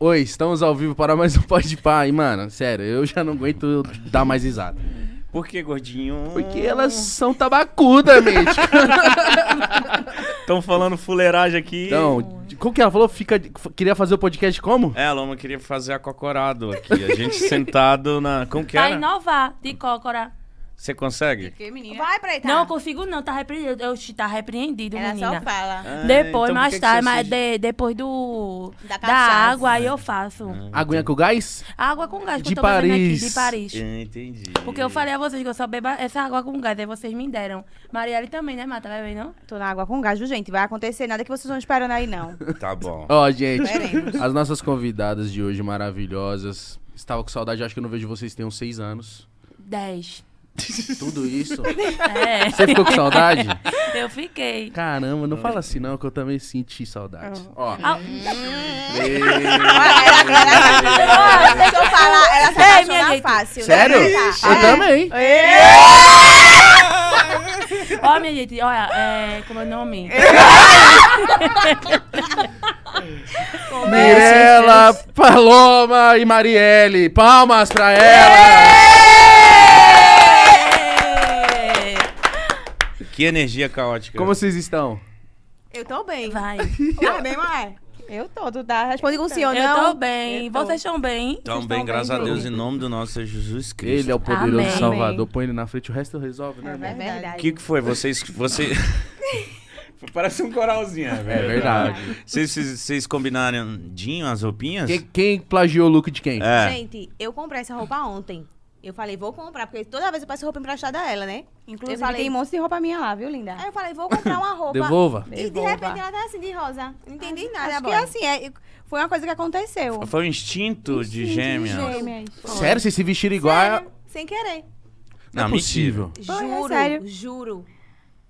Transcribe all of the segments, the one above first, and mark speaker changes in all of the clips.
Speaker 1: Oi, estamos ao vivo para mais um Pode Pá. E, mano, sério, eu já não aguento dar mais risada.
Speaker 2: Por que, gordinho?
Speaker 1: Porque elas são tabacuda, mente.
Speaker 2: Estão falando fuleiragem aqui.
Speaker 1: Então, de- como que ela falou? Fica, queria fazer o podcast como?
Speaker 2: É, a Loma queria fazer acocorado aqui. A gente sentado na. Como que
Speaker 3: Pra
Speaker 2: era?
Speaker 3: inovar de cócora.
Speaker 2: Você consegue?
Speaker 4: Que menina?
Speaker 5: Vai pra Itália.
Speaker 3: Não consigo não, tá repreendido. Eu te tá repreendido,
Speaker 4: Ela
Speaker 3: menina.
Speaker 4: só fala.
Speaker 2: Ah,
Speaker 3: Depois,
Speaker 2: então por que
Speaker 3: mais
Speaker 2: que
Speaker 3: tarde,
Speaker 2: você É.
Speaker 3: mas
Speaker 2: sugi-
Speaker 3: de- depois do.
Speaker 4: Da
Speaker 5: Tá
Speaker 3: Da,
Speaker 4: cachaça.
Speaker 3: água, aí eu faço.
Speaker 1: Aguinha com gás?
Speaker 3: Água com gás, que
Speaker 1: De
Speaker 3: eu tô fazendo aqui,
Speaker 1: Paris.
Speaker 3: de Paris.
Speaker 2: Eu Entendi.
Speaker 3: Porque eu falei a vocês que eu só bebo essa água com gás, aí vocês me deram. Marielle também, né, Mata? Vai ver, não?
Speaker 5: Tô na água com gás, viu, gente? Vai acontecer nada que vocês estão esperando aí, não.
Speaker 2: Tá bom.
Speaker 1: Ó, gente,
Speaker 4: Veremos.
Speaker 1: as nossas convidadas de hoje maravilhosas. Estava com saudade, acho que eu não vejo vocês tem uns seis anos.
Speaker 3: Dez.
Speaker 1: Tudo isso.
Speaker 3: É.
Speaker 1: Você ficou com saudade?
Speaker 3: Eu fiquei.
Speaker 1: Caramba, não fala assim não, que eu também senti saudade. Ó.
Speaker 3: Ah,
Speaker 5: Ela deixou
Speaker 2: É.
Speaker 5: eu falar, ela se
Speaker 3: Ei,
Speaker 5: apaixonar
Speaker 3: minha gente.
Speaker 5: fácil.
Speaker 1: Sério?
Speaker 5: Tá.
Speaker 1: Eu também.
Speaker 3: ó, minha gente, olha, é, como é o nome?
Speaker 1: Mirella, Paloma e Marielle. Palmas pra ela!
Speaker 2: É.
Speaker 3: É.
Speaker 2: Que energia caótica.
Speaker 1: Como assim? vocês estão?
Speaker 5: Eu tô bem.
Speaker 3: Vai.
Speaker 5: Tá bem, mãe? Eu tô, tu tá. Responde com sim ou
Speaker 3: Eu
Speaker 5: não.
Speaker 3: tô bem.
Speaker 5: Eu tô.
Speaker 3: Vocês estão bem?
Speaker 2: Tão
Speaker 5: Vocês
Speaker 2: Então, bem,
Speaker 5: tão
Speaker 2: graças
Speaker 5: bem,
Speaker 2: a Deus,
Speaker 5: Bruno?
Speaker 2: em nome do nosso Jesus Cristo.
Speaker 1: Ele é o poderoso
Speaker 3: Amém.
Speaker 1: Salvador. Põe ele na frente, o resto eu resolve, né?
Speaker 5: É
Speaker 1: irmão?
Speaker 5: verdade.
Speaker 2: O que, que foi? Vocês. Você... Parece um coralzinho,
Speaker 1: É verdade.
Speaker 2: Vocês, vocês- vocês combinaram Dinho, as roupinhas?
Speaker 1: Quem, quem plagiou o look de quem?
Speaker 2: É.
Speaker 4: Gente, eu comprei essa roupa ontem. Eu falei, vou comprar, porque toda vez eu passo roupa emprestada a ela, né?
Speaker 5: Inclusive,
Speaker 4: eu falei,
Speaker 5: tem um monte de roupa minha lá, viu, linda?
Speaker 4: Aí eu falei, vou comprar uma roupa.
Speaker 1: Devolva.
Speaker 4: E de
Speaker 5: É. Devolva.
Speaker 4: repente ela tá assim de rosa. Não entendi nada.
Speaker 5: Acho que
Speaker 4: boy.
Speaker 5: assim, é, foi uma coisa que aconteceu.
Speaker 2: Foi um instinto de gêmeos.
Speaker 5: Gêmeas.
Speaker 1: Sério, vocês se vestiram igual?
Speaker 4: Sério, Sem querer.
Speaker 1: Não é
Speaker 2: Não,
Speaker 1: possível.
Speaker 5: é
Speaker 4: Juro,
Speaker 5: sério.
Speaker 4: juro.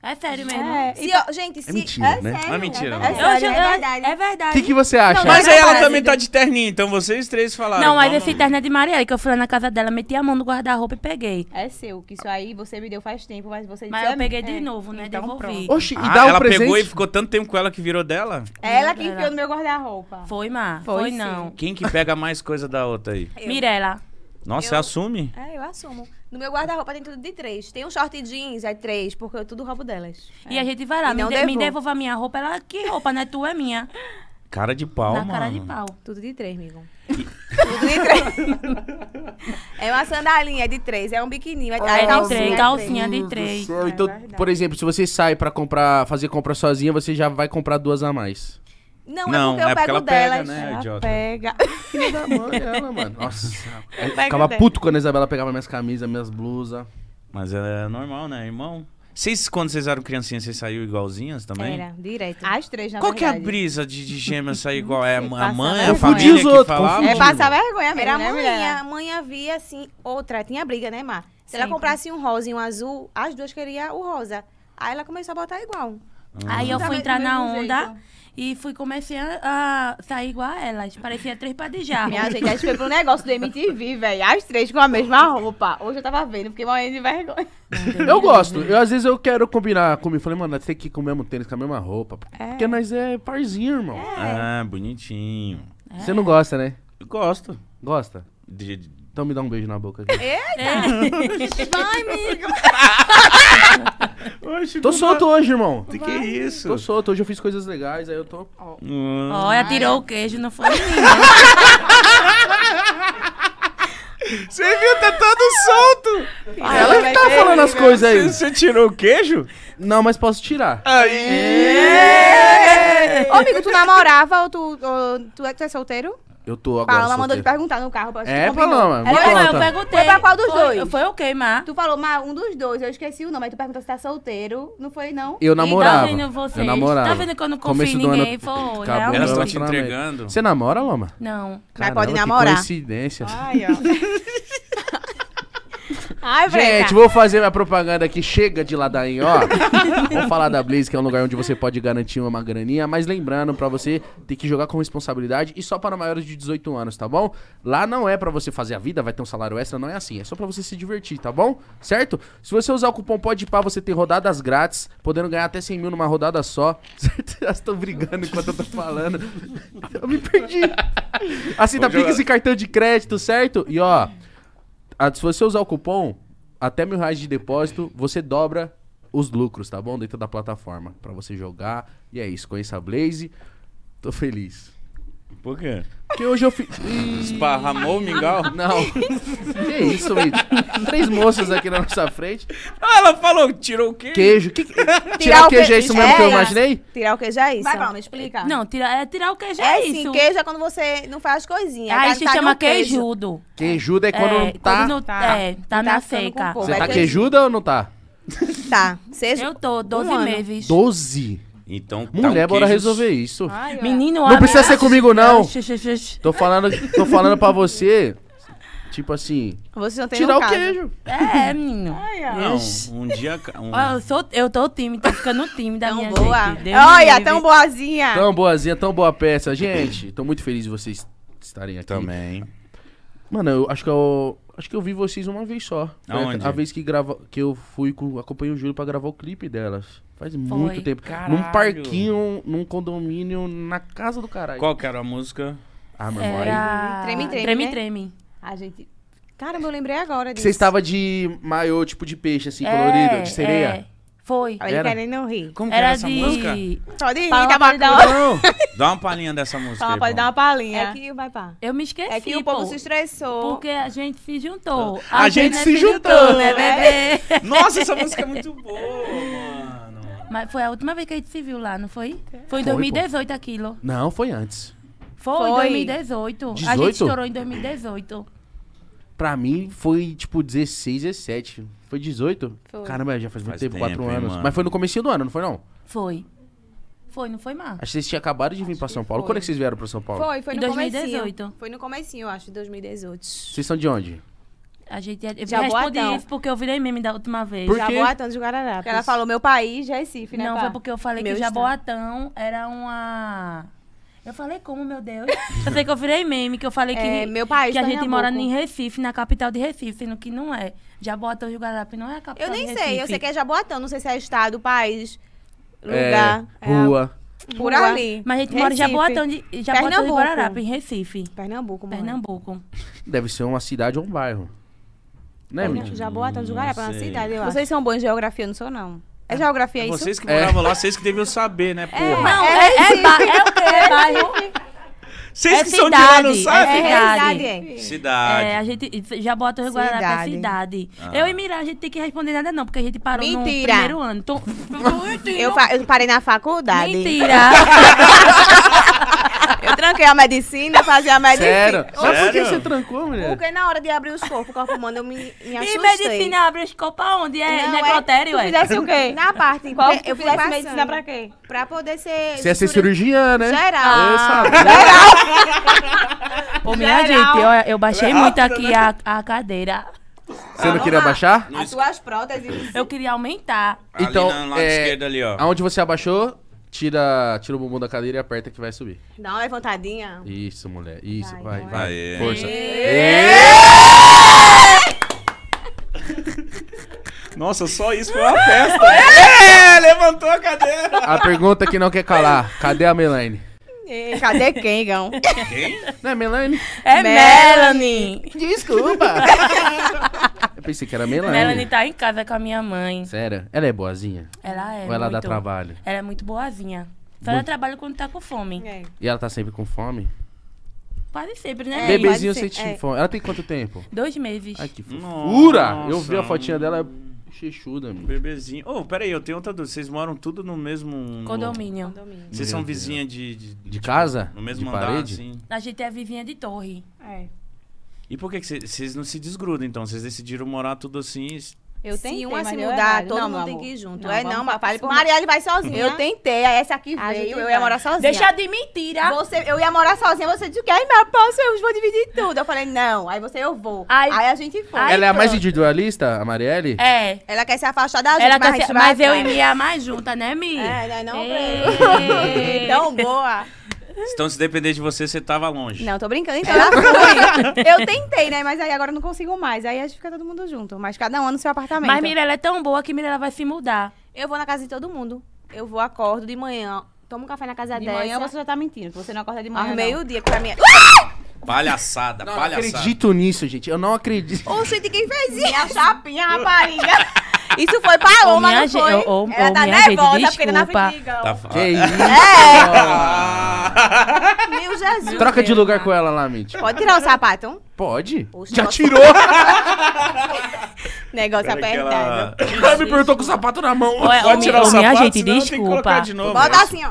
Speaker 3: É sério mesmo.
Speaker 5: É,
Speaker 4: Se
Speaker 5: e
Speaker 4: eu- gente, se...
Speaker 1: mentira,
Speaker 4: é
Speaker 1: né?
Speaker 4: sério,
Speaker 2: Não é mentira,
Speaker 4: É,
Speaker 2: não.
Speaker 3: Eu
Speaker 4: sério,
Speaker 3: já-
Speaker 4: é verdade.
Speaker 3: É
Speaker 1: O
Speaker 3: verdade.
Speaker 1: que, que você acha?
Speaker 3: Não,
Speaker 2: Mas aí ela
Speaker 3: parecido.
Speaker 2: também tá de terninho, então vocês três falaram.
Speaker 3: Não, mas
Speaker 2: vamos-
Speaker 3: esse terno é de Marielle, que eu fui lá na casa dela, meti a mão no guarda-roupa e peguei.
Speaker 5: É seu, que isso aí você me deu faz tempo, mas você
Speaker 3: Mas
Speaker 5: disse
Speaker 3: eu peguei
Speaker 5: a
Speaker 3: de
Speaker 5: mim. É.
Speaker 3: novo, né?
Speaker 5: Então
Speaker 3: Devolvi.
Speaker 5: pronto.
Speaker 1: Oxi, e
Speaker 2: Ah,
Speaker 1: dá o
Speaker 2: ela
Speaker 1: presente?
Speaker 2: pegou e ficou tanto tempo com ela que virou dela?
Speaker 4: é
Speaker 5: Ela que enfiou no meu guarda-roupa.
Speaker 3: Foi, Má.
Speaker 5: Foi,
Speaker 3: Foi,
Speaker 5: sim.
Speaker 3: não.
Speaker 2: Quem que pega mais coisa da outra aí?
Speaker 4: Eu-
Speaker 3: Mirela.
Speaker 2: Nossa,
Speaker 4: Eu-
Speaker 2: assume.
Speaker 4: É, eu assumo. No meu guarda-roupa tem tudo de três. Tem um short jeans, é três, porque eu tudo roubo delas. É,
Speaker 3: E a gente vai lá,
Speaker 5: É. E
Speaker 3: me,
Speaker 5: não
Speaker 3: de, me
Speaker 5: devolvo.
Speaker 3: devolva a minha roupa. Ela, que roupa, né? Tu é minha.
Speaker 2: Cara de pau,
Speaker 3: na
Speaker 2: mano.
Speaker 3: cara de pau.
Speaker 4: Tudo de três, amigo.
Speaker 5: Tudo de três.
Speaker 4: É uma sandalinha é de três, é um biquininho. É,
Speaker 3: É
Speaker 4: a
Speaker 3: de
Speaker 4: calcinha, é
Speaker 3: três, calcinha
Speaker 1: Meu
Speaker 3: de
Speaker 1: Deus do
Speaker 3: três.
Speaker 1: céu, Então, por exemplo, se você sai pra comprar, fazer compra sozinha, você já vai comprar duas a mais.
Speaker 4: Não,
Speaker 2: Não,
Speaker 4: é porque eu
Speaker 2: é porque
Speaker 4: pego
Speaker 2: ela pega,
Speaker 4: delas.
Speaker 2: né?
Speaker 5: Ela
Speaker 2: idiota.
Speaker 5: pega.
Speaker 1: Filho da mãe,
Speaker 2: é, né,
Speaker 1: ela, mano. Nossa. Eu
Speaker 5: Pega
Speaker 1: ficava
Speaker 5: bem.
Speaker 1: puto quando a Isabela pegava minhas camisas, minhas blusas.
Speaker 2: Mas é normal, né, irmão? Vocês, quando vocês eram criancinhas, vocês saíam igualzinhas também?
Speaker 4: Era, direto.
Speaker 5: As três, na
Speaker 2: Qual que é
Speaker 5: verdade.
Speaker 2: a brisa de, de gêmeas sair igual? É a
Speaker 5: passa
Speaker 2: mãe, a
Speaker 5: vergonha.
Speaker 2: família
Speaker 1: Confundir os
Speaker 2: que
Speaker 1: outros,
Speaker 2: falava?
Speaker 1: confundir.
Speaker 5: É passar vergonha mesmo,
Speaker 4: Era a
Speaker 5: né,
Speaker 4: mãe,
Speaker 5: mulher?
Speaker 4: a mãe havia, assim, outra. Tinha briga, né, Mar? Se ela
Speaker 5: Sempre.
Speaker 4: comprasse um rosa e um azul, as duas queriam o rosa. Aí ela começou a botar igual.
Speaker 2: Ah.
Speaker 3: Aí eu
Speaker 5: Da
Speaker 3: fui
Speaker 5: me-
Speaker 3: entrar
Speaker 5: Tá do
Speaker 3: na
Speaker 5: mesmo
Speaker 3: onda e fui comecei a, a sair igual a elas. Parecia três pá de jarro.
Speaker 5: Minha gente, a gente foi pro negócio do MTV, velho. As três com a mesma roupa. Hoje eu tava vendo, fiquei morrendo de vergonha.
Speaker 2: Uhum.
Speaker 1: Eu gosto. Eu, às vezes eu quero combinar comigo. Falei, mano, nós tem que ir com o mesmo tênis, com a mesma roupa. Porque nós é parzinho, irmão.
Speaker 2: Ah, bonitinho.
Speaker 1: Você não gosta, né?
Speaker 2: Eu gosto.
Speaker 1: Gosta?
Speaker 2: De- de-
Speaker 1: Então me dá um beijo na boca.
Speaker 5: tá.
Speaker 3: É.
Speaker 4: Vai, amigo!
Speaker 1: Tô solto hoje, irmão.
Speaker 2: Que que é isso?
Speaker 1: Tô solto. Hoje eu fiz coisas legais, aí eu tô...
Speaker 2: Hum.
Speaker 3: Olha, tirou o queijo, não foi lindo.
Speaker 5: é
Speaker 2: Você viu? Tá todo solto.
Speaker 5: Ah,
Speaker 1: Ela que tá falando as coisas aí.
Speaker 2: Você tirou o queijo?
Speaker 1: Não, mas posso tirar.
Speaker 5: Ô, amigo, tu namorava ou tu, ou, tu, é, tu é solteiro?
Speaker 1: Eu tô agora
Speaker 5: Paloma mandou te
Speaker 1: solteiro.
Speaker 5: perguntar no carro. pra ver se
Speaker 1: É,
Speaker 5: tu combinou.
Speaker 1: Paloma, me
Speaker 5: Ela-
Speaker 3: Foi, mas eu
Speaker 1: conta.
Speaker 3: perguntei.
Speaker 5: Foi pra qual dos
Speaker 3: Foi-
Speaker 5: dois?
Speaker 3: Foi o quê, Má?
Speaker 5: Tu falou, mas um dos dois, eu esqueci o nome. Aí tu perguntou se tá solteiro. Não foi, não?
Speaker 1: Eu namorava.
Speaker 3: Tá vendo vocês?
Speaker 1: Eu namorava.
Speaker 3: Tá vendo que eu não confio em
Speaker 1: do
Speaker 3: ninguém?
Speaker 1: ano-
Speaker 3: Foi, é
Speaker 1: acabou
Speaker 3: realmente.
Speaker 1: meu
Speaker 2: Elas tão te
Speaker 1: relacionamento.
Speaker 2: entregando.
Speaker 1: Você namora, Loma?
Speaker 3: Não.
Speaker 5: Mas pode
Speaker 1: Caramba, que
Speaker 5: namorar.
Speaker 1: coincidência.
Speaker 5: Ai, ó. Ai, Breca.
Speaker 1: Gente, vou fazer minha propaganda aqui. Chega de ladainha, ó. vou falar da Blaze, que é um lugar onde você pode garantir uma graninha. Mas lembrando, pra você ter que jogar com responsabilidade e só para maiores de 18 anos, tá bom? Lá não é pra você fazer a vida, vai ter um salário extra, não é assim. É só pra você se divertir, tá bom? Certo? Se você usar o cupom PODEPAR, você tem rodadas grátis, podendo ganhar até 100 mil numa rodada só. Certo? Elas estão brigando enquanto eu tô falando. Eu me perdi. Assim, tá
Speaker 2: Vamos jogar.
Speaker 1: Pix e cartão de crédito, certo? E ó... Ah, se você usar o cupom, até mil reais de depósito, você dobra os lucros, tá bom? Dentro da plataforma. Pra você jogar. E é isso. Conheça a Blaze. Tô feliz.
Speaker 2: Por quê?
Speaker 1: Porque hoje eu fiz.
Speaker 2: Esparramou o mingau?
Speaker 1: Não. que isso, Vitor? Três moças aqui na nossa frente.
Speaker 2: Ah, ela falou, tirou o quê?
Speaker 1: Queijo. Que... Tirar o queijo é isso mesmo que eu
Speaker 4: É.
Speaker 1: imaginei?
Speaker 4: Tirar o queijo é isso.
Speaker 5: Vai, Palma, explica.
Speaker 3: Não, tira, é tirar o queijo, é,
Speaker 4: É
Speaker 3: isso. É,
Speaker 4: sim, queijo é quando você não faz coisinha.
Speaker 3: Aí
Speaker 4: Tá-
Speaker 3: se
Speaker 4: tá
Speaker 3: chama
Speaker 4: no queijo.
Speaker 3: queijudo.
Speaker 1: Queijuda é quando não tá.
Speaker 3: quando não- É, tá,
Speaker 4: Não tá
Speaker 3: na
Speaker 4: ficando com
Speaker 3: seca.
Speaker 4: pouco.
Speaker 1: Você
Speaker 4: Vai
Speaker 1: tá
Speaker 4: ter-
Speaker 1: queijuda ou não tá?
Speaker 4: Tá. Seja...
Speaker 3: Eu tô, 12
Speaker 4: Um ano.
Speaker 3: meses.
Speaker 1: Doze.
Speaker 2: Então, tá
Speaker 1: Mulher,
Speaker 2: um
Speaker 1: bora
Speaker 2: queijo-
Speaker 1: resolver isso.
Speaker 5: Ai, ó.
Speaker 1: Ah,
Speaker 3: Menino,
Speaker 1: Não
Speaker 3: olha-
Speaker 1: precisa ser comigo, não.
Speaker 3: Xux, xux, xux.
Speaker 1: Tô falando, tô falando pra você. Tipo assim.
Speaker 5: Você não tem
Speaker 1: Tirar
Speaker 5: um
Speaker 1: o
Speaker 5: caso.
Speaker 1: queijo.
Speaker 3: É, menino.
Speaker 2: Não,
Speaker 3: Ixi.
Speaker 2: um dia... ca- Um...
Speaker 3: Olha, eu, sou, eu tô tímida, tô ficando tímida,
Speaker 4: Tão
Speaker 3: minha
Speaker 4: boa.
Speaker 3: gente. um Deus me
Speaker 5: Olha,
Speaker 3: livre.
Speaker 5: tão boazinha.
Speaker 1: Tão boazinha, tão boa peça. Gente, tô muito feliz de vocês estarem aqui.
Speaker 2: Também.
Speaker 1: Mano, eu acho que eu. Acho que eu vi vocês uma vez só. Foi a-
Speaker 2: Aonde?
Speaker 1: A vez que, grava, que eu fui com. Acompanhei o Júlio pra gravar o clipe delas. Faz muito tempo. Num
Speaker 2: Caralho.
Speaker 1: parquinho, num condomínio, na casa do caralho.
Speaker 2: Qual que era a música?
Speaker 1: Ah, meu amor.
Speaker 3: Era...
Speaker 5: Treme, treme,
Speaker 3: Treme,
Speaker 5: né?
Speaker 3: treme.
Speaker 5: A gente... Caramba, eu lembrei agora disso.
Speaker 1: Você estava de maiô, tipo de peixe, assim,
Speaker 3: É,
Speaker 1: colorido, de sereia?
Speaker 3: é. Foi.
Speaker 5: Olha, ele
Speaker 1: Era?
Speaker 5: querendo rir.
Speaker 2: Como que era,
Speaker 3: Era
Speaker 2: essa música?
Speaker 3: de...
Speaker 5: Só de rir,
Speaker 4: Palma
Speaker 5: tá
Speaker 4: pode dar
Speaker 3: é
Speaker 5: bacana.
Speaker 1: Não!
Speaker 2: Dá uma palhinha dessa música
Speaker 5: Palma
Speaker 2: aí,
Speaker 5: pode
Speaker 2: pô.
Speaker 5: dar uma palhinha.
Speaker 4: É que vai pá.
Speaker 3: Eu me esqueci,
Speaker 4: É que o povo
Speaker 3: pô,
Speaker 4: se estressou.
Speaker 3: Porque a gente se juntou.
Speaker 2: A gente se juntou,
Speaker 3: né, bebê?
Speaker 2: Nossa, essa música é muito boa, mano.
Speaker 3: Mas foi a última vez que a gente se viu lá, não foi? Foi
Speaker 1: Foi,
Speaker 3: em 2018 aquilo.
Speaker 1: Não, foi antes.
Speaker 3: Foi em
Speaker 5: Foi.
Speaker 3: 2018. A
Speaker 1: 18?
Speaker 3: gente estourou em 2018.
Speaker 1: Pra mim foi tipo 16, 17. Foi 18?
Speaker 5: Foi.
Speaker 1: Caramba, já faz muito
Speaker 2: Faz
Speaker 1: tempo, 4
Speaker 2: tempo, hein,
Speaker 1: anos.
Speaker 2: mano.
Speaker 1: Mas foi no comecinho do ano, não foi não?
Speaker 3: Foi. Foi, não foi, Mar?
Speaker 1: Acho que vocês tinham acabado de vir pra São Paulo.
Speaker 5: foi.
Speaker 1: Quando é que vocês vieram pra São Paulo?
Speaker 5: Foi, foi
Speaker 3: Em
Speaker 5: no
Speaker 3: 2018.
Speaker 5: comecinho. Foi no comecinho, eu acho, de 2018.
Speaker 1: Vocês são de onde?
Speaker 3: A gente eu
Speaker 5: Jaboatão.
Speaker 3: respondi isso porque eu virei meme da última vez.
Speaker 1: Por quê?
Speaker 5: Jaboatão de Guararapes.
Speaker 4: Porque ela falou meu país, já é
Speaker 5: Recife, né,
Speaker 3: Não,
Speaker 5: pá?
Speaker 3: foi porque eu falei
Speaker 5: Meu
Speaker 3: que
Speaker 5: estado.
Speaker 3: Jaboatão era uma. Eu falei como, meu Deus? eu sei que eu virei meme, que eu falei que,
Speaker 5: É, meu país,
Speaker 3: que a gente
Speaker 5: Pernambuco.
Speaker 3: mora em Recife, na capital de Recife, sendo que não é. Jaboatão e o Guarapé não é a capital
Speaker 4: Eu nem
Speaker 3: de
Speaker 4: sei, eu
Speaker 3: Recife.
Speaker 4: sei que é Jaboatão, não sei se é estado, país,
Speaker 1: É,
Speaker 4: lugar. É,
Speaker 1: rua.
Speaker 4: Por
Speaker 5: Rua.
Speaker 4: ali.
Speaker 3: Mas a gente mora em
Speaker 5: Recife.
Speaker 3: Jaboatão, de, Jaboatão e
Speaker 5: Pernambuco.
Speaker 3: Guararapes, em Recife,
Speaker 5: Pernambuco,
Speaker 4: é.
Speaker 5: mano.
Speaker 3: Pernambuco.
Speaker 1: Deve ser uma cidade ou um bairro. Né,
Speaker 5: Pernambuco.
Speaker 1: Mítia?
Speaker 5: Jaboatão de
Speaker 2: Não
Speaker 5: Guararapes, é uma
Speaker 2: sei.
Speaker 5: cidade, eu acho.
Speaker 4: Vocês são bons em geografia, não sou não. É geografia isso?
Speaker 2: Vocês que
Speaker 1: É.
Speaker 2: moravam lá, vocês que deviam saber, né, porra?
Speaker 3: Não, é, é, ba- é o quê? É bairro?
Speaker 2: Vocês
Speaker 3: É
Speaker 2: que são de lá, não
Speaker 3: cidade,
Speaker 2: sabem?
Speaker 3: é.
Speaker 5: realidade,
Speaker 4: Cidade.
Speaker 2: Cidade.
Speaker 3: É, a gente, Jaboatão e Guararapes é cidade.
Speaker 1: Ah.
Speaker 3: Eu e Mira, a gente tem que responder nada não, porque a gente parou no
Speaker 4: Mentira.
Speaker 3: primeiro ano. Então,
Speaker 4: Eu, fa- eu parei na faculdade.
Speaker 3: mentira!
Speaker 4: Eu tranquei a medicina, fazia a medicina.
Speaker 1: Sério? Mas por que
Speaker 2: Sério?
Speaker 1: você trancou, mulher?
Speaker 4: Porque na hora de abrir os corpos, o corpo humano, eu me, me assustei.
Speaker 3: e medicina abre os copos aonde? É
Speaker 4: Não,
Speaker 3: necrotério,
Speaker 5: Tu
Speaker 3: é?
Speaker 5: fizesse o quê?
Speaker 4: Na parte,
Speaker 5: Qual
Speaker 4: eu
Speaker 5: É, eu
Speaker 4: fui
Speaker 5: fizesse
Speaker 4: passando.
Speaker 5: medicina pra quê?
Speaker 4: Pra poder ser...
Speaker 1: Você ia ser cirurgiã, né?
Speaker 4: Geral.
Speaker 1: Eu sabia.
Speaker 3: Ô, minha
Speaker 5: Geral.
Speaker 3: gente, olha, eu baixei
Speaker 2: Ela é
Speaker 3: muito
Speaker 2: rápida,
Speaker 3: aqui a,
Speaker 1: né?
Speaker 3: a cadeira.
Speaker 1: Você não queria baixar?
Speaker 4: As tuas próteses.
Speaker 3: Eu queria aumentar.
Speaker 2: Então,
Speaker 1: Então,
Speaker 2: ali na lado
Speaker 1: é,
Speaker 2: esquerdo ali, ó.
Speaker 1: Aonde você abaixou, tira, tira o bumbum da cadeira e aperta que vai subir.
Speaker 4: Dá uma levantadinha.
Speaker 1: Isso, mulher. Isso, vai, vai.
Speaker 2: Aê.
Speaker 1: Força.
Speaker 2: Nossa, só isso foi uma festa. é, levantou a cadeira.
Speaker 1: A pergunta que não quer calar. Cadê a Melanie?
Speaker 4: Ei, Cadê quem, Gão?
Speaker 1: Não é Melanie?
Speaker 3: É Melanie.
Speaker 1: Desculpa. Eu pensei que era Melanie.
Speaker 3: Melanie tá em casa com a minha mãe.
Speaker 1: Sério? Ela é boazinha?
Speaker 3: Ela é
Speaker 1: Ou ela dá
Speaker 3: muito-
Speaker 1: trabalho?
Speaker 3: Ela é muito boazinha. Só ela trabalha quando tá com fome.
Speaker 4: É.
Speaker 1: E ela tá sempre com fome?
Speaker 3: Quase sempre, né?
Speaker 4: Bebê.
Speaker 1: Bebezinho
Speaker 4: pode ser,
Speaker 1: sente
Speaker 4: é.
Speaker 1: fome. Ela tem quanto tempo?
Speaker 3: Dois meses.
Speaker 1: Ai, que fofura!
Speaker 2: Nossa.
Speaker 1: Eu vi a fotinha dela é chechuda, amigo.
Speaker 2: Bebezinho. Ô, peraí, eu tenho outra dúvida. Vocês moram tudo no mesmo...
Speaker 3: Condomínio.
Speaker 5: Condomínio.
Speaker 2: Vocês são vizinha de... De,
Speaker 1: De casa?
Speaker 2: No mesmo
Speaker 1: De
Speaker 2: andar,
Speaker 1: parede?
Speaker 2: assim.
Speaker 3: A gente é vizinha de torre.
Speaker 5: É.
Speaker 2: E por que que vocês- vocês não se desgrudam, então? Vocês decidiram morar tudo assim...
Speaker 5: Eu
Speaker 4: Se
Speaker 5: tentei,
Speaker 4: uma
Speaker 5: mas
Speaker 4: se
Speaker 5: deu
Speaker 4: mudar,
Speaker 5: errado.
Speaker 4: todo
Speaker 5: Não,
Speaker 4: mundo
Speaker 5: meu
Speaker 4: tem
Speaker 5: amor.
Speaker 4: que ir junto.
Speaker 5: Não,
Speaker 4: é,
Speaker 5: vamos falar
Speaker 4: não, mas fale
Speaker 5: por
Speaker 4: por
Speaker 5: mim.
Speaker 4: Marielle vai sozinha.
Speaker 5: Eu tentei, aí essa aqui
Speaker 4: A gente
Speaker 5: veio, eu
Speaker 4: vai.
Speaker 5: ia morar sozinha.
Speaker 3: Deixa de mentira.
Speaker 5: Você, eu ia morar sozinha, você disse, ai, mas eu posso, eu vou dividir tudo. Eu falei, não. Aí você, eu vou.
Speaker 3: Ai.
Speaker 5: aí a gente foi.
Speaker 3: Ai.
Speaker 5: Ela,
Speaker 1: Ela é a mais
Speaker 3: pronto.
Speaker 1: individualista, a Marielle?
Speaker 3: É.
Speaker 4: Ela quer se afastar da gente,
Speaker 3: Ela tá
Speaker 4: mas, a gente
Speaker 3: se...
Speaker 4: vai
Speaker 3: Mas eu e
Speaker 4: atrás.
Speaker 3: Mia mais junta, né, Mi?
Speaker 5: É, não,
Speaker 3: Ei.
Speaker 5: Tão boa.
Speaker 2: Então, se depender de você, você tava longe.
Speaker 5: Não, tô brincando, então ela foi. Eu tentei, né? Mas aí agora eu não consigo mais. Aí a gente fica todo mundo junto. Mas cada um no seu apartamento.
Speaker 3: Mas Mirella é tão boa que Mirella vai se mudar.
Speaker 4: Eu vou na casa de todo mundo. Eu vou, acordo de manhã, tomo um café na casa
Speaker 5: de
Speaker 4: dessa.
Speaker 5: manhã você já tá mentindo, que você não acorda de manhã.
Speaker 4: Arrumei
Speaker 5: não.
Speaker 4: o dia que pra mim. é-
Speaker 2: Palhaçada,
Speaker 1: Não, eu não
Speaker 2: palhaçada.
Speaker 1: acredito nisso, gente. Eu não acredito.
Speaker 4: Ô, gente, quem fez isso?
Speaker 5: Minha chapinha, rapariga.
Speaker 4: Isso foi Paloma,
Speaker 3: minha
Speaker 4: não
Speaker 3: ge-
Speaker 4: foi?
Speaker 3: ô, ô,
Speaker 4: Ela
Speaker 3: ô,
Speaker 4: tá
Speaker 3: minha
Speaker 4: nervosa
Speaker 3: gente,
Speaker 4: porque
Speaker 5: é
Speaker 4: tá na
Speaker 3: desculpa.
Speaker 4: frente de Igão.
Speaker 2: Tá fa-
Speaker 1: Que isso?
Speaker 4: Meu Jesus.
Speaker 1: Troca de
Speaker 4: Deus,
Speaker 1: lugar
Speaker 4: cara.
Speaker 1: com ela lá, Mitch.
Speaker 5: Pode tirar o sapato? um
Speaker 1: Pode?
Speaker 4: Poxa,
Speaker 1: Já
Speaker 4: nossa.
Speaker 1: tirou?
Speaker 5: Negócio
Speaker 2: Peraí que
Speaker 5: apertado.
Speaker 2: ela-
Speaker 1: Ela me perguntou com o sapato na mão.
Speaker 3: Ué,
Speaker 2: Pode
Speaker 3: ô,
Speaker 2: tirar o
Speaker 3: ô, minha
Speaker 2: sapato,
Speaker 3: gente,
Speaker 2: senão eu tenho que
Speaker 3: desculpa.
Speaker 2: colocar de novo. né?
Speaker 5: Bota assim, ó.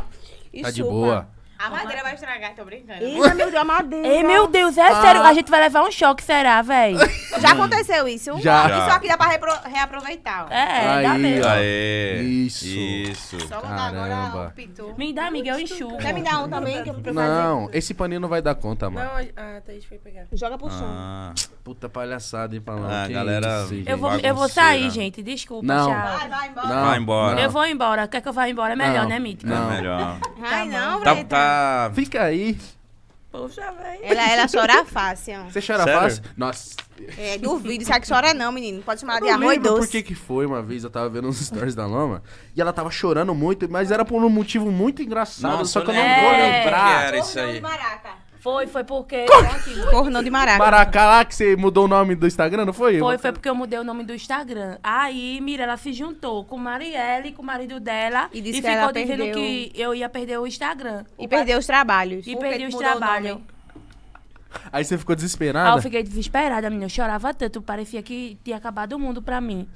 Speaker 4: E
Speaker 1: Tá de
Speaker 4: chupa.
Speaker 1: boa.
Speaker 5: A madeira vai estragar, tô brincando.
Speaker 4: Eita, meu Deus, a madeira.
Speaker 3: Ei, meu Deus,
Speaker 6: Ah.
Speaker 3: é sério. A gente vai levar um choque, será, véi?
Speaker 5: Já aconteceu isso?
Speaker 1: Já.
Speaker 5: Isso aqui dá pra repro- reaproveitar. ó.
Speaker 3: É, dá
Speaker 1: Aí,
Speaker 3: mesmo.
Speaker 1: ó.
Speaker 2: Aê.
Speaker 1: Isso.
Speaker 2: Isso.
Speaker 5: Só botar agora
Speaker 1: Caramba.
Speaker 5: o pitu.
Speaker 3: Me dá, amiga, eu enxugo.
Speaker 5: Quer me dar um também? Que eu preciso
Speaker 1: Não, esse paninho não vai dar conta, mano.
Speaker 6: Não, a, a Thaís foi pegar.
Speaker 4: Joga pro chão.
Speaker 2: Ah,
Speaker 1: Puta palhaçada, hein, Palão?
Speaker 2: Ah,
Speaker 1: Que
Speaker 2: galera,
Speaker 1: isso, gente.
Speaker 3: Eu vou, eu
Speaker 2: Bagunceira.
Speaker 3: vou sair, gente. Desculpa,
Speaker 1: Não.
Speaker 3: tchau.
Speaker 5: Vai, vai embora.
Speaker 1: Não,
Speaker 2: Vai embora.
Speaker 1: não.
Speaker 3: Eu vou embora. Quer que eu vá embora? É melhor,
Speaker 1: Não.
Speaker 3: né, Mítica?
Speaker 1: Não.
Speaker 2: é melhor.
Speaker 5: Ai, não,
Speaker 2: Tá,
Speaker 5: Breta.
Speaker 2: tá...
Speaker 1: Fica aí.
Speaker 6: Poxa, velho.
Speaker 5: Ela, ela chora fácil.
Speaker 1: Você chora
Speaker 2: Sério?
Speaker 1: fácil? Nossa.
Speaker 5: É, duvido. Isso aqui chora não, menino. Pode chamar de
Speaker 1: Eu
Speaker 5: arroz
Speaker 1: lembro por
Speaker 5: doce.
Speaker 1: que que foi uma vez, eu tava vendo uns stories da Loma, e ela tava chorando muito, mas era por um motivo muito engraçado,
Speaker 2: Nossa,
Speaker 1: só que eu não
Speaker 2: lembro.
Speaker 1: vou
Speaker 3: É.
Speaker 2: Que
Speaker 1: lembrar.
Speaker 2: era isso aí.
Speaker 5: Maraca.
Speaker 3: Foi, foi porque.
Speaker 5: Cornão de maraca.
Speaker 1: Maracá lá, que você mudou o nome do Instagram, não foi?
Speaker 3: Foi, foi porque eu mudei o nome do Instagram. Aí, Mirella se juntou com Marielle, com o marido dela.
Speaker 5: E disse que
Speaker 3: ficou
Speaker 5: ela
Speaker 3: dizendo
Speaker 5: perdeu.
Speaker 3: que eu ia perder o Instagram.
Speaker 5: E perdeu os trabalhos.
Speaker 3: E
Speaker 5: Por que
Speaker 3: perdi
Speaker 5: que
Speaker 3: os
Speaker 5: mudou o
Speaker 3: trabalhos.
Speaker 5: nome?
Speaker 1: Aí você ficou
Speaker 3: Aí eu
Speaker 1: desesperada?
Speaker 3: fiquei desesperada, menina. Eu chorava tanto, parecia que tinha acabado o mundo pra mim.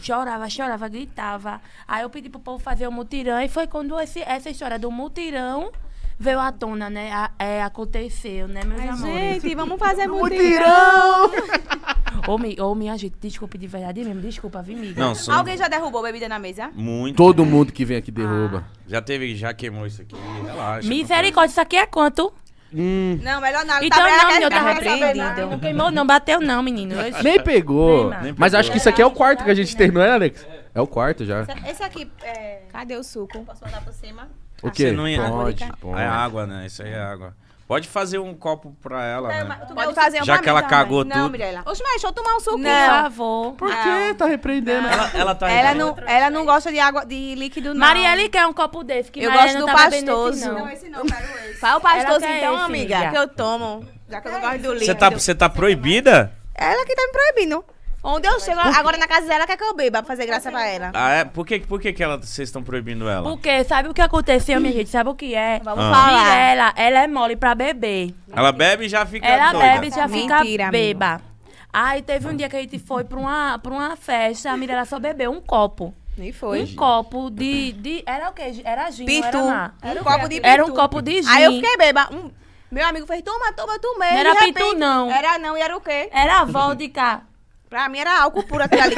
Speaker 3: Chorava, chorava, gritava. Aí eu pedi pro povo fazer o mutirão e foi quando esse- essa história do mutirão veio à tona, né? A- é, aconteceu, né, meus amores?
Speaker 5: Gente, vamos fazer mutirão.
Speaker 1: Mutirão!
Speaker 3: Ô, mi- ô, minha gente, desculpe de verdade mesmo, desculpa, vi, amiga.
Speaker 2: Não, sou...
Speaker 5: Alguém já derrubou bebida na mesa?
Speaker 2: Muito.
Speaker 1: Todo mundo que vem aqui derruba.
Speaker 3: Ah.
Speaker 2: Já teve, já queimou isso aqui. Relaxa.
Speaker 3: Misericórdia, isso aqui é quanto?
Speaker 1: Hum,
Speaker 5: Não, melhor não.
Speaker 3: Então
Speaker 5: tá
Speaker 3: não, menino, eu
Speaker 5: tá
Speaker 3: tava
Speaker 5: repreendida.
Speaker 3: arrependido. Não queimou não, bateu não, menino. Eu-
Speaker 1: nem pegou.
Speaker 3: Nem
Speaker 2: mais.
Speaker 1: Mas
Speaker 2: Nem
Speaker 1: acho que isso aqui é o quarto que a gente terminou, né, Alex? É o quarto já.
Speaker 5: Esse aqui, é...
Speaker 4: Cadê o suco?
Speaker 5: Posso botar por cima?
Speaker 1: O
Speaker 2: Você
Speaker 1: quê?
Speaker 2: não ia...
Speaker 1: Pode,
Speaker 2: Ah, É água, né? Isso aí é água. Pode fazer um copo pra ela, né?
Speaker 5: Tu
Speaker 4: Pode
Speaker 5: Pode
Speaker 4: fazer
Speaker 5: fazer
Speaker 4: um
Speaker 2: Já que ela cagou
Speaker 5: Não,
Speaker 2: tudo.
Speaker 5: Mirella. Oxe, mas deixa eu tomar um suco.
Speaker 3: Por
Speaker 5: Não.
Speaker 3: favor.
Speaker 1: Por que tá repreendendo?
Speaker 2: Ela, ela tá...
Speaker 5: Ela não, ela não gosta de água, de líquido, não.
Speaker 3: Marielle quer um copo desse, que
Speaker 5: Eu
Speaker 3: Marielle
Speaker 5: gosto
Speaker 3: não
Speaker 5: do
Speaker 3: tá bebendo
Speaker 5: pastoso.
Speaker 3: Esse, não.
Speaker 5: assim, Não,
Speaker 3: Esse...
Speaker 5: esse não, quero esse. Fala o pastoso
Speaker 3: Ela quer
Speaker 5: então,
Speaker 3: esse,
Speaker 5: amiga,
Speaker 3: já.
Speaker 5: que eu tomo. Já que eu não gosto do líquido.
Speaker 2: Você tá, você tá proibida?
Speaker 5: Ela que tá me proibindo. Onde eu chego, agora na casa dela, quer que eu beba pra fazer graça pra ela.
Speaker 2: Ah, é? Por que, por que, que ela, vocês estão proibindo ela?
Speaker 3: Porque sabe o que aconteceu, minha gente? Sabe o que é?
Speaker 5: Vamos
Speaker 2: Ah.
Speaker 5: falar.
Speaker 3: Mirella, ela é mole pra beber.
Speaker 2: Ela bebe e já fica
Speaker 3: Ela
Speaker 2: doida.
Speaker 3: bebe e já fica
Speaker 5: Mentira, amiga.
Speaker 3: beba. Aí teve um dia que a gente foi pra uma, pra uma festa, a Mirella só bebeu um copo.
Speaker 5: Nem foi.
Speaker 3: Um copo de, de... Era o quê? Era gin, não
Speaker 5: Pitu.
Speaker 3: era má.
Speaker 5: Um copo de pitu.
Speaker 3: Era um copo de gin.
Speaker 5: Aí eu fiquei beba. Um- Meu amigo fez, toma, toma, toma.
Speaker 3: Não era pitu, não.
Speaker 5: Era não, e era o quê?
Speaker 3: Era vodka.
Speaker 5: Pra mim era álcool puro aquilo ali.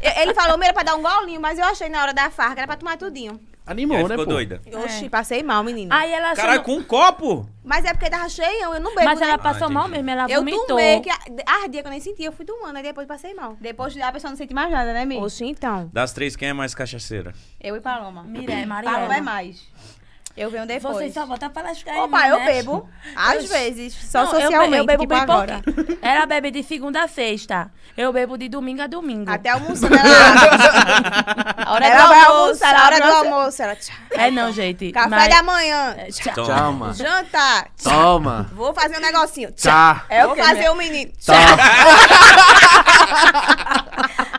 Speaker 5: Ele- Ele falou, mira, pra dar um golinho, mas eu achei na hora da farca, era pra tomar tudinho.
Speaker 1: Animou,
Speaker 2: Ela
Speaker 1: né,
Speaker 2: ficou
Speaker 1: pô?
Speaker 2: doida.
Speaker 5: Oxi, passei mal, menino.
Speaker 3: É. Aí ela
Speaker 2: Caralho,
Speaker 3: chamou-
Speaker 2: com um copo?
Speaker 5: Mas é porque tava cheião, eu não bebo,
Speaker 3: Mas
Speaker 5: né?
Speaker 3: ela passou
Speaker 2: Ah, entendi.
Speaker 3: mal mesmo, ela
Speaker 5: Eu
Speaker 3: vomitou.
Speaker 5: tomei, que a- ardia, que eu nem sentia, eu fui tomando, aí depois passei mal.
Speaker 4: Depois de dar, a pessoa não sente mais nada, né, Mi?
Speaker 5: Oxi, então.
Speaker 2: Das três, quem é mais cachaceira?
Speaker 5: Eu e Paloma.
Speaker 3: Miré,
Speaker 5: Paloma é
Speaker 3: Mariana.
Speaker 5: mais. Eu venho depois.
Speaker 3: Vocês só voltam pra lascar em
Speaker 5: Opa,
Speaker 3: mim,
Speaker 5: eu
Speaker 3: né?
Speaker 5: bebo. Às vezes. Só
Speaker 3: Não, eu be-
Speaker 5: socialmente.
Speaker 3: eu bebo
Speaker 5: tipo
Speaker 3: bem
Speaker 5: agora.
Speaker 3: pouquinho. Ela bebe de segunda a sexta. Eu bebo de domingo a domingo.
Speaker 5: Até almoçar. Ela,
Speaker 4: A hora
Speaker 5: ela
Speaker 4: do
Speaker 5: vai
Speaker 4: almoço,
Speaker 5: almoçar na hora do
Speaker 4: almoço.
Speaker 5: almoço. Ela, tchá.
Speaker 3: É não, gente.
Speaker 5: Café
Speaker 3: mas-
Speaker 5: da manhã.
Speaker 3: Tchau.
Speaker 2: Toma.
Speaker 1: Calma.
Speaker 5: Jantar. tchá.
Speaker 1: Toma.
Speaker 5: Vou fazer um negocinho. Tchá.
Speaker 1: Tá.
Speaker 5: Eu vou fazer o um menino.
Speaker 1: Tá.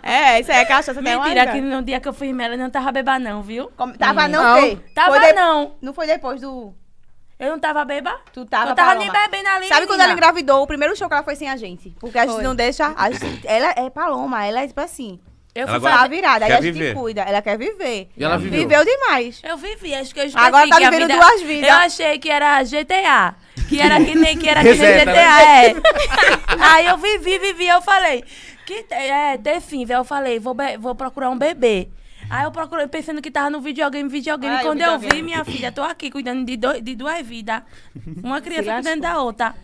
Speaker 5: É, isso aí é cachaça. até uma
Speaker 3: Mentira,
Speaker 5: hora.
Speaker 3: que no dia que eu fui mela, não tava beba não, viu?
Speaker 5: Como- Tava não,
Speaker 1: Não.
Speaker 5: não. Foi
Speaker 3: Hum. Tava
Speaker 5: de-
Speaker 3: não.
Speaker 5: Não foi depois do...
Speaker 3: Eu não tava beba?
Speaker 5: Tu tava,
Speaker 3: Eu tava
Speaker 5: Paloma.
Speaker 3: nem bebendo ali,
Speaker 5: Sabe quando
Speaker 3: menina?
Speaker 5: ela engravidou? O primeiro show que ela foi sem a gente. Porque a gente
Speaker 4: Foi.
Speaker 5: não deixa... a gente- ela é Paloma. Ela é tipo assim...
Speaker 3: Eu,
Speaker 2: Ela
Speaker 3: fui
Speaker 2: gosta-
Speaker 5: Ela
Speaker 3: fazer...
Speaker 5: virada. Aí
Speaker 2: Quer
Speaker 5: a gente
Speaker 2: viver.
Speaker 5: cuida. Ela quer viver.
Speaker 1: E ela viveu.
Speaker 5: demais.
Speaker 3: eu vivi, acho que eu esqueci
Speaker 5: Agora tá
Speaker 3: que a
Speaker 5: vivendo
Speaker 3: vida-
Speaker 5: duas vidas.
Speaker 3: Eu achei que era GTA. Que era que nem, que era que nem
Speaker 1: Reseta,
Speaker 3: GTA,
Speaker 1: né?
Speaker 3: é. Aí eu vivi, vivi, eu falei... Que te- é, defim, velho. Eu falei, vou, be- vou procurar um bebê. Aí eu procurei, pensando que tava no videogame, Ah, é videogame.
Speaker 4: Ai,
Speaker 3: Quando eu vi,
Speaker 4: videogame.
Speaker 3: minha filha, tô aqui cuidando de, dois- de duas vidas. Uma criança cuidando da outra.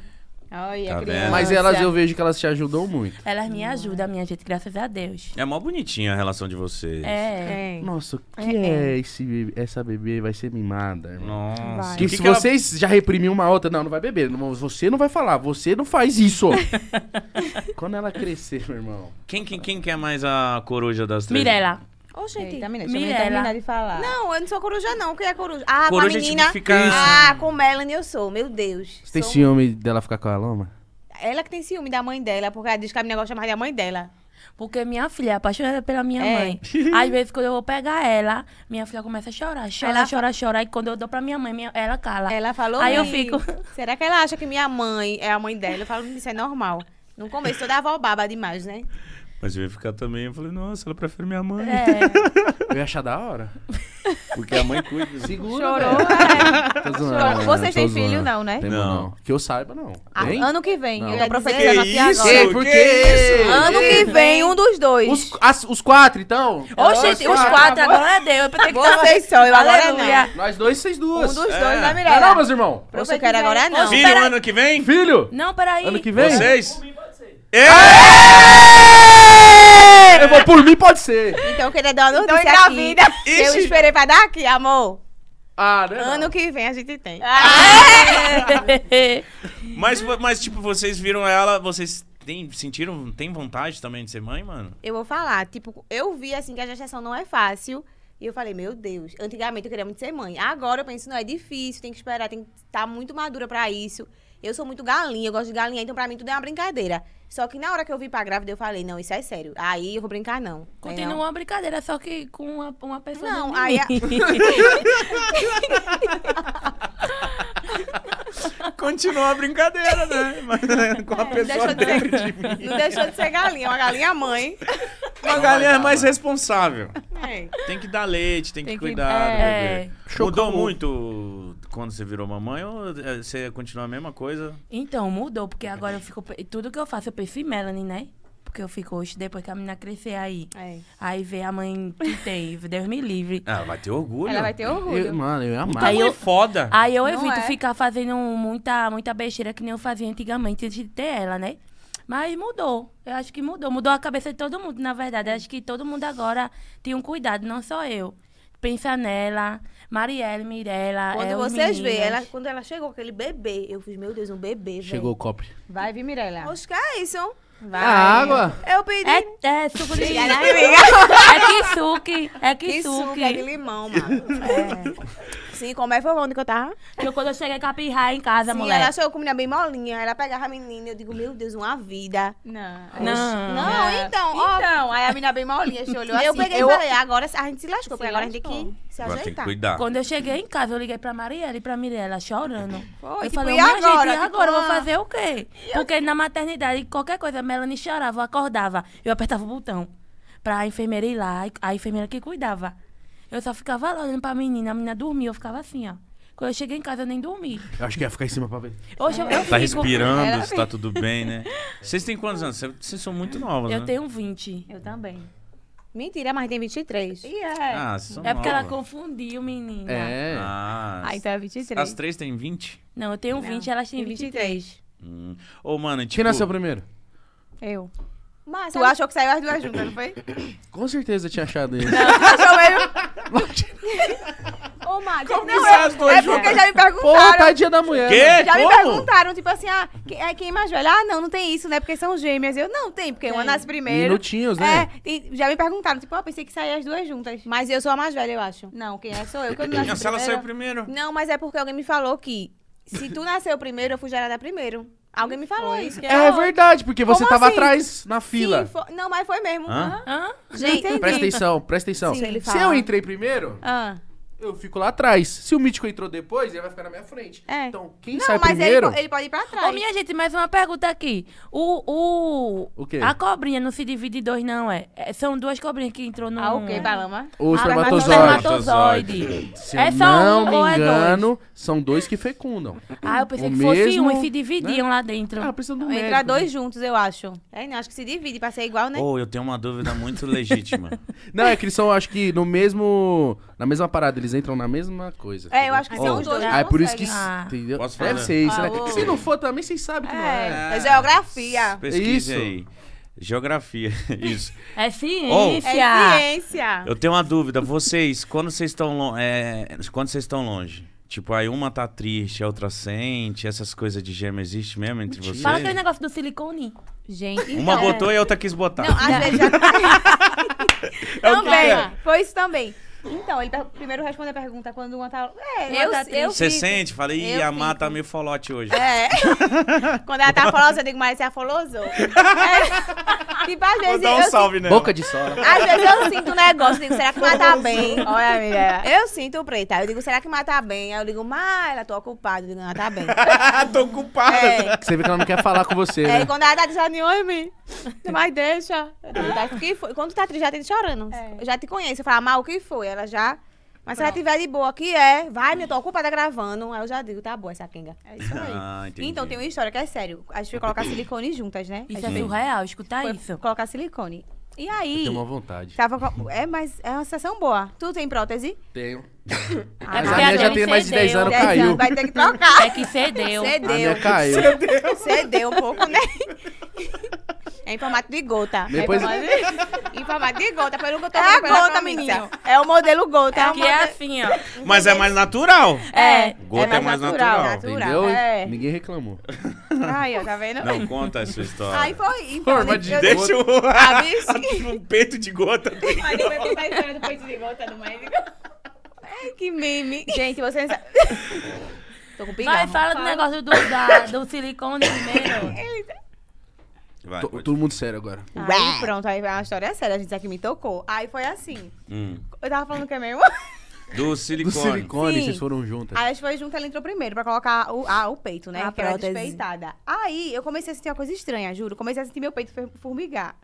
Speaker 4: Olha,
Speaker 2: Tá
Speaker 4: criança.
Speaker 2: vendo?
Speaker 1: Mas elas, eu vejo que elas te ajudam muito.
Speaker 3: Elas me ajudam, minha gente, graças a Deus.
Speaker 2: É mó bonitinha a relação de vocês.
Speaker 3: É.
Speaker 4: É.
Speaker 1: Nossa, o que é, esse bebê? Essa bebê vai ser mimada, irmão.
Speaker 2: Nossa.
Speaker 4: Vai.
Speaker 2: O
Speaker 1: Que,
Speaker 2: que
Speaker 1: se
Speaker 2: que ela-
Speaker 1: vocês já reprimiram uma outra, não, não vai beber. não- você não vai falar, você não faz isso. Quando ela crescer, meu irmão.
Speaker 2: Quem, quem, quem que é mais a coruja das três?
Speaker 3: Mirela.
Speaker 5: Ô, gente.
Speaker 4: Eita, menina, deixa eu
Speaker 3: Mirella.
Speaker 4: terminar de falar.
Speaker 5: Não, eu não sou coruja, não. Quem é coruja? Ah,
Speaker 2: Coruja,
Speaker 5: com a
Speaker 2: tipo,
Speaker 5: menina.
Speaker 2: fica-
Speaker 5: Ah, com Melanie eu sou, meu Deus.
Speaker 1: Você tem
Speaker 5: Sou-
Speaker 1: ciúme dela ficar com a loma?
Speaker 5: Ela que tem ciúme da mãe dela, porque ela diz que a menina gosta mais da mãe dela.
Speaker 3: Porque minha filha é apaixonada pela minha
Speaker 5: É.
Speaker 3: mãe. Às vezes, quando eu vou pegar ela, minha filha começa a chorar. Chora,
Speaker 5: Ela
Speaker 3: chora, chora. E quando eu dou pra minha mãe, minha- ela cala.
Speaker 5: Ela falou.
Speaker 3: Aí eu
Speaker 5: "Ih,
Speaker 3: fico.
Speaker 5: Será que ela acha que minha mãe é a mãe dela? Eu falo, isso é normal. No começo eu dava baba demais, né?
Speaker 2: Mas eu ia ficar também. Eu falei, nossa, ela prefere minha mãe.
Speaker 3: É.
Speaker 1: Eu ia achar da hora.
Speaker 2: Porque a mãe cuida.
Speaker 1: Segura,
Speaker 4: Chorou,
Speaker 1: velho.
Speaker 4: é.
Speaker 1: Tô
Speaker 4: Chorou.
Speaker 1: zoando,
Speaker 4: Vocês
Speaker 1: tô
Speaker 4: têm filho,
Speaker 1: zoando.
Speaker 4: não, né?
Speaker 1: Temos
Speaker 2: Não.
Speaker 1: não. Que eu saiba, não.
Speaker 4: Ah,
Speaker 1: Tem?
Speaker 4: ano que vem.
Speaker 1: Não.
Speaker 4: Eu
Speaker 1: Que
Speaker 4: tô profetizando aqui agora.
Speaker 1: Ei, por quê?
Speaker 4: Ano que vem, um dos dois.
Speaker 1: Os, as- os quatro, então?
Speaker 3: Ô, gente, os quatro agora é Deus. Eu tenho que tá-
Speaker 5: Vocês são, eu agora
Speaker 3: Aleluia.
Speaker 1: Nós dois, vocês duas.
Speaker 5: Um dos dois,
Speaker 2: É.
Speaker 5: né,
Speaker 1: Não, não,
Speaker 5: Mirella?
Speaker 1: meus irmãos.
Speaker 5: Ou Você quer agora? Não.
Speaker 2: Filho,
Speaker 3: Pera-
Speaker 2: ano que vem?
Speaker 1: Filho,
Speaker 3: Não, peraí.
Speaker 1: ano que vem.
Speaker 2: Vocês?
Speaker 1: É, Eu vou- por mim pode ser.
Speaker 5: Então eu queria dar uma
Speaker 4: Então
Speaker 5: notícia aqui.
Speaker 4: engravida.
Speaker 5: Eu
Speaker 2: Ixi.
Speaker 5: esperei pra dar aqui, amor.
Speaker 1: Ah, né?
Speaker 5: Ano que vem a gente tem.
Speaker 4: Ah,
Speaker 2: Mas, mas, tipo, vocês viram ela, vocês têm, sentiram, tem vontade também de ser mãe, mano?
Speaker 5: Eu vou falar, tipo, eu vi assim que a gestação não é fácil. E eu falei, meu Deus, antigamente eu queria muito ser mãe. Agora eu penso, não, é difícil, tem que esperar, tem que estar muito madura pra isso. Eu sou muito galinha, eu gosto de galinha, então pra mim tudo é uma brincadeira. Só que na hora que eu vim pra grávida, eu falei, não, isso é sério. Aí eu vou brincar, não.
Speaker 3: Continua uma brincadeira, só que com uma, uma pessoa.
Speaker 5: Não,
Speaker 3: dentro de
Speaker 5: aí.
Speaker 3: mim.
Speaker 2: Continua a brincadeira, né? Mas, né, com a
Speaker 5: Não deixou, de
Speaker 2: dentro
Speaker 5: ser, não deixou de ser galinha, uma galinha mãe.
Speaker 2: Uma galera é mais responsável.
Speaker 5: É.
Speaker 2: Tem que dar leite, tem,
Speaker 4: Tem
Speaker 2: que
Speaker 4: que-
Speaker 2: cuidar. do
Speaker 3: é.
Speaker 2: bebê.
Speaker 1: Chocou
Speaker 2: Mudou
Speaker 1: muito.
Speaker 2: muito quando você virou mamãe ou eh, você continua a mesma coisa?
Speaker 3: Então, mudou, porque agora eu fico. pe- Tudo que eu faço, eu penso em Melanie, né? Porque eu fico, hoje, depois que a menina crescer aí.
Speaker 5: É.
Speaker 3: Aí vê a mãe que tem, Deus me
Speaker 1: É.
Speaker 3: livre.
Speaker 2: Ah, vai ter orgulho.
Speaker 4: Ela vai ter orgulho.
Speaker 1: Eu, mano, eu ia amar.
Speaker 3: Aí
Speaker 2: Aí Ah,
Speaker 3: eu-
Speaker 2: foda.
Speaker 3: Aí eu
Speaker 4: Não
Speaker 3: evito
Speaker 4: é.
Speaker 3: ficar fazendo muita, muita besteira que nem eu fazia antigamente antes de ter ela, né? Mas mudou. Eu acho que mudou. Mudou a cabeça de todo mundo, na verdade. Eu acho que todo mundo agora tem um cuidado, não só eu. Pensa nela, Marielle, Mirella.
Speaker 5: Quando
Speaker 3: é, os
Speaker 5: vocês veem,
Speaker 3: meninos.
Speaker 5: ela, quando ela chegou, aquele bebê, eu fiz, meu Deus, um bebê, velho.
Speaker 1: Chegou o copo.
Speaker 4: Vai vir, Mirella.
Speaker 5: Acho que é isso. hein?
Speaker 1: A
Speaker 4: Vai.
Speaker 1: água.
Speaker 5: Eu pedi.
Speaker 3: É, é suco de
Speaker 5: Obrigada,
Speaker 3: limão.
Speaker 5: amiga.
Speaker 3: É kisuki. É
Speaker 5: Que suco é de
Speaker 3: kisuki.
Speaker 5: limão, mano. Sim, como é foi onde que eu tava?
Speaker 3: Que eu, quando eu cheguei com a pirraia em casa,
Speaker 5: Sim,
Speaker 3: mulher.
Speaker 5: ela achou eu comida bem molinha. Ela pegava a menina, eu digo, meu Deus, uma vida.
Speaker 4: Não.
Speaker 3: Não.
Speaker 5: Não, então, ó.
Speaker 4: Então, aí a menina bem molinha, se olhou
Speaker 5: eu
Speaker 4: assim.
Speaker 5: peguei
Speaker 4: eu...
Speaker 5: e falei, agora a gente se lascou,
Speaker 4: Se
Speaker 5: porque agora a gente
Speaker 4: lascou.
Speaker 5: tem que se
Speaker 2: Agora tem que
Speaker 5: ajeitar.
Speaker 2: cuidar.
Speaker 3: Quando eu cheguei em casa, eu liguei pra Marielle e pra Mirella, chorando. eu
Speaker 5: tipo,
Speaker 3: falei,
Speaker 5: e
Speaker 3: "Minha
Speaker 5: agora?
Speaker 3: gente, e
Speaker 5: Tipo,
Speaker 3: agora? Eu vou
Speaker 5: ah.
Speaker 3: fazer o quê? Porque na maternidade, qualquer coisa, a Melanie chorava, eu acordava. Eu apertava o botão pra enfermeira ir lá, a enfermeira que cuidava. Eu só ficava lá olhando pra menina, a menina dormia, eu ficava assim, ó. Quando eu cheguei em casa, eu nem dormi.
Speaker 1: Eu acho que ia ficar em cima pra ver.
Speaker 3: Hoje eu, eu
Speaker 2: Tá
Speaker 3: fico-
Speaker 2: respirando, se tá tudo bem, né? Vocês têm quantos anos? Vocês- Vocês são muito novos, né?
Speaker 3: Eu tenho 20.
Speaker 4: também.
Speaker 5: Mentira, mas tem 23.
Speaker 4: E é.
Speaker 2: Ah, vocês são
Speaker 3: É porque ela
Speaker 2: novas.
Speaker 3: confundiu, menina.
Speaker 1: É.
Speaker 2: Ah,
Speaker 4: Ah, então é 23.
Speaker 2: as três têm 20?
Speaker 3: Não, eu tenho 20 elas têm 23.
Speaker 2: Hum. Ô, mano, tipo...
Speaker 1: Quem nasceu primeiro?
Speaker 4: Eu.
Speaker 5: Mas, É
Speaker 4: Tu
Speaker 5: sabe-
Speaker 4: achou que saiu as duas juntas, não foi?
Speaker 1: Com certeza eu tinha achado ele.
Speaker 4: achou mesmo?
Speaker 5: Ô, Mari,
Speaker 2: Como as duas
Speaker 4: É
Speaker 2: juntas?
Speaker 4: porque já me
Speaker 1: Porra,
Speaker 4: perguntaram.
Speaker 1: tadinha da mulher.
Speaker 2: Quê?
Speaker 4: Já me
Speaker 2: tá é, Como?
Speaker 4: perguntaram, tipo assim, ah, que- é quem é mais velho? Ah, não, não tem isso, né? Porque são gêmeas. Eu, não, tem, porque uma nasce primeiro.
Speaker 1: Minutinhos, né?
Speaker 4: É, tem- já me perguntaram, tipo, ah, pensei que saía as duas juntas.
Speaker 5: mas eu sou a mais velha, eu acho.
Speaker 4: Não, quem é? Sou eu que eu não nasci
Speaker 2: Não, se ela saiu
Speaker 4: primeiro.
Speaker 2: primeiro.
Speaker 5: Não, mas é porque alguém me falou que se tu nasceu primeiro, eu fui gerada primeiro. Alguém me falou isso.
Speaker 1: É verdade, porque você
Speaker 5: Como
Speaker 1: tava
Speaker 5: assim?
Speaker 1: atrás na fila.
Speaker 5: Sim, foi- Não, mas foi mesmo.
Speaker 2: Hã?
Speaker 3: Hã?
Speaker 5: Gente,
Speaker 1: Presta atenção, presta atenção.
Speaker 5: Sim, ele
Speaker 1: Se
Speaker 5: fala.
Speaker 1: eu entrei primeiro,
Speaker 4: Ah,
Speaker 1: eu eu fico lá atrás. Se o mítico entrou depois, ele vai ficar na minha frente.
Speaker 4: É.
Speaker 1: Então, quem
Speaker 4: Não,
Speaker 1: sai
Speaker 4: mas
Speaker 1: primeiro.
Speaker 4: ele, po- ele pode ir pra trás.
Speaker 3: Ô, minha gente, mais uma pergunta aqui. O. O,
Speaker 1: O quê?
Speaker 3: A cobrinha não se divide em dois, não, é? É, São duas cobrinhas que entrou no.
Speaker 4: Ah,
Speaker 2: Hum.
Speaker 4: ok, Balama.
Speaker 1: O
Speaker 3: Ah,
Speaker 1: espermatozoide.
Speaker 2: Espermatozoide.
Speaker 1: Se
Speaker 3: É
Speaker 1: eu
Speaker 3: só
Speaker 1: não
Speaker 3: um ou
Speaker 1: me
Speaker 3: é dois?
Speaker 1: engano, são dois que fecundam.
Speaker 3: Ah, eu pensei
Speaker 1: O
Speaker 3: que fosse um
Speaker 1: mesmo,
Speaker 3: e se dividiam lá dentro.
Speaker 1: Ah, precisa de um
Speaker 4: Entra
Speaker 1: médico,
Speaker 4: dois juntos, eu acho.
Speaker 5: É, não, acho que se divide pra ser igual, né?
Speaker 2: Ou eu tenho uma dúvida muito legítima.
Speaker 1: Não, é que eles são, acho que, no mesmo. Na mesma parada, eles entram na mesma coisa.
Speaker 4: É, eu acho que
Speaker 2: Oh.
Speaker 4: são os dois.
Speaker 1: Ah, é
Speaker 4: não
Speaker 1: por isso que.
Speaker 4: conseguem.
Speaker 3: Ah.
Speaker 1: Entendeu?
Speaker 2: Posso
Speaker 1: Deve
Speaker 2: falar?
Speaker 1: ser isso,
Speaker 4: Ah,
Speaker 1: né?
Speaker 4: ô.
Speaker 1: Se não for também, vocês sabem que não é.
Speaker 4: É, é geografia.
Speaker 2: Pesquise
Speaker 1: Isso.
Speaker 2: aí. Geografia, isso.
Speaker 3: É
Speaker 4: É
Speaker 3: ciência.
Speaker 4: ciência.
Speaker 2: Eu tenho uma dúvida. Vocês, quando vocês estão longe. quando vocês estão longe? Tipo, aí uma tá triste, a outra sente. Essas coisas de gema existe mesmo entre
Speaker 1: Oh.
Speaker 2: vocês?
Speaker 3: Fala aquele negócio do silicone.
Speaker 4: Gente,
Speaker 2: Uma
Speaker 4: então-
Speaker 2: botou e a outra quis botar.
Speaker 4: Não, às vezes já tá-
Speaker 2: É o que
Speaker 4: também.
Speaker 2: é.
Speaker 4: Foi isso também. Então, ele per- primeiro responde a pergunta quando uma tá. É,
Speaker 5: Eu-
Speaker 4: uma tá triste.
Speaker 5: eu-
Speaker 2: Você
Speaker 5: fico.
Speaker 2: sente? Fala, ih,
Speaker 5: Eu
Speaker 2: a Má
Speaker 5: fico.
Speaker 2: tá meio folote hoje.
Speaker 4: É.
Speaker 5: Quando ela tá folosa, eu digo, mas você é foloso?
Speaker 4: É. Tipo, às
Speaker 2: Vou
Speaker 4: vezes,
Speaker 2: dar
Speaker 4: eu
Speaker 2: um
Speaker 4: sinto-
Speaker 2: salve nela.
Speaker 1: Boca de né? sola.
Speaker 4: às vezes eu sinto um negócio, digo, será que
Speaker 5: Mas
Speaker 4: mata
Speaker 5: tá
Speaker 4: bem?
Speaker 5: bem. Olha, amiga. Eu sinto preta. Eu digo, será que mas tá bem? Aí eu digo, mas ela tô ocupada. Eu digo, ela tá bem.
Speaker 2: Tô culpada.
Speaker 5: É.
Speaker 1: Você vê que ela não quer falar com você,
Speaker 5: É,
Speaker 1: né?
Speaker 5: e quando ela tá desanimando em mim, mas deixa. Eu digo, tá, o que foi? Quando tu tá triste, já tá te chorando. Eu já te conheço. Eu falo, mal, o que foi? Ela já. Mas se ela tiver de boa, que é, vai, minha, tô ocupada gravando. Aí eu já digo, tá boa essa quenga.
Speaker 4: É isso aí.
Speaker 2: Ah, entendi.
Speaker 4: Então, tem uma história que é sério. A gente foi colocar silicone juntas, né?
Speaker 3: Isso
Speaker 4: a
Speaker 3: é
Speaker 4: gente
Speaker 3: surreal, escutar
Speaker 4: foi
Speaker 3: isso.
Speaker 4: colocar silicone. E aí,
Speaker 1: Tem uma vontade.
Speaker 4: tava com... É, mas é uma sessão boa. Tu tem prótese?
Speaker 1: Tenho.
Speaker 3: É
Speaker 4: Ah,
Speaker 1: Mas a
Speaker 3: porque a
Speaker 1: minha já
Speaker 3: Dani
Speaker 1: tem mais de 10 anos,
Speaker 3: cedeu.
Speaker 4: Dez
Speaker 1: caiu.
Speaker 4: anos, vai ter que trocar.
Speaker 3: É que cedeu.
Speaker 1: A
Speaker 4: Cedeu.
Speaker 2: Ah,
Speaker 1: minha caiu.
Speaker 4: Cedeu um pouco, né? É em formato de gota.
Speaker 1: Depois-
Speaker 4: É em formato- em formato de gota. Pelo que eu tô
Speaker 5: É
Speaker 4: vendo
Speaker 5: a
Speaker 4: pela
Speaker 5: gota,
Speaker 4: camisa.
Speaker 5: menino.
Speaker 4: É o modelo gota.
Speaker 3: Que é assim, ó.
Speaker 2: Mas é mais natural.
Speaker 3: É.
Speaker 2: Gota é mais natural.
Speaker 1: Entendeu?
Speaker 4: É.
Speaker 1: Ninguém reclamou.
Speaker 4: Aí, ó, tá vendo?
Speaker 2: Não, conta essa história.
Speaker 4: Aí foi. Então,
Speaker 1: Forma
Speaker 4: eu-
Speaker 1: de
Speaker 4: eu-
Speaker 1: Deus.
Speaker 2: Deixa o...
Speaker 4: Ah, bicho.
Speaker 2: um peito de gota.
Speaker 4: Aí depois contar a história do peito de gota do médico. Ai, que meme. Gente, vocês... Tô com
Speaker 3: Vai,
Speaker 4: pigarro.
Speaker 3: fala do negócio do, da- do silicone primeiro.
Speaker 2: Vai,
Speaker 1: Tô-
Speaker 2: pode-
Speaker 1: Todo mundo sério agora.
Speaker 4: Aí pronto, aí a história é séria, a gente aqui me tocou. Aí foi assim.
Speaker 2: Hum.
Speaker 4: Eu tava falando que é mesmo.
Speaker 2: Do
Speaker 1: Do
Speaker 2: silicone.
Speaker 1: silicone,
Speaker 4: Sim. Ah,
Speaker 1: vocês foram juntas.
Speaker 4: Aí a gente foi junto, ela entrou primeiro pra colocar o, ah, o peito, né?
Speaker 3: A
Speaker 4: que era
Speaker 3: prótese.
Speaker 4: despeitada. Aí eu comecei a sentir uma coisa estranha, juro. Comecei a sentir meu peito fer- formigar.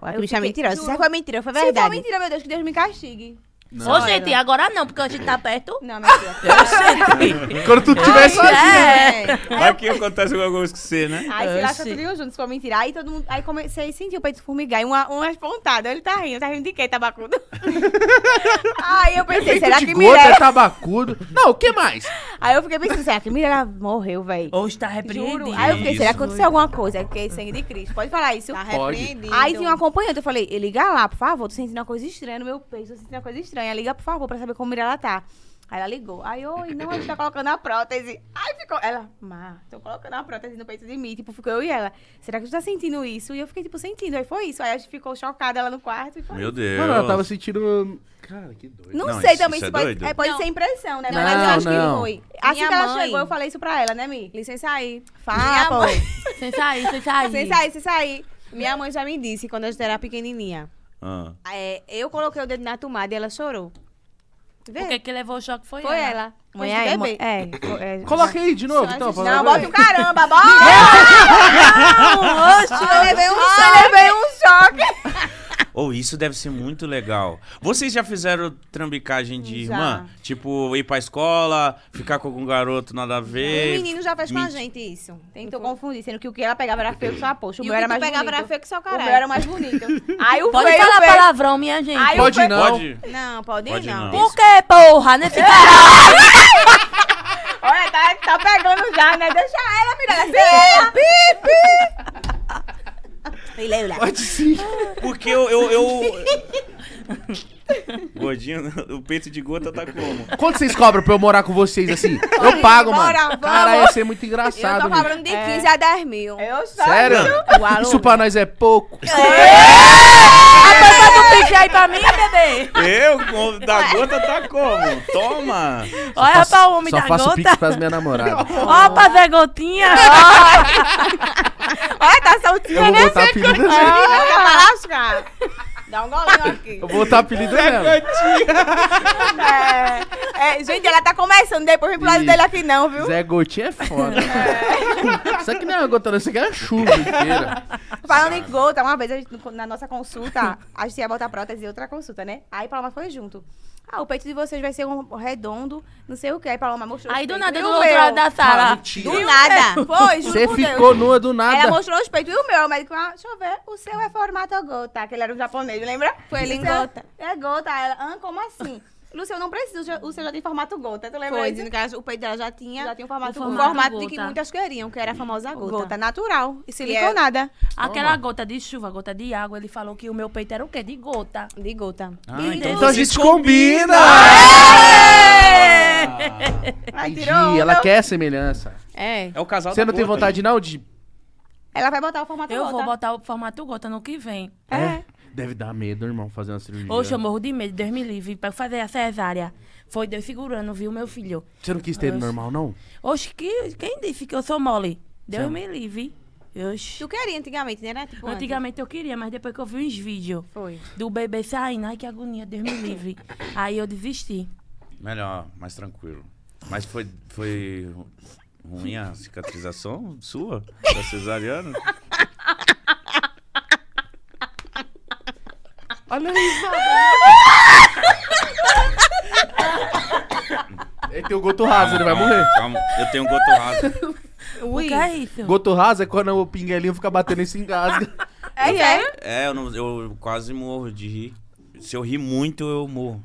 Speaker 5: Olha,
Speaker 4: Eu
Speaker 5: que bicha é
Speaker 4: fiquei-
Speaker 5: mentirosa.
Speaker 4: juro.
Speaker 5: Isso foi mentira, foi
Speaker 4: Se for
Speaker 5: verdade.
Speaker 4: mentira, meu Deus, que Deus me castigue.
Speaker 3: Ô, gente, agora não, porque a gente tá perto.
Speaker 4: Não, mentira.
Speaker 1: Quando tu tivesse.
Speaker 5: né?
Speaker 4: é.
Speaker 2: Vai que acontece alguma coisa com você, né?
Speaker 4: Aí se lasca
Speaker 3: Oxi.
Speaker 4: tudo junto, se for mentira. Aí todo mundo. Aí comecei a sentir o peito formigar. E uma, umas pontadas. Ele tá rindo. Tá rindo de quê, tabacudo? aí eu pensei, será
Speaker 1: Peito de
Speaker 4: que
Speaker 1: gota, é
Speaker 4: Mirella.
Speaker 1: tabacudo. Não, o que mais?
Speaker 4: Aí eu fiquei pensando, será que Mirella morreu, véi?
Speaker 3: Ou está
Speaker 5: É
Speaker 4: Juro.
Speaker 3: repreendido.
Speaker 4: Aí eu fiquei, será que
Speaker 2: Isso.
Speaker 4: aconteceu alguma coisa? Aí fiquei sangue de Cristo. Pode falar isso.
Speaker 5: Tá
Speaker 1: Pode.
Speaker 5: repreendido.
Speaker 4: Aí tinha um acompanhante, eu falei, liga lá, por favor, tô sentindo uma coisa estranha no meu peito, tô sentindo uma coisa estranha, liga, por favor, pra saber como ela tá. Aí ela ligou, aí, oi, não, a gente tá colocando a prótese. Aí ficou, ela, Má, tô colocando a prótese no peito de mim, tipo, ficou eu e ela, será que tu tá sentindo isso? E eu fiquei, tipo, sentindo, aí foi isso, aí a gente ficou chocada, ela no quarto e foi
Speaker 2: Meu
Speaker 4: isso.
Speaker 2: Deus.
Speaker 1: Mano, ela tava sentindo. Cara, que doido.
Speaker 4: Não,
Speaker 2: Não,
Speaker 4: sei
Speaker 2: isso-
Speaker 4: também
Speaker 2: isso
Speaker 4: se
Speaker 2: é
Speaker 4: pode,
Speaker 2: doido?
Speaker 4: é, pode
Speaker 5: Não.
Speaker 4: ser impressão, né?
Speaker 1: Não,
Speaker 4: Mas eu acho
Speaker 1: não.
Speaker 4: que foi. Assim
Speaker 5: Minha
Speaker 4: que ela
Speaker 5: mãe-
Speaker 4: chegou, eu falei isso pra ela, né, Mi?
Speaker 5: Licença aí.
Speaker 4: Fala, pô.
Speaker 3: Sem sair, sem sair.
Speaker 4: Sem sair,
Speaker 5: Aí,
Speaker 4: sem sair.
Speaker 5: minha mãe já me disse quando a gente era pequenininha.
Speaker 2: Ah.
Speaker 5: É, eu coloquei o dedo na tomada e ela chorou.
Speaker 3: O que que levou o choque É. foi,
Speaker 5: Foi
Speaker 3: ela.
Speaker 5: ela.
Speaker 4: Mãe,
Speaker 5: Foi
Speaker 4: aí,
Speaker 5: bebê.
Speaker 4: mãe- é, co- é,
Speaker 1: Coloca aí de novo, então. pra
Speaker 4: Não,
Speaker 1: ver.
Speaker 4: bota o caramba, bora! Não, eu levei um choque. Levei um choque.
Speaker 2: Ou Oh, isso deve ser muito legal. Vocês já fizeram trambicagem de
Speaker 4: Já.
Speaker 2: irmã? Tipo, ir pra escola, ficar com algum garoto nada a ver.
Speaker 5: O Um menino já fez com a
Speaker 2: É, Mentira.
Speaker 5: gente isso.
Speaker 4: Tentou confundir, sendo que o que ela pegava era feio que só poxa. O
Speaker 5: E
Speaker 4: meu
Speaker 5: o que
Speaker 4: era
Speaker 5: tu
Speaker 4: mais
Speaker 5: pegava
Speaker 4: bonito.
Speaker 5: era feio que só
Speaker 4: O
Speaker 5: caralho.
Speaker 4: meu era mais bonito. Aí o
Speaker 3: Pode
Speaker 4: feio,
Speaker 3: falar
Speaker 4: feio.
Speaker 3: palavrão, minha gente.
Speaker 4: Ai,
Speaker 1: Pode
Speaker 4: eu-
Speaker 1: não.
Speaker 2: Pode.
Speaker 5: Não, pode,
Speaker 2: Pode
Speaker 5: não.
Speaker 2: não.
Speaker 3: Por que, porra? Né? Nesse cara.
Speaker 4: Olha, tá, tá pegando já, né? Deixa ela, Mirella. Deixa ela.
Speaker 5: Ele é lá.
Speaker 1: Pode sim.
Speaker 2: Porque eu. eu, eu- Gordinho, o peito de gota tá como?
Speaker 1: Quanto vocês cobram pra eu morar com vocês assim? Eu pago,
Speaker 4: bora,
Speaker 1: mano.
Speaker 4: vamos.
Speaker 1: Cara, ia ser muito
Speaker 5: Eu
Speaker 1: engraçado.
Speaker 5: tô
Speaker 1: bicho.
Speaker 5: falando de 15 a 10 mil.
Speaker 4: Eu só...
Speaker 1: Sério?
Speaker 4: O aluno.
Speaker 1: Isso pra nós é pouco.
Speaker 3: A tampa do pique aí pra mim, bebê.
Speaker 2: Eu? com- Da gota tá como? Toma!
Speaker 3: Olha pra o homem
Speaker 1: Só
Speaker 3: da
Speaker 1: faço pix
Speaker 3: gota.
Speaker 1: pras minhas namoradas.
Speaker 3: Ó, pra Zé Gotinha.
Speaker 4: Olha, tá soltinha,
Speaker 1: Eu vou
Speaker 4: né?
Speaker 1: botar apelido assim.
Speaker 4: Ah, tá pra lascar. Dá um golinho aqui.
Speaker 1: Eu vou botar apelido nela.
Speaker 2: Gatinha.
Speaker 4: É, é, gente, ela tá começando, depois vem pro lado
Speaker 1: Ih.
Speaker 4: dele aqui não, viu?
Speaker 1: Zé Gotinha é foda. Isso aqui não é uma gota, não. Isso aqui é uma chuva inteira.
Speaker 4: Falando em gota, uma vez a gente, na nossa consulta, a gente ia botar prótese e outra consulta, né? Aí Paloma foi junto. Ah, o peito de vocês vai ser um redondo, não sei o que. Aí Paloma mostrou.
Speaker 3: Aí
Speaker 4: os
Speaker 3: do
Speaker 4: peitos.
Speaker 3: nada,
Speaker 4: E
Speaker 3: do
Speaker 4: o
Speaker 3: outro
Speaker 4: meu?
Speaker 3: lado da sala.
Speaker 4: Do
Speaker 1: Mentira.
Speaker 4: nada. Foi, juro
Speaker 1: Você
Speaker 4: por
Speaker 1: ficou
Speaker 4: Deus.
Speaker 1: nua do
Speaker 4: Ela é
Speaker 1: nada.
Speaker 4: mostrou os peitos e o meu. O médico, ah, deixa eu ver, o seu é formato gota, que ele era um japonês, lembra? Foi
Speaker 5: ele em gota.
Speaker 4: É gota. Aí Ela, ah, como assim? Luciano, não precisa, o seu- o seu já tem formato gota, tu lembra?
Speaker 5: Foi,
Speaker 4: disso?
Speaker 5: dizendo que ela- o peito dela já tinha
Speaker 4: Já tinha o formato,
Speaker 5: o
Speaker 4: gota.
Speaker 5: formato, de que
Speaker 3: gota.
Speaker 5: muitas queriam, que era a famosa
Speaker 4: gota.
Speaker 5: gota. é
Speaker 4: natural. E siliconada.
Speaker 3: Aquela gota de chuva, gota de água, ele falou que o meu peito era o quê? De gota.
Speaker 5: De gota.
Speaker 2: Ah, então
Speaker 1: Então a
Speaker 2: vocês
Speaker 1: gente combina.
Speaker 4: Aí
Speaker 1: Entendi.
Speaker 4: tirou
Speaker 1: Ela
Speaker 4: uma.
Speaker 1: quer a semelhança.
Speaker 5: É.
Speaker 2: É o casal
Speaker 1: Você
Speaker 2: da
Speaker 1: não tem
Speaker 2: gota.
Speaker 1: vontade, não, de.
Speaker 4: Ela vai botar o formato
Speaker 3: Eu
Speaker 4: gota.
Speaker 3: vou botar o formato gota no que vem.
Speaker 1: É. Deve dar medo, irmão, fazer uma cirurgia.
Speaker 3: Hoje eu morro de medo, Deus me livre, pra eu fazer a cesárea. Foi Deus segurando, viu, meu filho?
Speaker 1: Você não quis ter normal, não?
Speaker 3: Oxe, que, quem disse que eu sou mole? Deus me livre. Oxe.
Speaker 5: Tu queria antigamente, né? né? Tipo, antes.
Speaker 3: Antigamente eu queria, mas depois que eu vi uns vídeos
Speaker 5: Foi.
Speaker 3: do bebê saindo, ai que agonia, Deus me livre. Aí eu desisti.
Speaker 2: Melhor, mais tranquilo. Mas foi, foi ruim a cicatrização sua, da cesariana?
Speaker 1: Olha aí. Ele É tem o goto raso, ele Ah, vai morrer.
Speaker 3: Ah.
Speaker 2: Calma, eu tenho um goto raso.
Speaker 3: O que é isso?
Speaker 1: Goto raso é quando o pinguelinho fica batendo e se engasga.
Speaker 4: É, é.
Speaker 2: É, eu, não- eu quase morro de rir. Se eu rir muito, eu morro.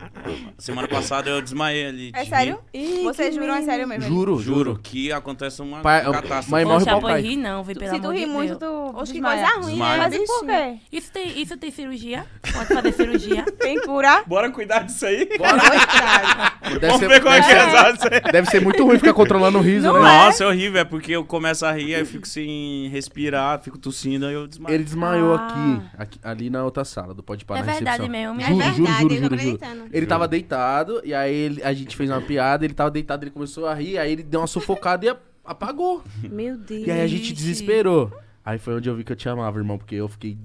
Speaker 2: Semana passada eu desmaiei ali. de
Speaker 4: É
Speaker 2: rir.
Speaker 4: sério? Vocês juram é sério mesmo?
Speaker 1: Juro,
Speaker 2: Juro que acontece uma
Speaker 1: Pai, eu-
Speaker 2: catástrofe.
Speaker 1: mãe, morre
Speaker 3: Poxa,
Speaker 1: pau
Speaker 3: pois
Speaker 1: cai.
Speaker 3: ri não, vi, pelo
Speaker 4: Se tu
Speaker 3: amor de
Speaker 4: rir muito,
Speaker 3: Deus.
Speaker 4: tu
Speaker 5: Oxe, que
Speaker 4: desmaia.
Speaker 5: coisa ruim,
Speaker 2: Desmaia.
Speaker 5: né?
Speaker 4: Mas e por
Speaker 5: bichinha?
Speaker 4: quê?
Speaker 3: Isso tem, isso tem cirurgia? Pode fazer cirurgia?
Speaker 4: Tem cura?
Speaker 2: Bora cuidar disso aí?
Speaker 3: É
Speaker 1: Deve
Speaker 2: Vamos ver
Speaker 1: ser,
Speaker 2: como é que
Speaker 1: deve,
Speaker 2: é essa-
Speaker 1: ser, deve ser muito ruim ficar controlando o riso, né?
Speaker 2: Nossa, é horrível. É porque eu começo a rir, aí eu fico sem respirar, fico tossindo, aí eu desmaio.
Speaker 1: Ele desmaiou aqui, aqui- ali na outra sala do Pode Parar
Speaker 3: Ah. É verdade mesmo, é
Speaker 1: Juro,
Speaker 5: verdade,
Speaker 1: juro,
Speaker 5: eu tô
Speaker 1: juro, juro, juro.
Speaker 5: acreditando.
Speaker 1: Ele tava deitado, e aí ele- a gente fez uma piada, ele tava deitado, ele começou a rir, aí ele deu uma sufocada e a- apagou.
Speaker 5: Meu Deus.
Speaker 1: E aí a gente desesperou. Aí foi onde eu vi que eu te amava, irmão, porque eu fiquei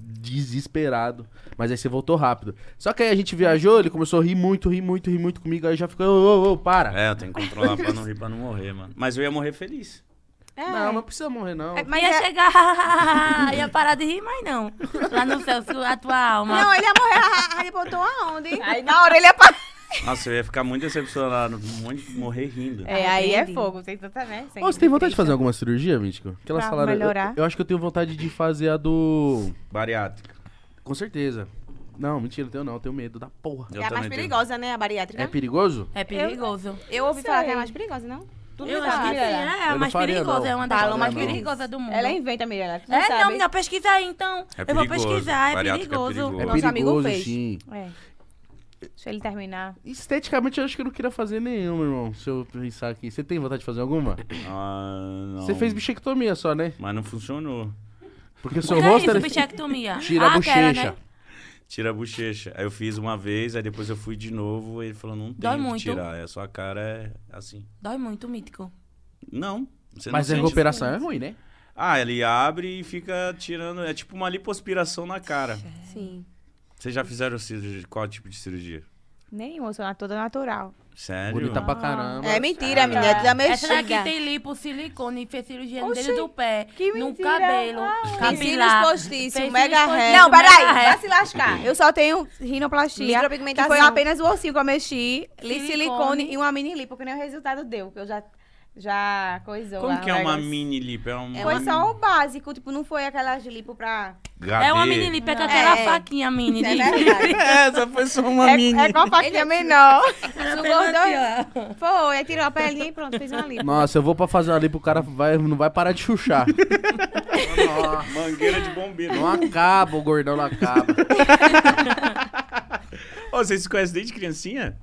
Speaker 1: desesperado. Mas aí você voltou rápido. Só que aí a gente viajou, ele começou a rir muito, rir muito, rir muito comigo, aí eu já ficou, ô, ô, ô, para.
Speaker 2: É, eu tenho que controlar pra não rir, pra não morrer, mano. Mas eu ia morrer feliz.
Speaker 5: É.
Speaker 1: Não, não precisa morrer, não.
Speaker 4: É,
Speaker 3: Mas
Speaker 4: Mas
Speaker 3: ia
Speaker 4: é-
Speaker 3: chegar, ia parar de rir, mas não. Lá no céu, se a tua alma.
Speaker 4: Não, ele ia morrer. Ele botou aonde? hein? Aí na hora ele ia parar.
Speaker 2: Nossa, eu ia ficar muito decepcionado, muito morrer rindo.
Speaker 4: É, aí é fogo. Tem tanta, né?
Speaker 1: Ô, você tem vontade de fazer alguma cirurgia, Mítico? Que elas
Speaker 4: Pra
Speaker 1: falaram. eu-
Speaker 4: melhorar.
Speaker 1: Eu, acho que eu tenho vontade de fazer a do.
Speaker 2: Bariátrica.
Speaker 1: Com certeza. Não, mentira, eu tenho não, eu tenho medo da porra.
Speaker 2: Eu
Speaker 5: É a mais
Speaker 2: também tenho.
Speaker 5: perigosa, né? A bariátrica.
Speaker 1: É perigoso?
Speaker 3: É perigoso.
Speaker 5: Eu ouvi
Speaker 4: Sei.
Speaker 5: falar que é a mais perigosa, não?
Speaker 4: Tudo
Speaker 3: Eu
Speaker 4: me
Speaker 3: acho
Speaker 4: fala,
Speaker 3: que sim,
Speaker 4: Mirella.
Speaker 3: né? é
Speaker 1: Eu
Speaker 3: a
Speaker 1: não
Speaker 3: mais
Speaker 1: faria,
Speaker 3: perigosa,
Speaker 1: não.
Speaker 3: é uma das
Speaker 1: Fala,
Speaker 3: falas mais
Speaker 1: não.
Speaker 3: perigosa do mundo.
Speaker 4: Ela inventa, Mirella. Tu é. não
Speaker 3: É,
Speaker 4: sabe.
Speaker 3: não, menina, pesquisa aí então.
Speaker 2: É
Speaker 3: eu vou
Speaker 2: perigoso.
Speaker 3: pesquisar, é
Speaker 2: Bariátrica é
Speaker 3: perigoso.
Speaker 2: perigoso.
Speaker 1: é
Speaker 2: nosso
Speaker 1: perigoso,
Speaker 4: amigo fez.
Speaker 1: sim.
Speaker 4: É. Deixa ele terminar.
Speaker 1: Esteticamente, eu acho que eu não queria fazer nenhuma, irmão. Se eu pensar aqui. Você tem vontade de fazer alguma?
Speaker 2: Ah, não.
Speaker 1: Você fez bichectomia só, né?
Speaker 2: Mas não funcionou.
Speaker 1: Porque o
Speaker 3: O
Speaker 1: seu
Speaker 3: que é
Speaker 1: rosto
Speaker 3: isso,
Speaker 1: era.
Speaker 3: bichectomia?
Speaker 1: Tira a
Speaker 3: Ah, que era,
Speaker 1: bochecha.
Speaker 3: né?
Speaker 2: Tira a bochecha. Aí eu fiz uma vez, aí depois eu fui de novo, ele falou, não tem
Speaker 3: Dói
Speaker 2: o que
Speaker 3: muito.
Speaker 2: tirar. É, A sua cara é assim.
Speaker 3: Dói muito, mítico.
Speaker 2: Não. Você
Speaker 1: Mas
Speaker 2: não
Speaker 1: a
Speaker 2: sente.
Speaker 1: recuperação é ruim, né?
Speaker 2: Ah, ele abre e fica tirando. É tipo uma lipoaspiração na cara.
Speaker 5: Sim.
Speaker 2: Vocês já fizeram cirurgia? Qual tipo de cirurgia?
Speaker 4: Nenhuma, eu sou na- toda natural.
Speaker 2: Sério?
Speaker 1: Bonita pra caramba.
Speaker 5: É mentira, menina. É da
Speaker 3: Essa daqui
Speaker 5: mexiga.
Speaker 3: tem lipo, silicone, fez cirurgia no
Speaker 4: Oxi,
Speaker 3: dedo do pé,
Speaker 4: que
Speaker 3: no
Speaker 4: mentira.
Speaker 3: cabelo,
Speaker 4: Ah,
Speaker 5: Tem
Speaker 3: capilar.
Speaker 5: cílios postiços,
Speaker 3: Fez
Speaker 5: mega
Speaker 3: cílios
Speaker 5: ré.
Speaker 3: postiços.
Speaker 4: não, peraí,
Speaker 3: mega ré.
Speaker 4: vai se lascar. Eu só tenho rinoplastia. Que
Speaker 5: Micropigmentação.
Speaker 4: foi apenas o ossinho que eu mexi, li
Speaker 3: Silicone.
Speaker 4: silicone e uma mini lipo, que nem o resultado deu, que eu já, já coisou. lá
Speaker 2: Como que é
Speaker 4: o
Speaker 2: uma
Speaker 4: negócio.
Speaker 2: mini lip? É uma
Speaker 4: Foi assim. só o básico, tipo, não foi aquelas lipo pra.
Speaker 3: É uma
Speaker 2: HD.
Speaker 3: mini lipo, é com aquela
Speaker 4: É.
Speaker 3: faquinha mini.
Speaker 4: É
Speaker 3: lipo.
Speaker 4: verdade.
Speaker 2: Essa foi só uma
Speaker 4: é,
Speaker 2: mini.
Speaker 4: é com a faquinha menor. Ah,
Speaker 3: Assim, ó.
Speaker 4: Foi, aí tirou a pelinha e pronto, fez uma lipo.
Speaker 1: Nossa, eu vou pra fazer ali pro cara vai, não vai parar de chuchar. Nossa,
Speaker 2: Mangueira de bombeiro.
Speaker 1: não acaba, o gordão não acaba.
Speaker 2: Ô, vocês se conhecem desde criancinha?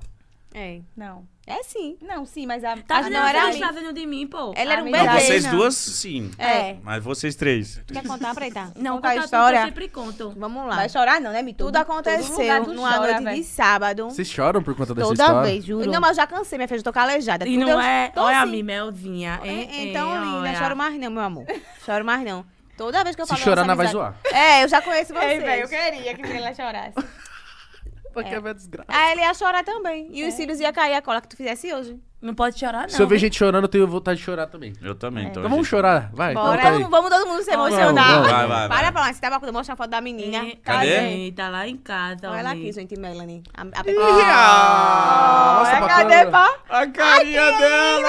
Speaker 5: É.
Speaker 4: Não.
Speaker 5: É sim.
Speaker 4: Não, sim, mas a.
Speaker 3: Tá
Speaker 4: a
Speaker 3: vendo?
Speaker 4: não era
Speaker 3: Você
Speaker 4: a
Speaker 3: está vendo de mim, pô.
Speaker 5: Ela era um
Speaker 4: Não,
Speaker 5: bebê.
Speaker 4: Não,
Speaker 2: Vocês
Speaker 5: né?
Speaker 2: duas, sim.
Speaker 4: É.
Speaker 2: Mas vocês três.
Speaker 5: Quer contar, Preta?
Speaker 3: Não, contar
Speaker 4: Contar a
Speaker 3: tudo,
Speaker 4: história.
Speaker 3: eu sempre conto.
Speaker 5: Vamos lá.
Speaker 4: Vai chorar, não, né, Mitu?
Speaker 5: Tudo aconteceu numa noite de sábado.
Speaker 1: Vocês choram por conta dessa
Speaker 5: Toda
Speaker 1: história?
Speaker 5: vez, juro. Não, mas eu já cansei, minha filha, já tô calejada.
Speaker 3: E
Speaker 5: Tudo
Speaker 3: não
Speaker 5: eu-
Speaker 3: é...
Speaker 5: tô
Speaker 3: Olha a
Speaker 5: assim.
Speaker 3: mim, Melzinha. hein,
Speaker 5: É,
Speaker 3: hein,
Speaker 5: então, linda,
Speaker 3: olha.
Speaker 5: choro mais não, meu amor. Choro mais não. Toda vez que eu
Speaker 1: Se
Speaker 5: falo
Speaker 1: chorar,
Speaker 5: nossa
Speaker 1: não vai
Speaker 5: amizade-
Speaker 1: zoar.
Speaker 5: É, eu já conheço vocês.
Speaker 4: Ei, velho, eu queria que ela chorasse.
Speaker 1: Porque é minha desgraça.
Speaker 4: Aí Ah, ele ia chorar também. E os cílios ia cair a cola que tu fizesse hoje.
Speaker 1: Então
Speaker 3: Não pode chorar, não.
Speaker 1: Se eu ver
Speaker 3: viu?
Speaker 1: gente chorando, eu tenho vontade de chorar também.
Speaker 2: Eu também. tô.
Speaker 1: Então vamos chorar, vai.
Speaker 4: Bora,
Speaker 1: conta tá aí.
Speaker 4: vamos, vamos todo mundo se emocionar.
Speaker 2: Vai, vai, vai.
Speaker 4: Para pra lá, você tava mostra a foto da menina.
Speaker 3: Ih,
Speaker 2: Cadê?
Speaker 3: tadinho, Tá lá em casa.
Speaker 4: É. Olha ela
Speaker 3: homem.
Speaker 4: aqui, gente, Melanie. A, a
Speaker 1: Ah, nossa,
Speaker 5: é,
Speaker 1: bacana.
Speaker 5: cadê, pá?
Speaker 2: A carinha dela!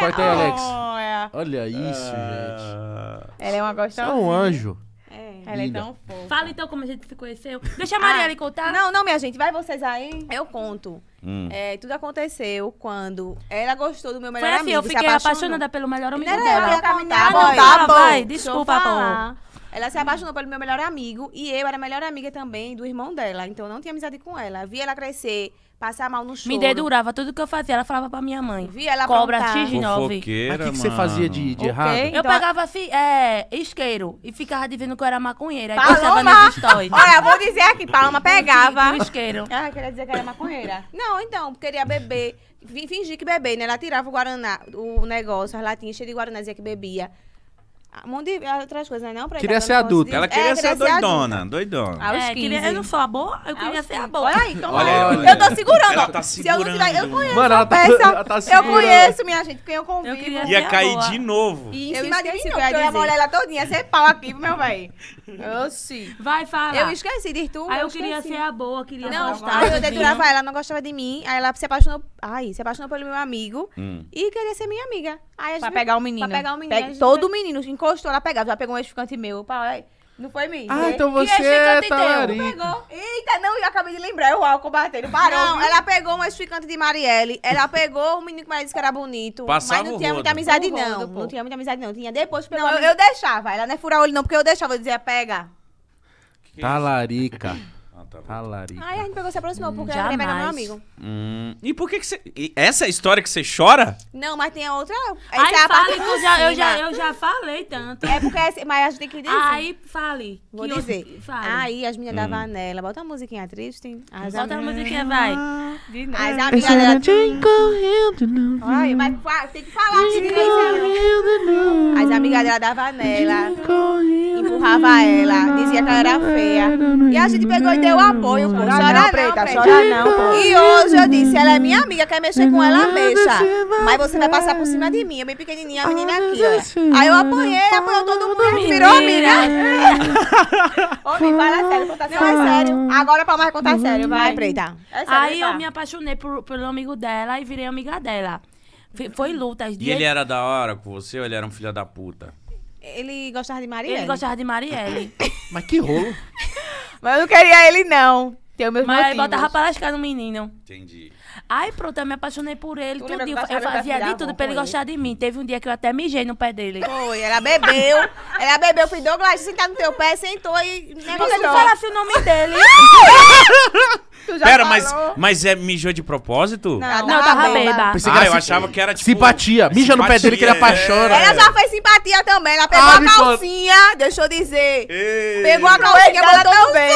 Speaker 1: Corta aí, Alex.
Speaker 5: Oh, é.
Speaker 1: Olha isso, gente.
Speaker 2: Ah,
Speaker 5: Ela é uma
Speaker 1: Você
Speaker 5: gostosa.
Speaker 1: é um anjo.
Speaker 4: É.
Speaker 5: Ela é
Speaker 1: Linda.
Speaker 5: tão fofa.
Speaker 3: Fala então como a gente se conheceu. Deixa a Marielle contar.
Speaker 4: Ah. Não, não, minha gente, vai vocês aí. Eu conto.
Speaker 2: hum.
Speaker 4: É, tudo aconteceu quando ela gostou do meu melhor
Speaker 3: Foi assim,
Speaker 4: amigo.
Speaker 3: eu
Speaker 4: se
Speaker 3: fiquei
Speaker 4: apaixonou.
Speaker 3: apaixonada pelo melhor amigo
Speaker 4: Não era
Speaker 3: dela.
Speaker 4: ela que
Speaker 3: Ah,
Speaker 4: caminhava.
Speaker 3: não,
Speaker 4: Boy.
Speaker 3: tá bom.
Speaker 4: Deixa eu
Speaker 3: Desculpa, pô.
Speaker 4: falar. Ela se apaixonou pelo meu melhor amigo e eu era a melhor amiga também do irmão dela. Então eu não tinha amizade com ela. Vi ela crescer, passar mal no choro.
Speaker 3: Me dedurava tudo que eu fazia. Ela falava pra minha mãe.
Speaker 4: Vi ela
Speaker 3: Cobra
Speaker 4: aprontar.
Speaker 3: X9.
Speaker 1: Mas o
Speaker 2: Fofoqueira,
Speaker 1: que, que você
Speaker 2: mano.
Speaker 1: fazia de, de errado?
Speaker 5: Ok.
Speaker 3: Eu
Speaker 5: Então,
Speaker 3: pegava assim, é, isqueiro e ficava dizendo que eu era maconheira. Aí
Speaker 4: Paloma!
Speaker 3: postava nas stories.
Speaker 4: Olha, eu vou dizer aqui, Paloma pegava.
Speaker 3: Do Tipo, isqueiro.
Speaker 4: Ah, queria dizer que era maconheira. Não, então, queria beber. Fi- Fingir que beber, né? Ela tirava o Guaraná, o negócio, as latinhas cheias de Guaraná, dizia que bebia. Um monte de outras coisas, né? Não, pra
Speaker 1: Queria
Speaker 4: idade,
Speaker 1: ser
Speaker 4: eu não posso
Speaker 1: adulta.
Speaker 4: dizer.
Speaker 2: Ela
Speaker 4: É,
Speaker 2: queria ser doidona, doidona.
Speaker 4: Aos
Speaker 3: É,
Speaker 4: 15.
Speaker 3: queria- eu não sou a boa, eu queria ser a boa.
Speaker 4: Ah, Olha aí, como
Speaker 2: Olha
Speaker 4: é.
Speaker 2: aí,
Speaker 4: Eu tô
Speaker 2: olha.
Speaker 4: segurando.
Speaker 2: Ela
Speaker 4: ó.
Speaker 2: tá
Speaker 4: Se eu não tiver, eu
Speaker 2: segurando.
Speaker 4: conheço.
Speaker 1: Mano, ela tá,
Speaker 4: peça.
Speaker 1: ela tá
Speaker 4: Eu
Speaker 1: segurando.
Speaker 4: conheço, minha gente, quem eu
Speaker 3: Eu
Speaker 4: convivo.
Speaker 3: queria ser
Speaker 2: Ia
Speaker 3: a
Speaker 2: cair
Speaker 3: boa.
Speaker 2: de novo.
Speaker 4: E em
Speaker 5: Eu
Speaker 4: cima de mim,
Speaker 5: esqueci
Speaker 4: não,
Speaker 5: o que eu ia
Speaker 4: porque eu ia
Speaker 5: dizer.
Speaker 4: molhar ela todinha, sem pau aqui, meu velho.
Speaker 5: Oxi.
Speaker 3: Vai, fala.
Speaker 4: Eu esqueci de tu.
Speaker 3: Aí eu queria
Speaker 4: esqueci.
Speaker 3: ser a boa,
Speaker 5: assim,
Speaker 3: queria
Speaker 4: Não,
Speaker 3: gostar.
Speaker 4: aí eu
Speaker 3: de mim.
Speaker 4: deturava ela, não gostava de mim. Aí ela se apaixonou. Ai, se apaixonou pelo meu amigo
Speaker 2: Hum.
Speaker 4: e queria ser minha amiga. Aí a
Speaker 5: Pra
Speaker 4: gente-
Speaker 5: pegar o menino.
Speaker 4: Pra pegar o menino.
Speaker 5: Pega-
Speaker 4: a gente-
Speaker 5: todo menino encostou, ela pegava. Já pegou um ex-ficante meu. Eu falei, "Ai, não foi mim.
Speaker 1: Ah, então
Speaker 3: Que
Speaker 1: você
Speaker 3: é
Speaker 1: é
Speaker 3: chicante
Speaker 1: talarico.
Speaker 4: Pegou.
Speaker 5: Eita, não, eu acabei de lembrar. Eu, uau, combatendo. Parou.
Speaker 4: Não,
Speaker 5: viu?
Speaker 4: ela pegou um ex-ficante de Marielle. Ela pegou um menino que Marielle disse que era bonito.
Speaker 2: Passava
Speaker 4: mas
Speaker 2: o
Speaker 4: não tinha muita
Speaker 2: rodo.
Speaker 4: amizade,
Speaker 5: O rodo,
Speaker 4: não.
Speaker 5: pô.
Speaker 4: Não tinha muita amizade, não. Tinha depois pegou
Speaker 5: Não,
Speaker 4: uma
Speaker 5: eu, eu deixava. Ela não é furar olho, não, porque eu deixava. Eu dizia, pega.
Speaker 2: Que
Speaker 1: Tá. Talarica.
Speaker 2: isso? Ah, tá bom.
Speaker 1: Talarica.
Speaker 4: Aí a gente pegou e se aproximou, porque
Speaker 3: Hum,
Speaker 4: ela queria pegar meu
Speaker 3: jamais.
Speaker 4: amigo.
Speaker 2: Hum, E por que que você... e Essa é a história que você chora?
Speaker 4: Não, mas tem a outra. Essa é
Speaker 3: Aí
Speaker 4: a parte
Speaker 3: fale que eu
Speaker 4: de
Speaker 3: já, eu, já,
Speaker 4: cima.
Speaker 3: eu já falei tanto.
Speaker 4: É porque essa- mas a gente tem que dizer.
Speaker 3: Aí fale.
Speaker 4: Vou
Speaker 3: que eu-
Speaker 4: dizer.
Speaker 3: Fale.
Speaker 4: Aí as meninas da Vanella, bota uma musiquinha triste. As
Speaker 3: Solta a
Speaker 4: amigas-
Speaker 3: musiquinha, vai.
Speaker 5: De
Speaker 4: As
Speaker 5: nada.
Speaker 4: amigas dela.
Speaker 5: Ai, mas fa- tem que falar. tem que dizer.
Speaker 4: né, As amigas dela da Vanella. Empurrava ela, dizia que ela era feia. E a gente pegou e deu apoio, pô.
Speaker 5: Chorar
Speaker 4: Chora
Speaker 5: não,
Speaker 4: não,
Speaker 5: preta.
Speaker 4: preta.
Speaker 5: Chorar não, pô.
Speaker 4: E hoje eu disse, ela é minha amiga, quer mexer com ela, mexa. Mas você vai passar por cima de mim, eu bem pequenininha, a
Speaker 5: Ah,
Speaker 4: menina aqui, ó. Aí eu apanhei, apanhou todo mundo, virou amiga.
Speaker 5: Homem, fala sério. Conta
Speaker 4: Não, é sério.
Speaker 5: Agora pra mais contar sério,
Speaker 4: Vai,
Speaker 5: vai.
Speaker 4: preta.
Speaker 5: É sério,
Speaker 3: Aí
Speaker 5: vai.
Speaker 3: eu me apaixonei por, pelo amigo dela e virei amiga dela. F- Foi lutas de
Speaker 2: E ele era da hora com você ou ele era um filho da puta?
Speaker 4: Ele gostava de Maria.
Speaker 3: ele gostava de Marielle.
Speaker 1: Mas que rolo.
Speaker 5: Mas eu não queria ele, não. Tem o meu
Speaker 3: Mas aí
Speaker 5: motivos.
Speaker 3: botava pra lascar no menino.
Speaker 2: Entendi.
Speaker 3: Aí pronto, eu me apaixonei por ele.
Speaker 5: Tu
Speaker 3: Tudo.
Speaker 5: lembra que
Speaker 3: Eu,
Speaker 5: gostava de
Speaker 3: fazia
Speaker 5: virar
Speaker 3: de
Speaker 5: avó
Speaker 3: tudo
Speaker 5: com
Speaker 3: pra ele
Speaker 5: ele?
Speaker 3: gostar de mim. Teve um dia que eu até mijei no pé dele.
Speaker 4: Foi, ela bebeu. Ela bebeu, fui Douglas sentar no teu pé, sentou e
Speaker 3: Você não
Speaker 4: negociou.
Speaker 3: falasse o nome dele.
Speaker 5: Tu já
Speaker 2: Pera, mas,
Speaker 5: falou.
Speaker 2: mas é mijou de propósito?
Speaker 4: Ah,
Speaker 5: tá
Speaker 4: Não,
Speaker 3: Não, eu tava beba.
Speaker 1: Ah, Pensei que
Speaker 2: Ah,
Speaker 1: era
Speaker 2: eu
Speaker 1: sim-
Speaker 2: achava que era tipo...
Speaker 1: Simpatia. Mija no pé dele que ele apaixona.
Speaker 4: Ela já fez simpatia também. Ela pegou
Speaker 1: Ah,
Speaker 4: a
Speaker 1: me conta.
Speaker 4: calcinha, deixa eu dizer.
Speaker 2: É. Ei.
Speaker 4: Pegou a
Speaker 5: Ele
Speaker 4: calcinha,
Speaker 5: dela
Speaker 4: botou no
Speaker 5: também.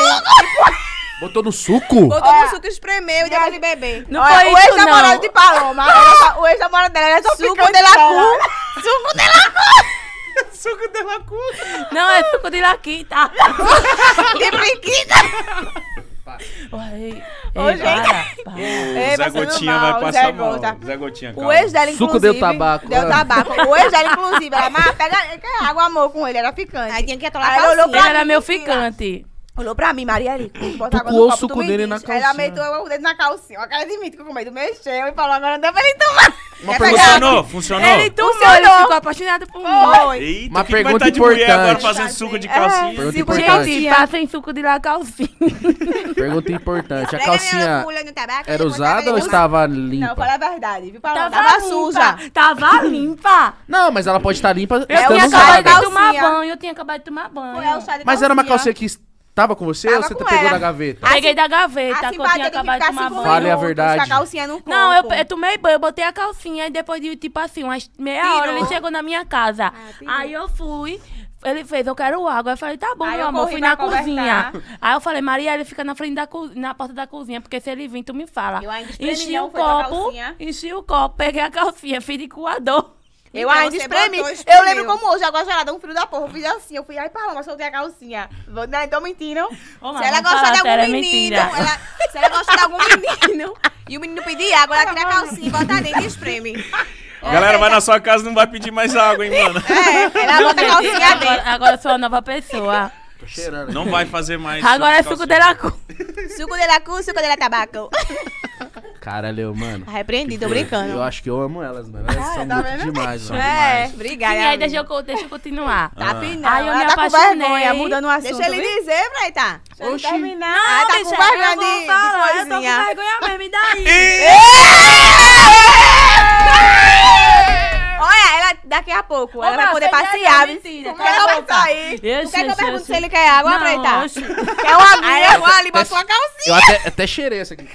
Speaker 1: Botou no suco?
Speaker 4: Botou
Speaker 5: Olha.
Speaker 4: no suco, espremeu e depois de beber.
Speaker 3: Não
Speaker 5: Olha,
Speaker 3: foi
Speaker 5: o
Speaker 3: isso,
Speaker 5: ex-namorado
Speaker 3: não.
Speaker 5: de Paloma. era só- O ex-namorado dela era só
Speaker 4: Suco
Speaker 5: ficante
Speaker 4: de la
Speaker 5: dela.
Speaker 2: Suco de la cu.
Speaker 3: Não, é suco de laquita.
Speaker 4: De brinquedo.
Speaker 3: Ei, ei,
Speaker 5: Ô, gente.
Speaker 3: para, para.
Speaker 2: Zé
Speaker 5: Ei, passando
Speaker 2: Gotinha
Speaker 5: mal,
Speaker 2: vai
Speaker 5: Zé
Speaker 2: passar mal.
Speaker 5: Gota.
Speaker 2: Zé Gotinha,
Speaker 5: O
Speaker 2: calma.
Speaker 5: ex dela, inclusive.
Speaker 1: Suco deu tabaco,
Speaker 5: Deu
Speaker 1: né?
Speaker 5: tabaco. O ex dela, inclusive, ela, mas pega que água, amor, com ele, era ficante.
Speaker 4: Aí tinha que atolar a
Speaker 5: Aí ela olhou pra
Speaker 3: Ele
Speaker 5: mim,
Speaker 3: era meu
Speaker 5: mentira.
Speaker 3: ficante.
Speaker 5: Olhou pra mim, Maria ali.
Speaker 1: Tu
Speaker 5: Bota água
Speaker 1: coou
Speaker 5: no
Speaker 1: o
Speaker 5: copo,
Speaker 1: suco
Speaker 5: tu me
Speaker 1: dele
Speaker 5: diz.
Speaker 1: na
Speaker 5: Aí Ela
Speaker 1: calcinha.
Speaker 5: meteu o dedo na calcinha. A cara de mim, que com medo, mexeu e falou, agora não dá pra ele tomar.
Speaker 1: Uma pergunta-
Speaker 5: Quer pegar?
Speaker 2: Funcionou? Funcionou?
Speaker 3: Ele tomou, ele
Speaker 5: Funcionou.
Speaker 3: ficou apaixonado por mim.
Speaker 5: Foi.
Speaker 2: Eita,
Speaker 1: Uma
Speaker 2: o que que vai
Speaker 1: pergunta
Speaker 2: tá de mulher agora
Speaker 1: importante.
Speaker 2: fazendo suco de
Speaker 5: É,
Speaker 2: calcinha?
Speaker 1: Pergunta
Speaker 5: se por
Speaker 1: importante.
Speaker 3: Gente,
Speaker 5: calcinha.
Speaker 3: fazem suco de lacalcinha.
Speaker 1: Pergunta importante. A
Speaker 4: Pega minha
Speaker 1: calcinha
Speaker 4: agulha no tabaco,
Speaker 1: era
Speaker 4: eu botava
Speaker 1: usada
Speaker 4: ele
Speaker 1: ou
Speaker 4: no-
Speaker 1: estava
Speaker 5: Não, fala
Speaker 1: limpa?
Speaker 5: a verdade, viu, Paloma?
Speaker 3: Tava,
Speaker 5: Tava suja.
Speaker 3: limpa. Tava limpa.
Speaker 1: Não, mas ela pode estar limpa
Speaker 3: Eu
Speaker 1: estando
Speaker 3: tinha acabado
Speaker 1: usada.
Speaker 3: de tomar
Speaker 5: Calcinha.
Speaker 3: banho, eu tinha acabado de tomar
Speaker 5: Foi ela,
Speaker 3: banho.
Speaker 5: o chá de
Speaker 1: Mas era uma
Speaker 5: calcinha.
Speaker 1: calcinha que estava com você ou
Speaker 5: Tava
Speaker 1: você
Speaker 5: com
Speaker 1: pegou
Speaker 5: ela.
Speaker 1: na gaveta?
Speaker 3: Peguei da gaveta,
Speaker 5: A
Speaker 3: que eu tinha
Speaker 5: simpatia tem Assim- que
Speaker 3: acabado de
Speaker 5: ficar
Speaker 3: tomar
Speaker 5: cinco
Speaker 3: banho.
Speaker 5: minutos.
Speaker 1: Fale a verdade.
Speaker 5: Com a calcinha no corpo.
Speaker 3: Não, eu, eu tomei banho, eu botei a calcinha e depois de, tipo assim, umas meia hora ele chegou na minha casa.
Speaker 5: Ah,
Speaker 3: aí eu fui, ele fez, eu quero água. Eu falei, tá bom,
Speaker 5: Aí
Speaker 3: meu
Speaker 5: eu
Speaker 3: amor,
Speaker 5: corri
Speaker 3: fui
Speaker 5: pra
Speaker 3: na
Speaker 5: conversar.
Speaker 3: cozinha. Aí eu falei, Maria, ele fica na frente da co- na porta da cozinha, porque se ele vir, tu me fala.
Speaker 5: Eu ainda espremi,
Speaker 3: Enchi
Speaker 5: não,
Speaker 3: o
Speaker 5: foi tua
Speaker 3: copo,
Speaker 5: calcinha.
Speaker 3: enchi o copo, peguei a calcinha, fiz de coador.
Speaker 5: Eu
Speaker 4: Então,
Speaker 5: ainda
Speaker 4: você
Speaker 5: espremi.
Speaker 4: botou,
Speaker 5: Eu lembro
Speaker 4: espremeu.
Speaker 5: como hoje, agora gerada, um filho da porra. Eu fiz assim, eu fui, ai, Paloma, soltei a calcinha. Vou- Não, então mentiram.
Speaker 3: Vamos
Speaker 4: né, Se
Speaker 3: lá,
Speaker 4: ela
Speaker 3: vamos falar
Speaker 4: gostar de
Speaker 3: sério, é
Speaker 4: algum menino,
Speaker 3: mentira.
Speaker 4: ela, se ela gostar de algum menino e o menino pedir água, ela tira a calcinha e bota dentro e espreme.
Speaker 2: Galera, vai na sua casa não vai pedir mais água, hein, mano?
Speaker 4: É, ela bota a
Speaker 3: Gente,
Speaker 4: calcinha
Speaker 3: agora,
Speaker 4: dentro.
Speaker 3: agora eu sou uma nova pessoa.
Speaker 1: Tô cheirando.
Speaker 2: Não vai fazer mais.
Speaker 3: Agora é
Speaker 2: suco de
Speaker 3: suco de lacu.
Speaker 4: Suco de lacu, suco de tabaco.
Speaker 1: Caralho, mano.
Speaker 4: Arrepreendi, tô
Speaker 1: Eu
Speaker 4: brincando.
Speaker 1: acho que eu amo elas, mano. Elas são muito demais, mano.
Speaker 5: É,
Speaker 4: Obrigada.
Speaker 3: E aí,
Speaker 4: amiga.
Speaker 3: deixa eu, co- deixa eu continuar.
Speaker 2: Ah.
Speaker 5: Aí
Speaker 3: Aí eu me
Speaker 5: tá com
Speaker 3: apaixonei.
Speaker 5: vergonha, mudando o assunto.
Speaker 4: Deixa ele tá?
Speaker 5: viu?
Speaker 4: dizer, Preta.
Speaker 5: Deixa ele terminar.
Speaker 4: Ah, tá com vergonha
Speaker 3: eu vou
Speaker 4: de- de
Speaker 3: falar, eu tô com
Speaker 4: coisinha.
Speaker 3: vergonha mesmo, e daí?
Speaker 4: Olha, ela daqui a pouco, ela vai
Speaker 3: Ô,
Speaker 4: poder
Speaker 3: Márcia,
Speaker 4: passear.
Speaker 3: é
Speaker 4: viu?
Speaker 3: mentira,
Speaker 4: Como é que
Speaker 3: cala a
Speaker 4: ela vai sair?
Speaker 3: Eu
Speaker 4: Por que que eu
Speaker 3: sei,
Speaker 4: pergunto
Speaker 3: sei,
Speaker 4: se
Speaker 3: sei.
Speaker 4: ele tá? quer água,
Speaker 3: Não,
Speaker 4: Preta?
Speaker 3: oxe.
Speaker 4: Quer uma aguinha? Eu vou É ali, boto uma
Speaker 1: Eu
Speaker 4: calcinha.
Speaker 1: até, até cheirei essa aqui.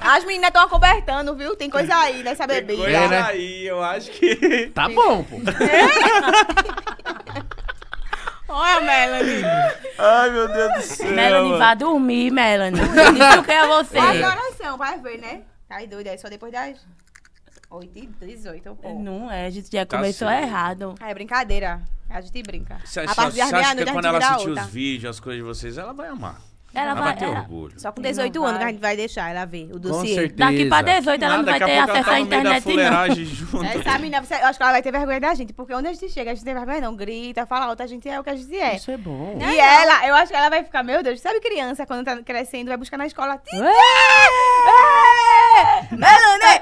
Speaker 4: As meninas estão acobertando, viu? Tem coisa aí nessa bebida.
Speaker 2: Coisa
Speaker 1: É, né?
Speaker 2: aí, eu acho que.
Speaker 1: Tá bom, pô.
Speaker 4: Olha, Melanie.
Speaker 2: Ai, meu Deus do céu.
Speaker 3: Melanie,
Speaker 2: mano.
Speaker 3: vá dormir, Melanie. Eu disse o que é você.
Speaker 4: Quase oração, vai ver, né? Tá doida, é só depois das 8 e 18 pô.
Speaker 3: Não é, a gente já
Speaker 2: Tá
Speaker 3: começou
Speaker 2: certo.
Speaker 3: errado.
Speaker 4: Ah, É brincadeira. A gente brinca.
Speaker 2: Você
Speaker 4: a
Speaker 2: acha,
Speaker 4: partir
Speaker 2: você
Speaker 4: das
Speaker 2: acha
Speaker 4: meia-noite
Speaker 2: que é
Speaker 4: a
Speaker 2: quando
Speaker 4: gente
Speaker 2: ela
Speaker 4: vira
Speaker 2: assistir
Speaker 4: outra.
Speaker 2: os vídeos, as coisas de vocês, ela vai amar.
Speaker 3: né? Ela vai. é.
Speaker 2: ter
Speaker 3: ela-
Speaker 2: orgulho.
Speaker 4: Só com 18 anos que a gente vai deixar ela ver o
Speaker 1: Com
Speaker 4: dossiê.
Speaker 1: certeza.
Speaker 3: Daqui pra 18 ela
Speaker 2: Ah,
Speaker 3: não vai
Speaker 2: daqui a
Speaker 3: ter
Speaker 2: pouco ela
Speaker 3: acesso
Speaker 2: tá
Speaker 3: à
Speaker 2: no meio da
Speaker 3: internet, não.
Speaker 2: fuleiragem junto.
Speaker 4: Essa menina, você- eu acho que ela vai ter vergonha da gente, porque onde a gente chega, a gente tem vergonha não. Grita, fala alto, a gente é o que a gente é.
Speaker 1: Isso é bom.
Speaker 4: E ela, eu acho que ela vai ficar, meu Deus, sabe criança quando tá crescendo, vai buscar na escola. É! Ti- É!
Speaker 5: Melanie!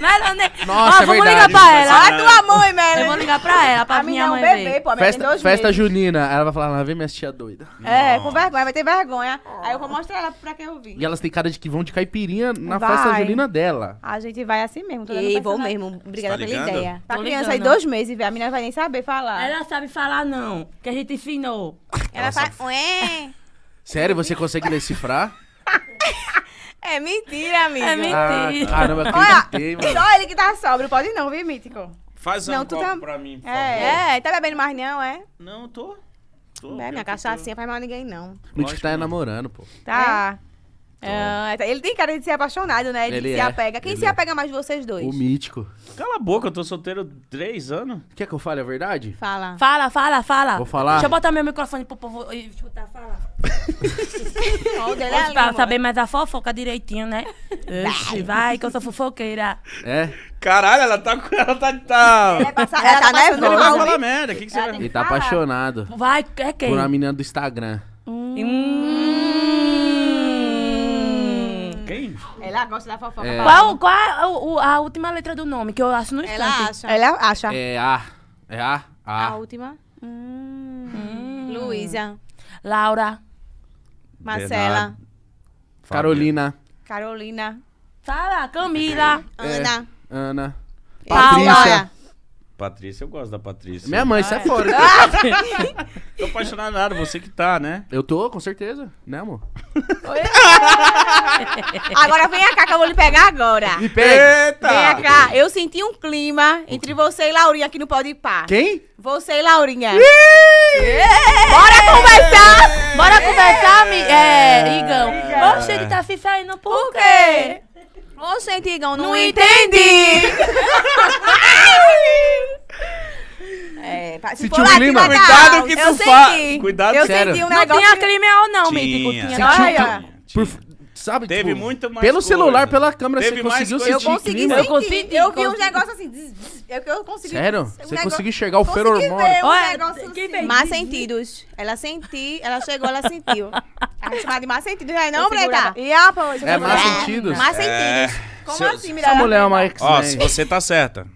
Speaker 3: Melanie,
Speaker 1: Nossa,
Speaker 3: Ó,
Speaker 1: é
Speaker 3: vamos
Speaker 1: verdade,
Speaker 3: ligar pra
Speaker 1: isso
Speaker 3: ela.
Speaker 4: Olha a tua mãe, Melanie.
Speaker 3: Eu vou ligar pra ela, pra
Speaker 4: A
Speaker 3: minha
Speaker 4: menina é um
Speaker 3: mãe
Speaker 4: bebê,
Speaker 3: ver.
Speaker 4: pô. A menina tem
Speaker 1: Festa,
Speaker 4: dois
Speaker 1: festa
Speaker 4: meses.
Speaker 1: junina. Ela vai falar, lá vem minha tia doida.
Speaker 4: É, com vergonha, vai ter vergonha. Aí eu vou mostrar ela pra quem eu vi.
Speaker 1: E elas têm cara de que vão de caipirinha na
Speaker 4: Vai.
Speaker 1: festa junina dela.
Speaker 4: A gente vai assim mesmo. Tô dando
Speaker 5: Ei, vou
Speaker 4: personagem.
Speaker 5: mesmo.
Speaker 2: Obrigada Tá
Speaker 5: Obrigada pela
Speaker 2: pela ligado?
Speaker 5: ideia.
Speaker 2: ideia.
Speaker 4: Pra
Speaker 3: Tô
Speaker 4: criança aí,
Speaker 3: ligando.
Speaker 4: dois meses, velho. A menina vai nem saber falar.
Speaker 3: Ela sabe falar não, que a gente ensinou.
Speaker 4: Ela faz. Ué.
Speaker 1: Sério, você consegue decifrar?
Speaker 4: É mentira, amigo.
Speaker 3: É mentira.
Speaker 1: Ah,
Speaker 2: Ah,
Speaker 1: caramba, eu
Speaker 4: Olha,
Speaker 1: acreditei, mano.
Speaker 4: só ele que tá sóbrio, pode não, viu, Mítico?
Speaker 2: Faz
Speaker 4: Não,
Speaker 2: um
Speaker 4: tu
Speaker 2: copo
Speaker 3: é-
Speaker 4: tá-
Speaker 2: pra mim, por favor.
Speaker 4: É, é, tá bebendo mais não, é?
Speaker 2: Não, tô. tô
Speaker 3: Né,
Speaker 4: é, minha cachaçinha faz mal a ninguém, não.
Speaker 1: Não te tá namorando, pô.
Speaker 4: Tá. Ah, tá. ele tem cara de ser apaixonado, né? Ele,
Speaker 1: É? Ele
Speaker 4: se
Speaker 1: é.
Speaker 4: apega. Quem
Speaker 1: Ele
Speaker 4: se
Speaker 1: é.
Speaker 4: apega mais de vocês dois?
Speaker 1: O mítico.
Speaker 3: assim.
Speaker 2: Cala a boca, eu tô solteiro três anos.
Speaker 1: Quer que eu fale a verdade?
Speaker 4: Fala.
Speaker 3: Fala, fala, fala.
Speaker 1: Vou falar.
Speaker 3: Deixa eu botar meu microfone pro povo e escutar falar.
Speaker 4: Ó, o dele é
Speaker 3: Hoje,
Speaker 4: ali,
Speaker 3: pra
Speaker 4: amor.
Speaker 3: saber mais a fofoca direitinho, né? Oxi, vai, que eu sou fofoqueira.
Speaker 1: É?
Speaker 2: Caralho, ela tá. com- Ela tá. tá...
Speaker 3: é
Speaker 4: Ela, passa, ela, tá
Speaker 2: Ele vai
Speaker 4: nervosa.
Speaker 2: falar merda, o que, que você vai.
Speaker 1: Ele tá apaixonado
Speaker 3: Vai, é quem?
Speaker 1: por uma menina do Instagram.
Speaker 3: Hum.
Speaker 2: Quem?
Speaker 4: Ela gosta da fofoca.
Speaker 1: É.
Speaker 3: Qual, qual é o- o- a última letra do nome que eu acho no instante?
Speaker 4: Ela acha.
Speaker 5: Ela acha.
Speaker 1: É A. É A.
Speaker 4: Tá. A
Speaker 1: A.
Speaker 4: última.
Speaker 3: Hum.
Speaker 5: é.
Speaker 4: Luísa.
Speaker 3: Laura.
Speaker 4: Marcela.
Speaker 1: Carolina.
Speaker 4: Carolina.
Speaker 3: Fala, Camila.
Speaker 4: Ana.
Speaker 1: É. Ana.
Speaker 4: Paula.
Speaker 1: Patrícia.
Speaker 2: Patrícia, eu gosto da Patrícia.
Speaker 1: Minha mãe, sai fora.
Speaker 2: Tô apaixonado nada, você que tá, né?
Speaker 1: Eu tô, com certeza. Né, amor?
Speaker 4: Agora vem cá que eu vou lhe pegar agora.
Speaker 1: Me pega.
Speaker 4: Vem cá. Eu senti um clima entre você e Laurinha aqui no Pode Par.
Speaker 1: Quem?
Speaker 4: Você e Laurinha.
Speaker 3: Bora conversar! Bora conversar, mi... É, Igão. Oxe, ele tá se saindo por quê?
Speaker 4: Ô, gente, Igão, não,
Speaker 3: Não
Speaker 4: entendi. é, pa- se
Speaker 1: Sentiu
Speaker 4: for
Speaker 1: o
Speaker 4: latina,
Speaker 1: clima?
Speaker 4: tá
Speaker 2: Cuidado
Speaker 4: alto.
Speaker 2: que
Speaker 4: eu
Speaker 2: tu fa-
Speaker 4: senti.
Speaker 2: Cuidado
Speaker 4: eu
Speaker 1: que- Sério?
Speaker 4: senti um
Speaker 1: Não
Speaker 3: Não tinha
Speaker 4: negócio.
Speaker 3: crime ao não, Mítico.
Speaker 2: Tinha.
Speaker 3: Tinha.
Speaker 2: Sentiu
Speaker 3: Olha.
Speaker 1: um Por f- sabe,
Speaker 2: Teve
Speaker 1: tipo,
Speaker 2: muito mais
Speaker 1: Pelo
Speaker 2: coisa.
Speaker 1: celular, pela câmera,
Speaker 2: Teve
Speaker 1: você
Speaker 2: mais
Speaker 1: conseguiu sentir
Speaker 2: coisa.
Speaker 4: Eu
Speaker 1: o
Speaker 4: consegui
Speaker 1: clima?
Speaker 4: sentir. Eu,
Speaker 3: consegui,
Speaker 4: vi uns
Speaker 3: consegui.
Speaker 4: negócios assim. zzz, zzz, Eu, eu consegui.
Speaker 1: Sério?
Speaker 4: um
Speaker 1: Você
Speaker 4: negócio-
Speaker 1: conseguiu enxergar o
Speaker 4: consegui
Speaker 1: feromônio? É
Speaker 4: ver um
Speaker 3: Olha,
Speaker 4: negócio
Speaker 3: quem
Speaker 4: assim.
Speaker 3: fez
Speaker 4: Má
Speaker 3: zzz?
Speaker 4: sentidos. Ela senti, ela chegou, ela sentiu. A gente chama de má sentidos, aí não,
Speaker 3: Eu
Speaker 4: Preta?
Speaker 3: segurava.
Speaker 5: E a pô,
Speaker 1: É, má
Speaker 4: É,
Speaker 1: sentidos.
Speaker 4: Má sentidos. Como
Speaker 2: Se-
Speaker 4: assim,
Speaker 1: Essa
Speaker 4: Miranda?
Speaker 1: mulher é uma
Speaker 2: Ó, se
Speaker 1: X-Men.
Speaker 2: você tá certa.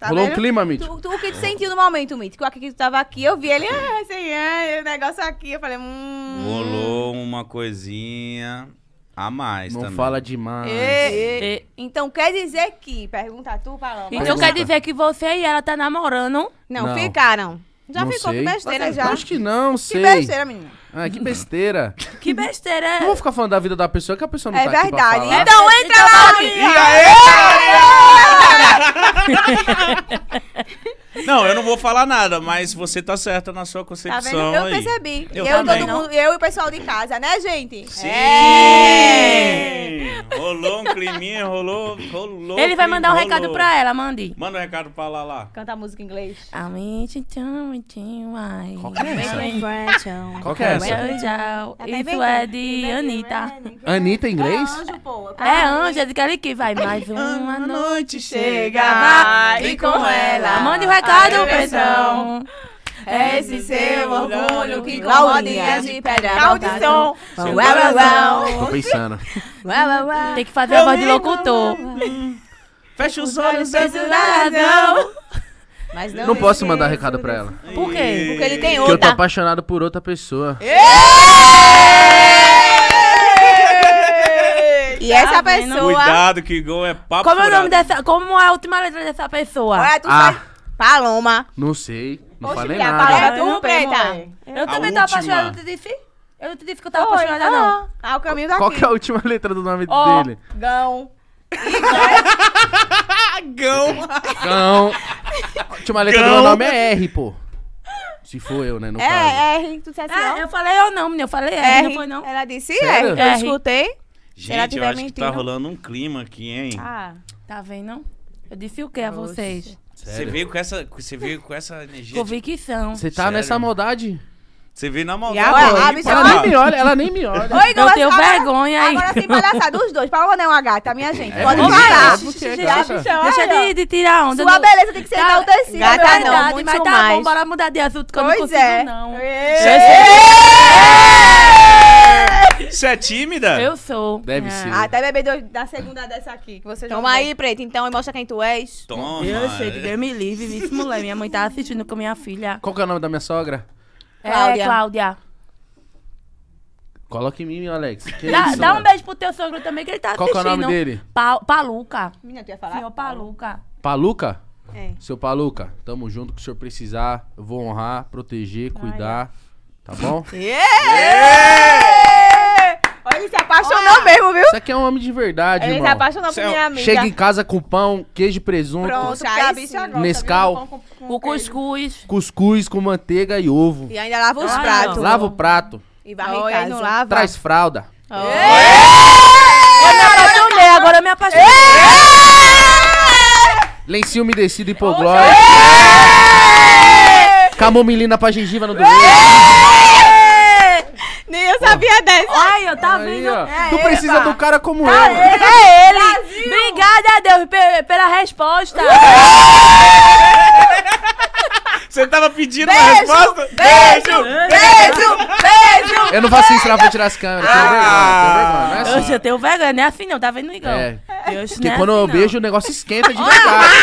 Speaker 4: Tá
Speaker 1: Rolou um
Speaker 4: vendo?
Speaker 1: clima, Mítico.
Speaker 4: Tu, tu- o que tu sentiu no momento, Mítico? Aqui que tu tava aqui, eu vi ele, ah, assim, ah, o negócio aqui. Eu falei, hum.
Speaker 2: Rolou uma coisinha a mais
Speaker 1: Não
Speaker 2: também.
Speaker 1: fala demais.
Speaker 4: Ê, ê.
Speaker 3: Ê.
Speaker 4: Então quer dizer que, pergunta tu, Paloma.
Speaker 3: é, Então
Speaker 1: Pergunta.
Speaker 3: quer dizer que você e ela tá namorando?
Speaker 4: Não,
Speaker 1: Não.
Speaker 4: ficaram. Já
Speaker 1: Não
Speaker 4: ficou,
Speaker 1: sei.
Speaker 4: que besteira
Speaker 5: Vocês
Speaker 4: já.
Speaker 1: Acho que não,
Speaker 5: Que
Speaker 1: sei.
Speaker 5: besteira, menina.
Speaker 1: Ah, que besteira.
Speaker 3: Que besteira
Speaker 1: Não
Speaker 3: é?
Speaker 1: vou ficar falando da vida da pessoa que a pessoa não
Speaker 5: É
Speaker 1: tá aqui pra
Speaker 5: verdade.
Speaker 1: falar.
Speaker 4: Então entra lá, Laurinha!
Speaker 2: Não, eu não vou falar nada, mas você tá certa na sua
Speaker 5: Tá vendo?
Speaker 2: concepção
Speaker 5: Eu
Speaker 2: aí.
Speaker 5: percebi. Eu,
Speaker 2: Eu
Speaker 5: e
Speaker 2: também.
Speaker 5: todo mundo, eu e o pessoal de casa, né, gente?
Speaker 2: Sim!
Speaker 5: É.
Speaker 2: Rolou um climinha, rolou, rolou.
Speaker 3: Ele vai
Speaker 2: clima,
Speaker 3: mandar um
Speaker 2: rolou.
Speaker 3: recado pra ela, mande.
Speaker 2: Manda um recado pra lá lá.
Speaker 5: Cantar música em inglês.
Speaker 1: Qual que é essa?
Speaker 4: um
Speaker 1: Qual que é
Speaker 3: Tchau,
Speaker 1: essa?
Speaker 3: tchau. Isso
Speaker 5: Tá inventando. né,
Speaker 3: é de Anitta.
Speaker 1: É, Anitta em inglês?
Speaker 5: Anjo, pô.
Speaker 3: É Anja de Kelly que vai mais uma noite.
Speaker 5: Chega, vem com ela.
Speaker 3: Mande o recado,
Speaker 5: A
Speaker 3: pessoal.
Speaker 5: direção. Esse seu orgulho que comodinha de pedra. Caldição. Uau, uau, uau.
Speaker 1: Tô pensando.
Speaker 5: Uau, uau, uau.
Speaker 3: Tem que fazer a voz de locutor.
Speaker 2: Fecha os olhos, é
Speaker 5: Não.
Speaker 4: Mas
Speaker 1: Não posso mandar recado pra ela.
Speaker 3: Por quê?
Speaker 5: Porque ele tem
Speaker 1: Porque eu tô
Speaker 5: outra.
Speaker 1: apaixonado por outra pessoa.
Speaker 5: E essa
Speaker 3: vendo?
Speaker 5: pessoa...
Speaker 2: Cuidado que gol é papo
Speaker 3: Como é o nome
Speaker 2: furado.
Speaker 3: dessa. Como é a última letra dessa pessoa?
Speaker 4: é
Speaker 5: Ué, tu sabe-
Speaker 1: Ah,
Speaker 5: Paloma.
Speaker 1: não sei. Não
Speaker 5: Oxe,
Speaker 1: falei
Speaker 5: mulher,
Speaker 1: nada.
Speaker 5: para-
Speaker 3: Eu não
Speaker 5: tu, preta.
Speaker 3: pego, Eu também tô
Speaker 2: última.
Speaker 3: apaixonada, eu te disse? Eu te disse que eu tava apaixonada, não.
Speaker 5: Ah, o caminho daqui.
Speaker 1: Qual que é a última letra do nome
Speaker 5: Ó,
Speaker 1: dele?
Speaker 5: Gão.
Speaker 1: Cão. A última letra do
Speaker 2: Cão.
Speaker 1: meu nome é R, pô. Se for eu, né? No caso.
Speaker 5: É, R. Tu dissesse
Speaker 3: Ah,
Speaker 5: não?
Speaker 3: eu falei eu não, menina. Eu falei R, não foi não.
Speaker 5: É Ela disse
Speaker 1: Sério?
Speaker 5: R. Eu
Speaker 3: R.
Speaker 5: escutei. Ela
Speaker 2: Gente, eu
Speaker 5: tiver
Speaker 2: acho que tá
Speaker 5: mentindo.
Speaker 2: rolando um clima aqui, hein?
Speaker 5: Ah.
Speaker 3: Tá vendo? Eu disse o que a vocês?
Speaker 2: Você
Speaker 1: Sério?
Speaker 2: veio com essa, você veio com essa energia. de-
Speaker 3: Convicção.
Speaker 1: Você tá
Speaker 2: Sério?
Speaker 1: nessa maldade?
Speaker 2: Você veio na
Speaker 5: E
Speaker 2: maldade.
Speaker 5: agora?
Speaker 2: pra
Speaker 5: Abre
Speaker 2: mim,
Speaker 5: seu
Speaker 2: pra
Speaker 1: Ela
Speaker 5: Ah.
Speaker 2: lá.
Speaker 1: nem me olha, ela nem me olha.
Speaker 5: Oi,
Speaker 3: Eu
Speaker 5: Golaço,
Speaker 3: tenho
Speaker 5: agora-
Speaker 3: vergonha aí.
Speaker 5: Agora sem palhaçada dos dois. Paloma não é uma gata, minha gente.
Speaker 1: É
Speaker 5: Pode
Speaker 1: bonita,
Speaker 5: parar.
Speaker 1: é porque é
Speaker 5: Já
Speaker 1: gata.
Speaker 5: bichão,
Speaker 3: Deixa
Speaker 5: olha.
Speaker 3: de, de tirar onda.
Speaker 5: Sua
Speaker 3: não-
Speaker 5: beleza tem que ser enaltecida.
Speaker 3: é
Speaker 5: Gata não,
Speaker 3: verdade,
Speaker 5: muito
Speaker 3: mas tá bom,
Speaker 5: mais.
Speaker 3: bora mudar de assunto que eu não
Speaker 5: Pois
Speaker 3: consigo,
Speaker 5: é.
Speaker 3: não.
Speaker 2: Você é tímida?
Speaker 3: Eu sou.
Speaker 1: Deve
Speaker 3: É.
Speaker 1: ser.
Speaker 5: Até beber dois da segunda dessa aqui. Que você já
Speaker 4: Toma
Speaker 5: não
Speaker 4: aí, preta, então, e mostra quem tu és.
Speaker 2: Toma.
Speaker 3: Eu sei que Deus me livre, isso mulher. Minha mãe tá assistindo com minha filha.
Speaker 1: Qual que é o nome da minha sogra?
Speaker 3: É,
Speaker 4: Cláudia.
Speaker 3: Cláudia.
Speaker 1: Coloca em mim, Alex. Que
Speaker 3: Dá,
Speaker 1: isso,
Speaker 3: dá um
Speaker 1: mano?
Speaker 3: beijo pro teu sogro também, que ele tá
Speaker 1: Qual que é
Speaker 3: assistindo.
Speaker 1: o nome dele?
Speaker 3: Pa- Paluca.
Speaker 5: bebe. Menina, tu ia falar?
Speaker 3: Senhor Paluca.
Speaker 1: Paluca?
Speaker 5: É.
Speaker 1: Seu Paluca, tamo junto. Que o senhor precisar, eu vou honrar, proteger, cuidar. Tá bom?
Speaker 5: Olha, ele se apaixonou mesmo, viu?
Speaker 1: Isso aqui é um homem de verdade,
Speaker 5: Ele tá se
Speaker 1: irmão.
Speaker 5: apaixonou por
Speaker 2: Cê-
Speaker 5: minha amiga.
Speaker 1: Chega em casa com pão, queijo e presunto,
Speaker 5: Pronto, é
Speaker 4: Poxa,
Speaker 5: porque a
Speaker 4: aí
Speaker 5: bicha
Speaker 4: sim.
Speaker 5: gosta, viu?
Speaker 1: Nescau.
Speaker 5: Com- com- com
Speaker 3: O
Speaker 5: queijo.
Speaker 3: cuscuz.
Speaker 1: cuscuz com manteiga e ovo.
Speaker 4: E ainda lava os
Speaker 3: Ah,
Speaker 4: pratos.
Speaker 3: não.
Speaker 1: Lava o prato,
Speaker 4: E varre em
Speaker 5: Olha,
Speaker 4: casa.
Speaker 5: não lava.
Speaker 1: traz fralda.
Speaker 3: Eu É. me apaixonei, É, agora eu me apaixonei.
Speaker 1: Lencinho umedecido e hipoglórico. Camomilina pra gengiva no domingo.
Speaker 5: Nem eu sabia dessa.
Speaker 3: Olha, tá
Speaker 1: Aí,
Speaker 3: vendo?
Speaker 1: ó. Tu precisa de um cara como eu.
Speaker 3: É ele. Obrigada a Deus pe- pela resposta.
Speaker 2: Você tava pedindo uma resposta? Beijo!
Speaker 1: Eu não faço isso não, vou tirar as câmeras. Tenho vergonha, tenho vergonha. Não é
Speaker 3: Oxe,
Speaker 1: assim.
Speaker 3: eu tenho vergonha, não é assim não, tá vendo, Igão?
Speaker 1: É,
Speaker 3: Deus,
Speaker 1: porque
Speaker 3: não é
Speaker 1: quando
Speaker 3: assim,
Speaker 1: eu
Speaker 3: não. Ah,
Speaker 1: beijo, o negócio esquenta de verdade.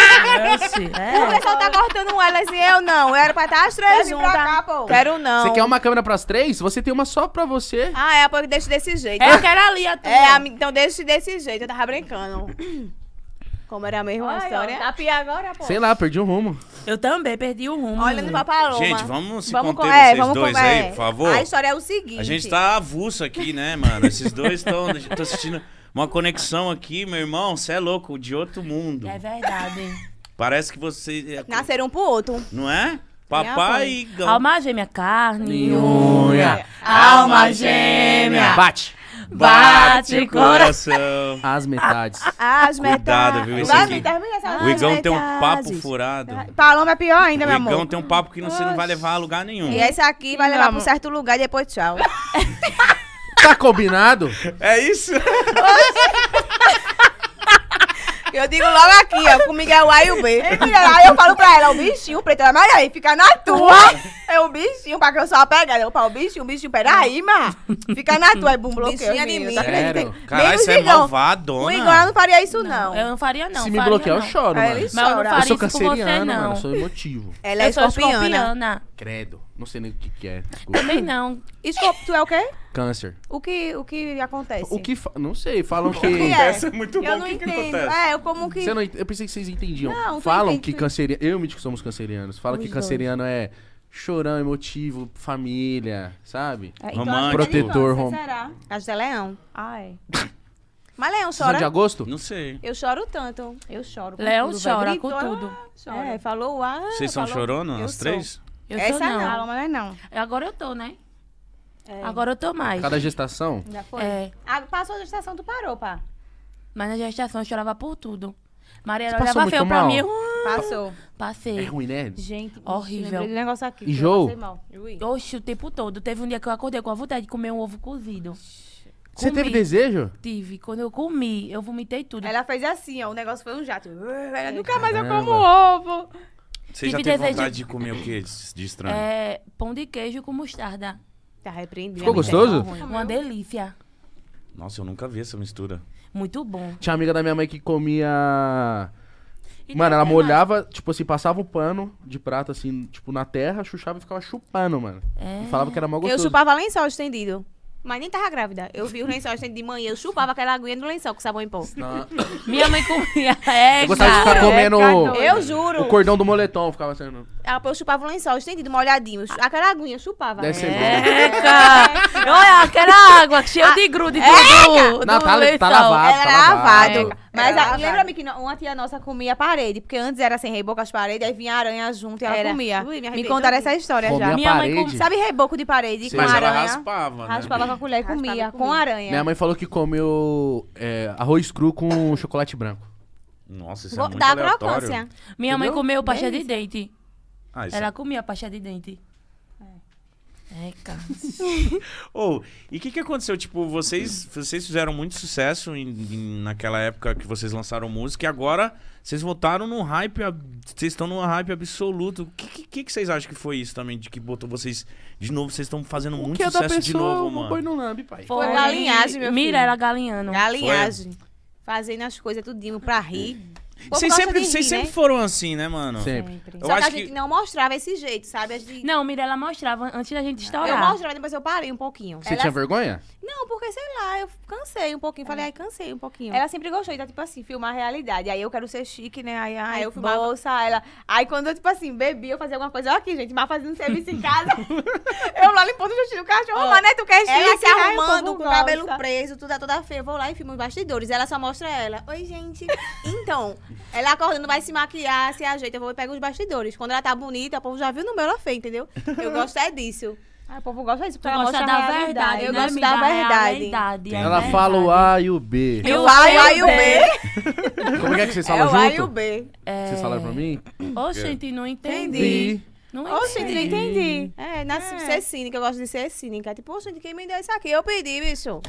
Speaker 3: Oxe,
Speaker 5: O
Speaker 3: é.
Speaker 5: pessoal tá cortando elas e eu não. Eu era pra estar as três juntas. Quero não.
Speaker 1: Você quer uma câmera pras três? Você tem uma só pra você.
Speaker 2: um-
Speaker 5: Ah, é, porque deixa desse jeito.
Speaker 3: É, Eu quero ali a tua.
Speaker 5: É, ami- então deixa desse jeito. Eu tava brincando. Como era a mesma história. Tá pia agora, pô.
Speaker 1: Sei lá, perdi o rumo.
Speaker 3: Eu também perdi o rumo.
Speaker 5: Olhando pra Paloma.
Speaker 2: Gente, vamos se
Speaker 5: Vamos
Speaker 2: conter
Speaker 5: com- é,
Speaker 2: vocês
Speaker 5: vamos com-
Speaker 2: dois
Speaker 5: é.
Speaker 2: aí, por favor.
Speaker 5: A história é o seguinte.
Speaker 2: A gente tá avulso aqui, né, mano? Esses dois estão. Tô assistindo uma conexão aqui, meu irmão. Você é louco, de outro mundo.
Speaker 3: É verdade.
Speaker 2: Parece que você. é
Speaker 5: Nasceram um pro outro.
Speaker 2: Não é? Papai e Gão.
Speaker 3: Alma gêmea, carne.
Speaker 1: Unha.
Speaker 2: Alma gêmea.
Speaker 1: Bate.
Speaker 3: Bate coração.
Speaker 2: coração.
Speaker 1: As metades.
Speaker 5: As
Speaker 2: Cuidado,
Speaker 5: metades.
Speaker 2: viu, esse
Speaker 5: Vai,
Speaker 2: aqui.
Speaker 5: me Tá, termina
Speaker 3: Ah,
Speaker 5: essa
Speaker 2: O Igão
Speaker 5: as
Speaker 2: tem um papo
Speaker 5: metades.
Speaker 2: furado.
Speaker 5: Paloma é pior ainda,
Speaker 2: O
Speaker 5: meu
Speaker 2: Igão
Speaker 5: amor.
Speaker 2: tem um papo que não- você não vai levar a lugar nenhum.
Speaker 5: E esse aqui vai levar pra um certo lugar e depois tchau.
Speaker 1: Tá combinado?
Speaker 2: É isso?
Speaker 5: Eu digo logo aqui, ó, comigo é o A e o B. aí eu falo pra ela, o bichinho preto, ela, mas aí fica na tua. É o bichinho, pra que eu sou apegada. Eu falo, o bichinho, o bichinho, peraí, mas fica na tua. É bum, bloqueio.
Speaker 4: Bichinha de
Speaker 5: menino,
Speaker 4: mim.
Speaker 5: tá acreditando?
Speaker 1: Sério?
Speaker 2: Caralho,
Speaker 5: Menos
Speaker 2: você é
Speaker 5: Igão. O Igor ela
Speaker 4: é
Speaker 2: malvadona.
Speaker 5: não faria isso, não.
Speaker 3: Eu não faria não.
Speaker 1: Se me
Speaker 3: faria
Speaker 1: bloquear,
Speaker 3: não.
Speaker 1: eu choro,
Speaker 5: Aí
Speaker 1: mano.
Speaker 5: ele
Speaker 1: Eu
Speaker 3: Mas eu não
Speaker 5: chora.
Speaker 3: faria
Speaker 1: sou
Speaker 3: isso por você,
Speaker 1: canceriano,
Speaker 3: não.
Speaker 1: mano. eu Sou emotivo.
Speaker 5: Ela é
Speaker 3: eu sou
Speaker 5: escorpiana.
Speaker 3: escorpiana.
Speaker 1: Credo. Não sei nem o que que é. Desculpa.
Speaker 3: Também não.
Speaker 5: Escorp... Tu é o quê?
Speaker 1: Câncer.
Speaker 5: O que, o que acontece?
Speaker 1: O que. fa- Não sei, falam que.
Speaker 5: que é?
Speaker 2: Essa é muito bom.
Speaker 5: Eu
Speaker 2: O
Speaker 5: não
Speaker 2: que, que
Speaker 5: entendo.
Speaker 2: acontece?
Speaker 5: é, eu como que...
Speaker 1: Você não ent- Eu pensei que vocês entendiam.
Speaker 5: Não, tu
Speaker 1: Falam
Speaker 5: entende,
Speaker 1: que
Speaker 5: tu-
Speaker 1: canceriano. Eu me digo que somos cancerianos. Falam que canceriano é chorão, emotivo, família, sabe?
Speaker 5: É,
Speaker 2: Romântico.
Speaker 5: acho que é de
Speaker 4: então,
Speaker 1: Protetor
Speaker 5: câncer,
Speaker 1: rom-
Speaker 5: Será?
Speaker 4: Acho que é leão.
Speaker 5: Ai.
Speaker 4: Mas Leão
Speaker 1: Sessão
Speaker 4: chora.
Speaker 1: de agosto?
Speaker 2: Não sei.
Speaker 4: Eu choro tanto.
Speaker 5: Eu choro. com
Speaker 3: Léo
Speaker 5: tudo, vai,
Speaker 3: chora
Speaker 5: gritou,
Speaker 3: com
Speaker 5: ah,
Speaker 3: tudo.
Speaker 5: Chora.
Speaker 4: É, falou, ah.
Speaker 2: Vocês são
Speaker 4: falou-
Speaker 2: chorona,
Speaker 4: Eu
Speaker 2: as
Speaker 4: sou.
Speaker 2: três?
Speaker 3: Eu
Speaker 5: Essa
Speaker 3: sou
Speaker 5: não,
Speaker 3: não.
Speaker 5: Paloma não é não.
Speaker 3: Agora eu tô, né? Agora eu tô mais.
Speaker 1: Cada gestação?
Speaker 5: Já É. foi?
Speaker 3: É.
Speaker 4: Ah, passou a gestação, tu parou, pá.
Speaker 3: Mas na gestação eu chorava por tudo. Maria
Speaker 1: Você passou
Speaker 3: olhava
Speaker 1: muito
Speaker 3: feio pra
Speaker 1: mal?
Speaker 3: mim. eu-
Speaker 5: Passou.
Speaker 1: É
Speaker 3: Passei.
Speaker 1: ruim, né?
Speaker 5: Gente,
Speaker 3: Horrível.
Speaker 5: lembrei do negócio aqui. que eu
Speaker 1: Enjoo?
Speaker 5: passei mal.
Speaker 3: Oxe, o tempo todo. Teve um dia que eu acordei com a vontade de comer um ovo cozido.
Speaker 1: Você teve
Speaker 3: Comi.
Speaker 1: desejo?
Speaker 3: Tive. Quando eu comi, eu vomitei tudo.
Speaker 5: Ela fez assim, ó. O negócio foi um jato. Ela nunca mais eu como ovo.
Speaker 2: Você já
Speaker 3: Tive
Speaker 2: teve
Speaker 3: desejo-
Speaker 2: vontade de comer o quê de, de
Speaker 1: Ah.
Speaker 2: estranho?
Speaker 3: É, pão de queijo com mostarda.
Speaker 5: Tá repreendido.
Speaker 1: Ficou gostoso?
Speaker 5: Ah,
Speaker 3: Uma delícia.
Speaker 2: Nossa, eu nunca vi essa mistura.
Speaker 3: Muito bom.
Speaker 1: Tinha uma amiga da minha mãe que comia.
Speaker 3: E
Speaker 1: Mano,
Speaker 3: tem
Speaker 1: ela
Speaker 3: até
Speaker 1: molhava, tipo assim, passava um pano de prata, assim, tipo, na terra, chuchava e ficava chupando, mano.
Speaker 3: É.
Speaker 1: E falava que era mó gostoso.
Speaker 4: Eu chupava lençol estendido. Mas nem tava grávida. Eu vi o lençol estendido de manhã, eu chupava aquela aguinha no lençol com sabão em pó.
Speaker 1: Na-
Speaker 3: mais. Minha mãe comia. É,
Speaker 1: Eu gostava de ficar
Speaker 3: cara.
Speaker 1: comendo
Speaker 4: Eu juro.
Speaker 1: o cordão do moletom, ficava sendo.
Speaker 4: Ah, pô, Eu chupava o lençol estendido, molhadinho. Eu chu- Aquela aguinha eu chupava.
Speaker 1: Deve ser bom.
Speaker 3: É, cara. Olha, aquela água cheia de grude. do, do
Speaker 1: Não, tá- tá
Speaker 3: lençol.
Speaker 2: Ah,
Speaker 1: lavado.
Speaker 4: Era
Speaker 1: tá lavado.
Speaker 4: lavado. Mas
Speaker 5: É, Era
Speaker 4: a-
Speaker 5: lavado.
Speaker 4: lembra-me que no- uma tia nossa comia a parede, porque antes era sem reboco as paredes, aí vinha aranha junto e ela
Speaker 5: Era.
Speaker 4: comia.
Speaker 5: Ui, me
Speaker 4: me
Speaker 5: arrependo
Speaker 4: contaram
Speaker 5: disso.
Speaker 4: essa história
Speaker 1: Comia
Speaker 4: já.
Speaker 1: a
Speaker 3: Minha mãe com-
Speaker 1: parede.
Speaker 4: Sabe reboco de parede
Speaker 2: Sim,
Speaker 4: com
Speaker 2: mas
Speaker 4: aranha?
Speaker 2: ela raspava, né?
Speaker 4: Raspava com a colher e
Speaker 5: Raspava
Speaker 4: comia,
Speaker 5: com
Speaker 4: com
Speaker 5: colher.
Speaker 4: aranha.
Speaker 1: Minha mãe falou que comeu é, arroz cru com chocolate branco.
Speaker 2: Nossa, isso é
Speaker 4: Go-
Speaker 2: muito
Speaker 4: Dá
Speaker 2: aleatório.
Speaker 4: crocância.
Speaker 3: Minha mãe
Speaker 1: Entendeu?
Speaker 3: comeu pasta de dente.
Speaker 2: Ah, isso...
Speaker 3: Ela comia pasta de dente. É, cara.
Speaker 2: Ô, e o que, que aconteceu? Tipo, vocês, vocês fizeram muito sucesso em- em- naquela época que vocês lançaram música e agora vocês voltaram num hype. ab- Vocês estão num hype absoluto. O que, que, que que vocês acham que foi isso também? De que botou vocês. De novo, vocês estão fazendo muito
Speaker 1: é
Speaker 4: é
Speaker 2: sucesso de novo,
Speaker 1: não põe no
Speaker 2: mano.
Speaker 1: lambe, pai.
Speaker 4: Foi galinhagem, meu
Speaker 3: Mira,
Speaker 4: filho.
Speaker 3: era galinhando.
Speaker 4: Galinhagem. Fazendo as coisas tudinho pra rir. O povo
Speaker 2: Vocês
Speaker 4: gosta
Speaker 2: sempre,
Speaker 4: de
Speaker 2: vocês
Speaker 4: rir,
Speaker 2: sempre
Speaker 4: né?
Speaker 2: foram assim, né, mano?
Speaker 1: Sempre.
Speaker 2: Eu
Speaker 4: Só que
Speaker 2: acho
Speaker 4: a gente
Speaker 2: que.
Speaker 4: não mostrava esse jeito, sabe? A gente...
Speaker 3: Não, Mira, ela mostrava antes da gente
Speaker 4: Eu
Speaker 3: estourar.
Speaker 4: mostrava, depois eu parei um pouquinho.
Speaker 1: Você
Speaker 4: Ela-
Speaker 1: tinha vergonha?
Speaker 4: Não, porque sei lá, eu cansei um pouquinho. Falei, ai, cansei um pouquinho.
Speaker 5: É. Ela sempre gostou, então, tipo assim, filmar a realidade. Aí eu quero ser chique, né? Aí, ai,
Speaker 4: Aí eu
Speaker 5: eu
Speaker 4: filmava.
Speaker 5: bolsa, ela... Aí quando eu, tipo assim, bebi, eu fazia alguma coisa. Ó aqui, gente, mas fazendo serviço em casa. eu lá limpando o xixi do cachorro.
Speaker 4: Ó,
Speaker 5: mas, né, tu quer
Speaker 4: Ela se
Speaker 5: chique, ai, o
Speaker 4: arrumando
Speaker 5: povo
Speaker 4: com o cabelo
Speaker 5: gosta.
Speaker 4: preso, tudo é toda feia. Eu vou lá e filmo os bastidores. Ela só mostra ela. Oi, gente. Então, ela acordando, vai se maquiar, se ajeita. Eu vou e pego os bastidores. Quando ela tá bonita, o povo já viu no meu, ela feia, entendeu? Eu gosto é disso.
Speaker 5: Ah, o povo gosta disso,
Speaker 3: Tu
Speaker 5: porque ela
Speaker 3: gosta
Speaker 5: mostra
Speaker 3: da
Speaker 5: a realidade.
Speaker 3: verdade,
Speaker 4: eu
Speaker 3: né?
Speaker 4: gosto
Speaker 3: Me
Speaker 4: da
Speaker 3: dá a
Speaker 4: verdade.
Speaker 3: realidade, é a
Speaker 1: Ela
Speaker 4: né?
Speaker 3: verdade.
Speaker 1: fala o
Speaker 4: É.
Speaker 1: A e o B.
Speaker 3: Eu
Speaker 4: O A e o A e o
Speaker 3: sei
Speaker 4: B.
Speaker 1: Como é que vocês
Speaker 4: É
Speaker 1: falam
Speaker 4: o A e o
Speaker 1: junto?
Speaker 4: B.
Speaker 3: É...
Speaker 1: Vocês falaram pra mim?
Speaker 3: Ô, gente, não entendi.
Speaker 1: Vi.
Speaker 3: Não entendi.
Speaker 4: Ô, gente, não entendi. É, nasci ser cínica, eu gosto de ser cínica. Tipo, ô, gente, quem me deu isso aqui? Eu pedi, bicho.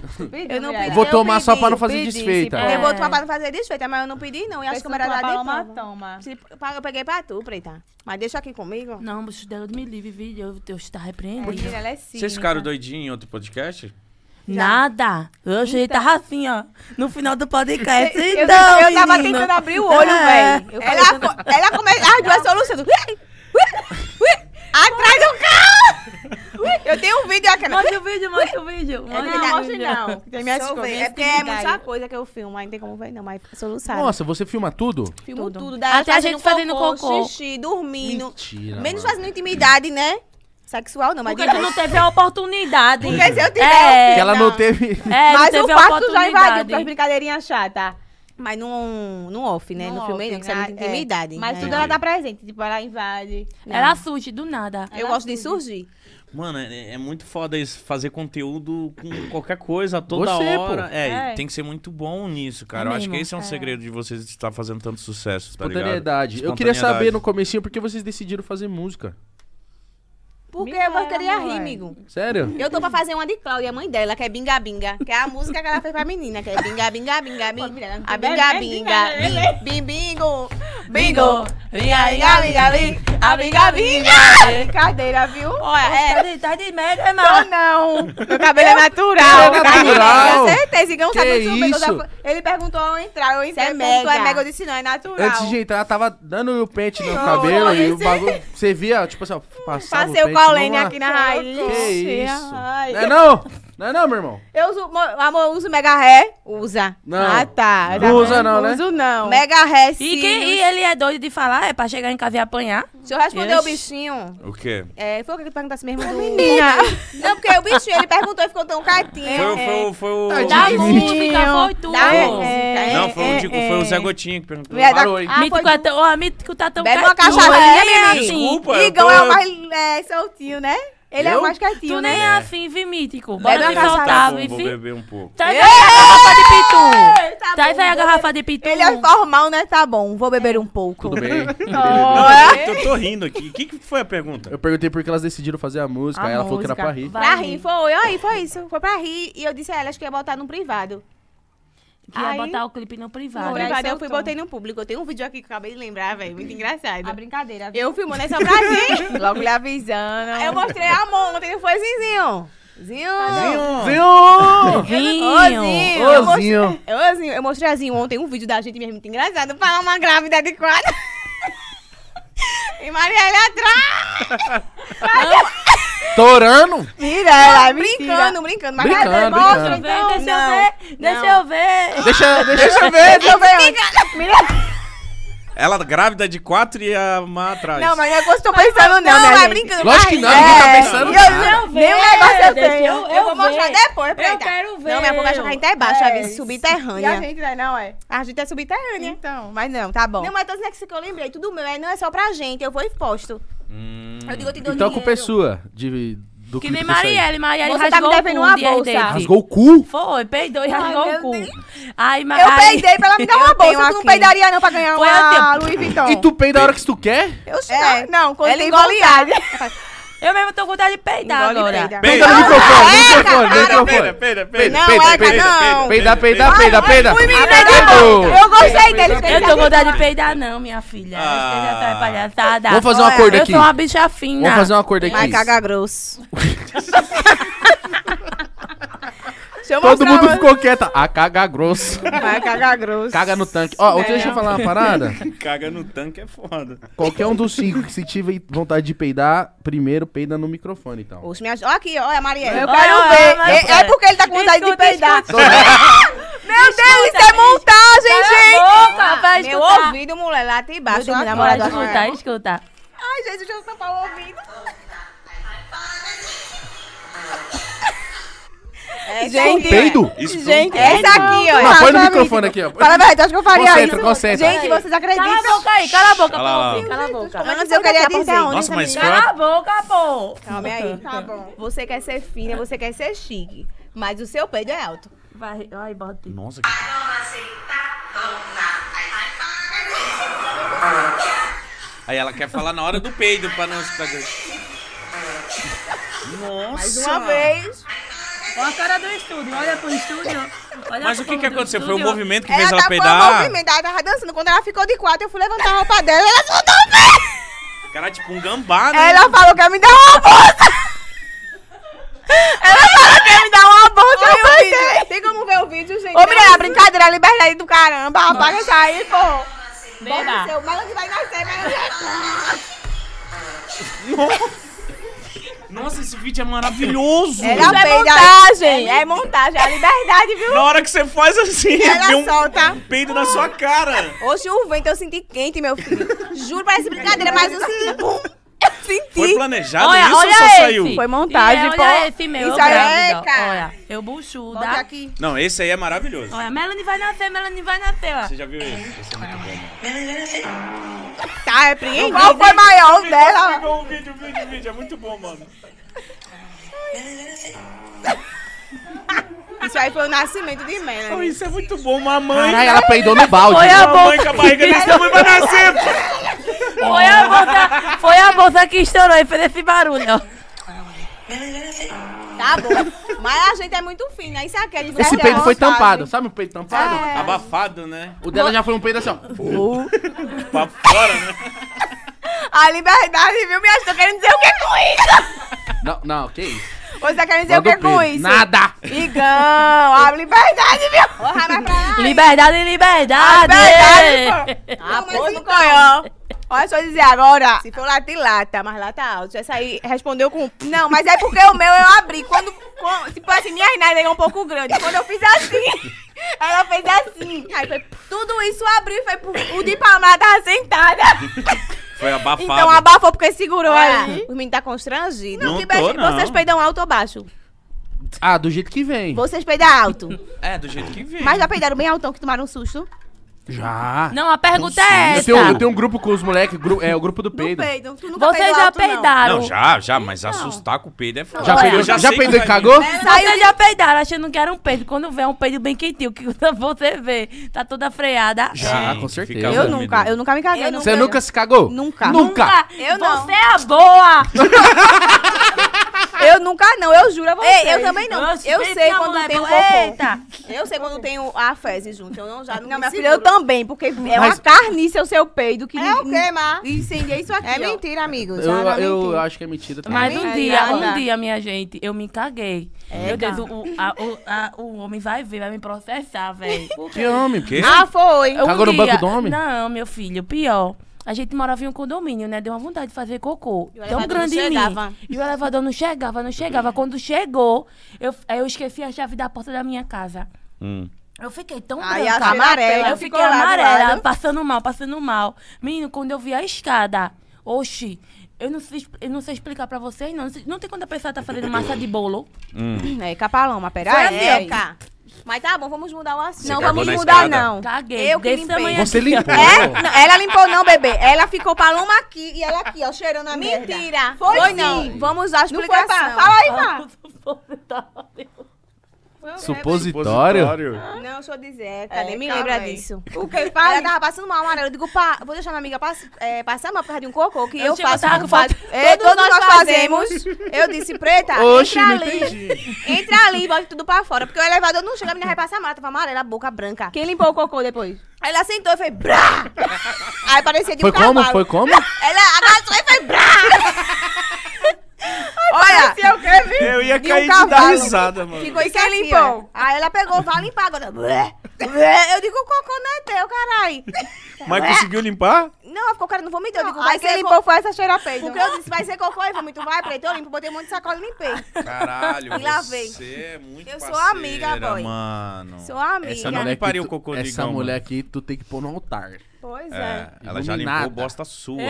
Speaker 4: Eu não pedi.
Speaker 1: Vou
Speaker 4: eu
Speaker 1: tomar
Speaker 4: pedi,
Speaker 1: só pra não fazer
Speaker 4: pedi,
Speaker 1: desfeita.
Speaker 4: Eu
Speaker 3: É.
Speaker 4: vou tomar pra não fazer desfeita, mas eu não pedi, não. E acho que o
Speaker 5: era
Speaker 4: marido
Speaker 5: da
Speaker 4: lá de
Speaker 5: Paloma,
Speaker 4: prova.
Speaker 5: toma.
Speaker 4: Se- pa- Eu peguei pra tu, preta. Mas deixa aqui comigo.
Speaker 3: Não, bicho, Deus me livre, vi, eu, Deus tá repreendendo.
Speaker 5: Menina, ela é cínica.
Speaker 2: Vocês ficaram doidinhos em outro podcast?
Speaker 3: Nada. Eu achei tava assim, ó, no final do
Speaker 4: É,
Speaker 3: podcast.
Speaker 5: Eu, eu,
Speaker 3: então,
Speaker 5: eu tava
Speaker 3: menino.
Speaker 5: tentando abrir o olho,
Speaker 3: É.
Speaker 5: velho. Eu falei,
Speaker 4: Ela, co- ela começa. As duas soluçando. Ui, ui, ui, Atrás do carro! Ui, Eu tenho um vídeo aqui.
Speaker 3: Mostra o vídeo, mostra o vídeo.
Speaker 4: É
Speaker 3: Mostra
Speaker 4: que
Speaker 3: o
Speaker 4: dá-
Speaker 3: vídeo.
Speaker 5: Tem minhas
Speaker 4: Deixa eu
Speaker 5: coisas,
Speaker 4: ver. É porque é muita coisa que eu filmo, aí não tem como ver, não. Mas soluçado.
Speaker 1: Nossa, você filma tudo?
Speaker 4: Filmo
Speaker 3: Tudo.
Speaker 4: tudo. daí
Speaker 3: Até a gente fazendo cocô.
Speaker 4: Xixi, dormindo.
Speaker 1: Mentira.
Speaker 4: Menos
Speaker 1: mano.
Speaker 4: fazendo intimidade, né? Sexual não, mas
Speaker 3: Porque
Speaker 4: de
Speaker 3: tu não teve a oportunidade.
Speaker 4: Porque se eu tiver,
Speaker 3: É,
Speaker 1: Que ela não
Speaker 4: não.
Speaker 1: teve.
Speaker 3: é,
Speaker 5: Mas
Speaker 3: não
Speaker 5: o
Speaker 3: teve a
Speaker 5: quarto já invadiu tá
Speaker 3: oportunidade.
Speaker 5: com as brincadeirinhas chatas.
Speaker 4: Mas num, num off, né? No,
Speaker 5: Não,
Speaker 4: filme,
Speaker 5: tem
Speaker 4: não, que isso é
Speaker 5: nada,
Speaker 4: muita
Speaker 5: é.
Speaker 4: intimidade.
Speaker 5: Mas
Speaker 4: né?
Speaker 5: tudo ela tá presente. Tipo, ela invade.
Speaker 3: Ela surge do nada.
Speaker 4: Eu gosto de surgir.
Speaker 2: Mano, é, é muito foda isso, fazer conteúdo com qualquer coisa a toda
Speaker 1: Você, pô.
Speaker 2: hora. É,
Speaker 5: É.
Speaker 2: tem que ser muito bom nisso, cara.
Speaker 3: É
Speaker 2: Eu acho que
Speaker 3: mesmo.
Speaker 2: esse é um segredo de vocês estar fazendo tanto sucesso, tá ligado?
Speaker 1: Espontaneidade. Eu queria saber no
Speaker 2: Espontaneidade.
Speaker 1: comecinho por que vocês decidiram fazer música.
Speaker 4: Porque
Speaker 5: Mica
Speaker 4: eu
Speaker 5: era,
Speaker 4: queria rir,
Speaker 5: mulher.
Speaker 4: amigo.
Speaker 1: Sério?
Speaker 4: Eu tô pra fazer uma de Cláudia, mãe dela, que é Binga Binga. Que é a música que ela fez pra menina, que é Binga Binga Binga Binga. A Binga é, Binga. né? Bim Bingo. Bingo. Binga Binga Binga Binga. A Binga Binga.
Speaker 5: Brincadeira, viu?
Speaker 4: Olha, é.
Speaker 3: de, tá de merda, irmão.
Speaker 5: Não, não. Meu cabelo é natural.
Speaker 1: Cabelo é
Speaker 5: Tá
Speaker 1: natural.
Speaker 5: Com certeza. Igão
Speaker 1: Que
Speaker 5: sabe muito bem. eu já
Speaker 1: isso?
Speaker 5: fa- Ele perguntou ao entrar. Eu entrei.
Speaker 4: Isso é
Speaker 5: ele perguntou,
Speaker 4: mega.
Speaker 5: é mega. Eu disse, não, é natural.
Speaker 1: Antes de entrar, tava dando o pente no
Speaker 5: Não,
Speaker 1: cabelo e o
Speaker 5: esse-
Speaker 1: bagulho. Você via, tipo assim, ó, passava
Speaker 5: Passei o
Speaker 1: pente, vamos
Speaker 5: colene
Speaker 1: lá.
Speaker 5: aqui na raiz.
Speaker 1: Que isso?
Speaker 5: Ai.
Speaker 1: Não é não? Não é não, meu irmão?
Speaker 5: Eu uso, mo- amor, eu uso mega ré.
Speaker 4: Usa.
Speaker 1: Não.
Speaker 5: Ah, tá.
Speaker 1: Não usa não, né?
Speaker 5: uso não.
Speaker 4: Mega ré,
Speaker 3: E, quem, e ele é doido de falar, é pra chegar em casa e apanhar.
Speaker 4: Deixa eu responder
Speaker 3: Ixi.
Speaker 4: o bichinho.
Speaker 2: O quê?
Speaker 4: É, foi o que ele perguntasse mesmo do...
Speaker 5: Minha.
Speaker 4: Não, porque o bichinho, ele perguntou e ficou tão quietinho.
Speaker 2: Foi, o- foi, o- foi o.
Speaker 1: Tadinho.
Speaker 3: Dá
Speaker 1: Sim.
Speaker 3: música, foi tudo.
Speaker 4: Dá
Speaker 5: É,
Speaker 4: música.
Speaker 5: é,
Speaker 2: Não, foi,
Speaker 5: é,
Speaker 2: o, Digo- foi
Speaker 5: é.
Speaker 2: o Zé Gotinha que perguntou.
Speaker 5: É, da-
Speaker 1: Parou, hein?
Speaker 5: Ah,
Speaker 3: Mítico,
Speaker 5: foi-
Speaker 3: é tão- ó, Mítico tá tão
Speaker 4: Bebe uma
Speaker 3: quietinho,
Speaker 4: cachaçinha,
Speaker 3: ele é
Speaker 4: menino.
Speaker 3: assim.
Speaker 2: Ah, Desculpa, eu
Speaker 5: Igão
Speaker 4: Então
Speaker 2: tô-
Speaker 5: é o mais é, soltinho, né? Ele é
Speaker 2: Eu?
Speaker 5: o mais quietinho,
Speaker 3: Tu
Speaker 5: né?
Speaker 3: nem é afim, vi, Mítico.
Speaker 5: Bebe
Speaker 3: Bora
Speaker 5: uma
Speaker 3: te
Speaker 5: cachaça.
Speaker 2: Tá
Speaker 3: soltar,
Speaker 2: bom, vou
Speaker 3: vi.
Speaker 2: beber um pouco.
Speaker 3: Traz aí a garrafa de pitu.
Speaker 5: Tá
Speaker 3: Traz
Speaker 5: bom,
Speaker 3: aí a
Speaker 5: vou
Speaker 3: garrafa de pitu.
Speaker 5: beber- Ele é formal, né? Tá bom, vou beber um pouco.
Speaker 1: Tudo bem.
Speaker 2: Não,
Speaker 5: Não,
Speaker 2: eu tô, eu tô rindo aqui. O que, que foi a pergunta?
Speaker 1: Eu perguntei por que elas decidiram fazer a música.
Speaker 5: A
Speaker 1: aí ela falou que era pra
Speaker 5: música.
Speaker 1: rir.
Speaker 4: Pra rir, foi. Aí, foi isso. Foi pra rir. E eu disse a ela, acho que ia botar no privado.
Speaker 3: Que ia
Speaker 4: Aí-
Speaker 3: botar o clipe no
Speaker 4: No
Speaker 3: privado.
Speaker 4: privado, eu fui e
Speaker 5: soltou.
Speaker 4: botei no público. Eu tenho um vídeo aqui que eu acabei de lembrar, velho. Muito engraçado.
Speaker 1: É
Speaker 5: A brincadeira.
Speaker 4: Eu filmando essa pra rir.
Speaker 5: Logo lhe avisando.
Speaker 4: Aí eu mostrei a mão ontem, foi
Speaker 5: Tá
Speaker 4: Zinzinho. Zinho.
Speaker 1: Zinho!
Speaker 3: Vinho.
Speaker 4: Eu
Speaker 1: Ô, Zinho.
Speaker 4: mostrei- Ô, Zinho. Eu mostrei a Zinho ontem um vídeo da gente mesmo muito engraçado. Falar uma grávida de quatro. E Marielle atrás.
Speaker 1: Torano?
Speaker 5: Mentira, ela é
Speaker 4: Brincando, brincando. Mas
Speaker 1: Brincando,
Speaker 4: cadê?
Speaker 1: brincando.
Speaker 4: Mostra,
Speaker 3: Vem,
Speaker 4: então.
Speaker 3: deixa
Speaker 4: Não.
Speaker 3: eu ver. Deixa eu
Speaker 1: Deixa,
Speaker 3: ver.
Speaker 1: deixa eu ver.
Speaker 5: Deixa eu ver antes.
Speaker 2: Ela grávida de quatro e a Má atrás.
Speaker 5: Não, mas não é que eu estou pensando, não,
Speaker 4: Não,
Speaker 5: né,
Speaker 4: vai
Speaker 5: gente?
Speaker 4: brincando.
Speaker 1: Lógico que não,
Speaker 4: É,
Speaker 1: ninguém tá pensando.
Speaker 5: e eu-
Speaker 1: nada.
Speaker 3: Deixa É, eu ver.
Speaker 5: Nem o negócio eu
Speaker 3: Deixa
Speaker 5: tenho.
Speaker 4: Eu vou mostrar
Speaker 3: ver.
Speaker 4: depois,
Speaker 3: Eu
Speaker 4: peraí, tá?
Speaker 3: quero ver.
Speaker 4: Não, minha boca vai chocar até baixo,
Speaker 5: É,
Speaker 4: vai vir
Speaker 5: isso.
Speaker 4: subterrânea.
Speaker 5: E a gente, né, não é?
Speaker 4: A gente é subterrânea.
Speaker 5: Então, mas não, tá bom.
Speaker 4: Não, mas tô dizendo que isso que eu lembrei, tudo meu, é, não é só pra gente, eu vou e posto.
Speaker 2: Hum,
Speaker 4: Eu digo, eu te dou
Speaker 1: Então a
Speaker 4: dinheiro.
Speaker 1: culpa é sua. De, do
Speaker 3: Que
Speaker 1: clipe
Speaker 3: nem
Speaker 1: desse aí.
Speaker 3: Marielle. Marielle
Speaker 4: Você tá me
Speaker 3: rasgou
Speaker 4: devendo
Speaker 3: o cu
Speaker 4: uma
Speaker 3: um dia
Speaker 4: bolsa.
Speaker 3: desse.
Speaker 1: Rasgou o cu?
Speaker 3: Foi, peidou e rasgou
Speaker 5: meu
Speaker 3: o cu.
Speaker 5: Deus.
Speaker 3: Ai, mas...
Speaker 5: Eu peidei pra ela me dar uma
Speaker 4: Eu
Speaker 5: bolsa,
Speaker 4: tenho
Speaker 5: tu não
Speaker 4: aqui.
Speaker 5: peidaria não pra ganhar
Speaker 3: Foi
Speaker 5: uma
Speaker 3: eu
Speaker 5: Louis Ah, Vuitton.
Speaker 1: E tu peida a hora que tu quer?
Speaker 5: Eu é, não, quando
Speaker 4: Ela
Speaker 5: tem
Speaker 4: engole
Speaker 5: vontade.
Speaker 3: Eu mesmo tô com vontade de peidar
Speaker 5: Engole
Speaker 3: agora.
Speaker 5: peida.
Speaker 1: Peida no microfone, no microfone, no
Speaker 2: Pera,
Speaker 1: microfone.
Speaker 2: pera, pera.
Speaker 5: Não,
Speaker 1: peida,
Speaker 5: é,
Speaker 1: peida,
Speaker 5: não.
Speaker 1: Peida, peida, peida, peida. Peidou.
Speaker 5: Eu gostei dele. porque
Speaker 3: Eu
Speaker 5: ele
Speaker 3: não tô com vontade de é peidar não, minha filha. Acho que já tá palhaçada.
Speaker 1: Vamos fazer um acordo aqui.
Speaker 3: Eu sou uma bicha fina.
Speaker 1: Vamos fazer um acordo
Speaker 4: Vai
Speaker 1: aqui.
Speaker 4: cagar grosso.
Speaker 5: Deixa eu
Speaker 1: Todo
Speaker 5: mostrar
Speaker 1: mundo
Speaker 5: uma-
Speaker 1: ficou quieta. Ah, caga grosso.
Speaker 5: Vai cagar grosso.
Speaker 1: Caga no tanque. Ó, deixa eu falar uma parada.
Speaker 2: Caga no tanque é foda.
Speaker 1: Qualquer um dos cinco que se tiver vontade de peidar, primeiro peida no microfone, então.
Speaker 4: Oxe, me ajuda. Ó aqui, ó, é a
Speaker 5: Eu
Speaker 4: Marielle.
Speaker 5: quero
Speaker 3: Ah,
Speaker 5: ver.
Speaker 3: mas-
Speaker 5: É, é porque ele tá com vontade de
Speaker 3: Escuta,
Speaker 5: peidar.
Speaker 3: escuta.
Speaker 5: Meu Deus, isso é montagem, gente.
Speaker 3: Cala a boca, vai
Speaker 4: Meu
Speaker 3: escutar.
Speaker 4: ouvido, mulher, lá tem
Speaker 5: Meu Deus,
Speaker 4: embaixo. Meu
Speaker 5: meu
Speaker 4: namorado
Speaker 3: Vai escutar, escuta.
Speaker 4: Ai, gente, o João tá falando ouvido. É,
Speaker 5: Gente,
Speaker 1: Peido?
Speaker 2: Isso
Speaker 5: gente, é
Speaker 2: foi
Speaker 5: essa aqui, ó.
Speaker 1: Não, põe no
Speaker 5: Essa
Speaker 1: microfone
Speaker 5: mítica.
Speaker 1: aqui, ó.
Speaker 4: tá
Speaker 5: Fala a verdade, eu acho que eu faria
Speaker 1: Concentra,
Speaker 5: isso.
Speaker 1: concentra.
Speaker 5: Gente, vocês
Speaker 3: Cala a
Speaker 5: acreditam?
Speaker 3: boca aí, cala a boca,
Speaker 2: Olha lá,
Speaker 3: pô.
Speaker 2: olha
Speaker 3: Cala a boca.
Speaker 4: Mas antes eu queria dizer.
Speaker 2: um- Nossa, mas foi
Speaker 3: Cala
Speaker 2: uma...
Speaker 3: a boca, pô.
Speaker 4: Calma aí. Tá bom. Você quer ser fina, você quer ser chique. Mas o seu peido é alto.
Speaker 3: Vai, ai, bota.
Speaker 2: Nossa, que... Aí ela quer falar na hora do peido pra não escutar. Nossa!
Speaker 5: Mais uma vez.
Speaker 3: Olha a cara do estúdio, olha pro estúdio. Olha
Speaker 2: Mas o
Speaker 3: pro
Speaker 2: que que
Speaker 3: povo do
Speaker 2: aconteceu? Foi o
Speaker 3: estúdio.
Speaker 2: movimento que
Speaker 4: Ela
Speaker 2: fez ela
Speaker 4: tá foi um
Speaker 2: peidar?
Speaker 4: movimento, ela tava dançando. Quando ela ficou de quatro, eu fui levantar a roupa dela, ela soltou o pé.
Speaker 2: Cara, tipo um gambá, né?
Speaker 5: Ela falou que ia me dar uma bolsa. Ela falou que ia me dar uma bolsa.
Speaker 4: Olha
Speaker 5: Eu
Speaker 4: o
Speaker 5: peidei.
Speaker 4: vídeo. Tem como ver o vídeo, gente?
Speaker 5: Ô, mulher, a brincadeira, a liberdade do caramba. Apaga isso aí, pô.
Speaker 3: Beba.
Speaker 4: O malandro vai nascer, mas
Speaker 2: Nossa, esse vídeo é maravilhoso!
Speaker 5: Ela
Speaker 4: é
Speaker 5: peida.
Speaker 4: montagem,
Speaker 5: É montagem, é a liberdade, viu?
Speaker 2: Na hora que você faz assim,
Speaker 4: Ela
Speaker 2: vem um
Speaker 4: solta.
Speaker 2: peido na sua cara!
Speaker 4: Hoje o vento eu senti quente, meu filho. Juro, parece brincadeira, mas eu senti. Bum, eu
Speaker 2: Foi
Speaker 4: senti.
Speaker 2: planejado
Speaker 3: olha,
Speaker 2: isso
Speaker 3: olha
Speaker 2: ou só
Speaker 3: esse.
Speaker 2: saiu?
Speaker 5: Foi montagem,
Speaker 3: E é,
Speaker 5: pô.
Speaker 3: Olha esse meu,
Speaker 5: Isso
Speaker 3: eu
Speaker 5: aí,
Speaker 3: grávida.
Speaker 4: cara.
Speaker 3: Olha, eu buchuda.
Speaker 4: Olha aqui.
Speaker 2: Não, esse aí é maravilhoso.
Speaker 3: Olha, Melanie vai nascer, Melanie vai nascer, ó.
Speaker 2: Você já viu esse? Esse é muito bom. mano.
Speaker 4: Tá, é preenchido.
Speaker 5: Qual foi maior o dela?
Speaker 2: Ficou um vídeo, vídeo, vídeo. É muito bom, mano.
Speaker 4: Isso aí foi o nascimento de Melanie.
Speaker 2: Não, isso é muito bom. Uma mãe...
Speaker 1: Caralho, ela peidou no balde.
Speaker 3: Foi a
Speaker 2: uma mãe
Speaker 3: bolsa.
Speaker 2: com a barriga desse tamanho vai nascer!
Speaker 3: Foi a bolsa, foi a bolsa que estourou e fez esse barulho, ó.
Speaker 4: Tá bom. Mas a gente é muito fina. Isso aqui é de
Speaker 1: Esse
Speaker 4: verdade, é
Speaker 1: peido foi
Speaker 4: montagem.
Speaker 1: tampado. Sabe o peido tampado?
Speaker 2: É. Abafado, né?
Speaker 1: O dela já foi um peido assim, ó.
Speaker 2: Pra fora, né?
Speaker 5: A liberdade, viu, minha? Tô querendo dizer o que com isso?
Speaker 1: Não, não, que isso?
Speaker 5: Você tá querendo dizer o que
Speaker 1: Manda o
Speaker 5: com
Speaker 1: peido.
Speaker 5: isso?
Speaker 1: Nada!
Speaker 5: Igão, a liberdade, viu?
Speaker 4: Porra, vai pra lá.
Speaker 3: Liberdade, liberdade.
Speaker 5: Liberdade, pô.
Speaker 4: Ah,
Speaker 5: Pô,
Speaker 4: pois
Speaker 5: do
Speaker 4: então.
Speaker 5: coió. Olha só dizer agora.
Speaker 4: Se for lata e lata, mas lata alto. Essa aí respondeu com.
Speaker 5: Não, mas é porque o meu eu abri. Quando, quando tipo assim, minha nada é um pouco grande. Quando eu fiz assim, ela fez assim. Aí foi, tudo isso eu abri, foi pro, o de palmada tava sentada.
Speaker 2: Foi abafado.
Speaker 5: Então abafou porque segurou
Speaker 4: Olha,
Speaker 5: ali.
Speaker 4: o menino tá constrangido.
Speaker 2: Não
Speaker 5: que
Speaker 2: tô,
Speaker 5: beijo,
Speaker 2: não.
Speaker 5: vocês peidam alto ou baixo?
Speaker 1: Ah, do jeito que vem.
Speaker 5: Vocês peidam alto.
Speaker 2: É, do jeito que vem.
Speaker 5: Mas já peidaram bem altão que tomaram um susto?
Speaker 1: Já.
Speaker 3: Não, a pergunta
Speaker 1: Eu
Speaker 3: é essa.
Speaker 1: tenho, eu tenho um grupo com os moleques, gru- é o grupo do
Speaker 5: Do
Speaker 1: peido.
Speaker 5: peido. Tu nunca peidou
Speaker 3: Vocês já
Speaker 5: tá alto, não.
Speaker 3: peidaram.
Speaker 2: Não, já, já, mas assustar com o peido é foda.
Speaker 1: Já
Speaker 2: Eu
Speaker 1: peidou, já,
Speaker 2: sei é que
Speaker 1: peidou e
Speaker 2: vai
Speaker 1: cagou?
Speaker 5: Né?
Speaker 3: Vocês já peidaram achando que era um peido. Quando vê é um peido bem quentinho, que você vê, tá toda freada.
Speaker 1: Já,
Speaker 2: Sim,
Speaker 1: com
Speaker 2: que
Speaker 1: certeza.
Speaker 2: fica
Speaker 5: Eu
Speaker 2: úmido.
Speaker 5: nunca, eu nunca me caguei.
Speaker 3: Eu
Speaker 5: não.
Speaker 1: Você nunca se cagou?
Speaker 5: Nunca.
Speaker 1: Nunca.
Speaker 5: Eu não.
Speaker 3: Você é boa!
Speaker 5: Eu nunca não, eu juro a vocês.
Speaker 4: Ei, É, eu também não.
Speaker 3: Nossa,
Speaker 4: eu
Speaker 3: eita,
Speaker 4: sei quando
Speaker 3: mulher,
Speaker 4: tem um o
Speaker 3: eita.
Speaker 4: cocô. é Eu sei quando tem o- a fezes junto. Eu não já não,
Speaker 5: Não,
Speaker 4: me
Speaker 5: minha filha, eu
Speaker 4: seguro.
Speaker 5: também, porque é
Speaker 1: Mas-
Speaker 5: uma carniça o seu peido que
Speaker 4: É o quê, Má?
Speaker 5: incendia isso aqui.
Speaker 4: É
Speaker 5: ó.
Speaker 4: mentira, amigos.
Speaker 1: Eu,
Speaker 4: Ah, não,
Speaker 1: eu
Speaker 4: mentira.
Speaker 1: acho que é mentira também.
Speaker 3: Mas um
Speaker 5: Não
Speaker 3: dia,
Speaker 5: é nada.
Speaker 3: um dia, minha gente, eu me caguei. Meu Deus, o, o, a- o, a- o homem vai ver, vai me processar, velho.
Speaker 1: Que homem,
Speaker 2: Quê?
Speaker 4: Ah, foi.
Speaker 3: Um
Speaker 1: Cagou no
Speaker 3: dia-
Speaker 1: banco do homem?
Speaker 3: Não, meu filho, pior. A gente morava em um condomínio, né? Deu uma vontade de fazer cocô.
Speaker 4: E o elevador
Speaker 3: Tão
Speaker 4: não
Speaker 3: grande em mim.
Speaker 4: chegava.
Speaker 3: E o elevador não chegava, não chegava. Quando chegou, eu, aí eu esqueci a chave da porta da minha casa.
Speaker 2: Hum.
Speaker 3: Eu fiquei tão
Speaker 4: Aí
Speaker 3: branca.
Speaker 4: a amarela
Speaker 3: Eu
Speaker 4: ficou
Speaker 3: fiquei
Speaker 4: lá do
Speaker 3: amarela,
Speaker 4: lado.
Speaker 3: passando mal, passando mal. Menino, quando eu vi a escada, oxi, eu não sei, expl- eu não sei explicar pra vocês, não. Não tem quando a pessoa tá fazendo massa de bolo.
Speaker 5: É, capaloma, pera
Speaker 4: Foi a
Speaker 5: aí.
Speaker 4: minha, tá. Mas tá bom, vamos mudar o assunto.
Speaker 5: Não
Speaker 2: cagou
Speaker 5: vamos
Speaker 2: na
Speaker 5: mudar,
Speaker 2: escada?
Speaker 5: não.
Speaker 3: Caguei.
Speaker 5: Eu que
Speaker 3: desse
Speaker 5: limpei.
Speaker 3: tamanho assim,
Speaker 1: Você
Speaker 3: aqui,
Speaker 1: limpou?
Speaker 3: ó.
Speaker 5: É, não, ela limpou não, bebê. Ela ficou paloma aqui.
Speaker 4: E ela aqui, ó, cheirando a merda.
Speaker 5: Mentira.
Speaker 4: Foi,
Speaker 5: Foi
Speaker 4: não.
Speaker 5: não. Vamos usar a
Speaker 4: Não foi,
Speaker 5: explicação.
Speaker 4: Pá.
Speaker 5: Fala aí, Pá.
Speaker 1: Supositório?
Speaker 4: Não, deixa eu dizer.
Speaker 5: É,
Speaker 4: Cadê? me
Speaker 5: calma
Speaker 4: lembra
Speaker 5: aí.
Speaker 4: disso.
Speaker 5: O que
Speaker 4: Ela
Speaker 5: faz?
Speaker 4: tava passando mal amarela. Eu digo, pá, vou deixar minha amiga pass- é, passar mal por causa de um cocô que eu,
Speaker 3: Eu chego,
Speaker 4: faço.
Speaker 3: tava
Speaker 4: tu
Speaker 3: com
Speaker 4: faz-
Speaker 5: É, todos nós fazemos.
Speaker 4: Eu disse, preta,
Speaker 1: Oxi,
Speaker 4: entra
Speaker 1: não
Speaker 4: ali.
Speaker 1: entendi.
Speaker 4: Entra ali e bota tudo pra fora. Porque o elevador não chega, a menina vai passar mal. Tava amarela, boca branca.
Speaker 5: Quem limpou o cocô depois?
Speaker 4: Aí ela sentou e fez brá! Aí parecia de um
Speaker 1: Foi como?
Speaker 4: cavalo.
Speaker 1: Foi como?
Speaker 4: Ela agachou e fez brá!
Speaker 5: Olha,
Speaker 2: Eu ia
Speaker 5: De um
Speaker 2: cair de dar
Speaker 5: cavalo.
Speaker 2: risada, mano.
Speaker 5: ficou isso
Speaker 4: Quem
Speaker 5: aqui,
Speaker 4: limpou?
Speaker 5: ó.
Speaker 4: Aí ela pegou, vai limpar agora. Blé, blé. Eu digo, o cocô não é teu, caralho.
Speaker 2: Mas conseguiu limpar?
Speaker 4: Não, ela ficou querendo vomitar. Eu digo, vai
Speaker 5: Aí quem
Speaker 4: ser
Speaker 5: limpou
Speaker 4: cocô.
Speaker 5: foi essa cheira peido.
Speaker 4: Porque eu disse, vai ser cocô e vômito. Vai, preto, eu limpo. Botei um monte de sacola e limpei.
Speaker 2: Caralho,
Speaker 4: E lá vem.
Speaker 2: é muito
Speaker 4: Eu sou amiga,
Speaker 2: parceira,
Speaker 4: boy.
Speaker 2: mano.
Speaker 4: Sou amiga.
Speaker 2: Essa não
Speaker 1: aqui
Speaker 2: limparia o
Speaker 1: tu-
Speaker 2: cocô de
Speaker 1: Essa
Speaker 2: Igão,
Speaker 1: mulher
Speaker 2: mano.
Speaker 1: aqui, tu tem que pôr no altar.
Speaker 4: Pois é.
Speaker 2: É, ela já limpou
Speaker 1: Iluminada.
Speaker 2: bosta sua.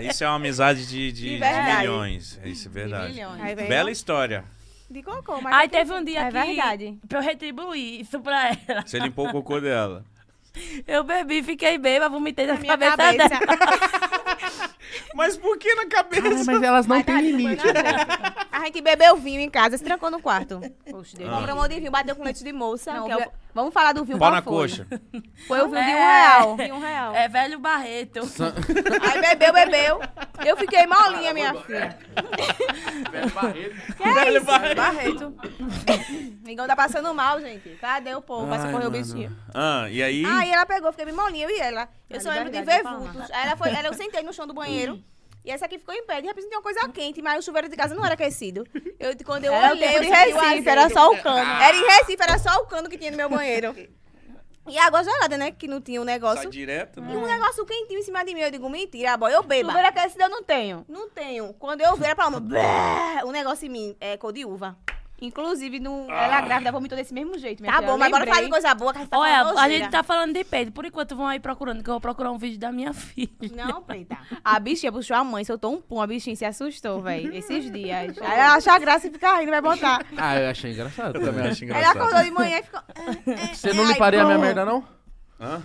Speaker 2: Isso é uma amizade de, de- de
Speaker 4: verdade.
Speaker 2: milhões. Isso é verdade.
Speaker 4: Aí vem
Speaker 2: Bela história.
Speaker 4: de cocô, mas...
Speaker 3: Aí teve um dia
Speaker 5: É
Speaker 3: que,
Speaker 5: verdade.
Speaker 3: pra eu retribuir isso pra ela,
Speaker 2: Você limpou o cocô dela.
Speaker 3: eu bebi, fiquei bêbada, vomitei na
Speaker 4: minha
Speaker 3: cabeça,
Speaker 4: cabeça.
Speaker 3: dela.
Speaker 2: Mas por que na
Speaker 1: Ah,
Speaker 2: cabeça?
Speaker 1: mas elas não têm limite.
Speaker 4: A gente bebeu vinho em casa, se trancou no quarto.
Speaker 2: Ah.
Speaker 5: Poxa, Deus.
Speaker 4: Comprou um monte de vinho, bateu com leite de moça.
Speaker 5: Não,
Speaker 4: que é o-
Speaker 5: vi- Vamos falar do vinho
Speaker 2: Pau
Speaker 5: qual
Speaker 2: na
Speaker 5: foi?
Speaker 2: coxa.
Speaker 5: Foi o vinho de um
Speaker 3: É.
Speaker 5: real.
Speaker 4: De um real.
Speaker 3: É velho Barreto.
Speaker 4: Aí bebeu, bebeu. Eu fiquei molinha, minha filha. Que é isso? Barreto. Mingão tá passando mal, gente. Cadê o povo? Vai
Speaker 1: Ai,
Speaker 4: socorrer o
Speaker 1: mano.
Speaker 4: bichinho.
Speaker 2: Ah, e aí?
Speaker 4: Aí ela pegou, fiquei bem molinha, eu e ela. Eu só lembro de ver
Speaker 5: Liberdade de
Speaker 4: vultos. Aí ela foi, ela, eu sentei no chão do banheiro. E essa aqui ficou em pé. De repente tinha uma coisa quente, mas o chuveiro de casa não era aquecido. Eu, quando eu
Speaker 5: Era o
Speaker 4: olhei,
Speaker 5: tempo
Speaker 4: eu
Speaker 5: de
Speaker 4: senti o
Speaker 5: Recife,
Speaker 4: azedo.
Speaker 5: era só o cano.
Speaker 4: Era em Recife, era só o cano que tinha no meu banheiro. E a água gelada, né? Que não tinha o
Speaker 2: Sai
Speaker 4: negócio.
Speaker 2: direto? né?
Speaker 4: E um negócio quentinho em cima de mim. Eu digo, mentira, boy, eu bebo.
Speaker 5: Chuveiro aquecido eu não tenho.
Speaker 4: Não tenho. Quando eu vi, era pra uma. O negócio em mim é cor de uva.
Speaker 5: Inclusive, no... ela grávida vomitou desse mesmo jeito, minha
Speaker 4: Tá
Speaker 5: filha.
Speaker 4: bom,
Speaker 5: Eu
Speaker 4: mas agora
Speaker 5: lembrei.
Speaker 4: fala de coisa boa, que a gente tá
Speaker 3: Olha,
Speaker 4: falando
Speaker 3: a
Speaker 4: nojeira.
Speaker 3: gente tá falando de peido. Por enquanto vão aí procurando, que eu vou procurar um vídeo da minha filha.
Speaker 4: Não, preta.
Speaker 5: A bichinha puxou a mãe, soltou um pum, a bichinha se assustou, velho, esses dias. Aí ela acha graça e fica rindo, vai botar.
Speaker 1: Ah, eu achei engraçado. também.
Speaker 2: acho
Speaker 4: Ela acordou de manhã e ficou. "É,
Speaker 1: Você não limparia a minha merda, não?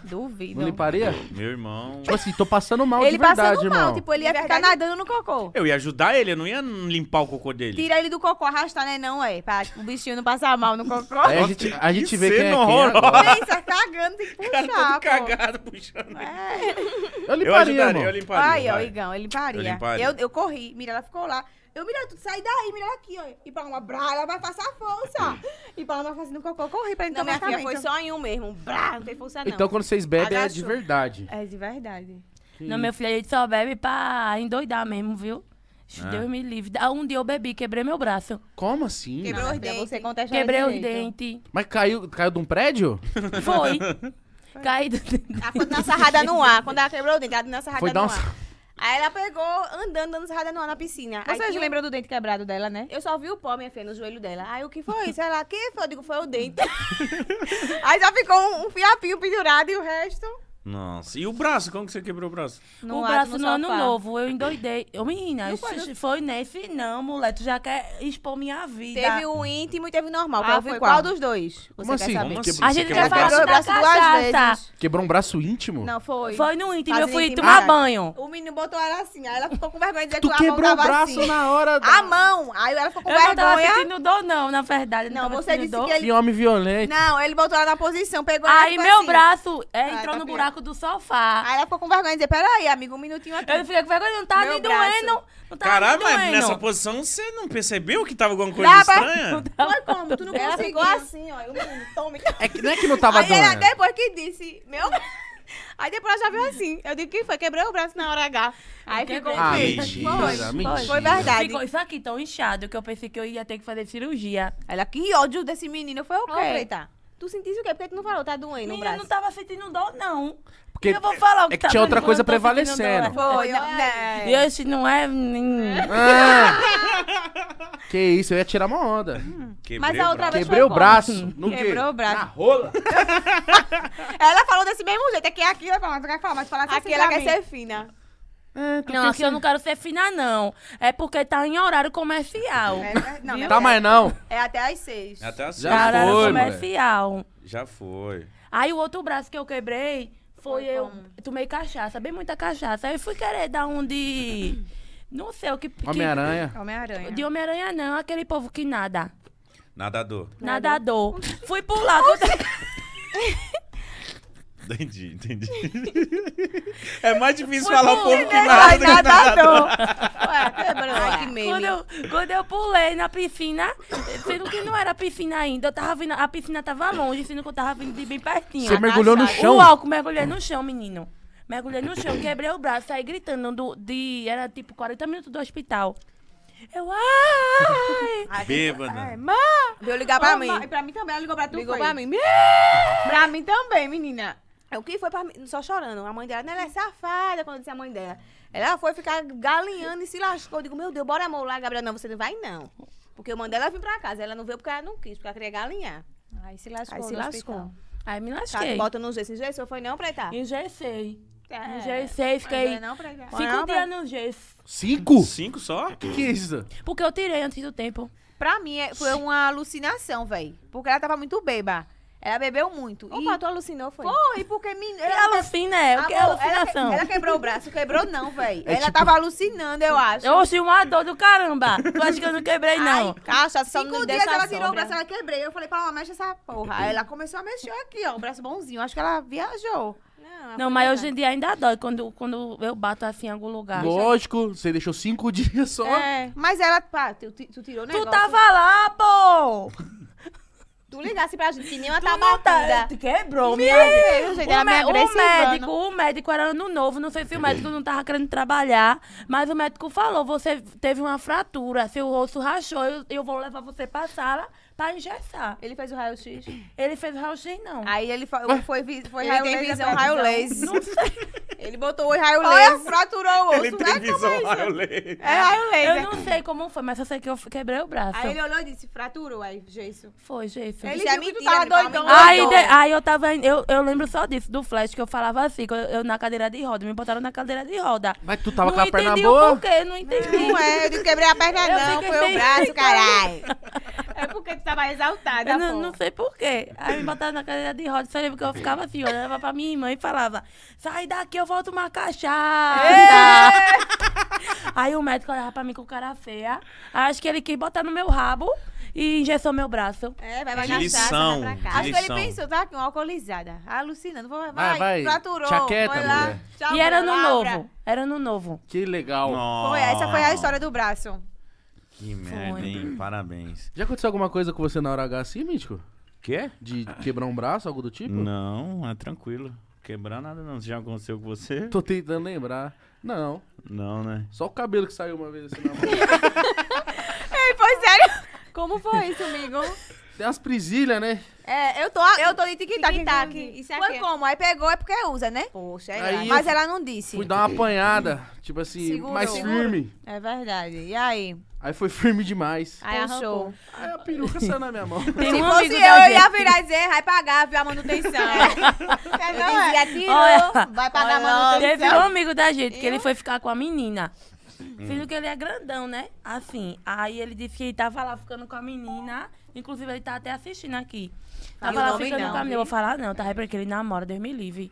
Speaker 5: Duvido.
Speaker 1: Não limparia?
Speaker 2: Meu irmão.
Speaker 1: Tipo assim, tô passando mal
Speaker 5: ele
Speaker 1: de verdade,
Speaker 5: passando mal,
Speaker 1: irmão.
Speaker 5: tipo, ele ia
Speaker 4: De
Speaker 5: ficar
Speaker 4: verdade.
Speaker 5: nadando no cocô.
Speaker 2: Eu ia ajudar ele, eu não ia limpar o cocô dele.
Speaker 5: Tira ele do cocô, arrastar, né? Não, é. Pra o bichinho não passar mal no cocô.
Speaker 1: Aí a gente, a gente
Speaker 2: Que
Speaker 1: vê quem é
Speaker 2: cena
Speaker 1: quem
Speaker 2: horrorosa.
Speaker 1: agora.
Speaker 5: Pensa, cagando, tem que puxar,
Speaker 2: cara todo
Speaker 5: pô.
Speaker 2: cagado puxando.
Speaker 1: Eu
Speaker 2: Eu
Speaker 1: limparia,
Speaker 2: ajudaria, eu
Speaker 1: irmão.
Speaker 2: limparia.
Speaker 5: Aí, ó,
Speaker 2: vai.
Speaker 5: Igão, ele paria.
Speaker 2: Eu
Speaker 5: Eu,
Speaker 2: limparia.
Speaker 5: eu, corri, mira, ela ficou lá. Eu, mira, tu sai daí, mira ela aqui, ó. E Paloma, brá, ela vai passar força. E Paloma fazendo cocô, eu corri pra ele
Speaker 4: Então,
Speaker 5: tomar
Speaker 4: minha filha, foi
Speaker 5: medicamento.
Speaker 4: só em um mesmo. Brá, não tem força, não.
Speaker 1: Então quando vocês bebem é de
Speaker 4: Agachou.
Speaker 1: verdade.
Speaker 5: É de verdade.
Speaker 3: Não, meu filho, a gente só bebe pra endoidar mesmo, viu?
Speaker 2: É.
Speaker 3: Deus me livre. Ah, Um dia eu bebi, quebrei meu braço.
Speaker 1: Como assim?
Speaker 4: Quebrou
Speaker 5: Não,
Speaker 4: os
Speaker 5: minha filha,
Speaker 4: dentes.
Speaker 5: Você contesta
Speaker 3: Quebrei os
Speaker 5: direito.
Speaker 3: dentes.
Speaker 1: Mas caiu, caiu de um prédio?
Speaker 3: Foi. Caído.
Speaker 4: Ela ficou dando uma sarrada no ar. Quando ela quebrou o dente, ela deu uma sarrada
Speaker 1: Foi
Speaker 4: no
Speaker 1: dar um.
Speaker 4: ar. Aí ela pegou, andando, dando sarrada no ar na piscina. Aí
Speaker 5: Vocês
Speaker 4: tinha um-
Speaker 5: lembram do dente quebrado dela, né?
Speaker 4: Eu só vi o pó, minha filha, no joelho dela. Aí o que foi isso? Ela, que foi? Eu digo, foi o dente. Aí já ficou um, um fiapinho pendurado e o resto...
Speaker 2: Nossa. E o braço? Como que você quebrou o braço?
Speaker 4: no
Speaker 3: o
Speaker 4: ato,
Speaker 3: braço no ano
Speaker 4: sofá.
Speaker 3: novo, eu endoidei. Eu, menina, isso foi nesse não, moleque. Tu já quer expor minha vida.
Speaker 4: Teve o íntimo e teve o normal.
Speaker 5: Ah,
Speaker 4: Qual foi
Speaker 5: foi
Speaker 4: qual
Speaker 5: qual?
Speaker 4: dos dois? Você
Speaker 1: Como assim?
Speaker 4: quer
Speaker 1: Como
Speaker 4: saber?
Speaker 1: assim?
Speaker 3: A
Speaker 2: Tá Você
Speaker 3: gente
Speaker 2: quebrou
Speaker 3: quer
Speaker 2: o braço?
Speaker 3: falar
Speaker 4: Quebrou
Speaker 3: da
Speaker 4: o braço duas
Speaker 3: cachaça.
Speaker 4: vezes.
Speaker 1: Quebrou um braço íntimo?
Speaker 4: Não, foi.
Speaker 3: Foi no íntimo, eu
Speaker 4: Fazendo
Speaker 3: fui
Speaker 4: um íntimo,
Speaker 3: tomar
Speaker 4: cara.
Speaker 3: banho.
Speaker 4: O menino botou ela assim. Aí ela ficou com vergonha de dizer
Speaker 1: Tu
Speaker 4: que a mão
Speaker 1: quebrou o
Speaker 4: tava
Speaker 1: braço
Speaker 4: assim.
Speaker 1: na hora
Speaker 4: A
Speaker 1: da.
Speaker 4: mão. Aí ela ficou com
Speaker 3: Eu não tava
Speaker 4: vergonha.
Speaker 3: sentindo dor, não, na verdade.
Speaker 4: Não,
Speaker 3: tava
Speaker 4: você
Speaker 3: sentindo
Speaker 4: disse
Speaker 3: dor.
Speaker 4: que é ele-
Speaker 1: Que homem violento.
Speaker 4: Não, ele botou ela na posição, pegou ela e
Speaker 3: Aí
Speaker 4: ficou
Speaker 3: meu
Speaker 4: assim.
Speaker 3: braço é,
Speaker 4: Ah,
Speaker 3: entrou
Speaker 4: tá
Speaker 3: no
Speaker 4: pior.
Speaker 3: buraco do sofá.
Speaker 4: Aí ela ficou com vergonha de dizer, peraí, amigo, um minutinho aqui.
Speaker 3: Eu fiquei com vergonha, não tava
Speaker 4: Meu
Speaker 3: nem
Speaker 4: braço.
Speaker 3: doendo. Não tava
Speaker 2: Caralho,
Speaker 3: nem
Speaker 2: mas
Speaker 3: Tá doendo.
Speaker 2: nessa posição você não percebeu que tava alguma coisa
Speaker 4: Dá pra-
Speaker 2: estranha?
Speaker 4: Foi como? Tu não
Speaker 5: Ela
Speaker 4: conseguiu
Speaker 5: ficou
Speaker 4: assim, ó. Eu menino, tome.
Speaker 1: É que, não é que não tava
Speaker 4: Aí ela,
Speaker 1: dando.
Speaker 4: depois que disse, meu... Aí depois ela já veio assim. Eu digo, que foi? Quebrei o braço na hora H. Aí
Speaker 3: Quebrei.
Speaker 4: ficou
Speaker 1: Ah,
Speaker 4: feio.
Speaker 1: mentira,
Speaker 4: Foi,
Speaker 1: mentira.
Speaker 4: Foi verdade.
Speaker 3: Ficou isso aqui tão inchado que eu pensei que eu ia ter que fazer cirurgia.
Speaker 5: Ela, que ódio desse menino. Foi o
Speaker 4: Ô,
Speaker 5: quê?
Speaker 4: Preta, tu sentisse o quê? Por que tu não falou? Tá doendo o
Speaker 3: Menina,
Speaker 4: braço.
Speaker 3: eu não tava sentindo dor, não.
Speaker 1: Porque
Speaker 3: eu vou falar o
Speaker 1: é
Speaker 3: que
Speaker 1: que
Speaker 3: tá
Speaker 1: tinha outra
Speaker 3: doendo,
Speaker 1: coisa
Speaker 3: eu não tô sentindo
Speaker 1: prevalecendo.
Speaker 3: dor.
Speaker 5: Foi, não,
Speaker 3: E
Speaker 5: não.
Speaker 3: esse não é. hum.
Speaker 1: Ah! Que isso, eu ia tirar uma onda.
Speaker 2: Quebrei
Speaker 4: Mas a
Speaker 2: o
Speaker 4: outra
Speaker 2: braço.
Speaker 4: vez
Speaker 1: Quebrei o
Speaker 4: foi como?
Speaker 1: braço. No quê?
Speaker 5: Quebrou o braço.
Speaker 1: Na rola.
Speaker 4: Ela falou desse mesmo jeito. É que aqui, ela-
Speaker 5: Não, tu quer falar, mas falar assim
Speaker 4: aqui ela
Speaker 5: pra
Speaker 4: quer
Speaker 5: mim.
Speaker 4: ser fina.
Speaker 3: Não, aqui assim, eu não quero ser fina, não. É porque tá em horário comercial.
Speaker 5: É, mas- não, né?
Speaker 1: Tá mais não.
Speaker 5: É até às seis.
Speaker 2: Até assim.
Speaker 1: Já
Speaker 3: Tá horário
Speaker 1: foi,
Speaker 3: comercial.
Speaker 2: Já foi.
Speaker 3: Aí o outro braço que eu quebrei foi,
Speaker 5: Foi
Speaker 3: eu.
Speaker 5: como?
Speaker 3: Tomei cachaça, bem muita cachaça. Aí eu fui querer dar um de. Não sei o que. que-
Speaker 1: Homem-Aranha.
Speaker 5: Homem-Aranha.
Speaker 3: De Homem-Aranha, não, aquele povo que nada.
Speaker 2: Nadador.
Speaker 3: Nadador. Fui pular. quando-
Speaker 2: Entendi, entendi. é mais difícil
Speaker 3: Foi
Speaker 2: falar o
Speaker 3: bom,
Speaker 2: povo que
Speaker 3: né?
Speaker 2: nada do que nadador.
Speaker 4: é Ué, quebrou. Ai,
Speaker 3: Quando
Speaker 4: que meme.
Speaker 3: eu, quando eu pulei na piscina, sendo que não era piscina ainda, eu tava vindo, a piscina tava longe, sendo que eu tava vindo de bem pertinho.
Speaker 1: Você mergulhou no
Speaker 4: cachaça.
Speaker 1: chão.
Speaker 3: O álcool, mergulhei no chão, menino. Mergulhei no chão, quebrei o braço, saí gritando do, de. Era tipo 40 minutos do hospital. Eu, ai!
Speaker 2: Bêbada.
Speaker 4: Veio ligar pra
Speaker 5: Ô,
Speaker 4: mim.
Speaker 5: ma- E pra mim também, ela ligou pra tu.
Speaker 4: Ligou
Speaker 5: foi.
Speaker 4: pra mim.
Speaker 5: Pra mim também, menina.
Speaker 4: O que foi pra mim? Só chorando. A mãe dela, né, ela é safada, quando eu disse a mãe dela. Ela foi ficar galinhando e se lascou. Eu digo, meu Deus, bora amor lá, Gabriela. Não, você não vai, não. Porque eu mandei ela vir pra casa. Ela não veio porque ela não quis, porque ela queria galinhar.
Speaker 5: Aí se lascou.
Speaker 4: Aí se
Speaker 5: no
Speaker 4: lascou.
Speaker 5: hospital.
Speaker 3: Aí me
Speaker 4: Tá,
Speaker 3: lasquei.
Speaker 4: bota no gesso. Gesso foi não, Preta?
Speaker 3: Engessei.
Speaker 4: É.
Speaker 3: Engessei, fiquei
Speaker 5: Mas não é não, Preta.
Speaker 3: cinco dias no gesso.
Speaker 1: Cinco?
Speaker 2: Cinco só?
Speaker 1: Que que é isso?
Speaker 3: Porque eu tirei antes do tempo.
Speaker 5: Pra mim, é- foi uma alucinação, véi. Porque ela tava muito bêbada. Ela bebeu muito. E-
Speaker 4: Opa, tu alucinou, foi?
Speaker 5: Foi, porque menina.
Speaker 3: E alucina, é. O que é
Speaker 5: Amor, ela-
Speaker 3: alucinação?
Speaker 5: Ela, quebrou o braço, quebrou não, véi.
Speaker 1: É
Speaker 5: ela
Speaker 1: tipo-
Speaker 5: tava alucinando, eu acho.
Speaker 3: Eu achei uma dor do caramba. Tu acha que eu não
Speaker 4: Ah,
Speaker 3: quebrei, não?
Speaker 4: Cachaça, só não
Speaker 5: Cinco
Speaker 4: me
Speaker 5: dias
Speaker 4: deixa
Speaker 5: ela tirou o
Speaker 4: sombra.
Speaker 5: braço, ela quebrei. Eu falei, Paloma, mexe essa porra. Aí ela começou a mexer aqui, ó. O braço bonzinho. Acho que ela viajou.
Speaker 4: Não,
Speaker 3: Não, mas hoje em dia ainda dói quando, quando eu bato assim em algum
Speaker 1: Tá,
Speaker 3: lugar.
Speaker 1: Lógico, você deixou cinco dias só.
Speaker 4: é. um
Speaker 5: Mas ela, pá, tu, tu tirou o
Speaker 3: Tu
Speaker 5: negócio.
Speaker 3: tava lá, pô!
Speaker 4: Tá Tu ligasse pra gente, que nem uma
Speaker 3: Tu não tá-
Speaker 4: tabacuda.
Speaker 3: tu Quebrou, minha gente.
Speaker 5: Deus, gente,
Speaker 3: O,
Speaker 4: tá
Speaker 5: ela me né?
Speaker 3: mé- o
Speaker 5: agressivando.
Speaker 3: médico, o médico era ano novo, não sei se o médico não tava querendo trabalhar, mas o médico falou, você teve uma fratura, seu osso rachou, eu, eu vou levar você pra sala pra engessar.
Speaker 4: Ele fez o raio-x.
Speaker 3: Ele fez o raio-x, não.
Speaker 5: Aí ele foi, foi, vi- foi
Speaker 4: Ele
Speaker 5: raio
Speaker 4: tem
Speaker 5: laser,
Speaker 4: visão,
Speaker 5: foi raio laser.
Speaker 4: visão.
Speaker 3: Não sei.
Speaker 4: Ele botou o raio
Speaker 5: Olha,
Speaker 4: laser.
Speaker 5: fraturou o osso.
Speaker 2: Ele
Speaker 5: vai
Speaker 2: tem visão violenta.
Speaker 5: É raio
Speaker 3: Eu
Speaker 5: laser.
Speaker 3: não sei como foi, mas eu sei que eu quebrei o braço.
Speaker 4: Aí ele olhou e disse, fraturou. Aí, Jason.
Speaker 3: Foi, Jason.
Speaker 5: Ele
Speaker 4: Isso é
Speaker 5: viu que tu
Speaker 4: mentira,
Speaker 5: tava
Speaker 4: ele tava
Speaker 5: doidão.
Speaker 4: mentindo.
Speaker 3: Aí,
Speaker 4: Doidão.
Speaker 3: de- aí eu tava. em- Eu, eu lembro só disso, do flash, que eu falava assim, que eu, eu na cadeira de roda. Me botaram na cadeira de roda.
Speaker 1: Mas tu tava
Speaker 3: não
Speaker 1: com a perna
Speaker 3: entendi
Speaker 1: boa?
Speaker 3: o porquê, não entendi.
Speaker 5: Não é, eu não quebrei a perna,
Speaker 3: Eu
Speaker 5: não.
Speaker 3: fiquei
Speaker 5: Foi o
Speaker 3: bem-
Speaker 5: braço, caralho.
Speaker 4: assim, É porque tu tava exaltada,
Speaker 3: Eu não,
Speaker 4: pô.
Speaker 3: não sei porquê. Aí me botaram na cadeira de roda. Só lembro que eu ficava assim, olhava pra minha irmã e falava: sai daqui, eu vou tomar cachaça. Aí o médico olhava pra mim com cara feia. Acho que ele quis botar no meu rabo e injetou meu braço.
Speaker 5: É, vai
Speaker 4: Que
Speaker 5: vai
Speaker 2: Que
Speaker 5: na
Speaker 2: lição.
Speaker 5: taça, vai pra
Speaker 2: que
Speaker 5: cá. Acho que ele
Speaker 2: lição.
Speaker 5: pensou, tá aqui, uma alcoolizada. Alucinando. Vai,
Speaker 1: Vai,
Speaker 5: vai,
Speaker 1: vai.
Speaker 5: fraturou.
Speaker 1: Te aquieta,
Speaker 5: foi lá.
Speaker 1: mulher.
Speaker 5: Tchau,
Speaker 3: E era no
Speaker 5: palavra.
Speaker 3: novo. Era no novo.
Speaker 1: Que legal.
Speaker 4: É,
Speaker 5: Foi, essa
Speaker 2: Ah.
Speaker 5: foi a história do braço.
Speaker 2: Que merda, hein? Parabéns.
Speaker 1: Já aconteceu alguma coisa com você na hora H assim, Mítico?
Speaker 2: Quê?
Speaker 1: De quebrar um braço, algo do tipo?
Speaker 2: Não, é tranquilo. Quebrar nada não. Já aconteceu com você?
Speaker 1: Tô tentando lembrar. Não,
Speaker 2: Não, né?
Speaker 1: só o cabelo que saiu uma vez assim na mão.
Speaker 5: Ei, foi sério? Como foi isso, amigo?
Speaker 1: Tem umas prisilhas, né?
Speaker 5: É, eu tô, eu tô de tic-tac.
Speaker 4: Tic-tac,
Speaker 5: inclusive.
Speaker 4: isso é
Speaker 5: Foi
Speaker 4: quê?
Speaker 5: como? Aí pegou, é porque usa, né?
Speaker 4: Poxa,
Speaker 1: Aí
Speaker 4: é
Speaker 1: eu
Speaker 5: Mas ela não disse.
Speaker 1: Fui dar uma apanhada, tipo assim,
Speaker 5: Segurou.
Speaker 1: mais
Speaker 5: Segurou.
Speaker 1: firme.
Speaker 5: É verdade. E aí?
Speaker 1: Aí foi firme demais.
Speaker 5: Ah.
Speaker 4: Aí arrancou.
Speaker 5: Puxou.
Speaker 1: Aí a peruca saiu na minha mão.
Speaker 3: Tem
Speaker 5: Se
Speaker 3: um
Speaker 5: fosse
Speaker 3: amigo
Speaker 5: eu,
Speaker 3: da
Speaker 5: eu ia
Speaker 3: gente-
Speaker 5: virar e dizer, vai pagar, viu, a manutenção. é, não é?
Speaker 4: tirou,
Speaker 3: Olha,
Speaker 4: vai pagar
Speaker 5: olha,
Speaker 4: a
Speaker 3: Teve
Speaker 4: manutenção.
Speaker 3: um amigo da gente que ele foi ficar com a menina. Filho que ele é grandão, né? Assim. Aí ele disse que ele tava lá ficando com a menina. Inclusive, ele tá até assistindo aqui. Tava
Speaker 4: Fala o
Speaker 3: lá
Speaker 4: nome
Speaker 3: ficando
Speaker 4: não,
Speaker 3: com a menina.
Speaker 4: viu?
Speaker 3: Eu vou falar, Tá não, tá? É porque ele namora, Deus me livre.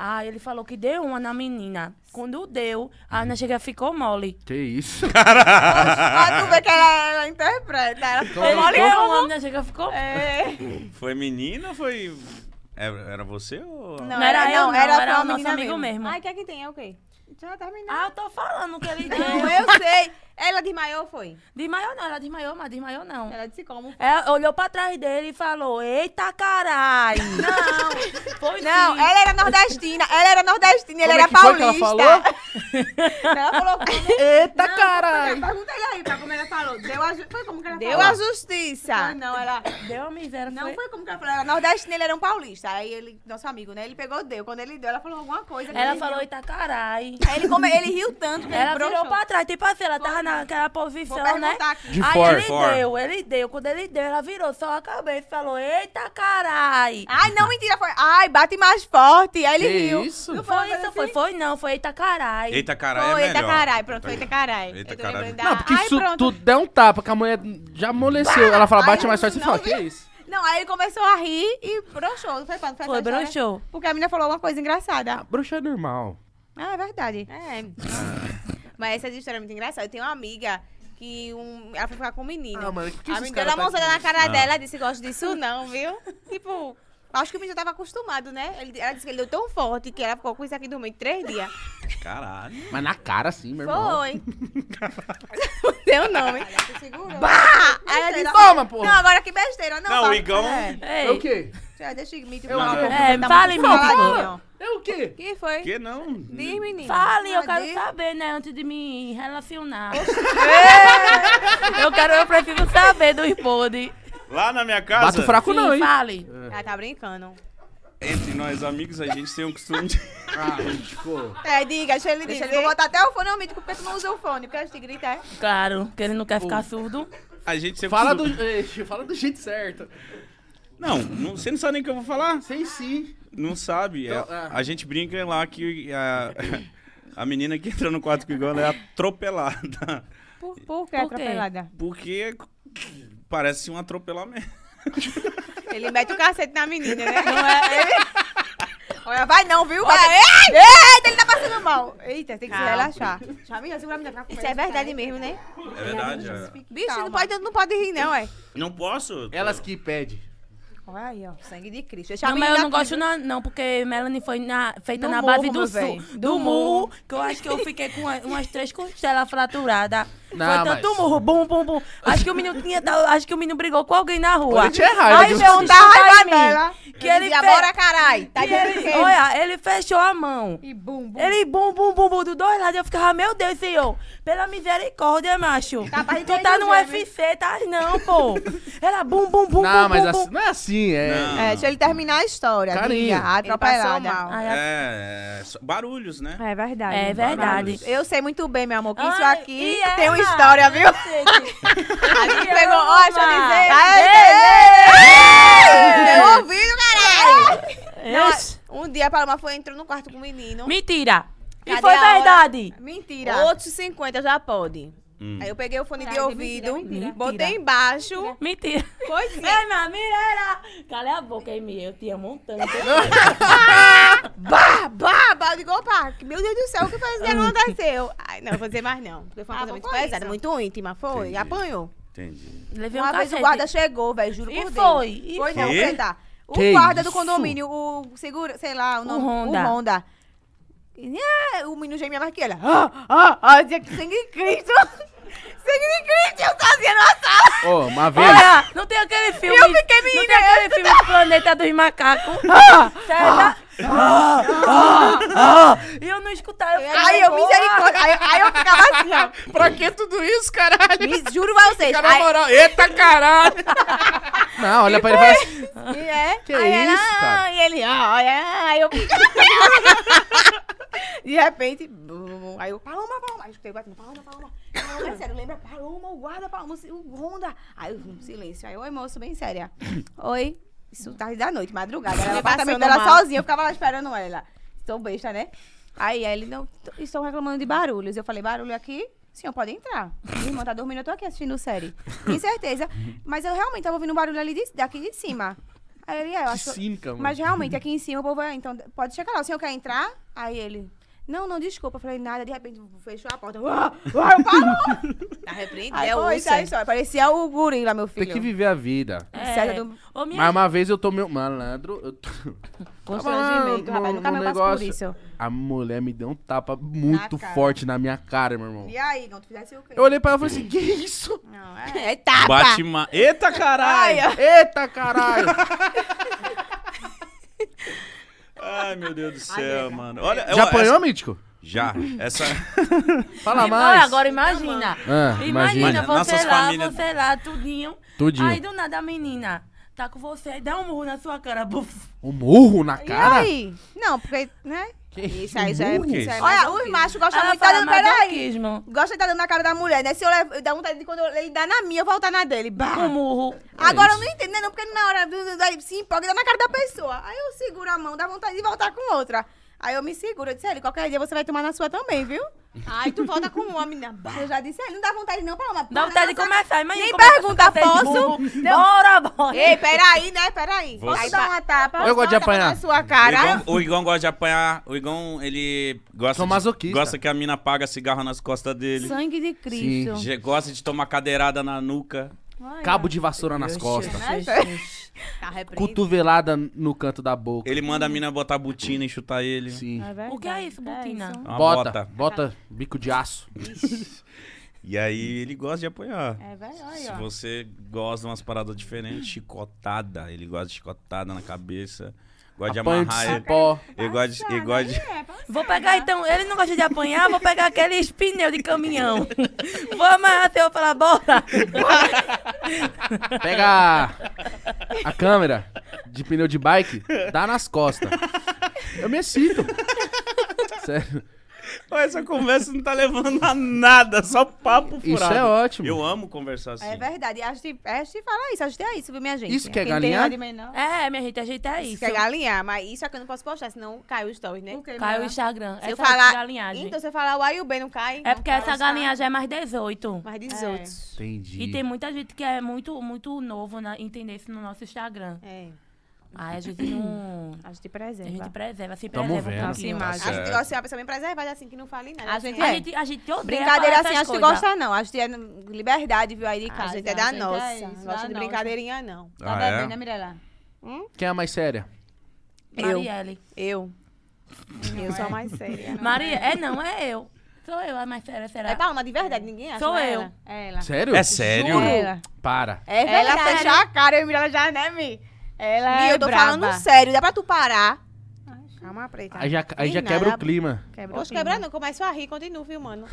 Speaker 3: Aí ele falou que deu uma na menina. Quando deu, a Ana chega e ficou mole.
Speaker 1: Que isso?
Speaker 5: Ó, tu vê é que ela, ela interpreta. Ela ficou
Speaker 3: Ele
Speaker 5: mole
Speaker 3: deu
Speaker 5: eu.
Speaker 3: uma, a Ana chega e ficou
Speaker 5: É.
Speaker 2: Foi menina ou foi. Era, era você ou.
Speaker 5: Não.
Speaker 3: Não era eu, não. Era,
Speaker 5: só a
Speaker 3: o nosso
Speaker 5: menina
Speaker 3: amigo
Speaker 5: mesmo.
Speaker 3: mesmo.
Speaker 4: Ai, quer que tem? É o quê?
Speaker 5: Já terminou.
Speaker 3: Ah, eu tô falando que ele deu.
Speaker 5: Não, eu sei.
Speaker 4: Ela desmaiou, foi?
Speaker 3: Desmaiou não, ela desmaiou, mas desmaiou não.
Speaker 4: Ela disse como?
Speaker 3: Ela olhou pra trás dele e falou, eita caralho. Não, foi
Speaker 5: Não,
Speaker 3: sim.
Speaker 5: ela era nordestina. Ela era nordestina, ele
Speaker 1: Como é
Speaker 5: era
Speaker 1: que foi que
Speaker 5: paulista.
Speaker 1: ela falou?
Speaker 5: Ela falou como?
Speaker 1: Eita, caralho!
Speaker 5: Pergunta ele aí, pra como ela falou. Deu a, ju- foi como que ela
Speaker 4: Deu
Speaker 5: falou?
Speaker 4: a
Speaker 5: Ah,
Speaker 4: justiça.
Speaker 5: Não, ela...
Speaker 3: Deu a miséria,
Speaker 5: Não
Speaker 3: foi.
Speaker 5: foi como que ela falou, era nordestina, ele era um paulista. Aí ele, nosso amigo, né? Ele pegou, deu. Quando ele deu, ela falou alguma coisa.
Speaker 3: Ela
Speaker 5: ele
Speaker 3: falou,
Speaker 5: riu.
Speaker 3: eita caralho.
Speaker 5: Aí ele, come, ele riu tanto que
Speaker 3: Ela
Speaker 5: ele broxou.
Speaker 3: virou pra trás, tipo assim, ela tava naquela
Speaker 5: Vou
Speaker 3: posição, né?
Speaker 5: perguntar aqui.
Speaker 1: De
Speaker 3: Aí
Speaker 1: fora.
Speaker 3: ele
Speaker 2: Fora.
Speaker 3: deu, ele deu. Quando ele deu, ela virou só a cabeça e falou, eita caralho.
Speaker 5: Ai, não, mentira. Foi, ai, bate mais forte. Aí ele
Speaker 1: Que
Speaker 5: riu.
Speaker 1: isso?
Speaker 5: Não
Speaker 3: Foi
Speaker 5: uma
Speaker 3: isso,
Speaker 5: coisa
Speaker 3: foi,
Speaker 5: assim?
Speaker 3: foi não, foi eita caralho.
Speaker 2: Eita caralho,
Speaker 4: Foi,
Speaker 2: é
Speaker 4: eita
Speaker 2: melhor.
Speaker 4: caralho. Pronto, foi eita caralho.
Speaker 2: Eita
Speaker 4: Eu tô
Speaker 2: caralho.
Speaker 4: lembrando da-
Speaker 1: Não, porque
Speaker 4: Ai,
Speaker 1: se tu,
Speaker 4: pronto.
Speaker 1: der um tapa, que a mulher já amoleceu. Ela fala,
Speaker 5: Ai,
Speaker 1: bate mais
Speaker 5: não,
Speaker 1: forte, você fala,
Speaker 5: não, não.
Speaker 1: que isso?
Speaker 5: Não, aí ele começou a rir e broxou. Não foi, pra- não foi,
Speaker 3: Foi,
Speaker 5: essa história?
Speaker 3: broxou.
Speaker 5: Porque a menina falou alguma coisa engraçada.
Speaker 1: Bruxa é normal.
Speaker 5: Ah, é verdade.
Speaker 4: É. Mas essa história é muito engraçada. Eu tenho uma amiga que um, ela foi ficar com um menino.
Speaker 1: Ah, mano, por que
Speaker 4: a
Speaker 1: esses
Speaker 4: menina
Speaker 1: caras
Speaker 4: deu uma
Speaker 1: tá
Speaker 4: mãozada
Speaker 1: aqui?
Speaker 4: na cara
Speaker 2: Ah.
Speaker 4: dela e disse, gosto disso não, viu? tipo, acho que o menino já tava acostumado, né? Ele- ela disse que ele deu tão forte que ela ficou com isso aqui dormindo três dias.
Speaker 2: Caralho.
Speaker 1: Mas na cara, sim, meu irmão.
Speaker 4: Foi. Deu nome.
Speaker 5: Bah! Aí ela disse,
Speaker 1: Toma, porra.
Speaker 5: Não, agora que besteira. Não,
Speaker 2: Não,
Speaker 5: fala-
Speaker 2: o Igão-
Speaker 5: É.
Speaker 1: É
Speaker 3: Ei,
Speaker 1: o quê?
Speaker 5: Já, Deixa o Igmite
Speaker 1: Eu-
Speaker 5: falar.
Speaker 1: eu-
Speaker 5: porque
Speaker 3: É,
Speaker 5: tá
Speaker 3: fale,
Speaker 5: muito
Speaker 3: meu filho.
Speaker 5: faladinho.
Speaker 1: É o quê?
Speaker 5: que foi?
Speaker 2: Que não?
Speaker 5: Diz, menino.
Speaker 3: Fale, eu
Speaker 5: Não,
Speaker 3: quero
Speaker 5: diz.
Speaker 3: saber, né, antes de me relacionar. É. eu quero, eu prefiro saber dos podres.
Speaker 2: Lá na minha casa,
Speaker 1: Bato fraco
Speaker 3: Sim,
Speaker 1: não, hein?
Speaker 3: fale.
Speaker 4: Ela tá brincando.
Speaker 2: entre nós amigos, a gente tem um costume de.
Speaker 1: Ah, tipo...
Speaker 5: É, diga, deixa ele dizer. Vou botar até o fone no porque tu não usa o fone, porque a gente grita, é.
Speaker 3: Claro, que ele não quer ficar surdo.
Speaker 2: A gente tem um
Speaker 1: Fala do,
Speaker 2: costume-
Speaker 1: eh, fala do jeito certo.
Speaker 2: Não, não, você não sabe nem o que eu vou falar.
Speaker 1: Sei sim.
Speaker 2: Não sabe. é-
Speaker 1: Então, ah.
Speaker 2: A gente brinca lá que a, a menina que entra no quarto com o Igão ela é atropelada.
Speaker 5: Por, por que é
Speaker 3: Por quê?
Speaker 5: atropelada?
Speaker 2: Porque parece um atropelamento.
Speaker 4: Ele mete o cacete na menina, né?
Speaker 5: Olha, vai não, viu? Vai. Ei! Eita, ele tá passando mal. Eita, tem que se
Speaker 4: Calma.
Speaker 5: relaxar. Chamila, segura a menina.
Speaker 4: Isso é verdade mesmo, né?
Speaker 2: É verdade. é.
Speaker 5: Bicho, não pode, não pode rir, não, é.
Speaker 2: Não posso.
Speaker 1: Elas que pedem.
Speaker 5: Olha aí, ó. Sangue de Cristo. Deixa a
Speaker 3: Não, mas eu
Speaker 5: menina
Speaker 3: não
Speaker 5: aqui,
Speaker 3: gosto na- não, porque Melanie foi na- feita
Speaker 5: No
Speaker 3: na
Speaker 5: morro,
Speaker 3: base
Speaker 5: meu
Speaker 3: do
Speaker 5: véi.
Speaker 3: sul.
Speaker 5: Do
Speaker 3: Do, murro, que eu acho que eu fiquei com uma- umas três costelas fraturadas.
Speaker 1: Não,
Speaker 3: foi tanto
Speaker 1: mas-
Speaker 3: murro, bum, bum, bum. Acho que o menino tinha, dado- acho que o menino brigou com alguém na rua.
Speaker 1: Ele tinha raiva
Speaker 3: Aí
Speaker 1: de
Speaker 3: veio um
Speaker 1: você.
Speaker 3: da raiva
Speaker 5: Ele dela.
Speaker 3: nela. Que ele
Speaker 5: dizia,
Speaker 3: fez-
Speaker 5: bora, carai. Tá
Speaker 3: que ele-
Speaker 5: dizendo que...
Speaker 3: olha, ele fechou a mão.
Speaker 5: E bum, bum.
Speaker 3: Ele bum, bum, bum, bum, do dois lados. Eu ficava, meu Deus, senhor. Pela misericórdia, macho.
Speaker 5: Capaz de
Speaker 3: tu
Speaker 5: dois
Speaker 3: tá no
Speaker 5: dos gêmeos.
Speaker 3: UFC, tá? Não, pô. Ela bum, bum, bum,
Speaker 1: não,
Speaker 3: bum,
Speaker 1: mas
Speaker 3: bum,
Speaker 1: assim-
Speaker 3: bum.
Speaker 1: não é assim, é...
Speaker 2: Não.
Speaker 5: É, deixa ele terminar a história.
Speaker 1: Carinho.
Speaker 5: Diga,
Speaker 4: Ele passou
Speaker 5: atropelada.
Speaker 4: mal.
Speaker 3: Aí a-
Speaker 2: É, é, só- barulhos, né?
Speaker 5: É verdade.
Speaker 3: É verdade.
Speaker 5: Eu sei muito bem, meu amor, que isso
Speaker 3: Ai,
Speaker 5: aqui
Speaker 3: e é
Speaker 5: tem uma
Speaker 3: errado,
Speaker 5: história, viu?
Speaker 3: cacete.
Speaker 5: A gente
Speaker 3: Eu
Speaker 5: pegou,
Speaker 3: amo
Speaker 5: ó, deixa eu
Speaker 3: amar.
Speaker 5: dizer.
Speaker 3: Ei,
Speaker 5: Ei, ei, Meu ouvido, caralho!
Speaker 3: Ixi.
Speaker 4: Um dia a Paloma foi, entrou no quarto com o menino.
Speaker 3: Mentira. E
Speaker 4: Cadê
Speaker 3: foi
Speaker 4: a hora?
Speaker 3: verdade.
Speaker 5: Mentira.
Speaker 4: Outros 50 já pode.
Speaker 2: Hum.
Speaker 4: Aí eu peguei o fone de
Speaker 5: Caralho,
Speaker 4: ouvido,
Speaker 5: mentira, É.
Speaker 3: mentira.
Speaker 4: botei
Speaker 3: Mentira.
Speaker 4: embaixo. é.
Speaker 3: Mentira.
Speaker 4: Coisinha.
Speaker 3: Ei, minha mireira. Cala a boca, Emi. Eu te amo um tanto.
Speaker 5: Bah, bah, bah.
Speaker 4: Eu digo, opa, que- meu Deus do céu, o que foi isso que aconteceu? Ai, não, vou dizer mais não. Porque
Speaker 5: Hum.
Speaker 4: foi uma
Speaker 5: Ah,
Speaker 4: coisa
Speaker 5: bom,
Speaker 4: muito
Speaker 5: foi
Speaker 4: pesada,
Speaker 5: isso.
Speaker 4: muito íntima, foi.
Speaker 2: Entendi.
Speaker 4: Apanhou.
Speaker 2: Entendi.
Speaker 3: Levei um
Speaker 5: Uma vez o
Speaker 3: cacete.
Speaker 5: guarda chegou, velho, juro
Speaker 3: E
Speaker 5: por Deus.
Speaker 3: foi, e
Speaker 5: foi não,
Speaker 2: foi.
Speaker 5: Preta. O
Speaker 1: Que
Speaker 5: guarda do
Speaker 1: isso?
Speaker 5: condomínio, o segura, sei lá, o nome,
Speaker 3: Honda.
Speaker 5: O Honda. E, é, o menino gêmeo mais que ele. Ah, ah, ah, dizia que sangue de Cristo. sangue de Cristo, eu sozinha na sala.
Speaker 1: Ô, uma vez...
Speaker 3: Olha, não tem aquele filme.
Speaker 5: Eu fiquei
Speaker 3: Não
Speaker 5: Ah, menina,
Speaker 3: tem aquele filme Planeta dos Macacos. Certo?
Speaker 5: ah,
Speaker 3: E eu não escutava. Eu ficava,
Speaker 5: Aí eu,
Speaker 3: porra.
Speaker 5: ah. é misericórdia. Aí, aí eu ficava assim, ó.
Speaker 1: pra que tudo isso, caralho?
Speaker 5: Me- Juro pra vocês.
Speaker 1: Cara,
Speaker 5: aí-
Speaker 1: na moral, eita caralho! Não, olha pra ele e fala assim.
Speaker 5: E é.
Speaker 1: Que
Speaker 5: aí ela,
Speaker 1: isso, cara?
Speaker 5: "Ah", E ele, ah, olha, aí eu. De repente, bum, aí eu, Paloma, Paloma. Aí eu escutei batendo, Paloma, Paloma. Paloma, é sério, lembra? Paloma, o guarda, Paloma, o Honda. Aí eu, um silêncio. Aí eu, oi, moço, bem séria. Oi. Isso tarde da noite, madrugada. Ela no apartamento
Speaker 4: Passando
Speaker 5: dela
Speaker 4: mal.
Speaker 5: sozinha, eu ficava lá esperando ela. Estou besta, né? Aí, aí ele, não, t- estou reclamando de barulhos. Eu falei, barulho aqui? O senhor pode entrar. Minha irmã tá dormindo, eu tô aqui assistindo série. Com certeza. Mas eu realmente tava ouvindo um barulho ali de, daqui de cima. Aí ele, é, eu
Speaker 1: Que
Speaker 5: acho...
Speaker 1: cínica, mano.
Speaker 5: Mas realmente, aqui em cima o povo é, então, pode chegar lá. O senhor quer entrar? Aí ele, não, não, desculpa. Eu falei, nada. De repente, fechou a porta. Uau, uau, eu falo.
Speaker 4: Tá
Speaker 5: Aí,
Speaker 4: repreendeu,
Speaker 5: foi, isso aí, só. Parecia o gorila, meu É filho.
Speaker 1: Tem que viver a vida.
Speaker 5: Sério, do-
Speaker 3: É. Ô, minha
Speaker 1: Mas uma vez eu tomei um malandro. Eu tô...
Speaker 5: Constrangimento,
Speaker 1: Tava lá
Speaker 5: Um rapaz. Nunca
Speaker 1: no
Speaker 5: mais eu passo por
Speaker 1: negócio.
Speaker 5: isso.
Speaker 1: A mulher me deu um tapa muito
Speaker 5: cara.
Speaker 1: forte na minha cara, meu irmão.
Speaker 5: E aí, não, tu fizesse o quê?
Speaker 1: Eu olhei pra ela e falei assim: Que isso?
Speaker 5: Não, é...
Speaker 4: É tapa.
Speaker 2: Bate ma... Eita, caralho! Ai,
Speaker 1: Eita caralho!
Speaker 2: meu Deus do céu, mano. Olha,
Speaker 1: Já
Speaker 2: eu-
Speaker 1: apanhou,
Speaker 2: essa-
Speaker 1: Mítico?
Speaker 2: Já. Essa...
Speaker 1: Fala
Speaker 3: Não,
Speaker 1: mais.
Speaker 3: agora imagina.
Speaker 1: Ah,
Speaker 3: imagina,
Speaker 1: imagina.
Speaker 2: Nossas
Speaker 3: você lá,
Speaker 2: famílias-
Speaker 3: você lá, tudinho.
Speaker 1: Tudinho.
Speaker 3: Aí do nada a menina tá com você, dá um murro na sua cara. buf.
Speaker 1: Um murro na
Speaker 5: E
Speaker 1: cara?
Speaker 5: aí? Não, porque, né?
Speaker 1: Que
Speaker 5: Isso aí já é.
Speaker 2: burro que
Speaker 5: isso aí é
Speaker 2: isso.
Speaker 5: Olha, os machos gostam
Speaker 3: Ela
Speaker 5: muito de tá
Speaker 3: fala,
Speaker 5: dando. Peraí.
Speaker 3: masoquismo.
Speaker 5: Gosta de estar dando na cara da mulher, né? Se eu levo, dá vontade de quando eu- ele dá na minha, eu voltar na dele. Bah!
Speaker 3: Um murro.
Speaker 5: Agora eu não entendo, né? Não, porque na hora do- do- aí se empolga e dá na cara da pessoa. Aí eu seguro a mão, dá vontade de voltar com outra. Aí eu me seguro, eu disse, ele, qualquer dia você vai tomar na sua também, viu?
Speaker 4: Ai, tu volta com um homem, né?
Speaker 5: Eu já disse, "É, ele não dá vontade não, Paloma.
Speaker 3: Dá vontade de começar, imagina.
Speaker 5: Nem
Speaker 3: começa
Speaker 5: pergunta,
Speaker 3: com você de
Speaker 5: posso?
Speaker 3: burro. Bora, bora.
Speaker 5: Ei, peraí, né? Peraí.
Speaker 2: Você-
Speaker 5: Aí dá uma tapa.
Speaker 1: Eu gosto de
Speaker 5: dá uma tapa
Speaker 1: apanhar.
Speaker 5: Na sua
Speaker 2: O
Speaker 5: cara.
Speaker 2: Igão, o Igão gosta de apanhar. O Igão, ele gosta
Speaker 1: Sou
Speaker 2: de,
Speaker 1: masoquista.
Speaker 2: gosta que a mina paga cigarro nas costas dele.
Speaker 5: Sangue de
Speaker 1: Cristo.
Speaker 2: Je- Gosta de tomar cadeirada na nuca.
Speaker 1: Cabo de vassoura nas costas.
Speaker 5: né?
Speaker 4: Tá repreendendo.
Speaker 1: Cotovelada no canto da boca.
Speaker 2: Ele
Speaker 5: Hum.
Speaker 2: manda a mina botar botina e chutar ele.
Speaker 1: Sim.
Speaker 3: O que é isso, Butina?
Speaker 2: Uma
Speaker 1: Bota, bota bico de aço.
Speaker 2: E aí ele gosta de apanhar.
Speaker 5: É verdade,
Speaker 2: Se
Speaker 5: olha, ó.
Speaker 2: você gosta de umas paradas diferentes, chicotada. Ele gosta de chicotada na cabeça. Gosta
Speaker 1: Apanho
Speaker 2: de
Speaker 1: de
Speaker 2: amarrar ele.
Speaker 1: cipó.
Speaker 2: Ele gosta de. Ele gosta
Speaker 4: né?
Speaker 2: de...
Speaker 3: Vou pegar então, ele não gosta de apanhar, vou pegar aqueles pneus de caminhão. Vou amarrar seu falar, bora.
Speaker 1: Pega a, a câmera de pneu de bike, dá nas costas. Eu me excito. Sério.
Speaker 2: Ó, Essa conversa não tá levando a nada, só papo furado.
Speaker 1: Isso é ótimo.
Speaker 2: Eu amo conversar assim.
Speaker 5: É verdade. E a gente, a gente fala isso, a gente é isso, viu, minha gente?
Speaker 1: Isso que é
Speaker 5: Quem tem
Speaker 1: galinhar?
Speaker 5: raiva de mim, não.
Speaker 3: É, minha gente, ajeita
Speaker 4: Isso
Speaker 3: isso.
Speaker 4: que é galinhar, mas isso é que eu não posso postar, senão cai o story, né?
Speaker 3: Cai o Instagram.
Speaker 4: Se eu
Speaker 3: essa é
Speaker 4: falar.
Speaker 3: galinhagem.
Speaker 4: Então, se eu falar o A e o B não cai.
Speaker 3: é porque essa galinhagem é mais 18.
Speaker 4: Mais 18.
Speaker 1: Entendi.
Speaker 3: E tem muita gente que é muito, muito novo na, em tendência no nosso Instagram.
Speaker 4: É.
Speaker 3: Aí a gente não. A
Speaker 5: A gente
Speaker 3: gente
Speaker 5: preserva.
Speaker 3: preserva, se
Speaker 1: Tamo
Speaker 3: preserva
Speaker 1: vendo.
Speaker 3: um
Speaker 5: Nossa
Speaker 3: pouquinho.
Speaker 5: imagem.
Speaker 4: A gente
Speaker 2: Certo.
Speaker 4: gosta de ser uma pessoa bem preservada, assim, que não fala em nada.
Speaker 5: A
Speaker 4: assim,
Speaker 5: gente
Speaker 4: é.
Speaker 3: A gente, a gente odeia
Speaker 5: Brincadeira
Speaker 3: falar
Speaker 5: assim,
Speaker 3: essas
Speaker 5: acho que
Speaker 3: coisas.
Speaker 5: gosta não. Acho que é liberdade, viu, aí de
Speaker 4: A
Speaker 5: casa.
Speaker 4: gente é da nossa. não gosta de brincadeirinha, não.
Speaker 2: Ah, é?
Speaker 5: né, Mirella?
Speaker 1: Quem é a mais séria?
Speaker 4: Eu.
Speaker 3: Marielle.
Speaker 4: Eu.
Speaker 5: Eu sou a mais séria.
Speaker 3: Maria, é não, é eu. Sou eu, a mais séria, será?
Speaker 4: É palma de verdade, ninguém acha.
Speaker 3: Sou
Speaker 4: né,
Speaker 3: eu.
Speaker 4: ela?
Speaker 5: Ela.
Speaker 1: Sério?
Speaker 2: É sério?
Speaker 5: Ela.
Speaker 1: Para.
Speaker 5: É
Speaker 4: Ela
Speaker 5: Ela
Speaker 4: fechou
Speaker 5: fechou a cara, eu e Mirella já, né, Mi? Ela
Speaker 4: Mi,
Speaker 5: é
Speaker 4: eu tô falando sério, dá pra tu parar. Calma, preta.
Speaker 1: Aí já, aí já
Speaker 4: Menina,
Speaker 1: quebra
Speaker 4: ela-
Speaker 1: o clima.
Speaker 4: Hoje quebra não, começa a rir, continua filmando.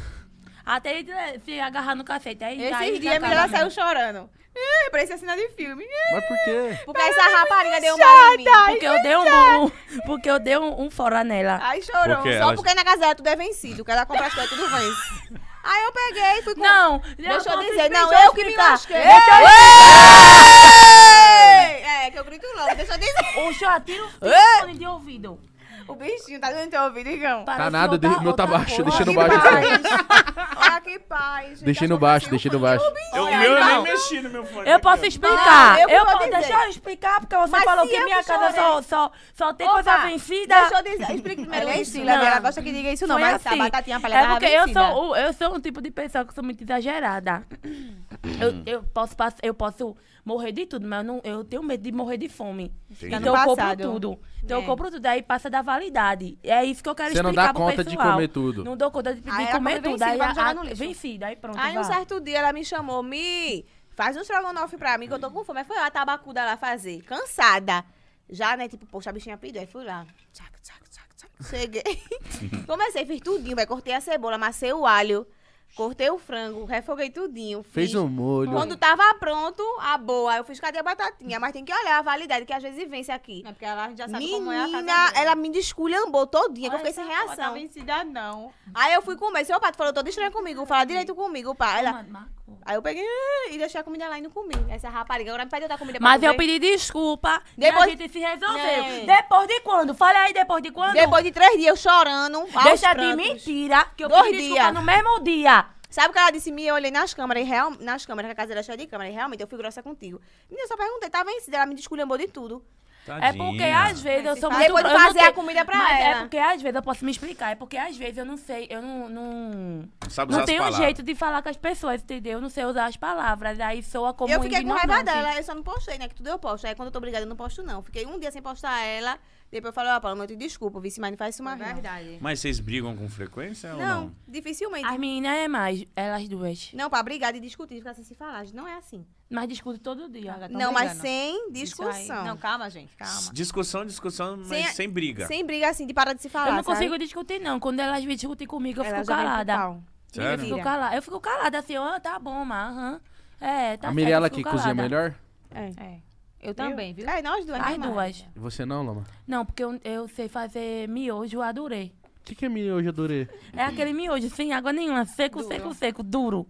Speaker 3: Até ele eh, se agarrar no cacete. Aí, aí
Speaker 5: Esses
Speaker 3: já
Speaker 5: dias a
Speaker 3: acaba né?
Speaker 5: Mirella
Speaker 3: mesmo.
Speaker 5: saiu chorando. Ih, Parecia cena de filme.
Speaker 1: Mas por quê?
Speaker 4: Porque essa rapariga deu uma em mim.
Speaker 3: Porque eu dei um burro. Porque eu dei um, um fora nela.
Speaker 5: Aí chorou.
Speaker 2: Porque
Speaker 5: Só
Speaker 2: ela-
Speaker 5: porque na casa dela tudo é vencido. Que
Speaker 4: tá
Speaker 5: ela compra as coisas, tudo vence. Aí eu peguei e fui com...
Speaker 3: Não,
Speaker 5: Deixa eu
Speaker 3: consigo
Speaker 5: dizer, não,
Speaker 3: explicar.
Speaker 5: eu que me lasquei.
Speaker 3: Deixa eu-
Speaker 5: É, que eu grito louco, deixa eu dizer.
Speaker 3: Oxe, eu atiro o fone de ouvido.
Speaker 5: O bichinho tá doendo teu ouvido, Igão.
Speaker 1: Tá
Speaker 3: Parece
Speaker 1: nada,
Speaker 3: outra-
Speaker 1: de- meu tá
Speaker 3: outra
Speaker 1: baixo,
Speaker 3: coisa.
Speaker 1: deixei no
Speaker 5: que
Speaker 1: baixo.
Speaker 5: paz. Olha que paz. gente.
Speaker 1: Deixei no
Speaker 5: Acho que
Speaker 1: baixo,
Speaker 5: eu
Speaker 1: deixei no
Speaker 5: consigo
Speaker 1: baixo.
Speaker 5: fazer
Speaker 2: Eu,
Speaker 5: o
Speaker 2: o
Speaker 5: bicho.
Speaker 2: meu, eu
Speaker 5: Olha,
Speaker 2: nem mexi no meu fone.
Speaker 3: Eu posso explicar.
Speaker 5: Não, eu que
Speaker 3: eu
Speaker 5: vou
Speaker 3: posso
Speaker 5: dizer.
Speaker 3: deixar eu explicar, porque você
Speaker 5: Mas
Speaker 3: falou
Speaker 5: se
Speaker 3: que
Speaker 5: eu
Speaker 3: minha
Speaker 5: que
Speaker 3: casa só,
Speaker 5: chorei.
Speaker 3: só, só tem
Speaker 5: Opa,
Speaker 3: coisa vencida.
Speaker 5: Deixa eu dizer, explica primeiro.
Speaker 4: Ela é
Speaker 5: Ela
Speaker 4: assim,
Speaker 5: ensina,
Speaker 3: não.
Speaker 5: ela gosta que diga isso não,
Speaker 3: Foi
Speaker 5: mas
Speaker 3: assim.
Speaker 5: a batatinha pra ela
Speaker 3: É
Speaker 5: tava
Speaker 3: porque eu
Speaker 5: vencida.
Speaker 3: sou, o- eu sou um tipo de pessoa que sou muito exagerada.
Speaker 1: Uhum.
Speaker 3: Eu, eu posso, pass- eu posso morrer de tudo, mas eu, não, eu tenho medo de morrer de fome.
Speaker 5: no
Speaker 3: Então eu compro
Speaker 5: passado.
Speaker 3: tudo. Então
Speaker 5: É.
Speaker 3: eu compro tudo, aí passa da validade. É isso que eu quero
Speaker 1: Você não
Speaker 3: explicar
Speaker 1: dá
Speaker 3: pro
Speaker 1: conta de
Speaker 3: pessoal.
Speaker 1: comer tudo.
Speaker 3: Não dou conta de, de
Speaker 5: Aí é ela
Speaker 3: comer
Speaker 5: come
Speaker 3: tudo.
Speaker 5: vencida,
Speaker 3: Aí, é
Speaker 5: vamos jogar
Speaker 3: a-
Speaker 5: no lixo.
Speaker 3: vencida, aí pronto.
Speaker 4: Aí
Speaker 3: vá.
Speaker 4: um certo dia ela me chamou, Mi, faz um estrogonofe pra mim, que eu tô com fome. Aí Foi lá a tabacuda lá fazer, cansada. Já, né, tipo, poxa, a bichinha pediu, aí fui lá.
Speaker 5: assim?
Speaker 4: Tchac, tchac, tchac, tchac. Cheguei. Comecei, fiz tudinho, vai cortei a cebola, amassei o alho.
Speaker 5: Cortei o frango, refoguei tudinho.
Speaker 1: Fez
Speaker 5: fiz.
Speaker 1: um molho.
Speaker 5: Quando tava pronto, a boa, eu fiz cadê a batatinha? Mas tem que olhar a validade, que às vezes vence aqui.
Speaker 4: É porque ela já sabe como é a casa
Speaker 5: Menina,
Speaker 4: dela.
Speaker 5: ela me desculhambou todinha, que eu
Speaker 4: Ai,
Speaker 5: fiquei sem
Speaker 4: essa porra Tá
Speaker 5: reação.
Speaker 4: vencida, não.
Speaker 5: Aí eu fui comer, seu pato falou todo estranho comigo, fala direito comigo, pá. Ela,
Speaker 3: Mano, marcou.
Speaker 5: aí eu peguei "Ah", e deixei a comida lá e não comi. Essa rapariga agora me pediu outra comida pra
Speaker 3: Mas
Speaker 5: comer.
Speaker 3: eu pedi desculpa
Speaker 5: Depois-
Speaker 3: e a gente se resolveu.
Speaker 5: Né.
Speaker 3: Depois de quando? Fala aí, depois de quando?
Speaker 5: Depois de três dias eu chorando, aos
Speaker 3: Deixa de
Speaker 5: prantos.
Speaker 3: mentira, que eu
Speaker 5: Dois
Speaker 3: pedi desculpa
Speaker 5: dias.
Speaker 3: no mesmo dia.
Speaker 5: Sabe o que ela disse? Me eu olhei nas câmeras, e real, nas câmeras, que a casa era cheia de câmeras, e realmente eu fui grossa contigo. Menina, eu só perguntei, tá vencida? Ela me desculhambou de tudo.
Speaker 3: É porque às vezes eu sou
Speaker 5: faz-
Speaker 3: muito...
Speaker 5: Depois de
Speaker 3: eu não
Speaker 5: fazer a
Speaker 3: tenho-
Speaker 5: comida pra
Speaker 3: Mas
Speaker 5: ela.
Speaker 3: É porque às vezes, eu posso me explicar, é porque às vezes eu não sei, eu não... não...
Speaker 2: Sabe usar
Speaker 3: Não
Speaker 2: as
Speaker 3: tem um
Speaker 2: palavras.
Speaker 3: jeito de falar com as pessoas, entendeu? Não sei usar as palavras. Aí soa como
Speaker 5: eu fiquei com raiva
Speaker 3: ignorante.
Speaker 5: dela, eu só não postei, né? Que tudo eu posto. Aí quando eu tô brigada, eu não posto, não. Fiquei um dia sem postar ela. Depois eu falei, ó, Paloma, eu te desculpa, vice, mas não faz isso mais. não.
Speaker 4: É Verdade.
Speaker 2: Mas vocês brigam com frequência ou
Speaker 5: Não,
Speaker 2: não?
Speaker 5: dificilmente.
Speaker 3: As meninas é mais, elas duas.
Speaker 5: Não, pra brigar e discutir, ficar sem se falar. Não é assim.
Speaker 3: Mas discutem todo dia.
Speaker 4: Tão
Speaker 5: não, mas
Speaker 4: Tá brigando.
Speaker 5: sem
Speaker 4: Isso aí.
Speaker 5: discussão.
Speaker 4: Não, calma, gente, calma.
Speaker 2: S- Discussão, discussão, mas sem,
Speaker 5: Sem-
Speaker 2: briga.
Speaker 5: sem briga assim, de parar de se falar.
Speaker 3: Eu não
Speaker 5: sabe?
Speaker 3: consigo discutir, não. Quando elas vêm discutir comigo, eu
Speaker 5: Ela
Speaker 3: fico
Speaker 5: já vem pro
Speaker 3: calada.
Speaker 5: pau.
Speaker 3: Eu
Speaker 2: Sério?
Speaker 3: fico calada. Eu fico calada assim, ah, tá bom, mas aham. É, tá
Speaker 1: a
Speaker 3: certo,
Speaker 1: Mirella
Speaker 3: eu
Speaker 1: que
Speaker 3: fico
Speaker 1: cozinha
Speaker 3: calada.
Speaker 1: melhor?
Speaker 5: É.
Speaker 4: É. Eu também, viu?
Speaker 5: É, nós duas.
Speaker 3: As
Speaker 5: né, mano?
Speaker 3: duas.
Speaker 1: E você não, Loma?
Speaker 3: Não, porque eu, eu sei fazer miojo, eu adorei.
Speaker 1: O que, que é miojo, adorei?
Speaker 3: É aquele miojo sem água nenhuma, seco, seco, seco, duro.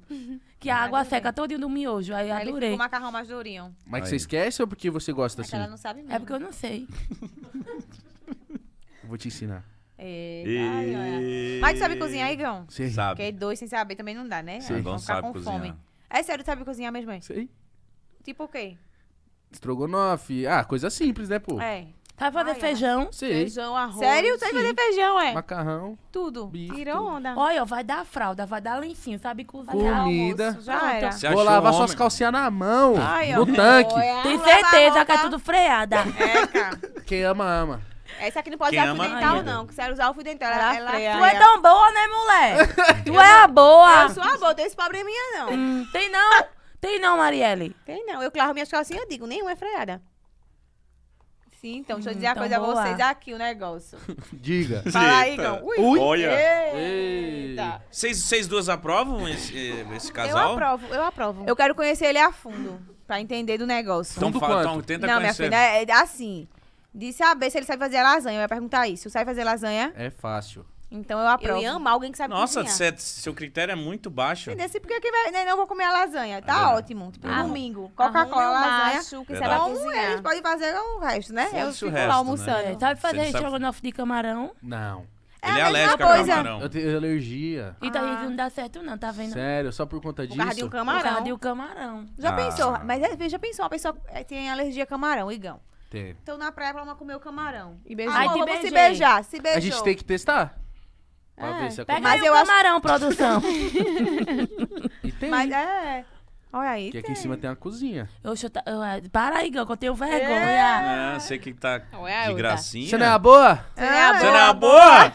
Speaker 3: Que a água seca todinho do miojo, aí
Speaker 4: Aí ele fica com
Speaker 3: adorei. É
Speaker 4: o macarrão mais durinho.
Speaker 1: Mas que
Speaker 2: Aí.
Speaker 1: você esquece ou porque você gosta
Speaker 4: Mas
Speaker 1: assim?
Speaker 4: ela não sabe mesmo.
Speaker 3: É porque eu não sei.
Speaker 1: Eu Vou te ensinar.
Speaker 4: Eita, ai, olha.
Speaker 2: E...
Speaker 4: Mas tu sabe cozinhar, Igão?
Speaker 1: Você
Speaker 2: Sabe.
Speaker 4: Porque dois sem saber também não dá, né?
Speaker 2: Sim.
Speaker 4: Aí vão
Speaker 2: Não
Speaker 4: ficar
Speaker 2: sabe
Speaker 4: com fome.
Speaker 2: cozinhar.
Speaker 4: É sério, tu sabe cozinhar mesmo? hein?
Speaker 1: Sei.
Speaker 4: Tipo o quê?
Speaker 1: Estrogonofe. Ah, coisa simples, né, pô?
Speaker 4: É.
Speaker 3: Sabe fazer
Speaker 4: Ai, ó.
Speaker 3: feijão?
Speaker 1: Sei.
Speaker 4: Feijão, arroz. Sério? Tu sabe fazer feijão, é?
Speaker 1: Macarrão,
Speaker 4: Tudo.
Speaker 1: bife.
Speaker 5: Tirou onda.
Speaker 3: Olha, ó, vai dar fralda, vai dar lencinho, sabe cozinhar.
Speaker 1: Comida.
Speaker 4: Já
Speaker 5: Pronto.
Speaker 4: era.
Speaker 2: Você
Speaker 1: Vou
Speaker 2: achou
Speaker 1: lavar
Speaker 2: um
Speaker 1: suas
Speaker 2: homem?
Speaker 1: calcinhas na mão.
Speaker 4: Ai, ó.
Speaker 1: no tanque.
Speaker 3: Tem certeza que é tudo freada.
Speaker 5: É, cara.
Speaker 1: Quem ama, ama.
Speaker 5: Essa aqui não pode
Speaker 2: Quem
Speaker 5: usar fio
Speaker 2: ama,
Speaker 5: dental,
Speaker 2: ama.
Speaker 5: não. Quiser usar o fio dental, ela, ela,
Speaker 4: freia.
Speaker 3: Tu é tão boa, né, mulher? tu é a
Speaker 5: Eu
Speaker 3: boa.
Speaker 5: sou a boa, tem esse probleminha, não.
Speaker 3: Hum, tem não? Tem não, Marielle?
Speaker 5: Tem não. Eu claro minhas calcinhas, eu digo, nenhuma é freada.
Speaker 4: Sim, então deixa eu dizer uma
Speaker 3: Então,
Speaker 4: coisa a
Speaker 3: boa.
Speaker 4: vocês aqui, o negócio.
Speaker 1: Diga.
Speaker 4: Fala aí,
Speaker 2: Eita.
Speaker 4: Igão.
Speaker 2: Ui. Olha.
Speaker 4: Eita.
Speaker 2: Vocês, vocês duas aprovam esse, eh, esse
Speaker 4: Eu
Speaker 2: casal?
Speaker 4: aprovo, eu aprovo. Eu quero conhecer ele a fundo, pra entender do negócio.
Speaker 2: Então,
Speaker 1: Fundo
Speaker 2: fa-
Speaker 1: quanto?
Speaker 2: então tenta
Speaker 4: não, minha
Speaker 2: conhecer.
Speaker 4: filha, é assim. De saber se ele sabe fazer lasanha, eu ia perguntar isso. Sabe fazer lasanha?
Speaker 1: É fácil.
Speaker 4: Então eu aprovo.
Speaker 5: Eu ia amar alguém que
Speaker 4: é
Speaker 5: sabe
Speaker 2: Nossa,
Speaker 5: cozinhar.
Speaker 2: cê- seu critério é muito baixo.
Speaker 4: Entendeu? Assim, Porque que vai, né, não vou comer a lasanha. Tá
Speaker 2: Verdade.
Speaker 4: ótimo. Tipo,
Speaker 2: Verdade.
Speaker 4: domingo.
Speaker 5: Arrume
Speaker 4: Coca-Cola,
Speaker 5: um
Speaker 4: lasanha.
Speaker 5: macho que
Speaker 2: Verdade.
Speaker 5: saiba
Speaker 4: Então,
Speaker 5: cozinhar.
Speaker 4: eles podem fazer o resto, né?
Speaker 2: Foda-se
Speaker 4: eu
Speaker 2: o
Speaker 4: fico
Speaker 2: resto, né?
Speaker 4: lá almoçando.
Speaker 3: É, sabe fazer
Speaker 2: Você sabe-
Speaker 3: estrogonofe de camarão?
Speaker 1: Não.
Speaker 4: É
Speaker 2: Ele é
Speaker 4: a mesma
Speaker 2: alérgico a
Speaker 4: coisa.
Speaker 2: camarão.
Speaker 1: Eu tenho alergia.
Speaker 3: E
Speaker 4: Ah.
Speaker 3: daí não dá certo não, tá vendo?
Speaker 1: Sério, só por conta disso.
Speaker 5: Por causa de um
Speaker 3: Por causa de
Speaker 5: camarão.
Speaker 3: o camarão.
Speaker 4: Já
Speaker 2: Ah.
Speaker 4: pensou? Mas é, já pensou? Uma pessoa é, tem alergia a camarão, Igão.
Speaker 1: Tem.
Speaker 4: Então na praia, ela comeu camarão.
Speaker 5: E beijou.
Speaker 4: Beijou.
Speaker 3: Ai,
Speaker 4: Amor,
Speaker 3: te
Speaker 4: vamos se
Speaker 3: beijei.
Speaker 4: beijar. Se beijou.
Speaker 1: A gente tem que testar.
Speaker 4: É,
Speaker 1: Pra ver se
Speaker 3: Pega
Speaker 1: acontece.
Speaker 4: Mas
Speaker 3: aí
Speaker 4: eu
Speaker 3: É o
Speaker 4: acho-
Speaker 3: camarão, produção.
Speaker 1: E tem.
Speaker 4: Mas é... Olha aí.
Speaker 1: Porque aqui em cima tem uma cozinha.
Speaker 3: Eu chuta... eu, ah, para aí, Gão, que eu tenho vergonha.
Speaker 2: É, você que tá
Speaker 4: Ué,
Speaker 2: de
Speaker 4: Uda.
Speaker 2: gracinha.
Speaker 1: Você não é a boa?
Speaker 4: É,
Speaker 2: Você não é a boa?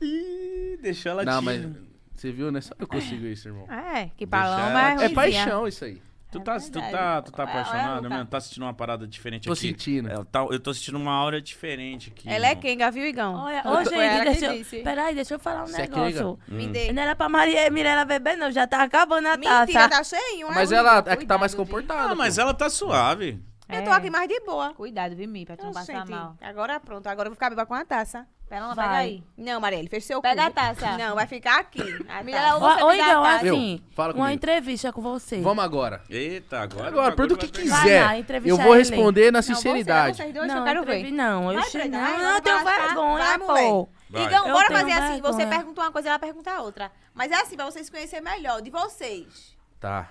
Speaker 2: Ih, deixou ela
Speaker 1: Não,
Speaker 2: te-
Speaker 1: mas você viu, né? Só eu consigo isso, irmão.
Speaker 4: É, que
Speaker 2: Deixa
Speaker 4: paloma
Speaker 2: ela-
Speaker 4: é
Speaker 1: É
Speaker 4: ruimzinha.
Speaker 1: paixão isso aí.
Speaker 2: Tu tá, tu tá, tu tá apaixonada mesmo? Tá sentindo uma parada diferente
Speaker 1: Tô
Speaker 2: aqui?
Speaker 1: sentindo.
Speaker 2: Eu, tá- eu tô sentindo uma aura diferente aqui.
Speaker 4: Ela é
Speaker 2: irmão.
Speaker 4: quenga, viu, Igão?
Speaker 3: Olha,
Speaker 4: Foi
Speaker 3: ô, gente,
Speaker 4: ela é que
Speaker 3: deixa
Speaker 4: disse.
Speaker 3: eu... Peraí, deixa eu falar um
Speaker 1: Você é
Speaker 3: negócio.
Speaker 4: Me dê.
Speaker 3: Não era pra Maria Mirella beber, não. Já tá acabando a taça.
Speaker 4: Mentira, tá cheinho.
Speaker 1: Mas
Speaker 5: né?
Speaker 1: ela é que tá mais comportada.
Speaker 2: Ah, mas
Speaker 1: pô.
Speaker 2: ela tá suave.
Speaker 5: Eu tô
Speaker 3: É.
Speaker 5: aqui mais de boa.
Speaker 4: Cuidado, viu, Mi, pra tu É. não
Speaker 5: Nossa,
Speaker 4: passar
Speaker 5: gente,
Speaker 4: mal.
Speaker 5: Agora pronto, agora eu vou ficar beba com a taça.
Speaker 4: Pera, não
Speaker 3: Vai.
Speaker 4: pega aí.
Speaker 5: Não, Marielle, fez seu
Speaker 4: Pega
Speaker 5: cu.
Speaker 4: a taça.
Speaker 5: Não, vai ficar aqui. A
Speaker 4: Mira,
Speaker 5: taça.
Speaker 4: eu vou-
Speaker 3: Ô, ô,
Speaker 4: Você me dá
Speaker 3: Igão,
Speaker 4: a
Speaker 1: taça.
Speaker 3: assim,
Speaker 1: Eu, fala
Speaker 3: uma
Speaker 1: comigo.
Speaker 3: entrevista com
Speaker 2: é-
Speaker 3: você.
Speaker 1: Vamos agora.
Speaker 2: Eita, agora.
Speaker 1: Agora,
Speaker 2: o
Speaker 1: pergunta o
Speaker 2: bagulho
Speaker 1: que
Speaker 2: vai
Speaker 1: quiser.
Speaker 3: Vai lá, entrevistar
Speaker 1: eu vou
Speaker 3: ele.
Speaker 1: responder na
Speaker 4: Não, você,
Speaker 1: sinceridade.
Speaker 4: Vocês dois,
Speaker 3: não,
Speaker 4: eu quero
Speaker 3: entrevi-
Speaker 4: ver.
Speaker 3: Não, eu
Speaker 4: Vai,
Speaker 3: che...
Speaker 4: Brenda,
Speaker 3: não,
Speaker 4: vai,
Speaker 3: eu
Speaker 4: vai,
Speaker 3: tenho
Speaker 4: vai,
Speaker 3: vergonha,
Speaker 4: vai,
Speaker 3: pô.
Speaker 4: mulher.
Speaker 2: Vai.
Speaker 4: Igão,
Speaker 3: Eu
Speaker 4: bora
Speaker 3: tenho
Speaker 4: fazer assim. Você
Speaker 3: vergonha.
Speaker 4: pergunta uma coisa, ela pergunta outra. Mas é assim, pra vocês se conhecer melhor. De vocês.
Speaker 1: Tá.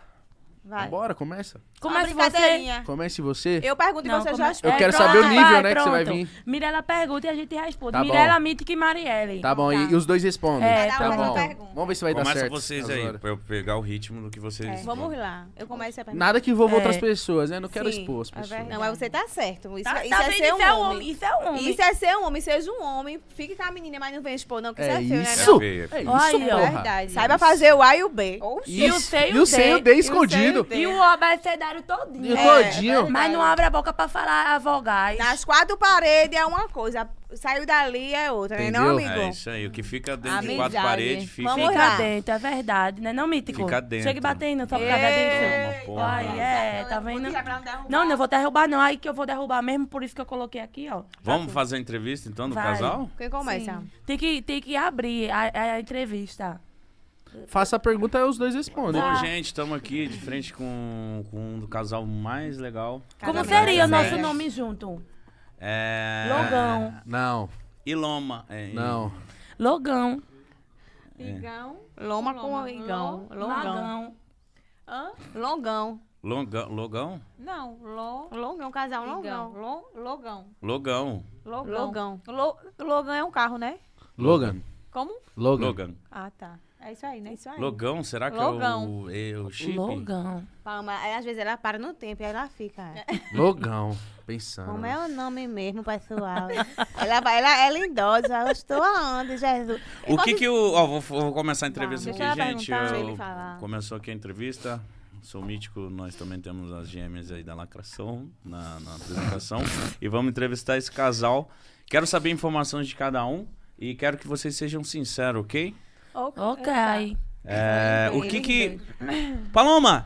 Speaker 4: Vai.
Speaker 1: Bora, começa.
Speaker 3: Como
Speaker 4: Uma
Speaker 3: é que você...
Speaker 4: brincadeirinha.
Speaker 1: Comece você.
Speaker 4: Eu pergunto e você já
Speaker 3: como-
Speaker 4: responde.
Speaker 1: Eu
Speaker 3: É,
Speaker 1: quero
Speaker 3: pronto,
Speaker 1: saber o nível,
Speaker 3: vai,
Speaker 1: né, que você vai
Speaker 3: pronto.
Speaker 1: vir.
Speaker 3: Mirella pergunta e a gente responde.
Speaker 1: Tá bom.
Speaker 3: Mirella, Mítica e Marielle.
Speaker 1: Tá bom, e, e os dois respondem.
Speaker 3: É,
Speaker 1: tá
Speaker 4: cada um faz
Speaker 1: bom.
Speaker 4: uma pergunta.
Speaker 1: Vamos ver se vai dar
Speaker 2: Começa
Speaker 1: certo.
Speaker 2: vocês aí,
Speaker 1: agora.
Speaker 2: pra eu pegar o ritmo do que vocês.
Speaker 4: É,
Speaker 5: Vamos lá. Eu começo a perguntar.
Speaker 1: Nada que envolva
Speaker 3: É.
Speaker 1: outras pessoas, né? Não quero
Speaker 5: Sim,
Speaker 1: expor as
Speaker 4: é
Speaker 1: pessoas.
Speaker 4: verdade.
Speaker 5: Não, mas você tá certo. Isso,
Speaker 3: Tá-
Speaker 5: isso
Speaker 3: tá
Speaker 5: é
Speaker 3: vendo?
Speaker 5: ser um
Speaker 3: Isso é
Speaker 5: homem.
Speaker 3: homem. Isso é homem.
Speaker 5: Isso é ser um homem. Seja um homem. Fique com a menina, mas não vem expor, não, que isso
Speaker 1: É
Speaker 5: é feio, né?
Speaker 1: isso.
Speaker 2: É feio, é
Speaker 1: É
Speaker 2: feio.
Speaker 1: isso,
Speaker 3: Olha,
Speaker 1: porra.
Speaker 4: Verdade.
Speaker 5: Saiba fazer o A e o B.
Speaker 4: Ou
Speaker 3: E o
Speaker 1: Isso.
Speaker 3: C e
Speaker 1: E
Speaker 3: o
Speaker 1: o C e
Speaker 3: D.
Speaker 1: o D escondido.
Speaker 3: E o abecedário dicionário
Speaker 1: Eu
Speaker 3: todinho.
Speaker 1: todinho.
Speaker 3: é Mas não abre a boca pra falar a vogais.
Speaker 5: Nas quatro paredes é uma coisa, saiu dali é outra, né? Não,
Speaker 1: Entendeu?
Speaker 5: amigo?
Speaker 2: É isso aí. O que fica dentro de
Speaker 5: Amizade.
Speaker 2: quatro paredes fica.
Speaker 5: Vamos
Speaker 3: Fica
Speaker 5: lá.
Speaker 3: dentro, é verdade, né? Não, Mítico?
Speaker 2: Fica dentro.
Speaker 3: Chega e batendo, só por causa
Speaker 5: Ei,
Speaker 3: disso.
Speaker 2: porra.
Speaker 3: Ai, é, tá
Speaker 5: Eu vou
Speaker 3: vendo?
Speaker 5: tirar pra não derrubar.
Speaker 3: Não, não vou derrubar não. Aí que eu vou derrubar mesmo, por isso que eu coloquei aqui, ó.
Speaker 2: Vamos fazer a entrevista então do
Speaker 3: Vai.
Speaker 2: casal?
Speaker 5: Quem começa?
Speaker 3: Tem que, tem que abrir a, a entrevista.
Speaker 1: Faça a pergunta e os dois respondem.
Speaker 2: Bom,
Speaker 3: Vai.
Speaker 2: gente, estamos aqui de frente com, com um do casal mais legal.
Speaker 3: Como
Speaker 5: Casamento
Speaker 3: seria o
Speaker 5: às
Speaker 3: nosso
Speaker 5: cegas.
Speaker 3: nome junto?
Speaker 2: É...
Speaker 3: Logão.
Speaker 1: Não,
Speaker 2: Iloma. É,
Speaker 1: não.
Speaker 3: Logão.
Speaker 1: É.
Speaker 6: Igão.
Speaker 5: Loma com igão. Longão.
Speaker 3: Logão.
Speaker 6: Hã?
Speaker 5: Longão.
Speaker 2: Longa- Logão?
Speaker 6: Não, lo...
Speaker 5: Longão, casal,
Speaker 6: Igão.
Speaker 5: longão.
Speaker 6: Lo... Logão.
Speaker 2: Logão.
Speaker 6: Logão.
Speaker 5: Logão. Lo- Logão é um carro, né?
Speaker 1: Logan.
Speaker 6: Como?
Speaker 1: Logan.
Speaker 2: Logan.
Speaker 5: Ah, tá. É isso aí, né? É isso aí.
Speaker 2: Logão, será que
Speaker 6: Logão.
Speaker 2: é o, é o chip?
Speaker 3: Logão.
Speaker 5: Palma, aí às vezes ela para no tempo e aí ela fica.
Speaker 1: Logão. Pensando.
Speaker 5: Como é o nome mesmo, pessoal? ela vai, ela, ela é idosa, eu estou aonde, Jesus?
Speaker 2: O que que o... Ó, vou, vou começar a entrevista
Speaker 5: Vamos.
Speaker 2: aqui,
Speaker 5: Deixa ela
Speaker 2: gente.
Speaker 5: perguntar,
Speaker 2: Eu-
Speaker 5: ele falar.
Speaker 2: Começou aqui a entrevista. Sou mítico, nós também temos as gêmeas aí da lacração na, na apresentação. e vamos entrevistar esse casal. Quero saber informações de cada um e quero que vocês sejam sinceros, ok?
Speaker 3: Ok.
Speaker 2: É, o que que... Paloma!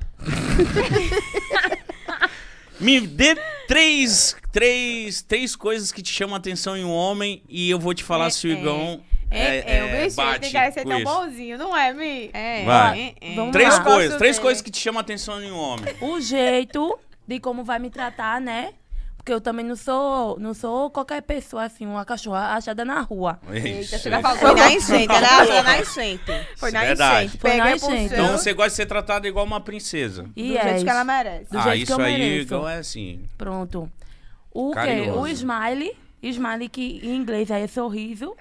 Speaker 2: Me dê três, três, três coisas que te chamam a atenção em um homem e eu vou te falar se o Igão
Speaker 5: É, é, o bichinho
Speaker 2: bate
Speaker 5: tem cara de ser
Speaker 2: com
Speaker 5: tão
Speaker 2: isso.
Speaker 5: bonzinho, não é, Mi? É.
Speaker 2: Vai.
Speaker 5: é, é.
Speaker 3: Vamos
Speaker 2: Três
Speaker 3: lá.
Speaker 2: coisas, três
Speaker 5: dele.
Speaker 2: coisas que te chamam a atenção em um homem.
Speaker 3: o jeito de como vai me tratar, né? Porque eu também não sou, não sou qualquer pessoa assim, uma cachorra achada na rua.
Speaker 2: Eita,
Speaker 5: Ela fala, Foi na enchente,
Speaker 2: né?
Speaker 5: ela foi na enchente. Foi na
Speaker 2: Verdade.
Speaker 5: enchente.
Speaker 3: Foi na
Speaker 5: Peguei por
Speaker 3: enchente.
Speaker 5: céu,
Speaker 2: Então você gosta de ser tratada igual uma princesa.
Speaker 5: Do
Speaker 3: E
Speaker 5: jeito
Speaker 3: yes.
Speaker 5: que ela merece.
Speaker 3: Do
Speaker 2: ah,
Speaker 3: jeito que
Speaker 2: isso
Speaker 3: eu
Speaker 2: aí,
Speaker 3: mereço.
Speaker 2: Igão é assim.
Speaker 3: Pronto. O quê?
Speaker 2: Carinhoso.
Speaker 3: O smile. Smile que em inglês aí é sorriso.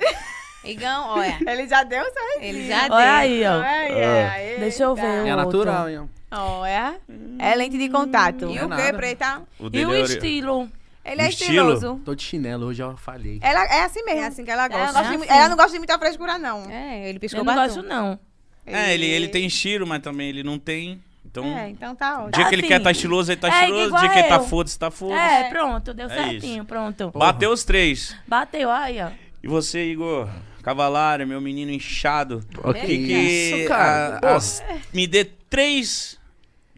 Speaker 4: Igão, olha.
Speaker 5: Ele já deu certo.
Speaker 4: Ele já deu.
Speaker 3: Olha aí, ó.
Speaker 5: Olha,
Speaker 3: Deixa eu ver. o
Speaker 1: É
Speaker 3: outro.
Speaker 1: natural, hein?
Speaker 5: Olha. É lente de contato.
Speaker 1: Não
Speaker 4: E
Speaker 1: é
Speaker 4: o quê,
Speaker 1: nada.
Speaker 4: preta?
Speaker 3: E
Speaker 2: dele
Speaker 3: o
Speaker 2: é ori-
Speaker 3: estilo.
Speaker 5: Ele é
Speaker 2: O estilo?
Speaker 5: estiloso.
Speaker 1: Tô de chinelo, hoje eu falhei.
Speaker 5: Ela é assim mesmo.
Speaker 4: É assim que ela
Speaker 5: Ela,
Speaker 4: gosta.
Speaker 5: não gosta de mu- ela não gosta de muita frescura, não.
Speaker 4: É, ele piscou
Speaker 3: Eu não
Speaker 4: batom.
Speaker 3: gosto, não.
Speaker 2: É, ele, ele tem estilo, mas também ele não tem. Então,
Speaker 5: É, então tá
Speaker 2: o
Speaker 5: ótimo.
Speaker 2: dia que ele
Speaker 3: Assim,
Speaker 2: quer tá estiloso, ele tá
Speaker 3: é
Speaker 2: estiloso. O
Speaker 3: igual
Speaker 2: dia que ele tá
Speaker 3: eu.
Speaker 2: foda-se, tá foda-se.
Speaker 3: É, pronto, deu
Speaker 2: É
Speaker 3: certinho,
Speaker 2: isso.
Speaker 3: pronto.
Speaker 2: Bateu os três.
Speaker 3: Bateu, aí, ó.
Speaker 2: E você, Igor? Cavalário, meu menino inchado.
Speaker 1: O
Speaker 2: Que, que
Speaker 1: é isso, Ah, cara?
Speaker 2: a-
Speaker 1: Pô,
Speaker 2: as- me dê três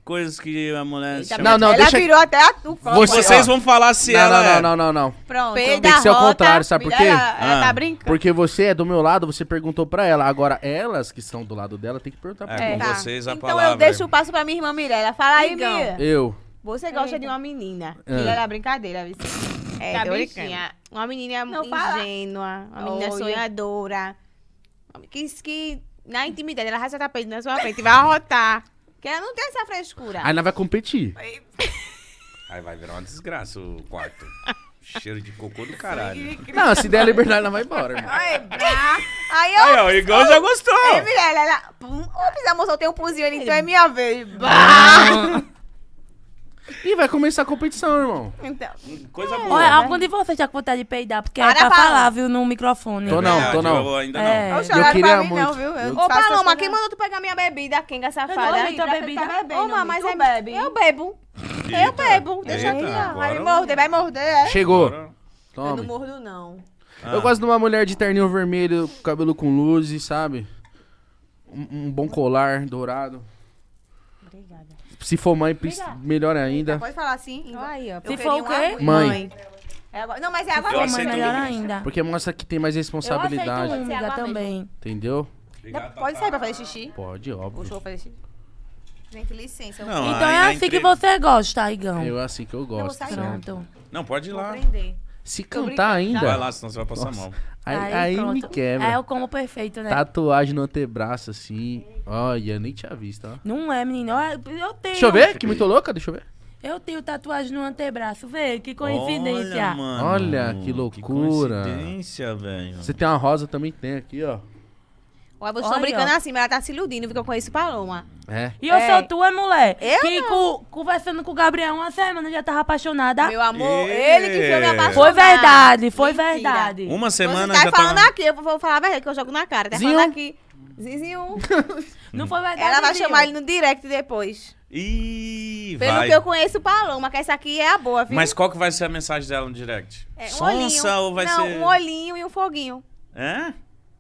Speaker 2: coisas que a mulher
Speaker 4: tá
Speaker 2: chama
Speaker 1: Não, não,
Speaker 5: ela
Speaker 1: deixa...
Speaker 5: virou até a, o copo.
Speaker 1: Você-
Speaker 2: Vocês vão falar se
Speaker 1: Não,
Speaker 2: ela é-
Speaker 1: não, não, não, não, não.
Speaker 5: Pronto.
Speaker 4: Peido
Speaker 1: Tem que ser ao
Speaker 4: Rota,
Speaker 1: contrário, sabe por quê?
Speaker 5: Ela, ela
Speaker 2: Ah.
Speaker 5: tá brincando.
Speaker 1: Porque você é do meu lado, você perguntou pra ela. Agora, elas que estão do lado dela, tem que perguntar pra
Speaker 2: É,
Speaker 1: mim.
Speaker 2: com
Speaker 5: Tá.
Speaker 2: vocês a
Speaker 5: então
Speaker 2: palavra.
Speaker 5: eu deixo o passo pra minha irmã Mirella. Fala aí,
Speaker 4: Igão.
Speaker 5: Mia.
Speaker 1: Eu.
Speaker 5: Você gosta de uma menina.
Speaker 1: Ah.
Speaker 5: Filha da brincadeira, viu?
Speaker 4: É,
Speaker 5: Tá
Speaker 4: tô
Speaker 5: brincando.
Speaker 4: brincando. Uma menina
Speaker 5: Não, fala.
Speaker 4: ingênua, uma menina
Speaker 5: Olha.
Speaker 4: sonhadora. Que, que na intimidade ela racha tapete na sua frente e vai arrotar. Que ela não tem essa
Speaker 5: Tá.
Speaker 4: frescura.
Speaker 1: Aí nós vai competir.
Speaker 2: Aí vai virar uma desgraça o quarto. Cheiro de cocô do caralho.
Speaker 1: Não, se der a liberdade, ela vai embora. irmão.
Speaker 5: Ai, brá. Aí eu.
Speaker 2: Aí, ó, o Igor já gostou.
Speaker 5: Aí, Mirella, ela. Pum, ops, a moça, eu tenho um pulzinho ali, então é minha vez. Bah.
Speaker 1: E vai começar a competição, irmão.
Speaker 5: Então,
Speaker 2: Coisa boa.
Speaker 3: Olha, ah, algum de vocês já com vontade de peidar, porque é
Speaker 5: Para,
Speaker 3: pra
Speaker 5: para.
Speaker 3: falar, viu, no microfone.
Speaker 1: Tô não, tô
Speaker 2: Verdade,
Speaker 1: não.
Speaker 2: eu ainda
Speaker 3: É.
Speaker 2: não.
Speaker 5: eu chorar
Speaker 1: queria
Speaker 5: pra mim,
Speaker 1: muito.
Speaker 5: não, viu? Eu
Speaker 4: Ô,
Speaker 5: faço
Speaker 4: Paloma,
Speaker 5: essas
Speaker 4: quem mandou tu pegar minha bebida, Kenga
Speaker 3: Eu não
Speaker 5: tá
Speaker 4: safada?
Speaker 3: vi tua bebida.
Speaker 5: Ô,
Speaker 4: Ô,
Speaker 5: mamãe,
Speaker 4: mas
Speaker 5: tu
Speaker 4: é
Speaker 5: bebe?
Speaker 4: Eu bebo.
Speaker 2: Eita.
Speaker 4: Eu bebo. Deixa
Speaker 2: Eita,
Speaker 4: aqui, ó.
Speaker 2: agora
Speaker 5: Vai
Speaker 2: eu-
Speaker 5: morder, vai morder, é?
Speaker 1: Chegou.
Speaker 2: Agora-
Speaker 5: Eu não
Speaker 1: Tome.
Speaker 5: mordo, não.
Speaker 2: Ah,
Speaker 1: Eu gosto de uma mulher de terninho vermelho, cabelo com luzes, sabe? Um, um bom colar dourado. Obrigada. Se for mãe, prin- melhor ainda.
Speaker 5: Pode falar assim?
Speaker 4: Aí, ó.
Speaker 3: Se for o quê?
Speaker 1: Mãe.
Speaker 5: É agora- Não, mas é água
Speaker 2: Eu
Speaker 3: Minha
Speaker 5: mesmo.
Speaker 3: mãe
Speaker 2: aceito
Speaker 3: melhor
Speaker 2: tudo.
Speaker 3: ainda.
Speaker 1: Porque mostra que tem mais
Speaker 3: Eu aceito
Speaker 1: responsabilidade.
Speaker 3: úmiga também.
Speaker 1: Entendeu?
Speaker 2: obrigado,
Speaker 5: Pode
Speaker 2: papai.
Speaker 5: sair pra fazer xixi?
Speaker 1: Pode,
Speaker 5: Ou
Speaker 1: óbvio.
Speaker 5: vou fazer xixi? Gente, licença. Eu
Speaker 2: Não,
Speaker 3: Então
Speaker 2: aí
Speaker 3: é
Speaker 2: na
Speaker 3: assim que
Speaker 2: entrev-
Speaker 3: você gosta, Igão. Tá
Speaker 1: Eu é assim que eu gosto.
Speaker 5: sair,
Speaker 1: sabe?
Speaker 3: Pronto.
Speaker 2: Não, pode ir lá.
Speaker 5: aprender.
Speaker 1: Se cantar ainda,
Speaker 2: Vai lá, senão você vai passar mal.
Speaker 1: aí, aí me
Speaker 3: É
Speaker 1: quebra. Tá
Speaker 3: o como perfeito, né?
Speaker 1: Tatuagem no antebraço, assim. Olha, nem tinha visto, ó.
Speaker 3: Não é, menino. Eu, eu tenho.
Speaker 1: Deixa eu ver, que muito louca, deixa eu ver.
Speaker 3: Eu tenho tatuagem no antebraço. Vê, que coincidência.
Speaker 2: Olha, mano,
Speaker 1: Olha, que loucura.
Speaker 2: Que coincidência, velho.
Speaker 1: Você tem uma rosa também, tem aqui, ó.
Speaker 5: Ué, vocês
Speaker 3: Olha,
Speaker 5: estão brincando
Speaker 3: ó.
Speaker 5: assim, mas ela tá se iludindo, porque eu conheço Paloma.
Speaker 1: É.
Speaker 3: E eu
Speaker 5: É.
Speaker 3: sou tua mulher.
Speaker 5: Eu
Speaker 3: que co- conversando com o Gabriel uma semana já tava apaixonada.
Speaker 5: Meu amor,
Speaker 2: Ê.
Speaker 5: ele que foi me apaixonar.
Speaker 3: Foi verdade, foi
Speaker 5: Mentira.
Speaker 3: verdade.
Speaker 2: Uma
Speaker 5: Você
Speaker 1: Hum?
Speaker 2: semana
Speaker 5: tá
Speaker 2: já
Speaker 5: falando
Speaker 2: tá...
Speaker 5: aqui, eu vou falar a verdade que eu jogo na cara. Tá
Speaker 1: Zinho.
Speaker 5: falando aqui.
Speaker 4: Zizinho.
Speaker 3: Não foi verdade.
Speaker 4: Ela vai
Speaker 3: viu?
Speaker 4: chamar ele no direct depois.
Speaker 2: Ih,
Speaker 4: Pelo
Speaker 2: vai.
Speaker 4: que eu conheço, Paloma, que essa aqui é a boa, viu?
Speaker 2: Mas qual que vai ser a mensagem dela no direct?
Speaker 4: É, um
Speaker 2: Sonsa
Speaker 4: olhinho.
Speaker 2: ou vai
Speaker 4: Não,
Speaker 2: ser...
Speaker 4: um olhinho e um foguinho.
Speaker 2: É?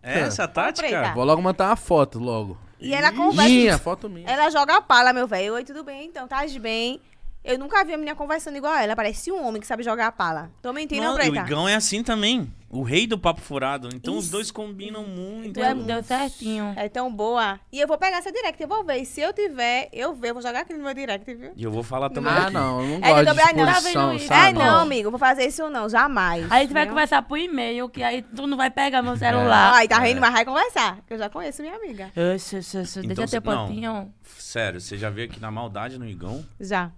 Speaker 2: É essa a tática?
Speaker 4: preta.
Speaker 1: Vou logo mandar uma foto, logo.
Speaker 4: E ela
Speaker 2: Ih,
Speaker 4: conversa.
Speaker 1: Minha, foto minha.
Speaker 4: Ela joga a pala, meu velho. Oi, tudo bem? Então, tá bem? Eu nunca vi a menina conversando igual a ela. Parece um homem que sabe jogar a pala. Tô mentindo, não,
Speaker 2: Mano, o
Speaker 4: preta.
Speaker 2: Igão é assim também. O rei do papo furado. Então os dois combinam muito.
Speaker 3: Deu, é- deu certinho.
Speaker 4: É tão boa. E eu vou pegar essa direct, eu vou ver. E se eu tiver, eu ver. Eu vou jogar aqui no meu direct, viu?
Speaker 2: E eu vou falar também
Speaker 1: Ah,
Speaker 2: aqui.
Speaker 1: não, eu não
Speaker 4: É,
Speaker 1: gosto de
Speaker 4: Gabriel, não, tá
Speaker 1: exposição,
Speaker 3: vendo isso?
Speaker 1: sabe?
Speaker 4: é, não, amigo, vou fazer isso não, jamais.
Speaker 3: Aí a gente vai
Speaker 4: Não.
Speaker 3: conversar por e-mail, que aí tu não vai pegar
Speaker 1: É.
Speaker 3: meu celular.
Speaker 4: Ai, tá rindo, mas vai conversar. que Eu já conheço minha amiga.
Speaker 3: Oxe, oxe, oxe,
Speaker 2: Então
Speaker 3: Deixa
Speaker 2: cê-
Speaker 3: ter
Speaker 2: não.
Speaker 3: potinho.
Speaker 2: Sério, você já veio aqui na maldade no Igão?
Speaker 4: Já.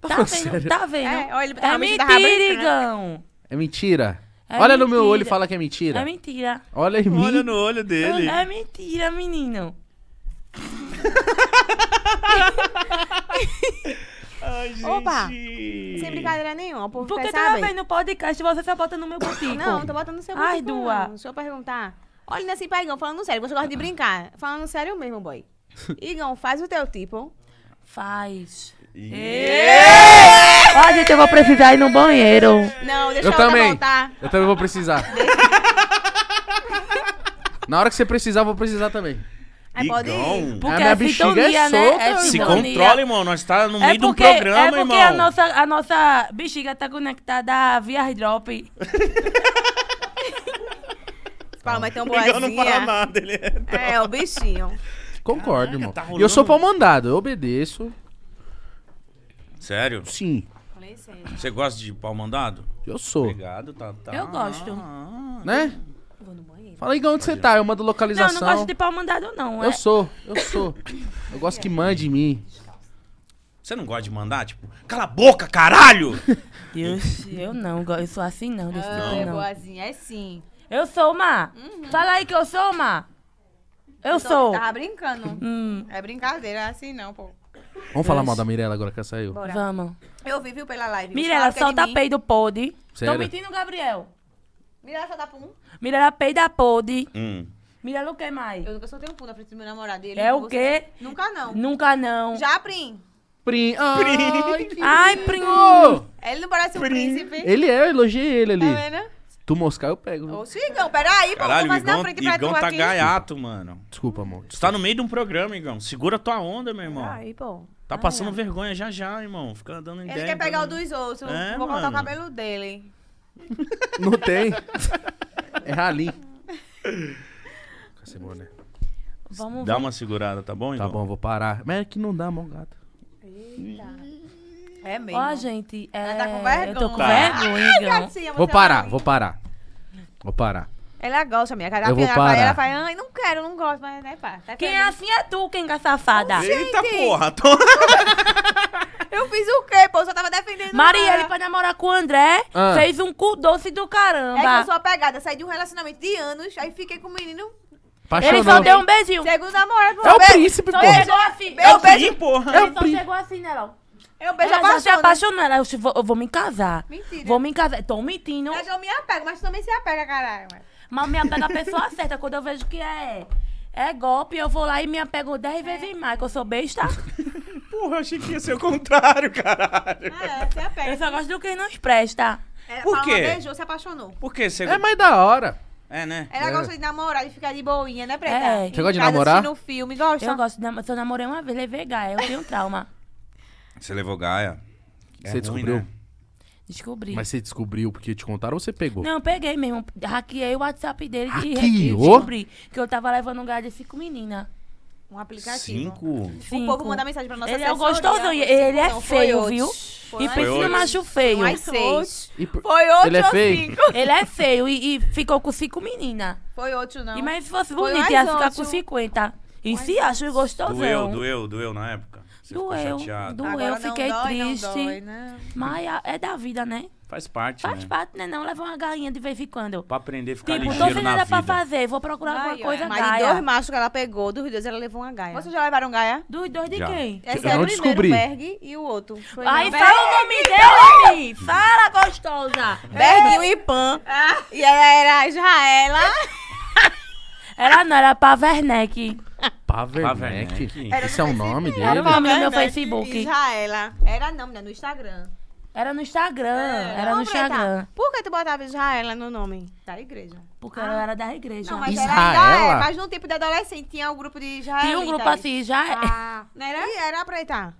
Speaker 3: Tá vendo? Tá vendo?
Speaker 4: É, olha, ele
Speaker 3: É
Speaker 4: tava me
Speaker 3: mentira,
Speaker 4: tava brincando.
Speaker 3: Igão.
Speaker 1: É mentira.
Speaker 3: É
Speaker 1: Olha no meu
Speaker 3: mentira.
Speaker 1: olho e fala que é mentira.
Speaker 3: É mentira.
Speaker 1: Olha em mim.
Speaker 2: Olha no olho dele.
Speaker 3: É mentira, menino.
Speaker 2: Ai, gente.
Speaker 4: Opa! Sem brincadeira nenhuma, o povo
Speaker 3: Porque
Speaker 4: quer
Speaker 3: toda
Speaker 4: saber.
Speaker 3: vez no podcast você só bota no meu botico.
Speaker 4: Não, tô botando no seu
Speaker 3: Ai,
Speaker 4: botico,
Speaker 3: Dua.
Speaker 4: não. Deixa eu perguntar. Olha nesse pra Igão, falando sério, você gosta de brincar. Falando sério mesmo, boy. Igão, faz o teu tipo.
Speaker 3: Faz. É.
Speaker 2: Ih.
Speaker 3: Ó, gente, eu vou precisar ir no banheiro.
Speaker 4: Não, deixa
Speaker 1: Eu
Speaker 4: ela
Speaker 1: também.
Speaker 4: voltar.
Speaker 1: Eu também vou precisar. Na hora que você precisar, eu vou precisar também.
Speaker 4: Aí pode ir.
Speaker 2: Igão.
Speaker 1: A
Speaker 3: Porque
Speaker 1: minha
Speaker 3: é
Speaker 1: bexiga é
Speaker 3: sintonia, né?
Speaker 1: solta,
Speaker 3: É
Speaker 1: irmão.
Speaker 2: Se
Speaker 3: sintonia.
Speaker 2: controla, irmão. Nós tá no meio
Speaker 3: É
Speaker 2: de um
Speaker 3: porque,
Speaker 2: programa,
Speaker 3: é porque
Speaker 2: irmão.
Speaker 3: a nossa, a nossa bexiga tá conectada via airdrop.
Speaker 4: Palma é
Speaker 5: um
Speaker 4: tão
Speaker 2: O Igão não fala
Speaker 4: boazinha.
Speaker 2: nada. Ele é...
Speaker 4: É, o bichinho.
Speaker 1: Concordo, irmão.
Speaker 2: tá
Speaker 1: e eu sou
Speaker 2: rolando-
Speaker 1: pau mandado, eu obedeço.
Speaker 2: Sério?
Speaker 1: Sim,
Speaker 2: Você gosta de pau mandado?
Speaker 1: eu sou.
Speaker 2: Obrigado, tá, tá.
Speaker 3: Eu gosto.
Speaker 1: Né? Fala, Igão, onde você tá? Eu mando
Speaker 3: Não, eu
Speaker 1: localização.
Speaker 3: não gosto de pau mandado, não. É,
Speaker 1: Eu sou, eu sou. Eu gosto que mande em mim.
Speaker 2: Você não gosta de mandar? Tipo, cala a boca, caralho!
Speaker 3: eu, eu não, go- eu sou assim não, desse
Speaker 5: É
Speaker 3: tipo, não.
Speaker 5: boazinha, é sim.
Speaker 3: Eu sou uma.
Speaker 5: Uhum.
Speaker 3: Fala aí que eu sou uma. Eu sou.
Speaker 5: Tava brincando.
Speaker 3: Hum,
Speaker 5: É brincadeira, é assim não, pô.
Speaker 1: Vamos falar mal da Mirella agora que ela saiu.
Speaker 5: Bora.
Speaker 3: vamos.
Speaker 5: Eu vi, viu, pela live.
Speaker 3: Mirela,
Speaker 5: Falaram que é de
Speaker 3: solta
Speaker 5: mim.
Speaker 3: peido pode. Tô
Speaker 1: Sério?
Speaker 3: mentindo, Gabriel.
Speaker 5: Mirela, solta pum.
Speaker 3: Mirela peida pode.
Speaker 2: Hum.
Speaker 3: Mirela o que mais?
Speaker 5: Eu nunca soltei um pum na frente do meu namorado. Ele
Speaker 3: É o
Speaker 5: você-
Speaker 3: quê?
Speaker 5: Nunca não.
Speaker 3: Nunca não.
Speaker 5: Já, Prim.
Speaker 1: Prim. Ai, que
Speaker 3: Ai,
Speaker 1: lindo.
Speaker 3: primo.
Speaker 5: Ele não parece um príncipe.
Speaker 1: Ele é, eu elogiei ele ali.
Speaker 5: Tá vendo?
Speaker 1: Tu moscar, eu pego.
Speaker 5: Ô, Igão, peraí, pô.
Speaker 2: Caralho,
Speaker 5: Vou
Speaker 2: o
Speaker 5: fazer na
Speaker 2: Igão,
Speaker 5: frente pra tu
Speaker 2: Igão tá
Speaker 5: aqui.
Speaker 2: gaiato, mano.
Speaker 1: Desculpa, amor.
Speaker 2: Tu tá no meio de um programa, Igão. Segura tua onda, meu irmão.
Speaker 5: Aí, pô.
Speaker 2: Tá passando vergonha já já, irmão. Fica dando
Speaker 5: Ele
Speaker 2: ideia.
Speaker 5: quer pegar o
Speaker 2: do
Speaker 5: dos outros.
Speaker 2: É,
Speaker 5: Vou cortar o
Speaker 2: mano.
Speaker 5: cabelo dele.
Speaker 1: Não tem. É ralim. Cacimbo, né?
Speaker 3: Vamos
Speaker 2: Dá uma segurada, tá bom, Igão?
Speaker 1: Tá bom, vou parar. Mas é que não dá, mão gato.
Speaker 5: É mesmo. assim,
Speaker 3: Ó, gente, é...
Speaker 5: Ela tá com vergonha.
Speaker 3: Eu tô com
Speaker 2: Tá.
Speaker 3: vergonha, Igão.
Speaker 5: Gatinha,
Speaker 1: Vou
Speaker 5: você
Speaker 1: parar,
Speaker 4: um-
Speaker 5: vai.
Speaker 1: vou parar. Vou parar.
Speaker 5: Ela gosta, minha. Cada
Speaker 1: Eu vou
Speaker 5: ela fala,
Speaker 1: parar.
Speaker 5: ela fala, ai, não quero, não gosto, mas né, pá. Tá
Speaker 3: Quem é
Speaker 5: querendo.
Speaker 3: assim é tu, quem é safada.
Speaker 2: Eita porra, tô...
Speaker 1: é?
Speaker 5: Eu fiz o quê, pô? Eu só tava defendendo
Speaker 3: Maria, ele
Speaker 5: ela.
Speaker 3: pra namorar com o André,
Speaker 1: Ah.
Speaker 3: fez um cu doce do
Speaker 5: É que eu
Speaker 3: caramba.
Speaker 5: sou apegada. Saí de um relacionamento de anos, aí fiquei com o menino.
Speaker 3: Ele só
Speaker 1: Apaixonou.
Speaker 3: deu um beijinho.
Speaker 5: Segundo namorado, pô.
Speaker 1: É o
Speaker 5: Be-
Speaker 1: príncipe, pô.
Speaker 3: Só chegou assim.
Speaker 5: Eu tipo beijo.
Speaker 2: Ih, porra.
Speaker 1: É
Speaker 3: Ele
Speaker 1: o
Speaker 3: só
Speaker 1: príncipe.
Speaker 3: chegou assim, né, Léo?
Speaker 5: Eu beijo
Speaker 3: Ela já se
Speaker 5: apaixonado.
Speaker 3: apaixonou. Ela, né? eu te vou, eu vou me casar.
Speaker 5: Mentira.
Speaker 3: Vou me casar. Tô mentindo.
Speaker 5: É que eu me apego, mas tu também se apega, caralho. ué.
Speaker 3: Mas me apego à pessoa certa. Quando eu vejo que é, é golpe, eu vou lá e me apego
Speaker 5: É.
Speaker 3: dez vezes mais, que eu sou besta.
Speaker 2: Porra, achei que ia ser o contrário, caralho.
Speaker 5: Ah, é, se
Speaker 3: Eu
Speaker 5: apega.
Speaker 3: só gosto do que nos presta.
Speaker 5: Ela
Speaker 2: Por
Speaker 5: falou,
Speaker 2: quê?
Speaker 5: beijou, se apaixonou.
Speaker 2: Por que você...
Speaker 1: É mais da hora.
Speaker 2: É, né?
Speaker 5: Ela gosta de namorar, de ficar de boinha, né, Preta?
Speaker 3: É.
Speaker 5: Em
Speaker 1: Você gosta de
Speaker 5: casa
Speaker 1: namorar?
Speaker 5: assistindo filme, gosta?
Speaker 3: Eu gosto de namor- se eu namorei uma vez, levei gaia. Eu tenho trauma.
Speaker 2: Você levou Gaia. É
Speaker 1: Você
Speaker 2: ruim,
Speaker 1: descobriu?
Speaker 2: né?
Speaker 3: Descobri.
Speaker 1: Mas você descobriu porque te contaram ou você pegou?
Speaker 3: Não, eu peguei mesmo. Hackeei o WhatsApp dele e re- e
Speaker 1: Hackeou?
Speaker 3: descobri que eu tava levando gaia de cinco meninas.
Speaker 5: Um aplicativo.
Speaker 2: Cinco?
Speaker 5: O povo manda mensagem pra nossa
Speaker 3: Ele é o
Speaker 5: assessoria.
Speaker 3: gostosão. e Ele é
Speaker 5: Não, foi
Speaker 3: feio,
Speaker 5: outro.
Speaker 3: viu?
Speaker 5: Foi
Speaker 3: E
Speaker 5: mais-
Speaker 3: Priscila
Speaker 2: outro.
Speaker 3: macho
Speaker 5: foi
Speaker 3: feio.
Speaker 5: mais seis.
Speaker 1: E por-
Speaker 5: Foi outro
Speaker 1: Ele é
Speaker 5: ou
Speaker 1: feio?
Speaker 5: cinco?
Speaker 3: Ele é feio e, e ficou com cinco meninas.
Speaker 5: Foi outro, não.
Speaker 3: E mas se fosse
Speaker 5: Foi
Speaker 3: bonito,
Speaker 5: mais
Speaker 3: ia ficar com
Speaker 5: ótimo.
Speaker 3: 50. E se acha gostosão.
Speaker 2: Doeu, doeu, doeu na época. Você ficou
Speaker 3: Doeu,
Speaker 2: chateado.
Speaker 3: doeu.
Speaker 5: Agora
Speaker 3: eu
Speaker 5: não
Speaker 3: fiquei
Speaker 5: dói,
Speaker 3: triste.
Speaker 5: Não dói, né?
Speaker 3: Mas a- é da vida, né?
Speaker 2: Faz parte,
Speaker 3: Faz
Speaker 2: né?
Speaker 3: parte, né? Não leva uma galinha de vez em quando.
Speaker 2: Pra aprender a ficar
Speaker 3: Tipo, tô
Speaker 2: Tá ligeiro
Speaker 3: sem
Speaker 2: na
Speaker 3: nada
Speaker 2: vida.
Speaker 3: pra fazer. Vou procurar
Speaker 5: Ai,
Speaker 3: alguma coisa
Speaker 5: ai.
Speaker 4: É, Mas de dois
Speaker 3: gaia.
Speaker 4: machos que ela pegou, dos dois ela levou uma gaia. é
Speaker 5: Vocês já levaram Gaia?
Speaker 3: Dos dois de
Speaker 2: Já.
Speaker 3: quem?
Speaker 5: Esse
Speaker 1: Eu
Speaker 5: era
Speaker 1: não
Speaker 5: o primeiro,
Speaker 1: descobri.
Speaker 5: Berg e o outro. Foi
Speaker 3: Aí
Speaker 5: não.
Speaker 3: fala o nome dele, homem! Fala, gostosa! Ah.
Speaker 4: Berguinho e Pan. E ela era Israela.
Speaker 3: Era não, era Paverneck.
Speaker 1: Paverneck?
Speaker 2: Paverneck.
Speaker 1: Esse é o nome dele?
Speaker 3: Era o nome no meu
Speaker 4: Werneck,
Speaker 3: Facebook.
Speaker 4: Israela. Era não, mulher, no Instagram.
Speaker 3: Era no Instagram. Ah,
Speaker 5: É.
Speaker 3: Era no
Speaker 4: Vamos
Speaker 5: tá.
Speaker 4: completar.
Speaker 3: Instagram.
Speaker 4: Por que tu botava Israela no nome da igreja?
Speaker 3: Porque eu
Speaker 5: Ah.
Speaker 3: era da igreja.
Speaker 4: Não, mas
Speaker 1: Israela?
Speaker 4: era Israel, É, mas no tempo de adolescente tinha o um grupo de Israel.
Speaker 3: Tinha um
Speaker 5: tá
Speaker 3: grupo assim, já é.
Speaker 4: Ah, não era? E era preta.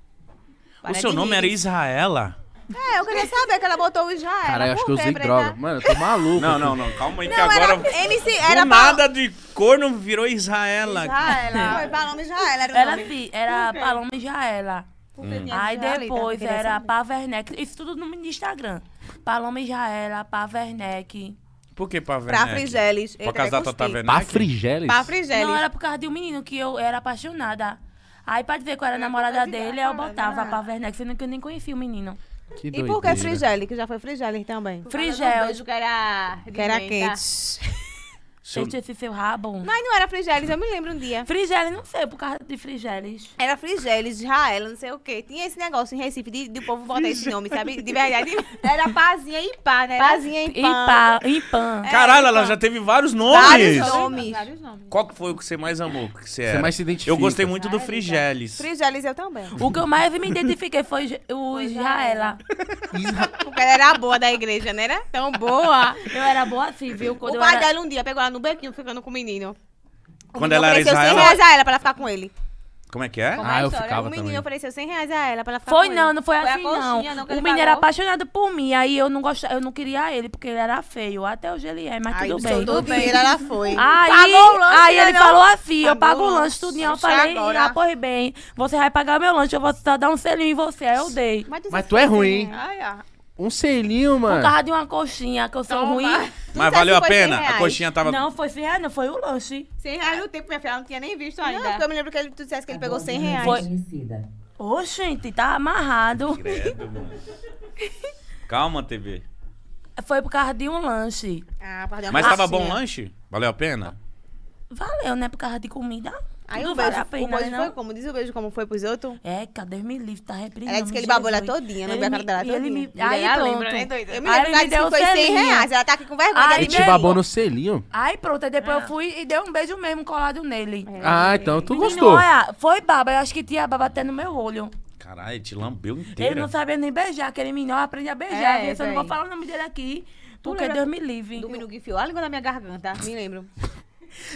Speaker 2: O seu nome era Israela?
Speaker 4: É, eu queria saber que ela botou o Israel.
Speaker 1: Caralho, acho
Speaker 4: Por né?
Speaker 1: que eu usei
Speaker 4: preta?
Speaker 1: droga. Mano, eu tô maluco.
Speaker 2: Não,
Speaker 1: aqui.
Speaker 2: não, não. Calma aí que
Speaker 4: Não,
Speaker 2: agora...
Speaker 4: era, MC,
Speaker 2: Do
Speaker 4: era
Speaker 2: nada de corno virou Israela.
Speaker 4: Israela. Foi pra nome Israel, era o
Speaker 3: Era
Speaker 4: nome.
Speaker 3: assim, era Paloma e já era.
Speaker 4: Porque tinha tá,
Speaker 3: Aí
Speaker 4: Israelita,
Speaker 3: depois
Speaker 4: queria
Speaker 3: era
Speaker 4: saber.
Speaker 3: Paverneck. Isso tudo no meu Instagram. Paloma e já era, Paverneck.
Speaker 2: Por que pra
Speaker 4: Pra Frigelis.
Speaker 2: Por causa da
Speaker 5: é
Speaker 2: Tata
Speaker 4: Werneck.
Speaker 1: Pá
Speaker 2: Werneck?
Speaker 1: Frigelis?
Speaker 4: Pra Frigelis.
Speaker 3: Não, era por causa de um menino que eu era apaixonada. Aí pra dizer que eu
Speaker 4: é
Speaker 3: era namorada dele, eu botava Paverneck, sendo que eu nem conhecia o menino.
Speaker 1: Que
Speaker 4: E
Speaker 1: é doideira.
Speaker 4: né? é. por
Speaker 5: é
Speaker 4: um que Frigelis? Que já foi Frigelis também.
Speaker 3: Frigel,
Speaker 6: beijo que era. de
Speaker 4: Que era
Speaker 6: menta.
Speaker 4: quente.
Speaker 2: Seu-
Speaker 3: deixa esse seu rabo.
Speaker 4: Mas não era Frigelis, eu me lembro um dia.
Speaker 3: Frigeles, não sei, por causa de Frigeles.
Speaker 4: Era Frigelis, Israel, não sei o quê. Tinha esse negócio em Recife de, de povo botar esse nome, sabe? De verdade. Era Pazinha e Pá, né? Pazinha e Pá.
Speaker 3: Impa, impan.
Speaker 2: Caralho, ela já teve vários nomes.
Speaker 4: Vários nomes.
Speaker 6: Nomes. Vários nomes.
Speaker 2: Qual que foi o que você mais amou? Que você era?
Speaker 1: mais se identifica.
Speaker 2: Eu gostei muito do Frigelis.
Speaker 4: Frigelis eu também.
Speaker 3: O que eu mais me identifiquei foi o
Speaker 4: é.
Speaker 3: Israela.
Speaker 4: Porque ela era boa da igreja, né? Era tão boa.
Speaker 3: Eu era boa assim, viu? Quando
Speaker 4: o
Speaker 3: eu
Speaker 4: pai
Speaker 3: era-
Speaker 4: dela um dia pegou ela no bequinho, ficando com o menino. O
Speaker 2: Quando
Speaker 4: menino
Speaker 2: ela era
Speaker 4: ofereceu
Speaker 2: Israel,
Speaker 4: 100 reais a ela pra ela ficar com ele.
Speaker 2: Como é que é?
Speaker 4: Como
Speaker 1: Ah,
Speaker 4: a
Speaker 1: eu
Speaker 4: história?
Speaker 1: ficava
Speaker 4: O menino
Speaker 1: também.
Speaker 4: ofereceu 100 reais a ela pra ela ficar
Speaker 3: Foi
Speaker 4: Tá com
Speaker 3: não,
Speaker 4: ele.
Speaker 3: não foi,
Speaker 6: Foi a
Speaker 3: assim
Speaker 6: coxinha,
Speaker 3: não.
Speaker 6: não, que
Speaker 3: o
Speaker 6: ele
Speaker 3: menino era
Speaker 6: pagou.
Speaker 3: apaixonado por mim, aí eu não gostava, eu não queria ele porque ele era feio, até hoje ele é, mas
Speaker 4: Aí,
Speaker 3: tudo
Speaker 4: seu
Speaker 3: bem.
Speaker 4: todo dinheiro ela
Speaker 3: Aí,
Speaker 4: foi. Pagou o lanche,
Speaker 3: aí
Speaker 4: né,
Speaker 3: ele
Speaker 4: não?
Speaker 3: falou assim, eu
Speaker 4: Pagou
Speaker 3: pago o
Speaker 4: o
Speaker 3: lanche,
Speaker 4: lanche.
Speaker 3: tudinho. Eu
Speaker 4: Puxa
Speaker 3: falei,
Speaker 4: agora.
Speaker 3: ah, pois bem, você vai pagar meu lanche, eu vou só dar um selinho em você. Aí eu dei.
Speaker 4: Mas tu,
Speaker 1: Mas tu é ruim, hein?
Speaker 4: Ai, ó.
Speaker 1: Um selinho,
Speaker 3: Por
Speaker 1: mano.
Speaker 3: causa de uma coxinha, que eu sou
Speaker 4: Toma.
Speaker 3: ruim.
Speaker 4: Não sei
Speaker 2: Mas valeu
Speaker 4: se
Speaker 2: a
Speaker 4: foi 100
Speaker 2: pena? A
Speaker 4: reais.
Speaker 2: coxinha tava.
Speaker 3: Não, foi real, não foi o lanche.
Speaker 4: 100 reais no tempo, minha filha, ela não tinha nem visto ainda.
Speaker 6: Não, porque
Speaker 4: eu me lembro que ele, tu
Speaker 2: É
Speaker 4: dissesse que ele pegou 100 reais. Então,
Speaker 3: Foi. Ô, gente, tá amarrado.
Speaker 2: Credo, mano. Calma, TV.
Speaker 3: Foi por causa de um lanche.
Speaker 4: Ah, pode
Speaker 2: Mas tava bom o lanche? Valeu a pena?
Speaker 3: Valeu, né? Por causa de comida.
Speaker 4: Aí
Speaker 3: Tudo
Speaker 4: Ah, o beijo,
Speaker 3: vale a pena,
Speaker 4: o beijo
Speaker 3: né,
Speaker 4: foi
Speaker 3: não?
Speaker 4: como? Diz o beijo como foi pros outros?
Speaker 3: É, cadê me livre? Tá reprimindo.
Speaker 4: Ela disse que ele babou ela todinha, não
Speaker 3: Ele
Speaker 4: viu
Speaker 3: me-
Speaker 4: a cara dela
Speaker 3: e ele
Speaker 4: todinha.
Speaker 3: me- aí
Speaker 4: ela
Speaker 3: pronto.
Speaker 4: lembra, né, doida? Eu me
Speaker 3: Aí
Speaker 4: lembro que ela
Speaker 3: ele
Speaker 4: disse
Speaker 3: me
Speaker 4: que
Speaker 3: deu
Speaker 4: foi 100
Speaker 3: selinho.
Speaker 4: reais. Ela tá aqui com vergonha.
Speaker 3: Aí
Speaker 1: Ele
Speaker 4: dele.
Speaker 1: te babou no selinho?
Speaker 3: Aí pronto, aí depois eu fui e dei um beijo mesmo colado nele.
Speaker 4: É.
Speaker 1: Ah, então tu
Speaker 3: Menino,
Speaker 1: gostou.
Speaker 3: Olha, foi baba, eu acho que tinha baba até no meu olho.
Speaker 2: Caralho, te lambeu
Speaker 3: Ele
Speaker 2: inteira.
Speaker 3: não sabia nem beijar, aquele menino aprende a beijar.
Speaker 4: É,
Speaker 3: viu? Só não vou
Speaker 4: véi.
Speaker 3: falar o nome dele aqui, porque
Speaker 4: lembra
Speaker 3: Deus me livre.
Speaker 4: Do menino que enfiou a língua na minha garganta, me lembro.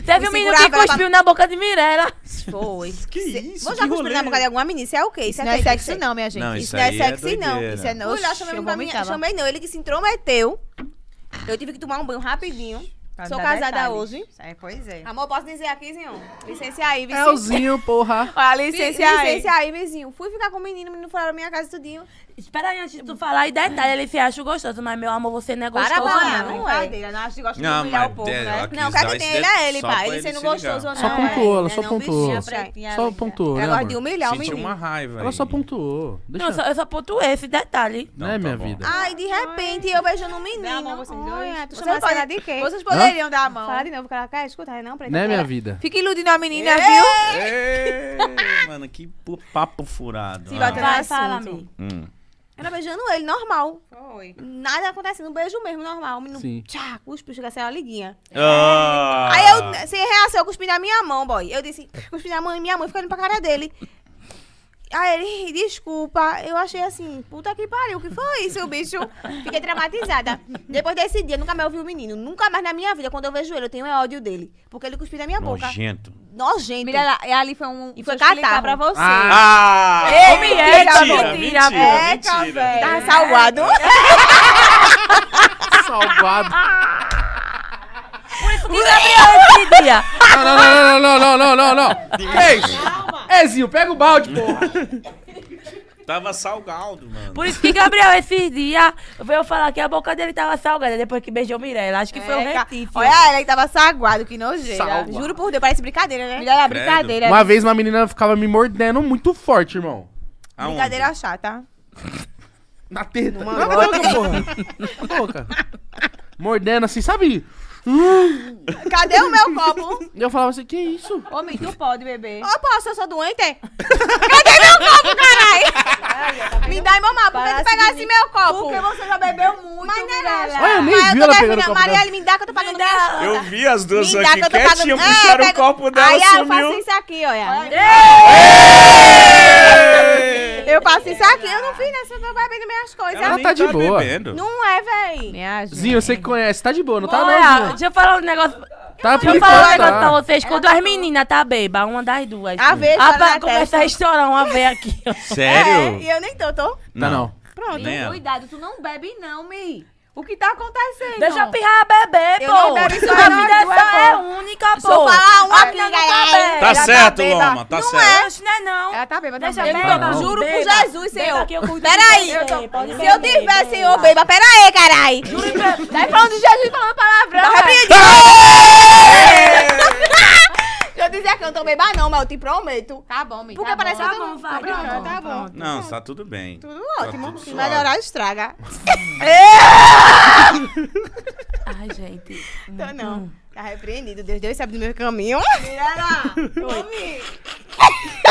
Speaker 3: Teve
Speaker 4: que
Speaker 3: um menino que
Speaker 4: segurava ela
Speaker 3: cuspiu na boca de Mirella.
Speaker 4: Foi.
Speaker 2: Que
Speaker 4: Cê-
Speaker 2: isso,
Speaker 4: Vou
Speaker 2: que
Speaker 4: já cuspir
Speaker 2: rolê.
Speaker 4: na boca de alguma menina, isso é o quê? Isso,
Speaker 5: Isso não é
Speaker 4: feio,
Speaker 5: sexy, não, minha gente.
Speaker 2: Não, isso
Speaker 5: isso,
Speaker 2: aí
Speaker 5: é
Speaker 2: é
Speaker 5: sexy, não.
Speaker 2: doideira.
Speaker 5: Isso é
Speaker 4: Fui lá,
Speaker 5: nojo.
Speaker 4: chamei,
Speaker 5: Eu
Speaker 4: pra minha,
Speaker 5: vomitava.
Speaker 4: chamei não, ele que se intrometeu. Eu tive que tomar um banho rapidinho.
Speaker 5: Pra
Speaker 4: Sou
Speaker 5: dar
Speaker 4: casada
Speaker 5: detalhes.
Speaker 4: hoje.
Speaker 5: É, pois é.
Speaker 4: Amor, posso dizer aqui, Zinho? Licença aí, vizinho.
Speaker 1: Elzinho, É porra.
Speaker 5: Olha,
Speaker 4: Licença aí. Licença aí, vizinho. Fui ficar com o menino, o menino foi lá pra minha casa tudinho.
Speaker 3: Espera aí, antes de tu falar, e detalhe, ele se acha gostoso, mas meu amor, você não é gostoso,
Speaker 4: Para, para,
Speaker 3: não.
Speaker 4: não é. Não acho que gosta de
Speaker 2: Não,
Speaker 4: humilhar
Speaker 2: mas
Speaker 4: o povo,
Speaker 2: é, ela
Speaker 4: né?
Speaker 2: quis
Speaker 4: Não, o cara
Speaker 2: dar
Speaker 4: que tem
Speaker 2: esse
Speaker 4: ele é ele,
Speaker 2: só
Speaker 4: pá.
Speaker 2: pra
Speaker 4: Ele
Speaker 2: ele
Speaker 4: sendo
Speaker 2: se ligar.
Speaker 4: gostoso ou não.
Speaker 1: Só
Speaker 4: é.
Speaker 1: pontuou, ela
Speaker 4: Não,
Speaker 1: só
Speaker 4: não,
Speaker 1: pontuou.
Speaker 4: bichinha pretinha,
Speaker 1: Só
Speaker 4: linda.
Speaker 1: pontuou, né,
Speaker 4: Ela gosta
Speaker 5: um
Speaker 1: amor?
Speaker 4: de humilhar o
Speaker 2: Sentiu
Speaker 4: menino.
Speaker 2: uma raiva.
Speaker 1: Ela
Speaker 2: aí.
Speaker 1: só pontuou. Deixa
Speaker 3: Não, só- Ah, eu só pontuei esse detalhe.
Speaker 1: Né, minha vida?
Speaker 4: Ai, de repente eu beijando um menino.
Speaker 6: Dá a mão, vocês dois.
Speaker 4: Olha, tu
Speaker 5: Vocês
Speaker 4: chama a
Speaker 5: podem-
Speaker 4: cena de quê?
Speaker 5: Vocês poderiam dar a mão.
Speaker 4: Fala de novo, que ela quer escutar, não, preta.
Speaker 1: Né, minha
Speaker 4: Ela-
Speaker 1: vida?
Speaker 4: Fica iludindo a menina, viu?
Speaker 2: Ei, mano, que pu- papo furado.
Speaker 4: Se
Speaker 2: ah.
Speaker 4: bateu na-
Speaker 3: Vai,
Speaker 4: assunto.
Speaker 3: fala, amigo.
Speaker 2: Hum.
Speaker 4: Ela beijando ele, normal.
Speaker 5: Foi.
Speaker 4: Nada acontecendo, um beijo mesmo, normal. O menino,
Speaker 1: Sim.
Speaker 4: tchá, cuspe, chega a ser uma liguinha.
Speaker 2: Ah. É.
Speaker 4: Aí eu, sem reação, eu cuspi na minha mão, boy. Eu disse, cuspi na mão, e minha mãe ficou olhando pra cara dele. Aí ele, desculpa, eu achei assim, puta que pariu, que foi isso, bicho? Fiquei traumatizada. Depois desse dia, nunca mais ouvi o menino. Nunca mais na minha vida, quando eu vejo ele, eu tenho é ódio dele. Porque ele cuspiu na minha boca.
Speaker 2: Nojento.
Speaker 4: Nojento.
Speaker 5: Mirella, é, ali foi um.
Speaker 4: E foi
Speaker 5: deixa eu explicar
Speaker 4: catarro.
Speaker 5: pra você.
Speaker 2: Ah!
Speaker 3: Ei, mentira,
Speaker 2: mentira, mentira,
Speaker 3: mentira,
Speaker 4: É,
Speaker 2: é mentira, É.
Speaker 5: É,
Speaker 4: Eca, velho.
Speaker 2: mentira.
Speaker 4: Tava salvado.
Speaker 3: assim.
Speaker 1: Salvado.
Speaker 3: Por isso que Gabriel esse dia.
Speaker 1: Não, não, não, não, não, não, não, não, não. Que isso? Ezinho, pega o balde, porra.
Speaker 2: Tava salgado, mano.
Speaker 3: Por isso que Gabriel esses dias veio falar que a boca dele tava salgada depois que beijou Mirella. Acho que foi um o
Speaker 4: Eca.
Speaker 3: Retife.
Speaker 4: Olha ela que tava saguado, que nojeira.
Speaker 1: Salva.
Speaker 4: Juro por Deus, parece brincadeira, né?
Speaker 5: Mirella,
Speaker 2: Credo.
Speaker 5: brincadeira.
Speaker 1: Uma vez uma menina ficava me mordendo muito forte, irmão.
Speaker 2: Aonde?
Speaker 4: É Brincadeira chata.
Speaker 1: Na teta. Na boca, porra. Na boca. Mordendo assim, sabe?
Speaker 5: Cadê o meu copo?
Speaker 1: E eu falava assim, que isso?
Speaker 6: Homem, tu pode beber.
Speaker 5: Ô, posso, eu sou doente? é? Cadê meu copo, caralho? Me dá e mamar, por que
Speaker 6: Parece
Speaker 5: tu pegasse
Speaker 6: que-
Speaker 5: meu copo?
Speaker 6: Porque você já bebeu muito,
Speaker 5: Mas não é
Speaker 6: Mirella.
Speaker 1: Olha, Ah, eu nem
Speaker 5: Mas
Speaker 1: vi
Speaker 5: eu tô
Speaker 1: ela pegando o
Speaker 5: definindo.
Speaker 1: copo dela.
Speaker 5: Marielle, me dá que eu tô pagando minha conta.
Speaker 2: Eu vi as duas
Speaker 5: Me dá
Speaker 2: aqui
Speaker 5: que eu tô pagando-
Speaker 2: quietinha,
Speaker 5: É,
Speaker 2: puxaram o
Speaker 5: pega-
Speaker 2: copo dela,
Speaker 5: Aí eu faço
Speaker 2: sumiu.
Speaker 5: isso aqui, olha.
Speaker 2: Ê!
Speaker 5: Eu faço isso aqui, eu não fiz nada, você tá bebendo minhas coisas.
Speaker 1: Ela
Speaker 2: nem
Speaker 1: tá de boa.
Speaker 2: bebendo.
Speaker 5: Não é, véi.
Speaker 6: Minha gente.
Speaker 1: Zinho, você que conhece, tá de boa, não tá
Speaker 3: Olha,
Speaker 1: não, Zinho?
Speaker 3: deixa eu falar um negócio.
Speaker 1: Tá por
Speaker 3: Deixa eu falar
Speaker 1: enquanto,
Speaker 3: um negócio pra
Speaker 1: tá.
Speaker 3: vocês. Quando as meninas tá beba, uma das duas.
Speaker 5: A vez
Speaker 3: a
Speaker 5: fora da
Speaker 3: pá começa
Speaker 5: testa.
Speaker 3: a estourar uma vez aqui. ó.
Speaker 5: É, e
Speaker 2: Sério?
Speaker 5: eu nem tô, tô.
Speaker 1: Tá não.
Speaker 5: Pronto.
Speaker 2: Nem ela.
Speaker 6: Cuidado, tu não bebe não, Mi.
Speaker 5: O que tá acontecendo?
Speaker 3: Deixa a pirra beber,
Speaker 5: Eu
Speaker 3: pô.
Speaker 5: não bebo isso,
Speaker 3: a
Speaker 5: não,
Speaker 3: vida
Speaker 5: tu é
Speaker 3: só é
Speaker 5: bom.
Speaker 3: única, pô.
Speaker 5: Se eu falar uma
Speaker 3: a menina não tá
Speaker 5: pinga, é.
Speaker 2: Tá
Speaker 3: bêbada.
Speaker 5: tá
Speaker 2: certo,
Speaker 5: bêbada.
Speaker 2: Loma, tá
Speaker 3: Não é,
Speaker 2: certo.
Speaker 3: acho que não é não.
Speaker 5: Ela tá bêbada
Speaker 3: Deixa
Speaker 5: também.
Speaker 1: bêbada.
Speaker 3: beba,
Speaker 1: Não.
Speaker 3: pô.
Speaker 5: Juro por
Speaker 3: Beba.
Speaker 5: Jesus,
Speaker 3: Beba
Speaker 5: senhor.
Speaker 3: que eu cuido de
Speaker 5: Peraí.
Speaker 3: você, pode
Speaker 5: Se eu
Speaker 3: beber,
Speaker 5: tivesse,
Speaker 3: beba.
Speaker 5: senhor, beba. Peraí, carai.
Speaker 3: Juro que-
Speaker 5: Tá falando de Jesus falando palavrão. Tá Deixa eu dizer que eu não tô beba não, mas eu te prometo.
Speaker 6: Tá bom, Mi.
Speaker 5: Porque
Speaker 6: tá
Speaker 5: parece
Speaker 6: bom.
Speaker 5: que eu tô...
Speaker 3: bom, vai,
Speaker 5: Tá
Speaker 3: tá
Speaker 5: bom,
Speaker 3: bom,
Speaker 5: tá bom.
Speaker 2: Não, tá tudo bem.
Speaker 5: Tudo
Speaker 2: Tá
Speaker 5: ótimo.
Speaker 2: tudo
Speaker 5: Se
Speaker 2: suave.
Speaker 5: melhorar, estraga.
Speaker 3: Ai, gente.
Speaker 5: Tô não. Tá repreendido. Deus, Deus sabe do meu caminho. Olha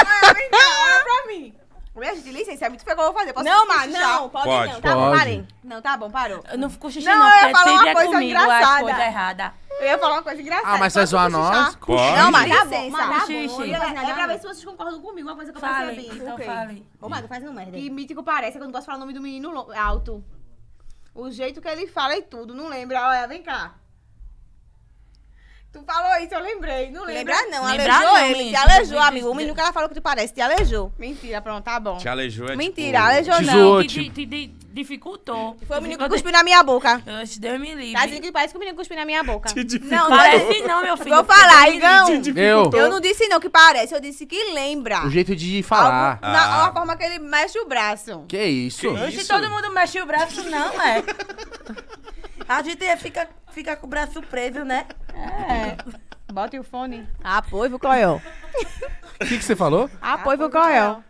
Speaker 5: pra mim. Minha gente, licença, tu pegou, eu vou fazer. Posso
Speaker 6: Não,
Speaker 5: fazer
Speaker 6: mas
Speaker 5: xixi?
Speaker 6: não, pode,
Speaker 2: Pode.
Speaker 6: não.
Speaker 5: Tá bom,
Speaker 1: Pode.
Speaker 5: parem. Não, tá bom, parou.
Speaker 3: Eu não fico xixi
Speaker 5: Não,
Speaker 3: não,
Speaker 5: eu ia
Speaker 3: porque
Speaker 5: falar uma
Speaker 3: sempre é
Speaker 5: coisa
Speaker 3: comigo
Speaker 5: engraçada.
Speaker 3: as coisas erradas.
Speaker 5: Eu ia falar uma coisa engraçada.
Speaker 1: Ah, mas você vai
Speaker 5: Posso
Speaker 1: zoar
Speaker 5: cochichar?
Speaker 1: nós?
Speaker 2: Pode.
Speaker 5: Não, mas tá
Speaker 6: Licença,
Speaker 5: bom,
Speaker 6: mas
Speaker 5: mas
Speaker 6: tá
Speaker 5: tá
Speaker 3: xixi.
Speaker 6: bom.
Speaker 5: bom.
Speaker 6: É
Speaker 5: É
Speaker 6: pra ver se vocês concordam comigo, uma coisa que eu
Speaker 3: Fale,
Speaker 6: percebi.
Speaker 3: então
Speaker 5: ok.
Speaker 3: fale.
Speaker 5: Ô, Marco, faz um merda.
Speaker 6: Que mítico parece, é que eu não posso falar o nome do menino lo- alto.
Speaker 5: O jeito que ele fala e tudo, não lembra. Olha, vem cá. Tu falou isso, eu lembrei. Não lembra?
Speaker 4: Lembrar não,
Speaker 3: Lembrar
Speaker 4: aleijou
Speaker 3: não,
Speaker 4: ele.
Speaker 3: menino.
Speaker 4: Te aleijou,
Speaker 3: 2022.
Speaker 4: amigo. O menino que ela falou que tu parece, te aleijou.
Speaker 5: Mentira, pronto, tá bom.
Speaker 2: Te aleijou, é
Speaker 5: Mentira,
Speaker 2: tipo-
Speaker 5: aleijou
Speaker 1: Te
Speaker 5: não.
Speaker 1: zoou,
Speaker 3: Que
Speaker 1: tipo.
Speaker 3: di- te di- dificultou.
Speaker 4: Foi o menino que
Speaker 3: Ficou
Speaker 4: cuspiu na minha boca.
Speaker 3: de- Oxe, Deus me livre.
Speaker 4: Tá dizendo que parece que o menino cuspiu na minha boca.
Speaker 3: Não, parece não, meu filho.
Speaker 5: Vou falar,
Speaker 3: Deus me
Speaker 5: Igão.
Speaker 3: livre.
Speaker 1: Eu,
Speaker 5: Eu não disse não que parece, eu disse que lembra.
Speaker 1: o jeito de falar.
Speaker 5: Algo- na-
Speaker 2: Ah.
Speaker 5: a forma que ele mexe o braço.
Speaker 1: Que isso?
Speaker 2: Que
Speaker 3: Oxe,
Speaker 2: Isso.
Speaker 3: todo mundo mexe o braço, não, é? A gente fica, fica com o braço preso, né?
Speaker 6: Bota o fone.
Speaker 5: Apoio o coió.
Speaker 1: O que, que você falou?
Speaker 5: Apoio o coió.
Speaker 1: O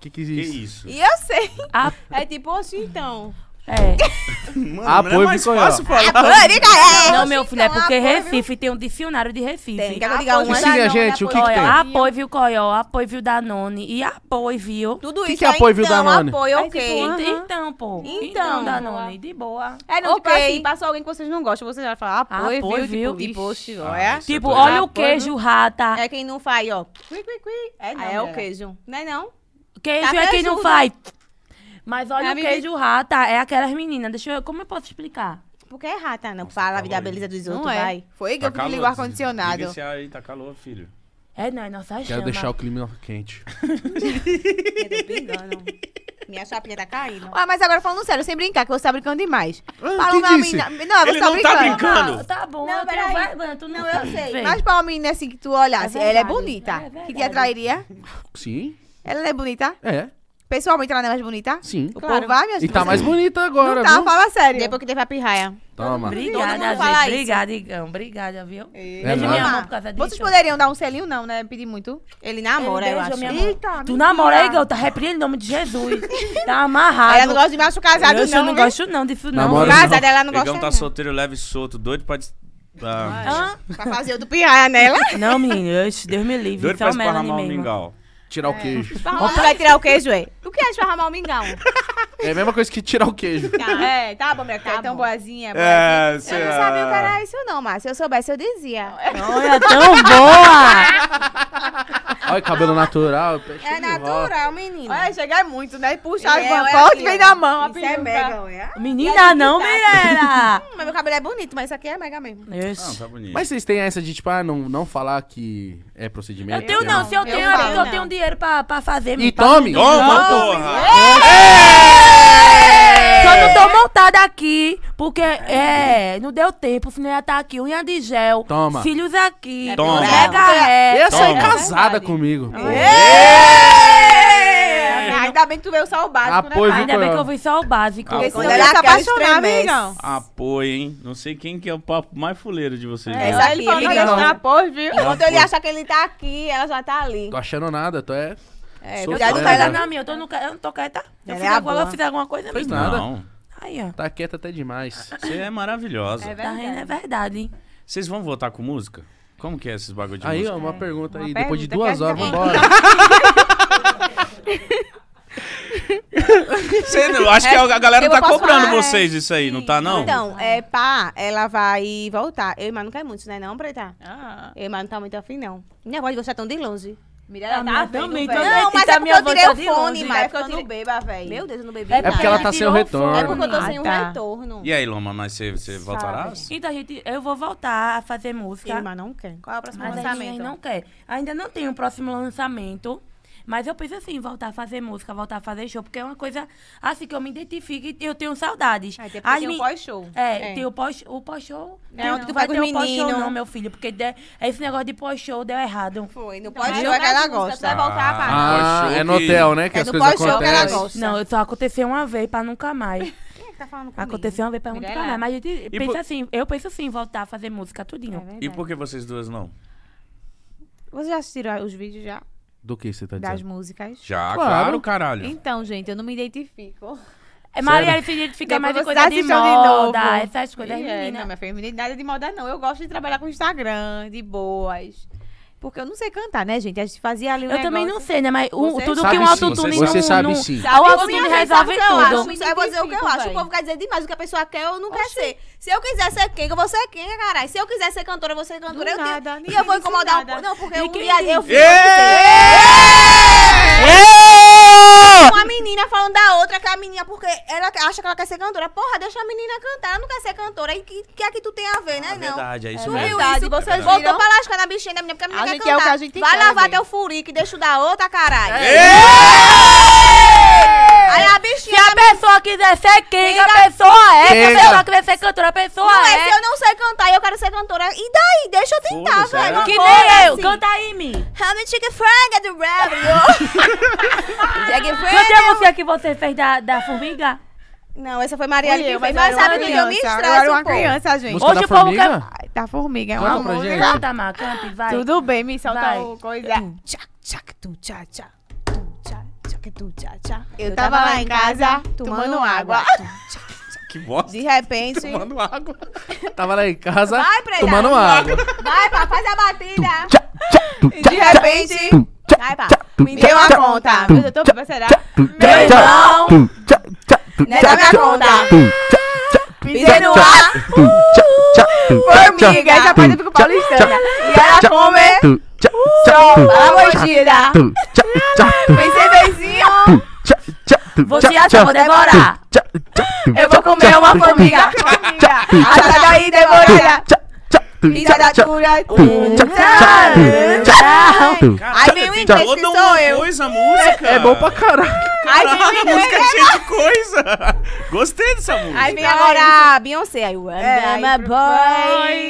Speaker 1: que, que é
Speaker 2: Que
Speaker 1: isso?
Speaker 2: isso?
Speaker 5: E eu sei.
Speaker 3: Ah,
Speaker 5: É tipo assim, então.
Speaker 3: é.
Speaker 2: Mano,
Speaker 1: Apoio
Speaker 2: não é mais
Speaker 1: ficou, ó.
Speaker 2: fácil falar.
Speaker 3: Não, meu filho, é porque
Speaker 5: apoio,
Speaker 3: Recife tem um dicionário de Recife.
Speaker 5: Tem, quer que eu diga
Speaker 1: Ensine
Speaker 5: uma?
Speaker 3: é
Speaker 1: a gente o que que tem?
Speaker 3: Olha, apoio, viu, Coió, apoio, viu, Danone e apoio, viu?
Speaker 5: Tudo
Speaker 1: Que
Speaker 5: isso
Speaker 1: que é apoio, viu,
Speaker 5: então,
Speaker 1: Danone?
Speaker 5: apoio, ok.
Speaker 3: Então, pô. Então,
Speaker 5: Então.
Speaker 3: Danone, de boa.
Speaker 5: É, não,
Speaker 4: Ok.
Speaker 5: tipo assim, passou alguém que vocês não gostam, vocês já falar apoio,
Speaker 3: Apoio,
Speaker 5: viu,
Speaker 3: viu?
Speaker 5: tipo, e post,
Speaker 2: Ah,
Speaker 5: é?
Speaker 2: isso
Speaker 3: Tipo,
Speaker 2: é
Speaker 1: Tá
Speaker 2: doido.
Speaker 3: olha o queijo rata.
Speaker 5: É quem não faz, ó. Cui, cui, cui. É,
Speaker 6: não,
Speaker 5: Aí é o
Speaker 6: galera.
Speaker 5: queijo. Não é não?
Speaker 3: Queijo
Speaker 5: Tá
Speaker 3: é quem não
Speaker 5: queijudo.
Speaker 3: faz. Mas olha
Speaker 5: É a
Speaker 3: o
Speaker 5: menina-
Speaker 3: queijo rata, é aquelas meninas. Deixa eu. Como eu posso explicar?
Speaker 5: Porque é rata, não.
Speaker 2: Nossa,
Speaker 5: Fala a
Speaker 2: tá
Speaker 5: vida
Speaker 2: calor,
Speaker 5: beleza dos Não outros, é. vai. Foi que
Speaker 2: Tá
Speaker 5: eu que liguei o
Speaker 2: calor,
Speaker 5: ar-condicionado.
Speaker 2: desliga esse ar aí, tá calor, filho.
Speaker 3: É, não, é nossa
Speaker 1: Quero
Speaker 3: chama.
Speaker 1: deixar o clima quente.
Speaker 5: Eu tô pingando. Minha chapinha tá caindo. Ah, mas agora falando sério, sem brincar, que você tá brincando demais. Fala
Speaker 1: Ah, quem
Speaker 5: uma
Speaker 1: disse?
Speaker 5: menina. Não, você
Speaker 2: Ele
Speaker 5: tá
Speaker 2: não tá
Speaker 5: brincando.
Speaker 2: brincando.
Speaker 3: Tá bom,
Speaker 5: Não,
Speaker 3: eu tenho
Speaker 5: peraí.
Speaker 3: vai, mano, tu não, eu sei.
Speaker 5: Mas pra uma menina assim que tu olhasse,
Speaker 3: É
Speaker 5: ela é
Speaker 3: verdade,
Speaker 5: bonita.
Speaker 3: é
Speaker 5: que te
Speaker 3: verdade.
Speaker 5: atrairia?
Speaker 1: Sim,
Speaker 5: Ela não é bonita?
Speaker 1: é,
Speaker 5: Pessoalmente ela não é mais bonita?
Speaker 1: sim.
Speaker 5: O povo vai, minha
Speaker 1: E tá mais bonita agora,
Speaker 5: Não tá,
Speaker 1: viu?
Speaker 5: fala sério.
Speaker 4: Depois que teve a pirraia.
Speaker 1: Toma.
Speaker 5: Todo
Speaker 3: Obrigada,
Speaker 5: mundo
Speaker 3: gente.
Speaker 5: fala isso.
Speaker 3: Obrigada, Igão. Obrigada, viu?
Speaker 5: Ei,
Speaker 1: É
Speaker 3: Beijo
Speaker 1: nada.
Speaker 3: minha mão por causa disso.
Speaker 5: Vocês poderiam dar um selinho, não, né? Pedir muito.
Speaker 4: Ele namora,
Speaker 3: Ele
Speaker 4: eu
Speaker 3: beijou
Speaker 4: acho.
Speaker 3: minha mão.
Speaker 5: Eita,
Speaker 3: Tu
Speaker 5: mentira.
Speaker 3: namora, Igão, tá repreendendo em nome de Jesus. Tá amarrado.
Speaker 5: Ela não gosta de macho casado,
Speaker 3: eu,
Speaker 5: não.
Speaker 3: acho que eu não
Speaker 5: viu?
Speaker 3: gosto não disso, não.
Speaker 1: Namora-
Speaker 5: Casada, ela não gosta.
Speaker 2: Negão tá solteiro, leve e solto, doido pra... des- ah, pra-
Speaker 4: Ah,
Speaker 3: Hã?
Speaker 5: não. Pra fazer outro pirraia nela.
Speaker 3: Não, menino, oxe, Deus me livre.
Speaker 2: Doido
Speaker 3: Só
Speaker 2: pra
Speaker 3: Melanie
Speaker 2: esparramar
Speaker 1: um
Speaker 2: o
Speaker 3: mesmo.
Speaker 2: mingau.
Speaker 1: Tirar o queijo.
Speaker 5: Como tu vai tirar o queijo, é? O que é esparramar o mingau?
Speaker 1: É a mesma coisa que tirar o queijo.
Speaker 5: Tá, é, tá bom, minha filha, é tão
Speaker 3: bom.
Speaker 5: boazinha. boazinha.
Speaker 2: É,
Speaker 5: Eu não sabia o que era isso, não, mas se eu soubesse, eu dizia.
Speaker 3: Olha, tão boa!
Speaker 1: Olha, cabelo natural. pé cheio
Speaker 4: É
Speaker 1: de rosa.
Speaker 4: natural, menino.
Speaker 5: É, chegar é muito, né? Puxar
Speaker 4: É,
Speaker 5: é, uma
Speaker 4: olha
Speaker 5: foto
Speaker 4: aqui,
Speaker 5: vem
Speaker 4: ó.
Speaker 5: na mão. a
Speaker 4: Isso é
Speaker 5: peruca.
Speaker 4: mega, olha.
Speaker 3: Menina, não, Mirella!
Speaker 5: Hum, Ah, mas meu cabelo é bonito, mas isso aqui é mega mesmo.
Speaker 2: Não,
Speaker 3: Oxe.
Speaker 2: tá bonito.
Speaker 1: Mas vocês têm essa de, tipo, ah, não, não falar que é procedimento?
Speaker 3: Eu tenho
Speaker 1: entendeu?
Speaker 3: não, se eu tenho é
Speaker 5: falo,
Speaker 3: porque eu
Speaker 5: não.
Speaker 3: tenho dinheiro pra, pra fazer.
Speaker 1: E
Speaker 3: menino, pra
Speaker 1: tome!
Speaker 3: menino.
Speaker 2: Toma, porra!
Speaker 3: Só não tô montada aqui, porque é, não deu tempo, senão eu ia estar aqui. Unha de gel,
Speaker 1: Toma.
Speaker 3: cílios aqui,
Speaker 2: Toma.
Speaker 3: mega
Speaker 1: E
Speaker 3: ré.
Speaker 1: essa aí
Speaker 2: Toma.
Speaker 1: casada comigo.
Speaker 5: É, Ainda bem que tu veio só o básico, né?
Speaker 1: Apoio, viu,
Speaker 3: Ainda bem que
Speaker 1: Coel?
Speaker 3: eu vi só o básico.
Speaker 2: Ah,
Speaker 5: Porque senão
Speaker 2: então, Quando
Speaker 5: ele
Speaker 2: ela
Speaker 5: se apaixonar,
Speaker 4: estremece.
Speaker 5: amigão.
Speaker 2: Apoio, hein? Não sei quem que é o papo mais fuleiro de vocês.
Speaker 5: É,
Speaker 2: dois.
Speaker 5: isso aqui, ele
Speaker 1: Miguel.
Speaker 5: gosta pôr, viu?
Speaker 1: Enquanto
Speaker 5: Enquanto
Speaker 1: ele
Speaker 5: ele
Speaker 1: Não.
Speaker 5: acha que ele tá aqui, ela já tá ali.
Speaker 1: Tô achando nada, tu é...
Speaker 5: É,
Speaker 1: Sou
Speaker 5: cuidado
Speaker 1: fã,
Speaker 5: com
Speaker 1: né?
Speaker 5: ela.
Speaker 3: Ela na minha, eu tô no ca- eu não tô quieta. Eu
Speaker 5: Ela
Speaker 3: fiz
Speaker 5: é a
Speaker 3: agora, eu
Speaker 5: boa.
Speaker 3: fiz alguma coisa
Speaker 1: Fez
Speaker 3: mesmo.
Speaker 1: nada.
Speaker 2: Não,
Speaker 3: Aí, ó.
Speaker 1: Tá quieta até demais.
Speaker 2: você é maravilhosa.
Speaker 3: Tá rindo, é verdade.
Speaker 2: Vocês vão votar com música? Como que é esses bagulho de
Speaker 1: Aí,
Speaker 2: música?
Speaker 1: ó, uma pergunta aí.
Speaker 5: Uma
Speaker 1: Depois de
Speaker 5: pergunta que
Speaker 1: duas
Speaker 5: a
Speaker 1: horas,
Speaker 5: gente
Speaker 1: vambora.
Speaker 2: Cê- eu acho que a galera
Speaker 5: eu
Speaker 2: tá
Speaker 5: posso
Speaker 2: cobrando
Speaker 5: falar, é.
Speaker 2: vocês isso aí, não tá não?
Speaker 4: Então, é pá, ela vai voltar. Eu e Má não quer muito, né, não, Preta?
Speaker 6: Ah.
Speaker 4: Eu e Má não tá muito afim, não. Minha voz de
Speaker 5: tá
Speaker 4: você é tão de longe.
Speaker 6: Mirella
Speaker 3: A
Speaker 6: tá
Speaker 3: minha
Speaker 6: vendo,
Speaker 3: também
Speaker 6: velho.
Speaker 3: tá
Speaker 6: Não,
Speaker 3: Mete
Speaker 4: mas
Speaker 3: a
Speaker 4: é
Speaker 3: minha
Speaker 4: porque eu
Speaker 3: voz tá
Speaker 4: tirei o
Speaker 3: de
Speaker 4: fone,
Speaker 3: longe,
Speaker 4: mas
Speaker 6: é
Speaker 4: é
Speaker 6: porque eu não beba, velho.
Speaker 4: Meu Deus, eu não bebi
Speaker 3: É
Speaker 1: É
Speaker 4: nada.
Speaker 1: porque ela tá sem o
Speaker 3: tirou
Speaker 4: É
Speaker 1: retorno.
Speaker 4: porque eu tô sem um
Speaker 6: Ah, tá.
Speaker 4: retorno.
Speaker 2: E aí, Loma, mas você voltará?
Speaker 3: Então, gente, eu vou voltar a fazer música.
Speaker 4: Mas não quer.
Speaker 6: Qual é o próximo
Speaker 3: Mas a gente
Speaker 6: lançamento?
Speaker 3: não quer. Ainda não tem o próximo lançamento. Mas eu penso assim, voltar a fazer música, voltar a fazer show, porque é uma coisa assim que eu me identifico e eu tenho saudades.
Speaker 6: É, até porque
Speaker 3: As
Speaker 6: tem o
Speaker 3: mi-
Speaker 6: pós-show.
Speaker 3: É,
Speaker 4: É.
Speaker 3: tem o pós- o pós-show.
Speaker 4: É,
Speaker 3: Não,
Speaker 4: onde tu
Speaker 3: vai
Speaker 4: vai com
Speaker 3: ter
Speaker 4: os
Speaker 3: o pós-show,
Speaker 4: meninos.
Speaker 3: não, meu filho, porque de- esse negócio de pós-show deu errado.
Speaker 4: Foi, no
Speaker 6: Mas
Speaker 4: pós-show
Speaker 6: não
Speaker 4: é que ela
Speaker 6: música, Tu vai
Speaker 4: gosta.
Speaker 6: voltar, pá.
Speaker 1: Ah,
Speaker 2: pós-show
Speaker 1: é no
Speaker 2: que-
Speaker 1: hotel, né? Que
Speaker 4: É
Speaker 1: as
Speaker 4: no
Speaker 1: coisas
Speaker 4: pós-show que ela
Speaker 1: acontecem.
Speaker 4: gosta.
Speaker 3: Não, só aconteceu uma vez pra nunca mais.
Speaker 4: Tá falando comigo.
Speaker 3: Aconteceu uma vez pra nunca
Speaker 6: Mirella.
Speaker 3: mais. Mas a gente
Speaker 2: por-
Speaker 3: pensa assim, eu penso assim, voltar a fazer música, tudinho.
Speaker 4: É.
Speaker 2: E por que vocês duas não?
Speaker 5: Vocês já assistiram os vídeos já
Speaker 1: Do que você tá
Speaker 5: das
Speaker 1: dizendo?
Speaker 5: músicas?
Speaker 2: Já,
Speaker 1: Claro.
Speaker 2: claro, caralho.
Speaker 5: Então, gente, eu não me identifico.
Speaker 3: É, Maria se identifica
Speaker 5: Depois
Speaker 3: mais em
Speaker 5: vocês
Speaker 3: coisa de
Speaker 5: assistam de novo.
Speaker 3: moda, essas coisas,
Speaker 5: E é, não,
Speaker 3: menina.
Speaker 5: minha filha, não tem nada de moda, não. Eu gosto de trabalhar com Instagram, de boas. Porque eu não sei cantar, né, gente? A gente fazia ali um
Speaker 3: Eu também não
Speaker 5: negócio-
Speaker 3: sei, né? Mas o-
Speaker 5: Você
Speaker 3: tudo
Speaker 2: sabe
Speaker 3: que um
Speaker 2: sim,
Speaker 3: autotune
Speaker 2: você
Speaker 3: não...
Speaker 1: Você sabe
Speaker 3: não-
Speaker 1: sim.
Speaker 3: O autotune
Speaker 4: Minha gente sabe
Speaker 3: resolve
Speaker 4: o que eu
Speaker 3: tudo.
Speaker 4: acho. Eu vou dizer o que eu
Speaker 6: identifico,
Speaker 4: acho. O
Speaker 6: véi.
Speaker 4: povo quer dizer demais o que a pessoa quer ou não quer ser. Se eu quiser ser quem, eu vou ser quem, caralho. Se eu quiser ser cantora, eu vou ser cantora.
Speaker 5: Do
Speaker 4: Eu tenho-
Speaker 5: nada,
Speaker 4: E
Speaker 5: ninguém
Speaker 4: eu vou
Speaker 5: disse
Speaker 4: incomodar um
Speaker 5: nada.
Speaker 4: pouco. Não, porque eu,
Speaker 3: Ninguém
Speaker 4: ia- eu
Speaker 3: disse.
Speaker 4: fiz uma menina falando da outra, que a menina, porque ela acha que ela quer ser cantora. Porra, deixa a menina cantar, ela não quer ser cantora. E o que, que é que tu tem a ver, né?
Speaker 2: É
Speaker 4: não.
Speaker 2: verdade, é isso
Speaker 4: Tu
Speaker 2: mesmo.
Speaker 4: viu
Speaker 5: verdade,
Speaker 4: isso?
Speaker 5: vocês
Speaker 4: Vocês
Speaker 5: viram?
Speaker 4: voltou pra lascar na bichinha da menina, porque a menina
Speaker 5: A
Speaker 4: quer
Speaker 5: gente é o
Speaker 4: cantar.
Speaker 5: que a gente
Speaker 4: Vai
Speaker 5: quer,
Speaker 4: lavar
Speaker 5: gente.
Speaker 4: teu furico e deixa o da outra, caralho. Aí a
Speaker 3: Se
Speaker 4: bichinha
Speaker 3: a pessoa quiser ser quem, a pessoa é. Se
Speaker 1: Quem
Speaker 3: a
Speaker 1: tá-
Speaker 3: pessoa quiser ser cantora, a pessoa
Speaker 4: Não é,
Speaker 3: é.
Speaker 4: se eu não sei cantar e eu quero ser cantora. E daí? Deixa eu tentar,
Speaker 2: Foda-se, é.
Speaker 4: velho.
Speaker 3: Que
Speaker 4: Foda-se.
Speaker 3: nem eu. Canta aí, Mi.
Speaker 4: How me chicken franga é do Rebel. Chicken
Speaker 3: Cadê
Speaker 4: franga.
Speaker 3: a música que você fez da, da Formiga?
Speaker 4: Não, essa foi Maria
Speaker 5: Fui
Speaker 4: Lee.
Speaker 5: eu,
Speaker 4: Mas,
Speaker 5: eu era
Speaker 4: sabe
Speaker 5: uma
Speaker 4: que eu me
Speaker 5: criança, eu era
Speaker 4: estresso,
Speaker 5: uma
Speaker 4: pô.
Speaker 5: criança, gente.
Speaker 1: Música da
Speaker 3: Hoje o povo quer-
Speaker 1: formiga?
Speaker 5: Ai, da formiga, é uma
Speaker 1: Canta pra
Speaker 5: música.
Speaker 1: gente.
Speaker 3: Canta, Mar, canta, e vai.
Speaker 5: Tudo bem, me solta
Speaker 3: Vai.
Speaker 5: o coisa.
Speaker 4: Tchac, tchac, tu, tchá, tchá. Tu, tchá, tchac, tu, tchá, tchá.
Speaker 5: Eu tava lá em casa, tomando água.
Speaker 2: Que bosta.
Speaker 4: De repente.
Speaker 2: Tomando água.
Speaker 1: Tava lá em casa
Speaker 4: Vai, Preta.
Speaker 1: tomando água.
Speaker 4: Vai, pá, faz a batida.
Speaker 5: E de repente,
Speaker 4: Vai, pá.
Speaker 5: me deu uma conta. Meu Deus, eu tô bêbada, será?
Speaker 3: Meu irmão.
Speaker 4: Né? é
Speaker 5: Nessa minha conta. Pisei no ar, formiga. Essa parte eu fico paulistana. E ela come, ela mordida. Pensei beijinho.
Speaker 3: Vou tirar essa, vou devorar.
Speaker 5: Eu vou comer uma formiga. Assada aí, devorada. Pizza da cura. Aí vem o inglês, que
Speaker 2: Toda
Speaker 5: sou
Speaker 2: tá uma
Speaker 5: eu.
Speaker 2: coisa, a música.
Speaker 1: É bom pra caralho.
Speaker 5: Aí
Speaker 2: Caralho,
Speaker 5: vem o
Speaker 2: a
Speaker 5: inglês.
Speaker 2: música é cheia de coisa. Gostei dessa música.
Speaker 4: Aí vem agora a Beyoncé. Aí, I'm a É, boy.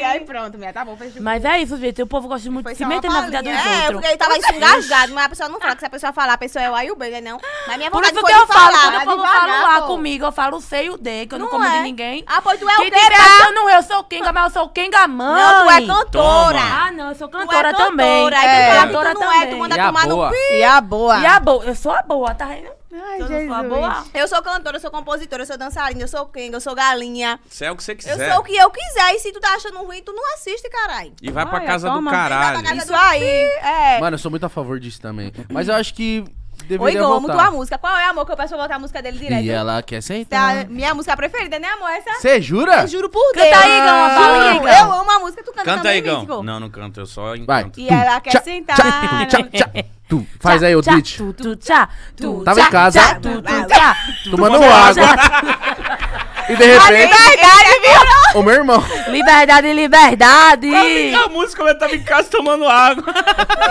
Speaker 4: É,
Speaker 6: Aí pronto, minha. Tá bom, fechou.
Speaker 3: Mas é isso, gente. O povo gosta muito de se meter na vida dos
Speaker 4: É,
Speaker 3: outros.
Speaker 4: porque ele tava engajado, mas a pessoa não fala. Que se a pessoa falar, a pessoa é o A e o B, né? Não. Mas minha
Speaker 3: Por
Speaker 4: vontade
Speaker 3: isso
Speaker 4: foi
Speaker 3: que
Speaker 4: de
Speaker 3: eu falo,
Speaker 4: falar. É
Speaker 3: quando o povo
Speaker 4: devagar,
Speaker 3: fala
Speaker 4: pô.
Speaker 3: comigo, eu falo sei o D, que eu não,
Speaker 4: Não
Speaker 3: como de
Speaker 4: é.
Speaker 3: ninguém.
Speaker 4: Ah, pô, tu é o
Speaker 3: Quem
Speaker 4: quê,
Speaker 3: tiver
Speaker 4: pá?
Speaker 3: achando eu sou Kenga, mas eu sou Kenga mãe.
Speaker 4: Não, tu é cantora.
Speaker 2: Toma.
Speaker 3: Ah, não, eu sou cantora também.
Speaker 4: Aí tu
Speaker 5: É.
Speaker 4: fala que tu
Speaker 3: Cantora
Speaker 4: não é, tu
Speaker 3: também.
Speaker 4: manda
Speaker 1: E a
Speaker 4: tomar no
Speaker 1: boa?
Speaker 4: pi.
Speaker 5: E a boa.
Speaker 3: E a boa? Eu sou a boa, tá vendo?
Speaker 5: Ai,
Speaker 3: Eu não sou a
Speaker 5: Jesus.
Speaker 3: boa.
Speaker 4: Eu sou cantora, eu sou compositora, eu sou dançarina, eu sou quenga, eu sou galinha.
Speaker 2: Você é o que você
Speaker 4: Eu
Speaker 2: quiser.
Speaker 4: sou o que eu quiser. E se tu tá achando ruim, tu não assiste, caralho.
Speaker 2: E vai pra
Speaker 5: Olha,
Speaker 2: casa
Speaker 5: toma.
Speaker 2: do caralho.
Speaker 4: Vai pra
Speaker 5: Isso aí. É.
Speaker 1: Mano, eu sou muito a favor disso também. Mas eu acho que
Speaker 4: Ô,
Speaker 1: deveria
Speaker 4: Igor, mudou a
Speaker 1: voltar.
Speaker 4: música. Qual é, amor, que eu peço pra botar a música dele direto?
Speaker 1: E ela quer
Speaker 4: Tá,
Speaker 1: sentar.
Speaker 4: minha música preferida, né, amor? Essa?
Speaker 1: Você jura?
Speaker 4: Juro por
Speaker 3: Canta
Speaker 4: Deus.
Speaker 3: aí, Igão, uma palhinha,
Speaker 4: Juro,
Speaker 3: Igão.
Speaker 4: Eu amo a música, tu canta,
Speaker 2: Canta
Speaker 4: também,
Speaker 2: aí, Gão.
Speaker 4: Igor?
Speaker 2: Não, não canto, eu só
Speaker 1: Vai.
Speaker 2: encanto.
Speaker 5: E ela quer
Speaker 1: Tchá,
Speaker 5: sentar.
Speaker 1: tchá, tchá, tchá. Tu, faz aí o
Speaker 3: Tchá,
Speaker 1: beat.
Speaker 3: Tu, tu, tchá, tu,
Speaker 1: Tava
Speaker 3: tchá,
Speaker 1: em casa.
Speaker 3: tchá, tu, tu, tchá.
Speaker 1: Tomando água. E de repente,
Speaker 4: é
Speaker 5: Verdade, viu?
Speaker 1: o meu irmão.
Speaker 3: Liberdade, liberdade.
Speaker 2: A música vai estar em casa tomando água.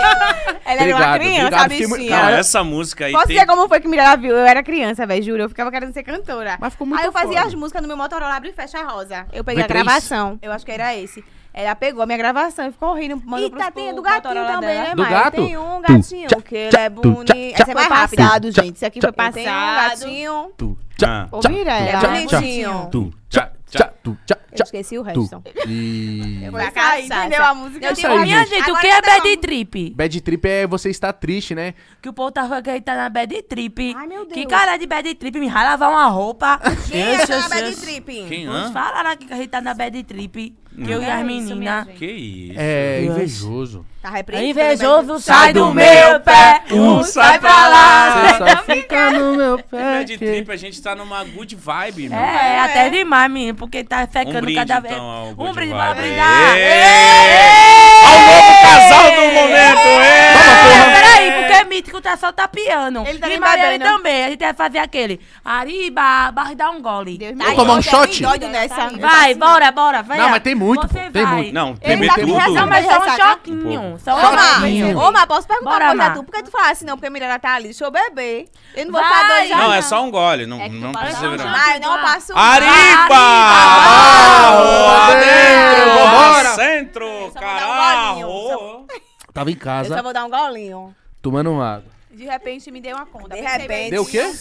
Speaker 5: Ela era uma
Speaker 1: Obrigado,
Speaker 5: criança, a
Speaker 1: obrigado, fiquei muito-
Speaker 5: bichinha.
Speaker 2: Não,
Speaker 1: Cara,
Speaker 2: essa música aí
Speaker 5: Posso
Speaker 2: tem...
Speaker 5: dizer como foi que Mirella viu? Eu era criança, velho, juro. Eu ficava querendo ser cantora.
Speaker 1: Mas ficou muito
Speaker 5: Aí eu fazia
Speaker 1: foda.
Speaker 5: as músicas no meu Motorola, abre e fecha rosa.
Speaker 4: Eu
Speaker 1: V3?
Speaker 4: peguei a gravação.
Speaker 5: Eu acho que era esse. Ela pegou a minha gravação e ficou rindo, mandou
Speaker 4: Eita,
Speaker 5: pro-
Speaker 4: tem a
Speaker 5: pro
Speaker 4: do gatinho
Speaker 5: Motorola
Speaker 4: também,
Speaker 5: dela.
Speaker 4: né,
Speaker 1: Do
Speaker 4: Maia?
Speaker 1: gato?
Speaker 4: Tem um gatinho
Speaker 1: tchá,
Speaker 4: que ele é
Speaker 1: tchá, tu,
Speaker 4: bonito.
Speaker 1: tchá,
Speaker 4: Essa é mais
Speaker 5: Foi
Speaker 4: rápida.
Speaker 5: passado, gente. Isso aqui foi
Speaker 4: Tem um
Speaker 5: passado.
Speaker 4: gatinho.
Speaker 1: Tu,
Speaker 2: Ah.
Speaker 5: Ô, Mirella. né?
Speaker 4: É bonitinho.
Speaker 1: tu, tchá, tchá, tu, tchá,
Speaker 4: Eu esqueci o resto.
Speaker 1: E...
Speaker 4: Eu vou
Speaker 5: Foi
Speaker 4: pra
Speaker 5: sair,
Speaker 4: caçar,
Speaker 5: entendeu a música?
Speaker 4: Eu
Speaker 1: Isso aí,
Speaker 3: Ô, minha
Speaker 1: gente.
Speaker 3: gente, o
Speaker 5: Agora
Speaker 3: que é
Speaker 5: cada
Speaker 3: bad
Speaker 5: um.
Speaker 3: trip?
Speaker 1: Bad trip é você estar triste, né?
Speaker 3: Que o povo tava querendo tá na bad trip.
Speaker 4: Ai, meu
Speaker 3: Que
Speaker 4: Deus.
Speaker 3: cara de bad trip, me vai lavar uma roupa.
Speaker 5: Quem
Speaker 3: Yes,
Speaker 5: é
Speaker 3: yes,
Speaker 5: na Bad
Speaker 3: yes.
Speaker 5: Trip?
Speaker 2: Quem
Speaker 3: Vamos
Speaker 2: hã?
Speaker 3: falar lá que a gente tá na bad trip.
Speaker 4: Hum.
Speaker 3: Que eu e
Speaker 5: É
Speaker 3: as
Speaker 5: isso, minha
Speaker 3: meninas.
Speaker 5: gente.
Speaker 2: Que isso?
Speaker 1: É
Speaker 3: Yes.
Speaker 1: invejoso.
Speaker 5: Tá repreendido.
Speaker 3: Invejoso,
Speaker 5: mas-
Speaker 3: sai do meu pé. Um sai pra lá.
Speaker 5: Ah,
Speaker 1: Você só fica no meu pé. que-
Speaker 2: Bad trip, a gente tá numa good vibe, meu.
Speaker 3: É, até demais, menino, porque tá
Speaker 2: Um
Speaker 3: fecando
Speaker 2: brinde,
Speaker 3: cada vez.
Speaker 2: então, ao
Speaker 3: um
Speaker 2: Good
Speaker 3: brinde,
Speaker 2: Vibe.
Speaker 3: bora brindar.
Speaker 2: Ê! Ao novo casal do um momento! ê!
Speaker 3: Não, peraí, porque Mítico tá só tapiando.
Speaker 5: Ele tá
Speaker 3: e
Speaker 5: nem
Speaker 3: Mariane
Speaker 5: bebendo.
Speaker 3: também. A gente vai fazer aquele. Ariba, barra dá um gole.
Speaker 5: Deus me
Speaker 4: Vou
Speaker 5: livre.
Speaker 1: tomar um
Speaker 5: Eu fiquei
Speaker 1: shot?
Speaker 5: doido nessa.
Speaker 3: Vai, bora, bora, vai.
Speaker 1: Não,
Speaker 3: ó.
Speaker 1: mas tem muito,
Speaker 3: Você
Speaker 1: pô, tem
Speaker 3: vai.
Speaker 1: muito.
Speaker 2: Não,
Speaker 5: Ele
Speaker 2: beber
Speaker 5: tá com
Speaker 2: tudo.
Speaker 5: razão,
Speaker 3: Não, mas
Speaker 5: Mas
Speaker 3: só um
Speaker 5: ressaca.
Speaker 3: choquinho.
Speaker 2: Um
Speaker 3: Só um
Speaker 1: Ô, Mar,
Speaker 3: choquinho.
Speaker 1: Sim.
Speaker 4: Ô, Mar, posso perguntar
Speaker 3: Bora,
Speaker 4: uma coisa
Speaker 3: Mar.
Speaker 4: a tu? Por que tu fala assim, não? Porque a Mirella tá ali. Deixa eu beber. Eu não vou
Speaker 3: Vai.
Speaker 4: ficar doida já,
Speaker 2: Não, é só um gole. Não,
Speaker 5: É que tu
Speaker 2: não
Speaker 5: fala
Speaker 2: precisa
Speaker 5: só um
Speaker 2: virar.
Speaker 5: gole.
Speaker 4: Mas não passo
Speaker 2: Ariba!
Speaker 1: Ah,
Speaker 2: Arroa
Speaker 1: dentro,
Speaker 2: dentro,
Speaker 1: vambora!
Speaker 2: Centro,
Speaker 4: vou dar um golinho,
Speaker 2: caralho!
Speaker 1: Tava em
Speaker 4: Eu só
Speaker 1: casa,
Speaker 4: vou dar um golinho.
Speaker 1: tomando uma água.
Speaker 5: De repente me deu uma conta.
Speaker 4: De
Speaker 5: Pensei bem.
Speaker 4: repente.
Speaker 1: Deu o quê?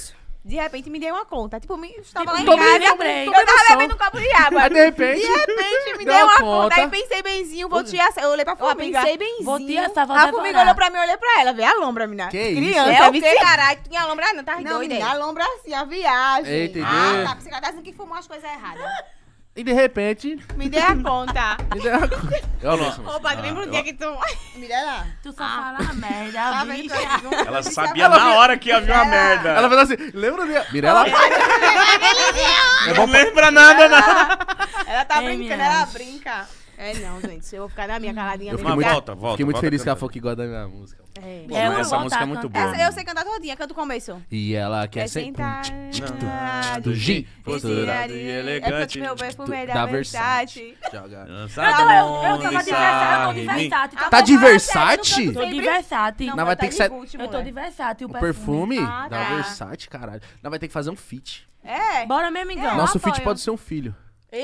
Speaker 5: De repente me deu uma conta. Tipo, me, estava lá em
Speaker 3: tô
Speaker 5: casa.
Speaker 3: me lembrei.
Speaker 5: Eu
Speaker 3: Tô me
Speaker 5: tava
Speaker 3: emoção.
Speaker 5: bebendo um copo de água.
Speaker 1: Aí, de repente,
Speaker 5: De repente me
Speaker 1: deu uma
Speaker 5: deu, uma
Speaker 1: conta.
Speaker 5: conta. Aí pensei benzinho, vou te assar. Eu olhei pra
Speaker 4: Ó,
Speaker 5: formiga.
Speaker 4: pensei benzinho.
Speaker 3: Vou te assar, vou
Speaker 5: A formiga
Speaker 3: devorar.
Speaker 5: olhou pra mim, eu olhei pra ela. Vê a lombra, menina.
Speaker 1: Que isso?
Speaker 5: Criança,
Speaker 4: É o quê,
Speaker 5: viciada.
Speaker 4: caralho? Tu não lombra não, tá
Speaker 5: Não,
Speaker 4: doida
Speaker 5: menina, a
Speaker 4: aí.
Speaker 5: lombra assim, a viagem.
Speaker 1: Eita, entendeu?
Speaker 5: ah, tá. Você tá dizendo que fumou as coisas erradas.
Speaker 1: e de repente...
Speaker 5: Me dê a conta.
Speaker 1: me deu uma co- Eu mesmo.
Speaker 5: Ô, padre, lembra o dia que tu... Me dê lá.
Speaker 3: Tu só fala merda,
Speaker 5: Tá vendo?
Speaker 3: bicho.
Speaker 2: Ela sabia na hora que havia uma merda.
Speaker 1: Ela falou assim, lembra minha... Mirela,
Speaker 2: não lembra nada, nada.
Speaker 5: Ela tá
Speaker 3: É,
Speaker 5: brincando,
Speaker 3: minha
Speaker 5: ela
Speaker 3: gente.
Speaker 5: brinca. É não, gente. Eu vou ficar na minha caladinha.
Speaker 1: Eu
Speaker 5: mesmo.
Speaker 1: fiquei muito-
Speaker 2: volta, volta.
Speaker 1: fiquei muito
Speaker 2: volta
Speaker 1: feliz que ela
Speaker 2: cantando.
Speaker 1: falou que gosta da minha música.
Speaker 5: É.
Speaker 3: É, eu
Speaker 2: Mano, Essa
Speaker 3: vou
Speaker 2: música é
Speaker 3: voltar a
Speaker 2: muito
Speaker 3: cantar.
Speaker 2: boa.
Speaker 5: Essa eu sei cantar todinha, canto o começo.
Speaker 1: E ela quer
Speaker 5: É
Speaker 1: ser...
Speaker 5: sentar
Speaker 1: Do gin,
Speaker 2: Dourado e
Speaker 5: É
Speaker 2: elegante.
Speaker 5: que meu perfume é
Speaker 1: Da
Speaker 5: da
Speaker 1: Versace. Tá
Speaker 5: Versace.
Speaker 1: Joga.
Speaker 2: Dança
Speaker 3: Eu tô, eu, eu
Speaker 2: bonde,
Speaker 3: tô de versátil, eu tô
Speaker 2: sarre,
Speaker 3: de
Speaker 2: vem.
Speaker 3: versátil. Tá
Speaker 1: Tá
Speaker 3: bom?
Speaker 1: de Versace?
Speaker 3: Eu tô de
Speaker 5: Sempre-
Speaker 3: versátil.
Speaker 1: Não, vai ter que ser-
Speaker 3: Eu tô de versátil,
Speaker 1: O perfume
Speaker 5: Ah,
Speaker 1: da
Speaker 5: tá.
Speaker 1: Versace, caralho. Nós vai ter que fazer um feat.
Speaker 5: É.
Speaker 3: Bora mesmo, então.
Speaker 1: Nosso
Speaker 5: apoio.
Speaker 1: feat pode ser um filho.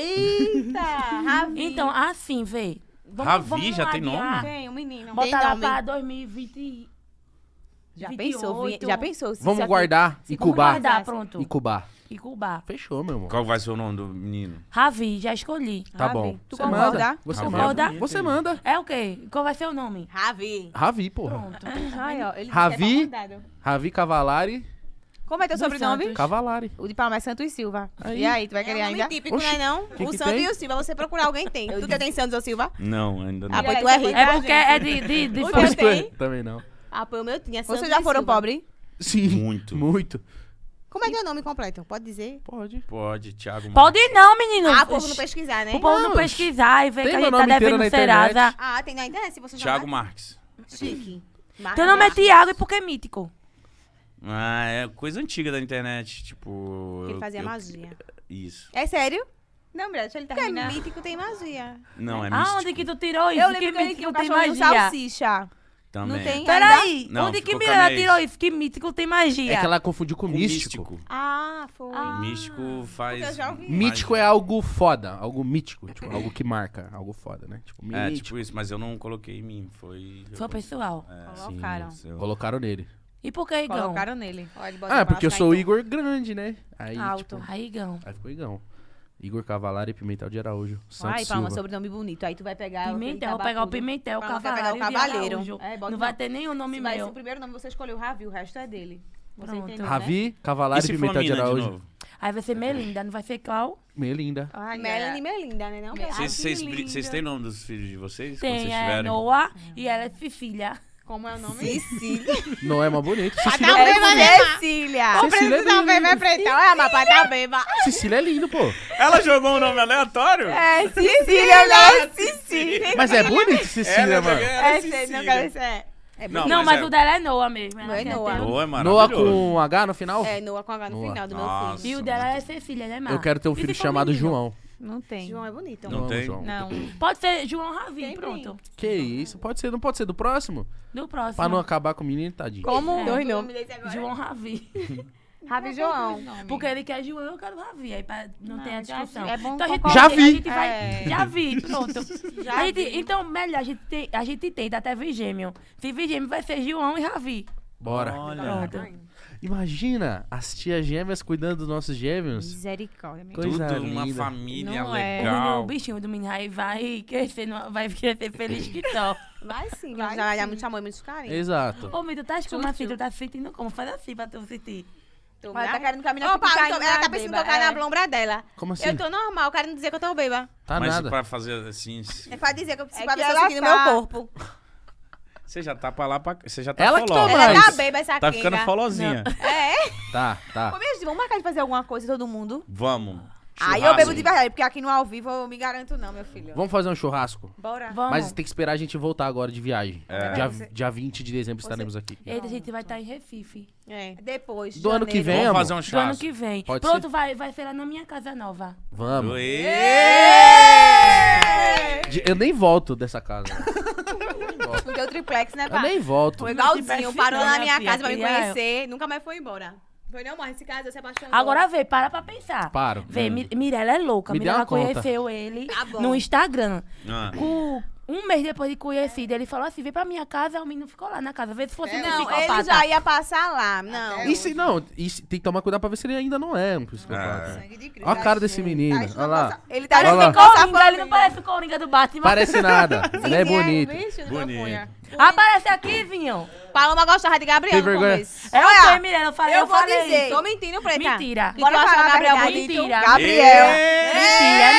Speaker 5: Eita, Ravi.
Speaker 3: Então, assim, vê. Vamos,
Speaker 2: Ravi,
Speaker 3: vamos
Speaker 2: já tem
Speaker 3: adiar.
Speaker 2: nome?
Speaker 5: Tem um menino. Tem
Speaker 3: Botar lá
Speaker 5: nome.
Speaker 3: pra 2020. e-
Speaker 5: Já
Speaker 3: 28.
Speaker 5: pensou, vinha- já pensou. se
Speaker 1: Vamos
Speaker 5: isso
Speaker 1: guardar,
Speaker 3: Vamos
Speaker 1: incubar.
Speaker 3: guardar, pronto.
Speaker 1: Incubar.
Speaker 3: Incubar.
Speaker 1: Fechou, meu amor.
Speaker 2: Qual vai ser o nome do menino?
Speaker 3: Ravi, já escolhi.
Speaker 1: Tá
Speaker 5: Ravi.
Speaker 1: bom.
Speaker 5: Tu
Speaker 1: Você
Speaker 5: concorda?
Speaker 1: manda. Você
Speaker 3: Concorda?
Speaker 1: manda. Você manda.
Speaker 3: É o quê? Qual vai ser o nome?
Speaker 5: Ravi.
Speaker 1: Ravi, porra.
Speaker 3: Pronto.
Speaker 5: Ai, ó, ele
Speaker 1: Ravi?
Speaker 5: é facultado.
Speaker 1: Ravi Cavalari.
Speaker 5: Como é teu
Speaker 3: Dos
Speaker 5: sobrenome?
Speaker 3: Santos.
Speaker 1: Cavalari.
Speaker 5: O de Palma é Santos Silva.
Speaker 1: Aí.
Speaker 5: E aí, tu vai
Speaker 4: É um
Speaker 5: querer
Speaker 4: nome
Speaker 5: ainda?
Speaker 4: típico,
Speaker 1: Oxi,
Speaker 4: né não?
Speaker 1: que
Speaker 4: O
Speaker 1: que
Speaker 4: Santos
Speaker 1: tem?
Speaker 4: e o Silva, você procurar alguém tem. Tu que tem Santos ou Silva?
Speaker 2: Não, ainda não.
Speaker 4: Ah, pois tu
Speaker 5: Olha,
Speaker 4: é rico.
Speaker 3: É porque é de... de, de
Speaker 5: O
Speaker 3: fora.
Speaker 5: que tem?
Speaker 1: Também não.
Speaker 4: Ah, pô, o meu tinha Santos
Speaker 5: Vocês
Speaker 4: e
Speaker 5: já foram
Speaker 4: Silva.
Speaker 5: pobres?
Speaker 1: Sim.
Speaker 2: Muito.
Speaker 1: Muito.
Speaker 5: Como é que é o nome completo? Pode dizer?
Speaker 1: Pode.
Speaker 2: Pode, Thiago.
Speaker 3: Pode não, menino.
Speaker 4: Ah, povo não pesquisar, né?
Speaker 3: O povo não
Speaker 1: Não,
Speaker 3: pesquisar e ver
Speaker 1: tem
Speaker 3: que a
Speaker 1: meu
Speaker 3: gente tá
Speaker 1: nome inteiro
Speaker 3: devendo
Speaker 1: na internet.
Speaker 3: Serasa.
Speaker 4: Ah, tem na internet se você
Speaker 2: Thiago
Speaker 4: jogar.
Speaker 2: Marques.
Speaker 4: Chique.
Speaker 3: Teu nome é Tiago e por que é mítico?
Speaker 2: Ah, é coisa antiga da internet. Tipo.
Speaker 4: Ele
Speaker 2: eu-
Speaker 4: fazia
Speaker 2: eu-
Speaker 4: magia.
Speaker 2: Isso.
Speaker 5: É sério? Não, mulher, deixa ele
Speaker 4: Porque é
Speaker 5: terminar.
Speaker 4: mítico tem magia.
Speaker 2: Não, é místico.
Speaker 3: Aonde Ah, que tu tirou isso?
Speaker 5: Eu Tá. lembro que ele
Speaker 3: mítico
Speaker 5: tinha um
Speaker 3: tem
Speaker 5: cachorro de
Speaker 3: magia?
Speaker 5: salsicha.
Speaker 2: Também.
Speaker 5: Não tem?
Speaker 3: Peraí,
Speaker 2: Não,
Speaker 3: onde que
Speaker 2: ficou
Speaker 3: Miranda
Speaker 2: caminhês.
Speaker 3: tirou isso? Que mítico tem magia?
Speaker 1: É que ela confundiu com
Speaker 2: Com
Speaker 1: místico.
Speaker 2: místico.
Speaker 5: Ah, foi.
Speaker 2: Místico faz.
Speaker 5: porque eu já ouvi.
Speaker 1: Mítico é algo foda, algo mítico, tipo, algo que marca, algo foda, né? Tipo, mítico.
Speaker 2: É, tipo isso, mas eu não coloquei em mim. Foi.
Speaker 3: Foi pessoal.
Speaker 2: É,
Speaker 5: Colocaram.
Speaker 2: sim, eu-
Speaker 1: Colocaram nele.
Speaker 3: E por que Igão?
Speaker 5: Colocaram nele. Ó, ele botou
Speaker 1: Ah,
Speaker 5: pra
Speaker 1: porque eu
Speaker 5: lascar,
Speaker 1: sou o
Speaker 5: então.
Speaker 1: Igor Grande, né? Aí,
Speaker 5: Alto.
Speaker 1: tipo,
Speaker 3: Aí, Igão.
Speaker 1: aí ficou Igão. Igor Cavalari e Pimental de Araújo. Santos
Speaker 5: Ai, palma,
Speaker 1: Silva.
Speaker 5: sobrenome bonito. Aí tu vai pegar.
Speaker 3: Pimentel, vou pegar o Pimentel, o
Speaker 5: Pra não pegar
Speaker 3: Cavaleiro. e
Speaker 5: o
Speaker 3: o
Speaker 5: Cavaleiro.
Speaker 3: Araújo.
Speaker 5: É,
Speaker 3: Não
Speaker 5: bota no-
Speaker 3: vai ter nenhum nome
Speaker 5: Nome mas
Speaker 3: meu.
Speaker 5: o primeiro nome você escolheu Ravi, o resto é dele. Você
Speaker 3: Pronto.
Speaker 5: entendeu, né?
Speaker 1: Ravi,
Speaker 2: E
Speaker 1: Cavalari e
Speaker 2: se for
Speaker 1: Pimental de
Speaker 2: mina de
Speaker 1: Araújo.
Speaker 2: novo?
Speaker 3: Aí vai ser Melinda, não vai ser Clau?
Speaker 1: Melinda.
Speaker 5: Ai,
Speaker 4: Melanie
Speaker 5: Melanie.
Speaker 4: e Melinda, né?
Speaker 5: Mel-
Speaker 4: Não, Pela-
Speaker 2: Vocês-
Speaker 5: que
Speaker 2: Vocês
Speaker 5: linda.
Speaker 2: vocês têm nome dos filhos de vocês? quando
Speaker 3: Tá Tem é,
Speaker 2: vocês
Speaker 3: a
Speaker 2: tiverem?
Speaker 3: Noah e ela é Cecília.
Speaker 5: Como é o nome?
Speaker 4: Cecília.
Speaker 1: Não é mais bonito.
Speaker 5: Tá
Speaker 1: Cecília,
Speaker 5: beba, né? Cecília.
Speaker 1: Cecília é
Speaker 5: Tá
Speaker 1: bonita.
Speaker 5: beba, é pretão. É, mas pai tá beba.
Speaker 1: Cecília é lindo, pô.
Speaker 2: Ela jogou um nome aleatório?
Speaker 5: É, Cecília, né? Cecília.
Speaker 1: Mas é bonito Cecília,
Speaker 2: Ela jogou-
Speaker 1: mano.
Speaker 2: né, era
Speaker 5: É, sei, não quero
Speaker 2: Cecília.
Speaker 5: ser. é.
Speaker 3: Não,
Speaker 2: Não,
Speaker 3: mas,
Speaker 2: é-
Speaker 3: o dela é Noah mesmo. ela
Speaker 4: Não é
Speaker 3: quer
Speaker 4: Noah.
Speaker 3: ter um-
Speaker 2: Noah é
Speaker 1: Noah
Speaker 2: maravilhoso.
Speaker 1: com H no final?
Speaker 4: É, Noah com H no
Speaker 1: Noah.
Speaker 4: final do meu
Speaker 2: Nossa.
Speaker 4: filho.
Speaker 3: E o dela é Cecília, né, Mar?
Speaker 1: Eu quero ter um
Speaker 3: E se
Speaker 1: filho
Speaker 3: for
Speaker 1: chamado
Speaker 3: menino?
Speaker 1: João.
Speaker 5: Não tem.
Speaker 4: João é bonito.
Speaker 2: Não
Speaker 1: Não,
Speaker 2: tem?
Speaker 1: João.
Speaker 5: Não.
Speaker 3: Pode ser João Ravi,
Speaker 5: Tem,
Speaker 3: pronto.
Speaker 1: Que isso? Pode ser, não pode ser do próximo?
Speaker 3: No próximo.
Speaker 1: Pra não acabar com o menino, tadinho.
Speaker 5: Como?
Speaker 3: É.
Speaker 5: Dois
Speaker 4: O nome
Speaker 5: nomes.
Speaker 4: desse agora? é
Speaker 3: João Ravi.
Speaker 5: Ravi João.
Speaker 3: Porque ele quer João, eu quero Ravi. Aí pra não, ter a
Speaker 5: já-
Speaker 3: discussão.
Speaker 5: é bom
Speaker 3: então a gente,
Speaker 1: concordar.
Speaker 3: a gente
Speaker 5: Já
Speaker 3: vai-
Speaker 5: vi. É.
Speaker 3: Já vi, pronto. A gente- Então, melhor, a gente, tem, a gente tenta até vir gêmeo. Se vir gêmeo, vai ser João e Ravi.
Speaker 1: Bora.
Speaker 2: Olha.
Speaker 1: Imagina as tias gêmeas cuidando dos nossos gêmeos.
Speaker 7: Misericórdia, minha
Speaker 1: Coisa
Speaker 2: Tudo uma
Speaker 1: linda.
Speaker 2: família
Speaker 7: Não é.
Speaker 3: O
Speaker 2: legal.
Speaker 3: bichinho do menino aí vai crescer, no- vai crescer feliz que só.
Speaker 4: Vai sim, vai já vai dar muito amor e muito carinho.
Speaker 1: Exato.
Speaker 3: Ô, Mi, tu tá como assim? Tu tá se sentindo como? Faz assim pra tu sentir.
Speaker 4: Tô
Speaker 5: Olha, tá
Speaker 4: bra-
Speaker 5: querendo que a menina
Speaker 4: Ô,
Speaker 5: fique
Speaker 4: Paulo,
Speaker 5: caindo
Speaker 4: tô- ela
Speaker 5: na
Speaker 4: tá pensando que eu
Speaker 5: beba,
Speaker 4: caio
Speaker 5: é.
Speaker 4: na blombra dela.
Speaker 1: Como assim?
Speaker 4: Eu tô normal, querendo dizer que eu tô beba.
Speaker 1: Tá
Speaker 2: Mas
Speaker 1: nada.
Speaker 2: pra fazer assim. se-
Speaker 4: É pra dizer que eu preciso
Speaker 5: É
Speaker 4: pra
Speaker 5: que
Speaker 4: pessoa
Speaker 5: ela
Speaker 4: sentir no
Speaker 5: tá.
Speaker 4: meu corpo.
Speaker 2: Você já tá pra lá pra. Você já tá
Speaker 1: Ela que
Speaker 2: folosa.
Speaker 1: tá
Speaker 4: Ela
Speaker 1: Mas-
Speaker 4: tá beba essa
Speaker 2: Tá
Speaker 4: quenga.
Speaker 2: ficando folosinha.
Speaker 1: Tá, tá.
Speaker 5: Ô, minha gente, vamos marcar de fazer alguma coisa todo mundo?
Speaker 2: Vamos.
Speaker 5: Aí eu bebo de
Speaker 2: Churrasco.
Speaker 5: verdade, porque aqui no ao vivo eu me garanto não, meu filho.
Speaker 1: Vamos fazer um churrasco?
Speaker 5: Bora.
Speaker 3: Vamos.
Speaker 1: Mas tem que esperar a gente voltar agora de viagem.
Speaker 2: É.
Speaker 1: Dia, dia 20 de dezembro estaremos aqui.
Speaker 3: Eita, a gente vai estar em Recife.
Speaker 4: É.
Speaker 5: Depois,
Speaker 1: Do ano que vem,
Speaker 2: Vamos
Speaker 1: amor?
Speaker 2: fazer um
Speaker 3: Do ano
Speaker 2: churrasco.
Speaker 3: que vem.
Speaker 1: Pode
Speaker 3: Pronto,
Speaker 1: ser?
Speaker 3: vai, vai ser lá na minha casa nova.
Speaker 1: Vamos.
Speaker 2: Ê!
Speaker 1: De- Eu nem volto dessa casa.
Speaker 4: Não deu triplex, né,
Speaker 1: Eu
Speaker 4: pá?
Speaker 1: nem volto.
Speaker 4: Foi
Speaker 3: Tivesse
Speaker 4: igualzinho, parou
Speaker 3: não,
Speaker 4: lá na
Speaker 3: minha filha,
Speaker 4: minha casa pra me
Speaker 3: queria eu.
Speaker 4: conhecer, nunca mais foi embora. Foi não, mas esse caso, eu se apaixonou.
Speaker 3: Agora vê, para pra pensar.
Speaker 1: Paro.
Speaker 3: Vê, Mi- Mirella é louca.
Speaker 1: Me dê
Speaker 3: Mirella
Speaker 1: uma conta.
Speaker 3: conheceu ele
Speaker 4: Tá bom.
Speaker 3: no Instagram.
Speaker 2: Ah.
Speaker 3: Com- um mês depois de conhecido, ele falou assim: vem pra minha casa, o menino ficou lá na casa. Vê se fosse um
Speaker 4: Não, ele
Speaker 3: psicopata.
Speaker 4: já ia passar lá. Não.
Speaker 1: E se, não, e se- tem que tomar cuidado pra ver se ele ainda não é um psicopata.
Speaker 2: É.
Speaker 1: Olha a cara desse menino. Olha lá.
Speaker 5: Ele tá
Speaker 1: Olha
Speaker 3: Parece
Speaker 1: lá.
Speaker 3: Coringa, ele não parece o Coringa do Batman.
Speaker 1: Parece nada. Ele é
Speaker 4: assim,
Speaker 1: bonito.
Speaker 2: Bonito.
Speaker 3: Aparece aqui, Vinho.
Speaker 4: Paloma gostava de Gabriel
Speaker 1: Tem
Speaker 4: no
Speaker 1: vergonha?
Speaker 4: começo.
Speaker 3: É o
Speaker 5: Olha,
Speaker 3: que, Mirella? Eu falei, eu,
Speaker 5: eu vou
Speaker 3: falei.
Speaker 5: dizer.
Speaker 4: Tô mentindo, preta.
Speaker 3: Mentira.
Speaker 4: Que Bora
Speaker 5: Bora
Speaker 4: falar
Speaker 5: falar a
Speaker 4: Gabriel
Speaker 5: verdade.
Speaker 4: bonito.
Speaker 3: Mentira.
Speaker 5: Gabriel.
Speaker 4: É,
Speaker 3: Mentira,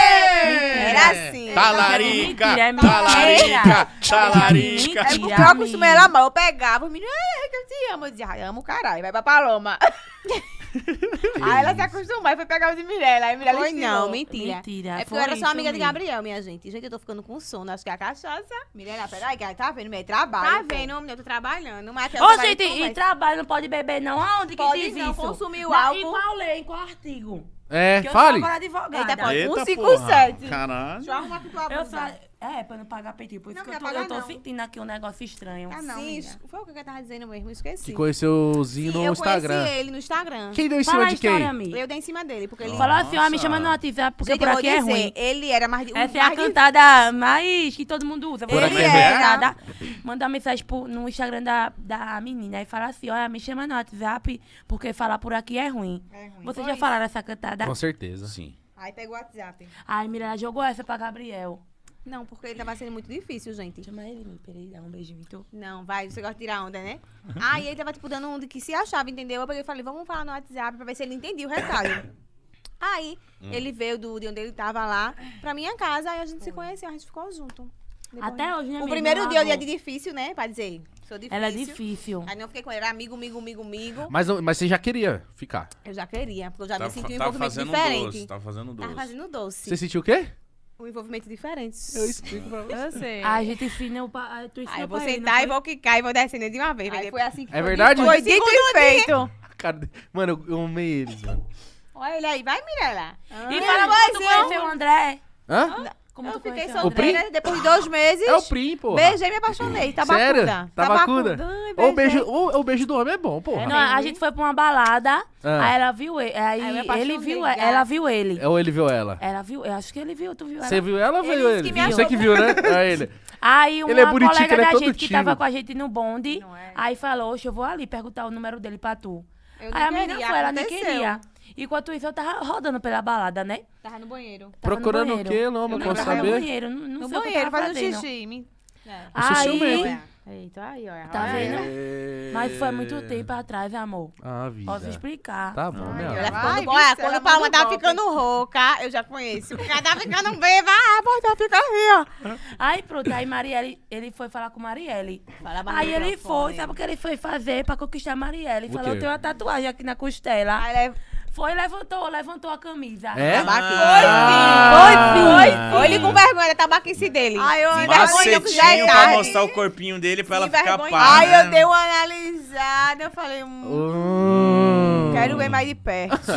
Speaker 3: mentira.
Speaker 2: É.
Speaker 4: Era assim.
Speaker 2: Tá
Speaker 1: Tá
Speaker 2: Talarica!
Speaker 3: Mentira, é mentira.
Speaker 2: Talarica! Talarica!
Speaker 5: É porque eu
Speaker 3: Tirar,
Speaker 5: acostumei ela mal. Eu pegava, os meninos, ai, é que eu te amo. Eu dizia, ai, amo o caralho, vai pra Paloma. aí ela se acostumou, aí foi pegar os de Mirella. Aí Mirella
Speaker 4: Foi
Speaker 5: ensinou.
Speaker 4: não, mentira.
Speaker 3: Mentira,
Speaker 4: É porque
Speaker 3: foi
Speaker 4: eu era
Speaker 3: isso
Speaker 4: só amiga de
Speaker 3: mesmo.
Speaker 4: Gabriel, minha gente. Gente, eu tô ficando com sono. Acho que é a cachaça.
Speaker 5: Mirella, peraí, cara, tá vendo? Meu trabalho.
Speaker 4: Tá vendo, menina? Eu tô trabalhando. Mas até
Speaker 3: Ô,
Speaker 4: eu trabalho
Speaker 3: gente,
Speaker 4: com
Speaker 3: e
Speaker 4: conversa.
Speaker 3: trabalho não pode beber, não? Aonde que
Speaker 4: Pode
Speaker 3: diz
Speaker 4: não,
Speaker 3: isso?
Speaker 4: consumiu
Speaker 3: Na-
Speaker 4: álcool.
Speaker 3: Em qual lei, em qual artigo?
Speaker 1: É,
Speaker 3: Que eu
Speaker 1: fale.
Speaker 3: sou agora advogada.
Speaker 4: Eita, pode-
Speaker 2: Eita,
Speaker 5: 157.
Speaker 2: porra. Caralho.
Speaker 5: Arruma com tua
Speaker 3: Eu
Speaker 5: bunda.
Speaker 3: sou... É, pra não pagar peitinho, por isso
Speaker 4: Não,
Speaker 3: que eu
Speaker 4: não
Speaker 3: tô,
Speaker 4: vai
Speaker 3: eu
Speaker 4: pagar,
Speaker 3: tô
Speaker 4: não.
Speaker 3: sentindo aqui um negócio estranho.
Speaker 4: Ah, não, amiga. Foi o que eu tava dizendo mesmo, esqueci.
Speaker 1: Que conheceu o Zinho no
Speaker 4: eu
Speaker 1: Instagram.
Speaker 4: conheci ele no Instagram.
Speaker 1: Quem deu em
Speaker 3: Fala
Speaker 1: cima
Speaker 3: a
Speaker 1: é de quem?
Speaker 3: história, amiga.
Speaker 4: Eu dei em cima dele, porque ele...
Speaker 3: Falou assim, ó, me
Speaker 2: Nossa.
Speaker 3: chama no WhatsApp, porque
Speaker 5: Gente,
Speaker 3: por
Speaker 5: eu vou
Speaker 3: aqui é
Speaker 5: dizer,
Speaker 3: ruim.
Speaker 5: ele era
Speaker 4: um
Speaker 5: mais de...
Speaker 3: Essa é
Speaker 5: mais
Speaker 3: a cantada mais que todo mundo usa.
Speaker 1: Por
Speaker 3: Você
Speaker 1: aqui
Speaker 3: não
Speaker 1: é
Speaker 3: quer
Speaker 2: ruim.
Speaker 3: nada, Manda uma mensagem pro- no Instagram da, da menina e fala assim, olha, me chama no WhatsApp, porque falar por aqui é ruim. Vocês já falaram essa cantada?
Speaker 1: Com certeza.
Speaker 2: Sim.
Speaker 5: Aí pegou o WhatsApp.
Speaker 3: Ai, Mirella jogou essa pra Gabriel.
Speaker 4: Não, porque ele tava sendo muito difícil, gente.
Speaker 3: Chama ele, peraí, dá um beijinho, então.
Speaker 4: Não, vai, você gosta de tirar onda, né? Aí ele tava, tipo, dando um de que se achava, entendeu? Eu peguei e falei, vamos falar no WhatsApp pra ver se ele entendia o recado. Aí,
Speaker 2: Hum.
Speaker 4: ele veio do, de onde ele tava lá pra minha casa, aí a gente se conheceu, a gente ficou junto. Depois-
Speaker 3: Até hoje, né,
Speaker 4: O
Speaker 3: amiga,
Speaker 4: primeiro
Speaker 3: não
Speaker 4: dia eu
Speaker 3: largou.
Speaker 4: dia de difícil, né? Pra dizer, sou difícil.
Speaker 3: Ela é difícil.
Speaker 4: Aí não fiquei com ele, era amigo, amigo, amigo, amigo.
Speaker 1: Mas, não- mas você já queria ficar.
Speaker 4: Eu já queria, porque eu já
Speaker 2: Tá
Speaker 4: me senti um
Speaker 2: tá
Speaker 4: envolvimento
Speaker 2: fazendo
Speaker 4: diferente.
Speaker 2: doce. Tá fazendo
Speaker 4: Tava
Speaker 2: doce.
Speaker 4: fazendo doce.
Speaker 1: Você sentiu o quê?
Speaker 4: Um envolvimento diferente.
Speaker 1: explico pra você.
Speaker 7: Eu sei.
Speaker 3: Ai, gente ensina o pai. Tu ensina
Speaker 4: Aí
Speaker 3: o
Speaker 4: eu vou
Speaker 3: pai, não
Speaker 4: sentar
Speaker 3: foi?
Speaker 4: e vou quicar e vou descendo de uma vez.
Speaker 5: Aí
Speaker 4: porque-
Speaker 5: foi assim que
Speaker 1: É
Speaker 5: foi
Speaker 1: verdade?
Speaker 5: dito- Foi dito e feito.
Speaker 1: Cara, de- mano, eu- eu amei eles, mano.
Speaker 4: Olha ele aí, vai, Mirella.
Speaker 5: Ah.
Speaker 3: E fala Ah, é? como tu conheceu o André.
Speaker 1: Hã?
Speaker 3: Como
Speaker 4: eu
Speaker 3: tu
Speaker 4: fiquei
Speaker 3: conheceu o
Speaker 1: solteira.
Speaker 3: André.
Speaker 4: solteira
Speaker 5: né?
Speaker 4: depois de dois meses.
Speaker 1: É o Prim, pô.
Speaker 4: Beijei e me apaixonei.
Speaker 5: Tá
Speaker 4: Tabacuda.
Speaker 1: Sério? Tabacuda?
Speaker 4: Ai,
Speaker 1: Ou o
Speaker 4: beijei.
Speaker 1: beijo, ou, ou o beijo do homem é bom, porra.
Speaker 3: Não, a gente foi pra uma balada,
Speaker 1: Ah.
Speaker 3: aí ela viu ele, aí,
Speaker 4: Aí eu me apaixonei,
Speaker 3: ele viu,
Speaker 4: gato.
Speaker 3: ela viu ele.
Speaker 1: É Ou ele viu ela?
Speaker 3: Ela viu, eu acho que ele viu, tu viu
Speaker 1: Você
Speaker 3: ela.
Speaker 1: viu ela ou
Speaker 4: Ele
Speaker 1: veio
Speaker 4: disse
Speaker 1: ele?
Speaker 4: que me
Speaker 1: Você que viu, né? É ele.
Speaker 3: Aí uma
Speaker 1: Ele é bonitinho, que
Speaker 3: colega
Speaker 1: ele é
Speaker 3: da
Speaker 1: todo
Speaker 3: gente que tava
Speaker 1: tímido.
Speaker 3: com a gente no bonde, aí falou, oxe, eu vou ali perguntar o número dele pra tu.
Speaker 4: Eu
Speaker 3: aí a
Speaker 4: nem
Speaker 3: menina
Speaker 4: queria,
Speaker 3: foi, ela nem
Speaker 4: aconteceu.
Speaker 3: queria. Enquanto isso, eu tava rodando pela balada, né?
Speaker 4: Tava no banheiro.
Speaker 3: Tava no
Speaker 1: Procurando o
Speaker 3: banheiro.
Speaker 1: quê, Loma?
Speaker 3: Eu
Speaker 1: Posso
Speaker 3: tava No
Speaker 1: saber?
Speaker 3: banheiro, não, não
Speaker 5: No
Speaker 3: sei o que eu
Speaker 5: banheiro,
Speaker 3: tava
Speaker 5: fazendo
Speaker 3: fazendo.
Speaker 5: xixi. me-
Speaker 1: Eu sou ciumento.
Speaker 3: Aí,
Speaker 5: Eita, aí, olha.
Speaker 3: tá vendo?
Speaker 1: É.
Speaker 3: Mas foi muito tempo atrás, amor.
Speaker 1: Ah, vida.
Speaker 3: Posso explicar.
Speaker 1: Tá bom, meu
Speaker 4: Ela
Speaker 1: amor.
Speaker 5: Vai,
Speaker 4: ficando
Speaker 5: Vici,
Speaker 4: boa,
Speaker 5: ela
Speaker 4: quando o
Speaker 5: manda
Speaker 4: Palma
Speaker 5: um
Speaker 4: tá
Speaker 5: golpe.
Speaker 4: ficando rouca, eu já conheço. Porque ela tá ficando beba, ah, pô, tá ficando
Speaker 5: assim,
Speaker 4: rio.
Speaker 3: Aí pronto, aí Marielle, ele foi falar com Marielle. aí ele foi, sabe o que ele foi fazer pra conquistar Marielle?
Speaker 1: O
Speaker 3: Ele falou,
Speaker 1: quê?
Speaker 3: eu tenho uma tatuagem aqui na costela.
Speaker 5: Aí ela-
Speaker 3: Foi, levantou, levantou a camisa.
Speaker 1: É?
Speaker 2: Ah.
Speaker 5: Foi sim.
Speaker 4: Ou ele com vergonha da tabaquice dele.
Speaker 5: Aí eu
Speaker 4: vergonha que já é
Speaker 2: Macetinho pra
Speaker 4: tarde.
Speaker 2: mostrar o corpinho dele pra ela
Speaker 5: Que
Speaker 2: ficar
Speaker 5: vergonha.
Speaker 2: pá.
Speaker 5: Aí eu
Speaker 2: né?
Speaker 4: um
Speaker 5: dei uma analisada, eu falei, hum,
Speaker 1: Hum.
Speaker 5: quero ver mais de perto.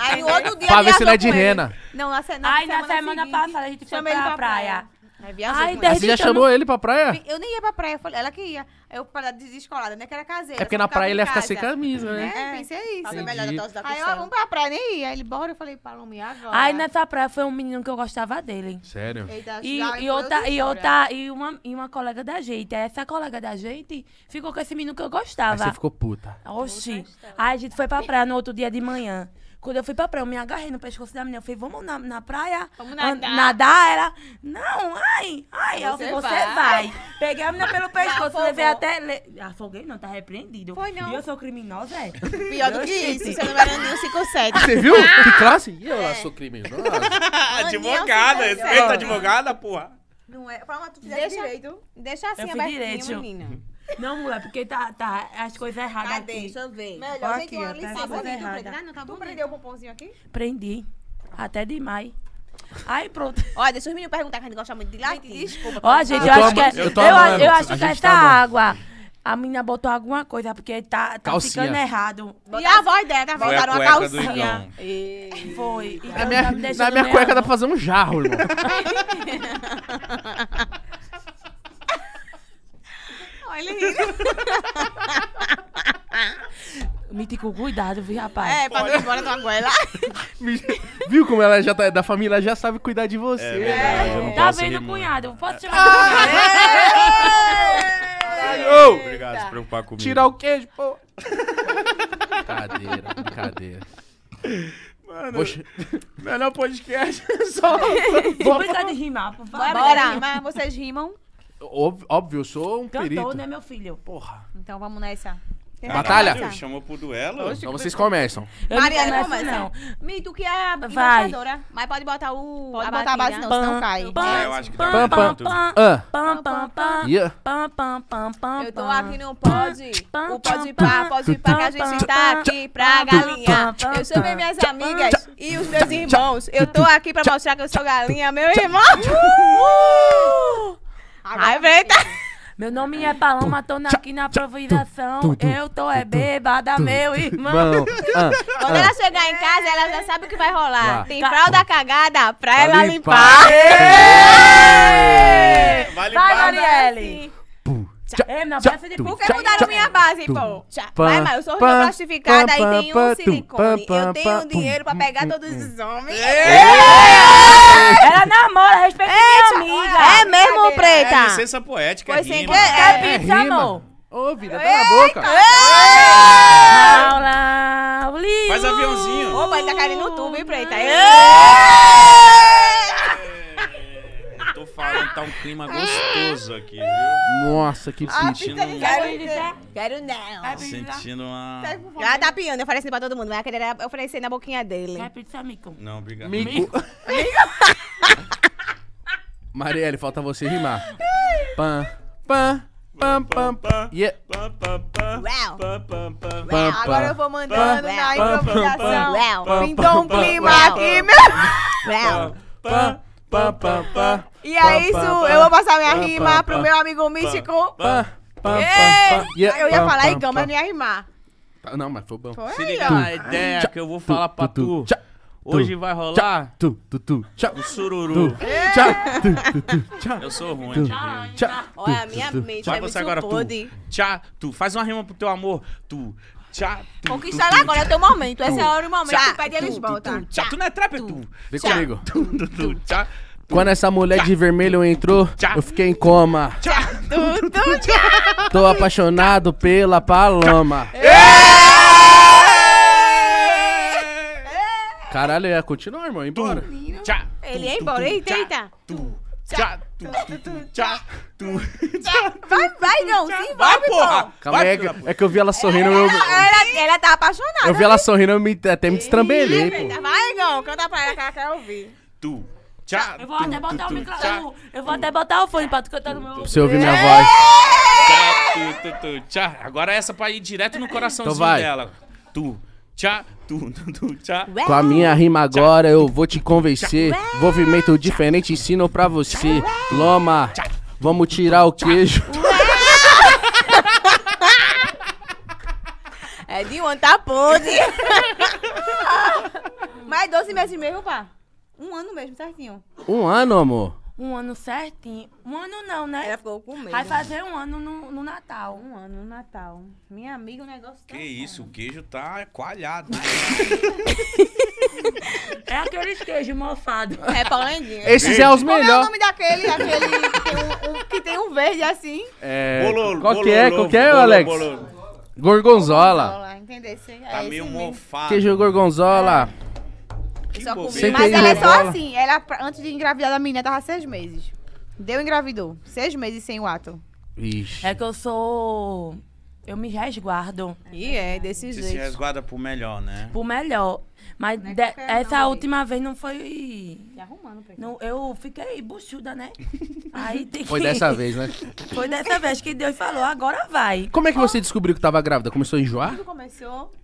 Speaker 4: Aí no outro dia
Speaker 1: Pra
Speaker 4: ele
Speaker 1: ver se não é
Speaker 4: casou
Speaker 1: de
Speaker 4: com ele.
Speaker 1: rena.
Speaker 5: Não, na, se- na
Speaker 3: Aí na
Speaker 5: semana
Speaker 3: semana
Speaker 5: seguinte,
Speaker 3: passada a gente foi
Speaker 5: chamei ele
Speaker 3: pra praia.
Speaker 4: Aí
Speaker 3: Ai,
Speaker 4: viajou com
Speaker 3: Deus.
Speaker 4: ela.
Speaker 1: Aí Ah, você já
Speaker 3: Acreditando-
Speaker 1: chamou ele pra praia? É
Speaker 4: Eu nem ia pra praia, eu falei, ela que ia. Aí Eu pra desescolada, né? Que era caseira.
Speaker 1: É porque
Speaker 4: só
Speaker 1: na
Speaker 4: ficava
Speaker 1: praia
Speaker 4: em
Speaker 1: ele ia ficar
Speaker 4: casa,
Speaker 1: sem camisa, né?
Speaker 3: É.
Speaker 4: Né? Pensei
Speaker 3: Tá
Speaker 4: isso.
Speaker 5: Sabe
Speaker 1: Entendi.
Speaker 5: melhor a dose da
Speaker 4: Aí eu,
Speaker 5: costela.
Speaker 4: vamos pra praia, nem ia. Ele, bora. Eu falei, Paloma, e agora?
Speaker 3: Aí nessa praia foi um menino que eu gostava dele.
Speaker 1: Sério?
Speaker 4: Eita,
Speaker 3: E,
Speaker 4: já-
Speaker 3: e,
Speaker 4: foi
Speaker 3: outra, e,
Speaker 4: história.
Speaker 3: outra, e, uma, e uma colega da gente. Aí Essa colega da gente ficou com esse menino que eu
Speaker 1: Aí você
Speaker 3: gostava.
Speaker 1: ficou puta.
Speaker 3: Oxi. Aí a gente foi pra praia no outro dia de manhã. Quando eu fui pra praia, eu me agarrei no pescoço da menina. Eu falei, vamos na, na praia?
Speaker 4: Vamos
Speaker 3: An-
Speaker 4: nadar.
Speaker 3: Nadar? Ela, não, ai, ai. Aí eu
Speaker 4: Você
Speaker 3: falei, você
Speaker 4: vai.
Speaker 3: vai. Peguei a menina pelo pescoço,
Speaker 4: afogou.
Speaker 3: levei até... le- Afoguei não, tá repreendido.
Speaker 4: Foi não.
Speaker 3: E eu sou criminosa, é?
Speaker 5: Pior do que isso, seu número é 157.
Speaker 1: Você viu? Que classe? E eu sou criminosa.
Speaker 2: Tá
Speaker 3: é um
Speaker 2: advogada,
Speaker 4: Daniel,
Speaker 2: respeita
Speaker 4: sério.
Speaker 2: a advogada, porra.
Speaker 4: Não é. Paloma, tu fizesse
Speaker 5: Deixa-
Speaker 4: direito.
Speaker 5: Deixa assim,
Speaker 3: Eu fui direito.
Speaker 5: abertinho, menina.
Speaker 3: Não, mulher, porque tá, tá as coisas erradas
Speaker 5: Cadê?
Speaker 3: aqui.
Speaker 5: Deixa eu ver.
Speaker 4: Melhor,
Speaker 3: Ó
Speaker 4: gente,
Speaker 3: aqui,
Speaker 4: uma
Speaker 3: ó, tá
Speaker 4: licença.
Speaker 5: Tá
Speaker 3: Coisa
Speaker 5: bonito,
Speaker 3: errada.
Speaker 5: preto, né? Não tá
Speaker 4: Tu
Speaker 5: bonito.
Speaker 4: prendeu o pomponzinho aqui?
Speaker 3: Prendi. Até demais. Aí pronto.
Speaker 5: Olha, deixa os meninos perguntar que a gente gosta muito de latim.
Speaker 4: desculpa.
Speaker 3: Ó, gente, eu
Speaker 1: Eu tô
Speaker 3: acho que,
Speaker 1: amando-
Speaker 3: é-
Speaker 1: eu tô
Speaker 3: eu, a-
Speaker 1: amando.
Speaker 3: eu
Speaker 1: A
Speaker 3: acho que
Speaker 1: gente
Speaker 3: essa
Speaker 1: tá amando.
Speaker 3: água, a menina botou alguma coisa, porque tá, tá
Speaker 1: Calcinha.
Speaker 3: ficando errado.
Speaker 5: E a
Speaker 4: é
Speaker 5: voz
Speaker 4: assim.
Speaker 5: dela, né?
Speaker 2: Foi a
Speaker 5: Botaram uma
Speaker 2: cueca do
Speaker 5: calcinha.
Speaker 2: Igão.
Speaker 3: Foi. Então
Speaker 1: Na
Speaker 3: tá
Speaker 1: minha,
Speaker 3: me
Speaker 1: na
Speaker 3: deixando
Speaker 1: minha
Speaker 3: meio
Speaker 1: cueca dá pra
Speaker 3: avó.
Speaker 1: fazer um jarro, irmão.
Speaker 4: Olha ele.
Speaker 3: Me tem com cuidado, viu, rapaz?
Speaker 5: É, pra não ir embora da goela.
Speaker 1: Viu como ela já tá é da família, ela já sabe cuidar de você.
Speaker 2: É verdade, eu não
Speaker 3: tá
Speaker 2: posso
Speaker 3: vendo,
Speaker 2: rir muito.
Speaker 3: cunhado? Posso tirar ah,
Speaker 4: é.
Speaker 1: Ô,
Speaker 2: Obrigado por se preocupar comigo.
Speaker 1: Tirar o queijo, pô. Brincadeira, brincadeira.
Speaker 2: Mano,
Speaker 1: Poxa,
Speaker 2: melhor podcast.
Speaker 1: só.
Speaker 3: Brincar de rimar, por favor.
Speaker 4: Bora. Mas vocês rimam?
Speaker 1: Óbvio, óbvio, eu sou um
Speaker 3: Cantou,
Speaker 1: perito.
Speaker 3: né, meu filho?
Speaker 1: Porra.
Speaker 4: Então vamos nessa.
Speaker 1: Batalha?
Speaker 2: Caralho, Chamou pro duelo?
Speaker 1: Então vocês começam.
Speaker 3: Eu
Speaker 4: Mariana,
Speaker 3: não
Speaker 4: começa.
Speaker 3: começo, não.
Speaker 4: Mito que é a
Speaker 3: Vai.
Speaker 4: embaixadora. Mas pode botar o...
Speaker 5: Pode
Speaker 4: a
Speaker 5: botar a base, não,
Speaker 4: batida.
Speaker 3: Pam,
Speaker 5: senão cai.
Speaker 2: É, eu
Speaker 3: pam,
Speaker 2: acho que dá
Speaker 1: pra
Speaker 3: pam, pam,
Speaker 2: tudo.
Speaker 3: pam,
Speaker 1: Ah.
Speaker 3: pam, pam, pam,
Speaker 1: Yeah.
Speaker 3: pam, pam, pam, pam,
Speaker 4: Eu tô
Speaker 3: pam.
Speaker 4: aqui no pode.
Speaker 3: Pam,
Speaker 4: O pode
Speaker 3: pam,
Speaker 4: pá, pode pá, que a gente tá aqui pra galinha. Eu chamei minhas amigas e os meus irmãos. Eu tô aqui pra mostrar que eu sou galinha, meu irmão. Ai, eita.
Speaker 3: Meu nome é Paloma, tô na- aqui na improvisação. Eu tô é bêbada, meu irmão.
Speaker 1: Mano, ah,
Speaker 4: Quando
Speaker 1: ah.
Speaker 4: ela chegar em casa, ela já sabe o que vai rolar.
Speaker 1: Lá.
Speaker 4: Tem
Speaker 3: Tá.
Speaker 4: fralda cagada pra
Speaker 2: Tá
Speaker 1: Pra
Speaker 4: ela
Speaker 1: limpar.
Speaker 4: limpar.
Speaker 2: Vale
Speaker 3: Vai,
Speaker 2: para-
Speaker 4: assim.
Speaker 3: Marielle. É, na
Speaker 1: tchá,
Speaker 3: peça de
Speaker 1: tum,
Speaker 4: Por que
Speaker 1: Tchá,
Speaker 4: mudaram
Speaker 1: tchá.
Speaker 4: minha base,
Speaker 1: Tum,
Speaker 4: pô? Tchá.
Speaker 1: pam,
Speaker 4: Vai, mas eu sou
Speaker 1: pam,
Speaker 4: plastificada e
Speaker 1: pam,
Speaker 4: tenho
Speaker 1: pam,
Speaker 4: um
Speaker 1: tum,
Speaker 4: silicone.
Speaker 1: pam, pam,
Speaker 4: Eu tenho
Speaker 1: pum,
Speaker 4: dinheiro pra
Speaker 1: pum,
Speaker 4: pegar
Speaker 1: pum,
Speaker 4: todos os homens.
Speaker 3: Ela namora, respeita minha amiga.
Speaker 4: É mesmo,
Speaker 2: É
Speaker 4: preta?
Speaker 2: licença poética,
Speaker 4: Foi
Speaker 2: é
Speaker 4: sem
Speaker 2: rima.
Speaker 4: querer.
Speaker 1: É
Speaker 3: Pizza,
Speaker 1: rima.
Speaker 3: amor.
Speaker 1: Ô, vida, tá na boca.
Speaker 3: Paula, Uli.
Speaker 2: É. Faz aviãozinho.
Speaker 4: Opa, ele tá caindo no tubo, hein, preta?
Speaker 2: Eu tô falando, tá um clima gostoso aqui, viu?
Speaker 1: Nossa, que fit.
Speaker 2: Sentindo, um-
Speaker 4: Quero não.
Speaker 2: sentindo uma...
Speaker 5: Ela tá piando, eu falei assim pra todo mundo, mas aquele era oferecer na boquinha dele.
Speaker 3: É pizza, amigo.
Speaker 2: Não, obrigado.
Speaker 1: Mico. Marielle, falta você rimar. Pam, pam, pam, pam, pam. Yeah.
Speaker 2: Pá, pá, pá,
Speaker 5: Uau.
Speaker 2: pá, pá, pá.
Speaker 1: Pam,
Speaker 4: Agora
Speaker 1: pam.
Speaker 4: eu vou mandando
Speaker 5: Pam,
Speaker 4: na
Speaker 1: pam,
Speaker 5: pam,
Speaker 4: improvisação.
Speaker 5: pam,
Speaker 4: Pintou um
Speaker 1: pam,
Speaker 4: clima
Speaker 5: pam,
Speaker 4: aqui, meu.
Speaker 5: Well,
Speaker 1: Pam, pam, pam, pam.
Speaker 4: E é isso,
Speaker 1: pam,
Speaker 4: eu vou passar minha
Speaker 1: pam,
Speaker 4: rima
Speaker 1: pam,
Speaker 4: pro
Speaker 1: pam,
Speaker 4: meu amigo místico.
Speaker 1: Pam, pam, pam,
Speaker 4: Ei,
Speaker 1: pam. Yeah.
Speaker 4: Eu ia
Speaker 1: Pam,
Speaker 4: falar
Speaker 1: pam,
Speaker 4: igão, mas
Speaker 1: pam.
Speaker 4: não ia rimar.
Speaker 1: Tá, Não, mas foi bom.
Speaker 2: Se liga a ideia que eu vou falar pra tu.
Speaker 1: Tchá,
Speaker 2: Hoje
Speaker 1: tu,
Speaker 2: vai
Speaker 1: tchá,
Speaker 2: rolar
Speaker 1: tu, tu, tu, tchá,
Speaker 2: o
Speaker 1: tu,
Speaker 2: sururu.
Speaker 1: tchá, tu, tu, tu, tchá,
Speaker 2: Eu sou ruim de rima.
Speaker 1: tchá.
Speaker 5: Olha, a
Speaker 1: tu,
Speaker 5: minha
Speaker 1: tu, tu.
Speaker 5: mente
Speaker 2: Vai
Speaker 5: vai
Speaker 2: você
Speaker 5: muito
Speaker 2: agora, tu.
Speaker 5: podre.
Speaker 2: Tchá, tu. Faz uma rima pro teu amor. Tu. Tchá, tu.
Speaker 4: Conquistar agora, é o teu momento. Essa é a hora e o momento que pede eles
Speaker 2: Tu,
Speaker 4: voltam.
Speaker 2: tchá, tu não é trap, é tu.
Speaker 1: Vem
Speaker 2: Tchá,
Speaker 1: comigo.
Speaker 2: Tu, tu, tu, tchá,
Speaker 1: Quando essa mulher de vermelho entrou,
Speaker 2: Tchá.
Speaker 1: eu fiquei em coma.
Speaker 2: tchá.
Speaker 1: Tô apaixonado pela Paloma.
Speaker 2: É!
Speaker 1: Caralho, eu ia continuar, irmão. ia Embora.
Speaker 2: É! Tchá.
Speaker 4: Ele ia embora, eita, eita.
Speaker 2: Tu. Tchá, tu, tu, tu, tchá, tu. Tchá,
Speaker 4: Vai, vai, não, se
Speaker 2: tchá.
Speaker 4: envolve,
Speaker 2: Vai,
Speaker 4: pô.
Speaker 2: porra.
Speaker 1: Calma
Speaker 2: Vai,
Speaker 1: aí, é
Speaker 2: filha da
Speaker 1: que,
Speaker 2: puta.
Speaker 1: é que eu vi ela sorrindo, eu,
Speaker 4: Ela, ela tá apaixonada.
Speaker 1: eu vi ela sorrindo, eu me, até me destrambelei, pô.
Speaker 4: Vai, Igão, canta pra ela que ela quer ouvir.
Speaker 2: Tu. Tchá.
Speaker 3: Eu vou até
Speaker 2: tu,
Speaker 3: botar o
Speaker 2: tu,
Speaker 3: micro...
Speaker 2: tchá.
Speaker 3: o- Eu vou até botar o fone pra tu cantar no meu...
Speaker 1: Pra você ouvir minha voz.
Speaker 2: Tchá, tu, tu, tu, tchá. Agora é essa pra ir direto no coraçãozinho
Speaker 1: Então vai.
Speaker 2: dela. Tu, tchá, tu, tu, tu, tchá.
Speaker 1: Com a minha rima agora eu vou te convencer. Movimento diferente ensino pra você. Loma, vamos tirar o queijo.
Speaker 4: É de um ano, tá podre. Mais 12 meses mesmo, pá. Um ano mesmo, certinho.
Speaker 1: Um ano, amor.
Speaker 3: um ano certinho. Um ano não, né?
Speaker 5: É.
Speaker 4: Ela ficou com medo.
Speaker 3: Vai fazer um ano no, no Natal.
Speaker 4: Um ano no Natal. Minha amiga, o negócio
Speaker 2: Que isso, o queijo tá coalhado.
Speaker 3: É aquele queijo mofado.
Speaker 4: É polendinha.
Speaker 1: Esses é os
Speaker 4: Como é o
Speaker 1: melhores.
Speaker 4: nome daquele? Aquele que tem um, um- que tem um verde assim.
Speaker 1: É,
Speaker 2: Bololo,
Speaker 1: qual que
Speaker 2: bololo,
Speaker 1: é? Qual que é,
Speaker 2: bololo,
Speaker 1: Alex?
Speaker 2: bololo.
Speaker 1: Gorgonzola.
Speaker 4: Olá, entendeu? Esse- é
Speaker 2: Ah. Tá
Speaker 4: esse
Speaker 2: meio
Speaker 4: mesmo.
Speaker 2: mofado.
Speaker 1: Queijo gorgonzola.
Speaker 2: Que
Speaker 4: Só comi.
Speaker 2: bobeira.
Speaker 1: Sem
Speaker 4: Mas
Speaker 1: querer
Speaker 4: ela é
Speaker 1: rebola.
Speaker 4: só assim. Ela, pra- antes de engravidar da menina, tava seis meses. Deu engravidou. Seis meses sem o ato.
Speaker 1: Ixi.
Speaker 3: É que eu sou. Eu me resguardo
Speaker 4: E é, desse
Speaker 2: Você se
Speaker 4: jeito.
Speaker 2: resguarda pro melhor, né?
Speaker 3: pro melhor. Mas
Speaker 4: Não é
Speaker 3: de-
Speaker 4: qualquer um,
Speaker 3: essa
Speaker 4: não,
Speaker 3: última vez não foi.
Speaker 4: Se arrumando pra
Speaker 3: Não, eu fiquei buchuda, né? Aí tem que...
Speaker 1: Foi dessa vez, né?
Speaker 3: Foi dessa vez que Deus falou, agora vai.
Speaker 1: Como é que você descobriu que tava grávida? Começou a enjoar?
Speaker 4: Começou.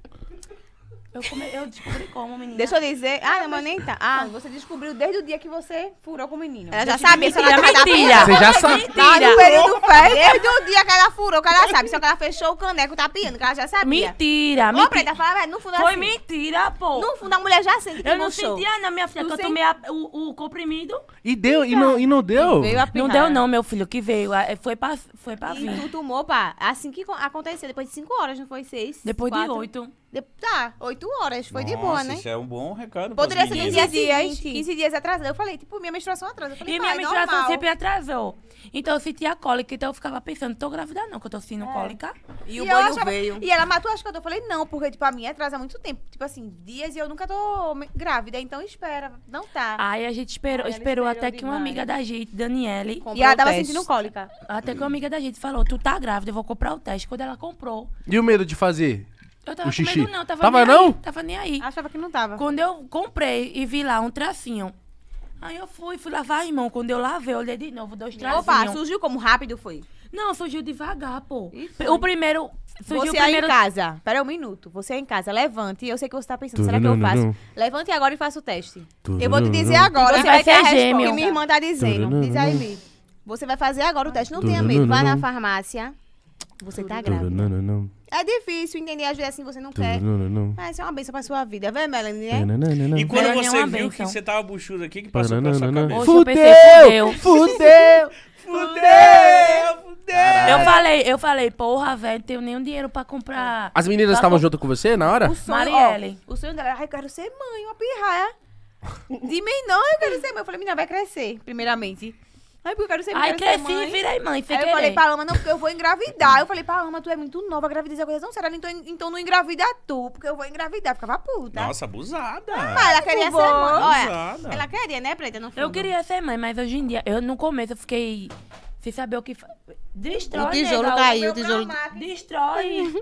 Speaker 3: Eu, come- eu descobri como, menina.
Speaker 4: Deixa eu dizer. Ah, não, mas nem tá. Ah, você descobriu desde o dia que você furou com o menino. Ela já sabia se ela
Speaker 3: mentira,
Speaker 4: tava da
Speaker 3: mentira.
Speaker 1: Você já sabe.
Speaker 4: Tá no
Speaker 3: Mentira.
Speaker 4: período fértil. Desde o dia que ela furou, que ela sabe. Só que ela fechou o caneco tapiando, que ela já sabia.
Speaker 3: Mentira.
Speaker 4: Ô,
Speaker 3: mentira.
Speaker 4: Preta, fala, velho, no fundo é
Speaker 3: Foi
Speaker 4: assim.
Speaker 3: mentira, pô.
Speaker 4: No fundo, a mulher já sente que
Speaker 3: eu não
Speaker 4: murchou.
Speaker 3: sentia na minha filha,
Speaker 4: Tu
Speaker 3: que eu
Speaker 4: sente?
Speaker 3: tomei a- o, o comprimido.
Speaker 1: E deu, e não, e não deu.
Speaker 4: Veio a
Speaker 3: Não
Speaker 4: pirralha.
Speaker 3: deu não, meu filho, que veio. Ah, Foi pra, foi pra
Speaker 4: E
Speaker 3: vir.
Speaker 4: tu tomou, pá, assim que co- aconteceu, depois de 5 horas, não foi 6?
Speaker 3: Depois de oito.
Speaker 4: tá, 8 horas, foi de
Speaker 2: Nossa,
Speaker 4: boa, né?
Speaker 2: Isso é um bom recado pras
Speaker 4: Poderia ser no dia
Speaker 2: meninas.
Speaker 4: dias, 15 dias atrasada. Eu falei, tipo, minha menstruação atrasa. Eu falei,
Speaker 3: E
Speaker 4: pai,
Speaker 3: minha menstruação
Speaker 4: normal.
Speaker 3: sempre atrasou. Então eu sentia cólica, então eu ficava pensando, tô grávida não, que eu tô sentindo cólica.
Speaker 4: É. E, eu achava- e ela matou as que eu falei, não, porque, tipo, a minha atrasa muito tempo. Tipo assim, dias e eu nunca tô me- grávida, então espera, não tá.
Speaker 3: Aí a gente esperou,
Speaker 4: Aí ela
Speaker 3: esperou até
Speaker 4: esperou
Speaker 3: que uma
Speaker 4: demais.
Speaker 3: amiga da gente, Daniele,
Speaker 4: e ela tava
Speaker 5: teste.
Speaker 4: sentindo cólica.
Speaker 3: até que uma amiga da gente falou, tu tá grávida, eu vou comprar o teste. Quando ela comprou,
Speaker 1: E o medo de fazer?
Speaker 3: eu tava
Speaker 1: O xixi.
Speaker 3: com medo não, tava,
Speaker 1: Tava
Speaker 3: nem
Speaker 1: não?
Speaker 3: aí. Tava nem aí.
Speaker 4: Achava que não tava.
Speaker 3: Quando eu comprei e vi lá um tracinho, aí eu fui, fui lavar, irmão. Quando eu lavei, eu olhei de novo, dois tracinhos.
Speaker 4: Opa, surgiu como rápido foi.
Speaker 3: Não, surgiu devagar, pô.
Speaker 4: Ih,
Speaker 3: O primeiro. Surgiu
Speaker 4: você
Speaker 3: o primeiro.
Speaker 4: aí em casa. Pera aí um minuto. Você aí em casa, levante. Eu sei que você tá pensando, será que eu
Speaker 1: Turururu.
Speaker 4: faço? Levante agora e faça o teste.
Speaker 1: Turururu.
Speaker 4: Eu vou te dizer agora.
Speaker 3: Você
Speaker 4: Você vai
Speaker 3: vai
Speaker 4: ter a
Speaker 3: ser
Speaker 4: resposta.
Speaker 3: gêmeo.
Speaker 4: que minha irmã tá dizendo.
Speaker 1: Turururu.
Speaker 4: Diz aí, Mi. Você vai fazer agora o teste. Não tenha
Speaker 1: Turururu.
Speaker 4: medo. Vai na farmácia. Você tá grávida. É difícil entender. Às vezes assim você não quer. Mas isso é uma benção pra sua vida. Vê, Melanie, né?
Speaker 2: E quando
Speaker 3: Melanie é
Speaker 2: você
Speaker 3: uma
Speaker 2: viu que
Speaker 3: bênção.
Speaker 2: você tava buchuda, o que que passou pela sua
Speaker 1: Bananana.
Speaker 2: cabeça?
Speaker 3: Hoje eu pensei,
Speaker 1: Fudeu!
Speaker 3: fudeu.
Speaker 1: Fudeu!
Speaker 2: Fudeu, fudeu.
Speaker 4: Tá?
Speaker 3: Eu falei, eu falei, porra, velho, não tenho nenhum dinheiro pra comprar.
Speaker 1: As
Speaker 4: Tá
Speaker 1: meninas estavam junto com você na hora?
Speaker 4: sonho,
Speaker 3: Marielle.
Speaker 4: ó, o sonho dela era, "Ai, eu quero ser mãe, uma pirraia. De mim, não, eu quero ser mãe. Eu falei, menina, vai crescer, primeiramente. Ai, porque eu quero ser mãe.
Speaker 3: Aí
Speaker 4: eu quero ser
Speaker 3: cresci
Speaker 4: mãe.
Speaker 3: e virei mãe. Sem
Speaker 4: Aí eu
Speaker 3: querer.
Speaker 4: falei, Paloma, não, porque eu vou engravidar. Eu falei, Paloma, tu é muito nova, a gravidez é coisa tão séria. Então, então não engravida tu, porque eu vou engravidar. Ficava puta.
Speaker 2: Nossa, abusada.
Speaker 4: Mas ela queria ser mãe. Olha,
Speaker 2: abusada.
Speaker 4: ela queria, né, Preta? No
Speaker 3: Eu queria ser mãe, mas hoje em dia, eu no começo eu fiquei sem saber o que. fa- Destrói.
Speaker 8: O tijolo
Speaker 3: nega,
Speaker 8: caiu,
Speaker 3: meu
Speaker 8: o tijolo-
Speaker 3: Promax. Destrói.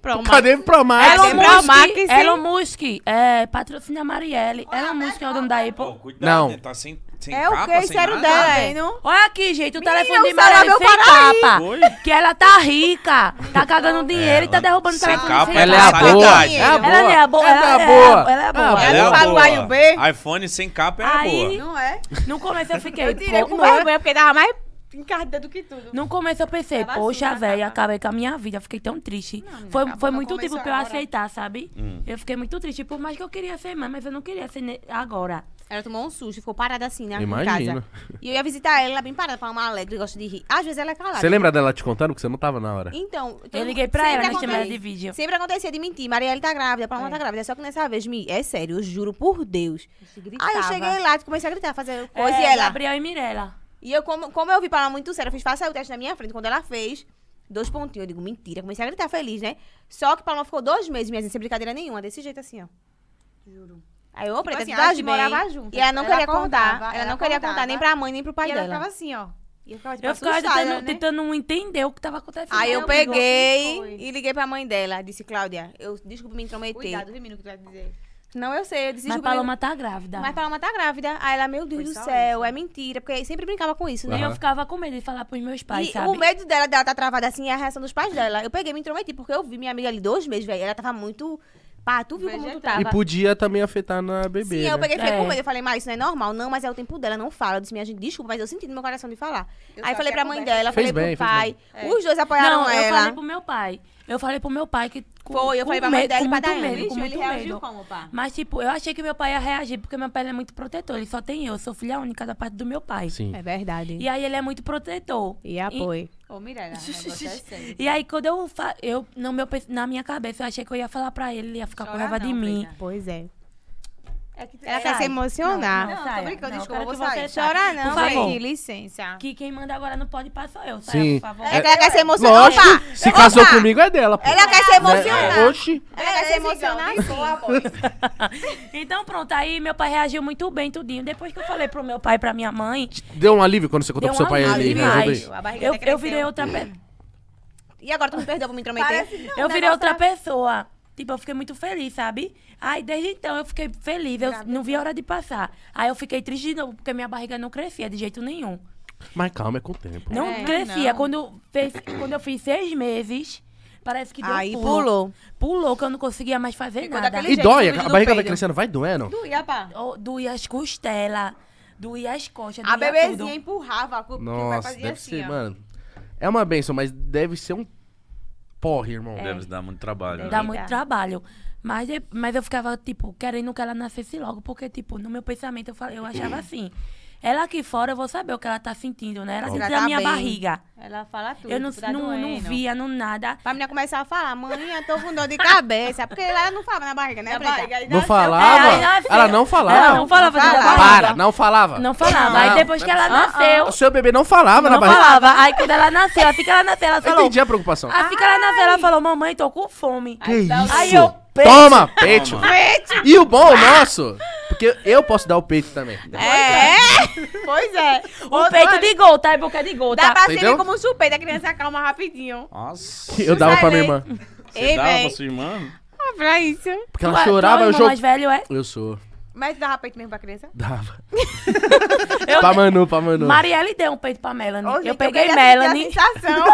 Speaker 8: Pronto.
Speaker 1: Cadê pro Max?
Speaker 3: Elon
Speaker 8: Lembrar o Max,
Speaker 3: Musk,
Speaker 8: hein?
Speaker 3: Elon Musk, é, patrocina a Marielle. Elon Musk é o dono da
Speaker 2: Pô,
Speaker 3: Apple.
Speaker 2: cuidado,
Speaker 1: Não.
Speaker 2: né? Tá sem, sem
Speaker 4: É o
Speaker 2: capa,
Speaker 4: que? Isso
Speaker 2: sem
Speaker 4: era o
Speaker 2: nada.
Speaker 5: tá
Speaker 4: dela, hein? não?
Speaker 3: Olha aqui, gente, o telefone de
Speaker 4: o celular
Speaker 3: Marielle
Speaker 4: meu
Speaker 3: sem
Speaker 4: Paraíba.
Speaker 3: capa.
Speaker 2: Oi?
Speaker 3: Que ela tá rica, tá cagando dinheiro e tá derrubando o
Speaker 2: sem
Speaker 3: telefone
Speaker 2: capa,
Speaker 3: sem
Speaker 1: Ela é a
Speaker 2: Sai
Speaker 1: boa.
Speaker 2: daí.
Speaker 1: É a boa.
Speaker 3: Ela é a boa,
Speaker 1: Ela é a
Speaker 3: ela-
Speaker 1: boa.
Speaker 3: ela é a boa.
Speaker 1: Ah,
Speaker 2: Ela
Speaker 4: Ela
Speaker 2: é
Speaker 4: fala o A e
Speaker 2: boa.
Speaker 4: o B.
Speaker 2: iPhone sem capa é a
Speaker 3: Aí-
Speaker 2: boa.
Speaker 4: Não é?
Speaker 3: No começo eu fiquei,
Speaker 4: Eu tirei
Speaker 3: pô,
Speaker 4: com
Speaker 3: não é?
Speaker 4: vergonha, porque tava mais encardida do que tudo.
Speaker 3: No começo eu pensei,
Speaker 4: Tava assim,
Speaker 3: poxa,
Speaker 4: na
Speaker 3: velho,
Speaker 4: capa.
Speaker 3: acabei com a minha vida, fiquei tão triste.
Speaker 4: menina,
Speaker 3: foi
Speaker 4: acabou,
Speaker 3: foi
Speaker 4: mas
Speaker 3: muito
Speaker 4: começou
Speaker 3: tempo pra eu
Speaker 4: agora.
Speaker 3: aceitar, sabe? Eu fiquei muito triste, por mais que eu queria ser mãe, mas eu não queria ser ne- agora.
Speaker 4: Ela tomou um susto, ficou parada assim, né? Em
Speaker 1: Imagino.
Speaker 4: casa. E eu ia visitar ela, ela bem parada, pra uma alegre, gosta de rir. Às vezes ela é calada.
Speaker 1: Você lembra dela te contando que você não tava na hora?
Speaker 4: Então, todo
Speaker 3: Eu
Speaker 4: mundo-
Speaker 3: liguei pra
Speaker 4: sempre
Speaker 3: ela na
Speaker 4: acontece-
Speaker 3: chamada de vídeo.
Speaker 4: Sempre acontecia de mentir. Marielle tá grávida, Paloma tá grávida. Só que nessa vez, Mi, é sério, eu juro por Deus. Aí eu cheguei lá, comecei a gritar, fazer coisa e
Speaker 3: É,
Speaker 4: ela.
Speaker 3: Gabriel e Mirella.
Speaker 4: E eu, como, como eu vi Paloma muito sério, eu fiz, faça aí o teste na minha frente. Quando ela fez, dois pontinhos. Eu digo, mentira. Comecei a gritar feliz, né? Só que Paloma ficou dois meses, minha gente, sem brincadeira nenhuma, desse jeito assim, ó. Juro. Aí, ô, preta,
Speaker 5: assim,
Speaker 4: tu
Speaker 5: elas
Speaker 4: tá bem.
Speaker 5: moravam juntas.
Speaker 4: E ela não
Speaker 5: Ela
Speaker 4: queria
Speaker 5: acordava,
Speaker 4: contar. Ela
Speaker 5: ela
Speaker 4: não queria contar
Speaker 5: acordava.
Speaker 4: nem pra mãe, nem pro pai
Speaker 5: e ela ficava
Speaker 4: dela.
Speaker 5: assim, ó. E eu ficava, tipo,
Speaker 3: Eu ficava
Speaker 5: assustada,
Speaker 3: tentando,
Speaker 5: né?
Speaker 3: tentando entender o que tava acontecendo.
Speaker 4: Aí eu
Speaker 3: digo,
Speaker 4: peguei e liguei pra mãe dela. Disse, Cláudia, eu desculpa me intrometer.
Speaker 5: Cuidado, viu, menino, que tu vai dizer.
Speaker 4: Não, eu sei, eu disse,
Speaker 3: Mas
Speaker 4: desculpa.
Speaker 3: Paloma tá grávida.
Speaker 4: tipo Mas Paloma tá grávida. Aí ela, meu Deus do céu, é mentira. Porque aí sempre brincava com isso, né?
Speaker 3: E eu ficava com medo de falar pros meus pais,
Speaker 4: E
Speaker 3: sabe?
Speaker 4: o medo dela, dela tá travada assim, é a reação dos pais dela. Eu peguei, me intrometi, porque eu vi minha amiga ali dois meses, velho. Ela tava muito. Pá, tu viu como tu tava.
Speaker 1: E podia também afetar na
Speaker 4: Sim,
Speaker 1: bebê, né?
Speaker 4: eu peguei e fiquei com
Speaker 3: É.
Speaker 4: medo. Eu falei, mas isso não é normal. Não, mas é o tempo dela, não fala. Eu disse, minha gente, desculpa, mas eu senti no meu coração de falar.
Speaker 5: Eu
Speaker 4: aí
Speaker 5: só
Speaker 4: falei
Speaker 5: quero
Speaker 4: pra mãe
Speaker 5: conversa. É.
Speaker 4: dela,
Speaker 1: Fez
Speaker 4: falei
Speaker 1: bem,
Speaker 4: pro
Speaker 1: fez
Speaker 4: pai. Os dois apoiaram
Speaker 3: não, eu
Speaker 4: ela.
Speaker 3: falei pro meu pai. Eu falei pro meu pai que
Speaker 4: Foi, eu
Speaker 3: com
Speaker 4: falei pra mãe
Speaker 3: medo,
Speaker 4: dela
Speaker 3: com
Speaker 4: e pra
Speaker 3: muito
Speaker 4: Daiane.
Speaker 3: medo, com
Speaker 4: Vixe,
Speaker 3: muito
Speaker 4: ele reagiu
Speaker 3: medo.
Speaker 4: como, pá?
Speaker 3: Mas, tipo, eu achei que meu pai ia reagir, porque meu pai ele é muito protetor. Ele só tem eu. eu Sou filha única da parte do meu pai.
Speaker 1: Sim.
Speaker 5: É verdade.
Speaker 3: E aí ele é muito protetor.
Speaker 5: E apoio.
Speaker 4: Ô, Mirella, o negócio é sério.
Speaker 3: E aí, quando eu, fa- eu no meu, pe- na minha cabeça, eu achei que eu ia falar pra ele, ele ia ficar com
Speaker 4: Chora
Speaker 3: raiva de
Speaker 4: não,
Speaker 3: mim.
Speaker 4: preta.
Speaker 5: Pois é.
Speaker 4: É que tu-
Speaker 5: Ela
Speaker 4: é,
Speaker 5: quer se
Speaker 4: ai.
Speaker 5: emocionar.
Speaker 3: Não,
Speaker 6: Não,
Speaker 3: saia.
Speaker 6: tô brincando,
Speaker 3: Não,
Speaker 6: desculpa,
Speaker 3: eu
Speaker 6: eu vou
Speaker 3: quero
Speaker 6: sair.
Speaker 3: que você saia.
Speaker 6: Chora
Speaker 3: Por
Speaker 6: não,
Speaker 3: favor.
Speaker 6: gente, licença.
Speaker 3: Que quem manda agora não pode passar sou eu. Saia,
Speaker 1: Sim.
Speaker 3: por favor.
Speaker 4: É que ela quer se emocionar,
Speaker 1: Lógico,
Speaker 4: pá.
Speaker 1: se casou
Speaker 4: Opa!
Speaker 1: comigo é dela, pô.
Speaker 4: Ela quer se emocionar.
Speaker 1: Né? Oxi.
Speaker 5: É,
Speaker 4: Ela quer se emocionar, sim.
Speaker 3: Então pronto, aí meu pai reagiu muito bem, tudinho. Depois que eu falei pro meu pai e pra minha mãe,
Speaker 1: Deu um alívio quando você contou pro
Speaker 3: deu
Speaker 1: seu
Speaker 3: um
Speaker 1: pai
Speaker 3: alívio
Speaker 1: ali,
Speaker 3: demais.
Speaker 1: resolveu.
Speaker 4: A barriga
Speaker 3: eu,
Speaker 4: até
Speaker 3: eu
Speaker 4: cresceu.
Speaker 3: virei outra pe...
Speaker 4: E agora tu me perdeu pra me intrometer?
Speaker 3: eu virei outra
Speaker 6: é
Speaker 3: pessoa. Tipo, eu fiquei muito feliz, sabe? Aí desde então eu fiquei feliz, eu não vi a hora de passar. Aí eu fiquei triste de novo, porque minha barriga não crescia de jeito nenhum.
Speaker 1: Mas calma, é com o tempo.
Speaker 3: Não
Speaker 6: É,
Speaker 3: crescia.
Speaker 6: não.
Speaker 3: Quando, fez, quando eu fiz seis meses, parece que deu
Speaker 5: Aí
Speaker 3: pulo.
Speaker 5: pulou.
Speaker 3: Pulou, que eu não conseguia mais fazer nada.
Speaker 6: daquele
Speaker 1: E
Speaker 6: Gente,
Speaker 3: é
Speaker 1: dói,
Speaker 6: tudo
Speaker 1: a
Speaker 6: do
Speaker 1: barriga vai
Speaker 6: peido.
Speaker 1: crescendo, vai doendo.
Speaker 4: Doía, pá.
Speaker 3: Oh, doía as costelas, doía as costas, doía
Speaker 4: A
Speaker 3: tudo.
Speaker 4: bebezinha empurrava a culpa.
Speaker 1: Nossa, deve
Speaker 3: assim,
Speaker 4: assim,
Speaker 1: ser, mano. É uma benção, mas deve ser um porre, irmão.
Speaker 4: é.
Speaker 3: É.
Speaker 2: Deve dar muito trabalho.
Speaker 3: Dá
Speaker 2: né?
Speaker 3: muito trabalho. Mas, de- mas eu ficava, tipo, querendo que ela nascesse logo, porque, tipo, no meu pensamento eu, falei, eu achava assim. Ela aqui fora, eu vou saber o que ela tá sentindo, né? Ela
Speaker 1: Óbvio.
Speaker 3: sente
Speaker 4: Ela
Speaker 3: a
Speaker 4: tá
Speaker 3: minha
Speaker 4: bem.
Speaker 3: barriga.
Speaker 4: Ela fala tudo.
Speaker 3: eu
Speaker 5: tipo,
Speaker 3: não,
Speaker 4: tá
Speaker 3: não, não
Speaker 4: doendo.
Speaker 3: via, não nada.
Speaker 5: Pra menina começar a falar, mãe, eu tô com dor de cabeça. Porque ela não fala na barriga, né,
Speaker 4: Na
Speaker 5: preta?
Speaker 4: barriga, aí dá
Speaker 1: Não
Speaker 4: certo.
Speaker 1: falava?
Speaker 3: É, aí nasceu.
Speaker 1: Ela não falava?
Speaker 3: Ela não falava.
Speaker 4: Não
Speaker 3: da
Speaker 4: falava.
Speaker 3: barriga.
Speaker 1: Para, não falava.
Speaker 3: Não falava. Aí depois que
Speaker 4: Ah,
Speaker 3: ela nasceu,
Speaker 1: O seu bebê não falava na
Speaker 3: não
Speaker 1: barriga.
Speaker 3: falava. Aí quando ela nasceu, assim que ela nasceu, ela
Speaker 1: Eu
Speaker 3: falou...
Speaker 1: entendi a preocupação.
Speaker 3: Assim que ela nasceu, ela falou, mamãe, tô com fome.
Speaker 1: que isso?
Speaker 3: um- Aí eu peito.
Speaker 1: Toma, peito.
Speaker 2: Toma.
Speaker 1: E o bom nosso, porque eu posso dar o peito também.
Speaker 3: É.
Speaker 5: Pois é.
Speaker 3: O peito de gol, tá? É boca de gol,
Speaker 5: Dá
Speaker 3: tá?
Speaker 5: pra servir
Speaker 1: Entendeu?
Speaker 5: como um chupeta, a criança calma rapidinho.
Speaker 2: Nossa.
Speaker 1: Eu dava pra minha irmã.
Speaker 2: Você
Speaker 5: Ei,
Speaker 2: dava pra
Speaker 5: véi.
Speaker 2: sua irmã?
Speaker 3: É
Speaker 5: Ah, pra isso.
Speaker 1: Porque
Speaker 3: Tu
Speaker 1: ela
Speaker 3: é- tu
Speaker 1: chorava,
Speaker 3: é o
Speaker 1: eu
Speaker 3: irmão mais
Speaker 1: jogo.
Speaker 3: velho, é?
Speaker 1: Eu sou.
Speaker 5: Mas dava peito mesmo pra criança?
Speaker 1: Dava.
Speaker 3: Eu-
Speaker 1: Pra Manu, pra Manu.
Speaker 3: Marielle deu um peito pra Melanie.
Speaker 5: Ô, gente,
Speaker 3: eu peguei
Speaker 4: assim,
Speaker 5: queria sentir
Speaker 3: Melanie.
Speaker 5: A sensação.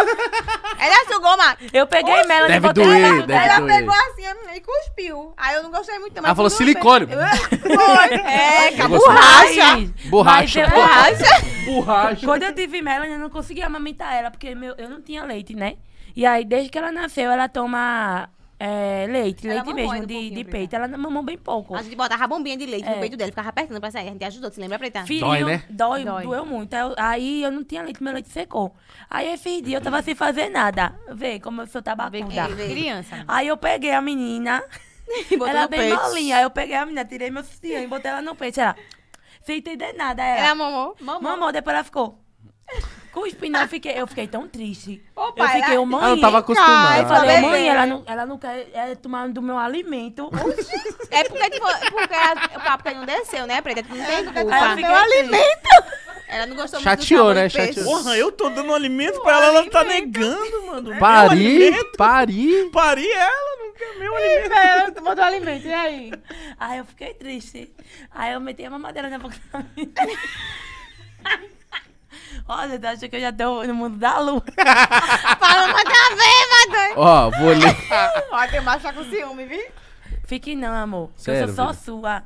Speaker 5: ela sugou, mas
Speaker 3: Eu peguei Melanie.
Speaker 1: Deve
Speaker 3: botei
Speaker 1: doer,
Speaker 3: ela
Speaker 1: deve
Speaker 3: no dela.
Speaker 5: ela
Speaker 1: doer.
Speaker 5: pegou assim hum, e cuspiu. Aí eu não gostei muito. Mas
Speaker 1: Ela falou
Speaker 5: tudo
Speaker 1: silicone.
Speaker 5: bem. Foi. É,
Speaker 1: Eu gostei.
Speaker 5: borracha.
Speaker 3: Mas-
Speaker 1: Borracha,
Speaker 3: mas eu-
Speaker 5: Borracha.
Speaker 1: Borracha.
Speaker 3: Quando eu tive Melanie, eu não conseguia amamentar ela, porque meu, eu não tinha leite, né? E aí, desde que ela nasceu, ela toma é, leite,
Speaker 4: Ela
Speaker 3: leite
Speaker 4: mamou
Speaker 3: mesmo,
Speaker 4: ainda um
Speaker 3: de,
Speaker 4: pouquinho,
Speaker 3: de
Speaker 4: Preta.
Speaker 3: peito. Ela mamou bem pouco.
Speaker 4: A gente botava a bombinha de leite
Speaker 3: É.
Speaker 4: no peito dela, ficava apertando pra sair. A gente ajudou, você lembra, Preta?
Speaker 3: Filho,
Speaker 1: Dói, né?
Speaker 3: Dói,
Speaker 5: Dói.
Speaker 3: doeu muito. Aí eu- Aí eu não tinha leite, meu leite secou. Aí esses dias eu tava sem fazer nada. Vê como eu sou
Speaker 4: Ei,
Speaker 3: tabacuda.
Speaker 4: vê.
Speaker 5: Criança.
Speaker 3: Aí eu peguei a menina.
Speaker 4: botou
Speaker 3: ela
Speaker 4: no
Speaker 3: bem
Speaker 4: peito.
Speaker 3: molinha. Aí eu peguei a menina, tirei meu sutiã e botei ela no peito. Ela, sem entender nada. Ela,
Speaker 4: é
Speaker 5: Ela mamou.
Speaker 3: mamou. depois ela ficou. Cuspindo, eu fiquei, eu fiquei tão triste.
Speaker 5: Opa,
Speaker 3: eu fiquei,
Speaker 5: ela-
Speaker 3: eu mãe.
Speaker 1: Ela não tava
Speaker 5: Ai,
Speaker 3: Eu
Speaker 1: acostumada.
Speaker 3: falei,
Speaker 5: Tá
Speaker 3: mãe,
Speaker 5: bebendo.
Speaker 3: ela não, ela não quer é, tomar do meu alimento.
Speaker 4: É porque, tipo, porque a- o papo que não desceu, né, Preta? Tu não tem
Speaker 3: Aí eu
Speaker 4: culpa.
Speaker 3: fiquei assim.
Speaker 4: Ela não gostou muito
Speaker 1: Chateou,
Speaker 4: do sabor
Speaker 1: né?
Speaker 4: de peixe.
Speaker 1: Chateou.
Speaker 2: Porra, eu tô dando alimento pra ela, ela tá negando, mano.
Speaker 1: Pari,
Speaker 2: Meu alimento.
Speaker 1: pari.
Speaker 2: Pari ela, não quer meu alimento.
Speaker 5: né? Ela botou alimento, e aí?
Speaker 3: Aí eu fiquei triste. Aí eu meti a mamadeira na boca da menina. Olha, você acha que eu já tô no mundo da lua?
Speaker 5: Fala uma cabeça,
Speaker 1: Ó, vou ler.
Speaker 5: doido. Ó, tem macho tá com ciúme, viu?
Speaker 3: Fique não, amor. que
Speaker 1: Sério,
Speaker 3: eu sou só
Speaker 1: vida?
Speaker 3: sua.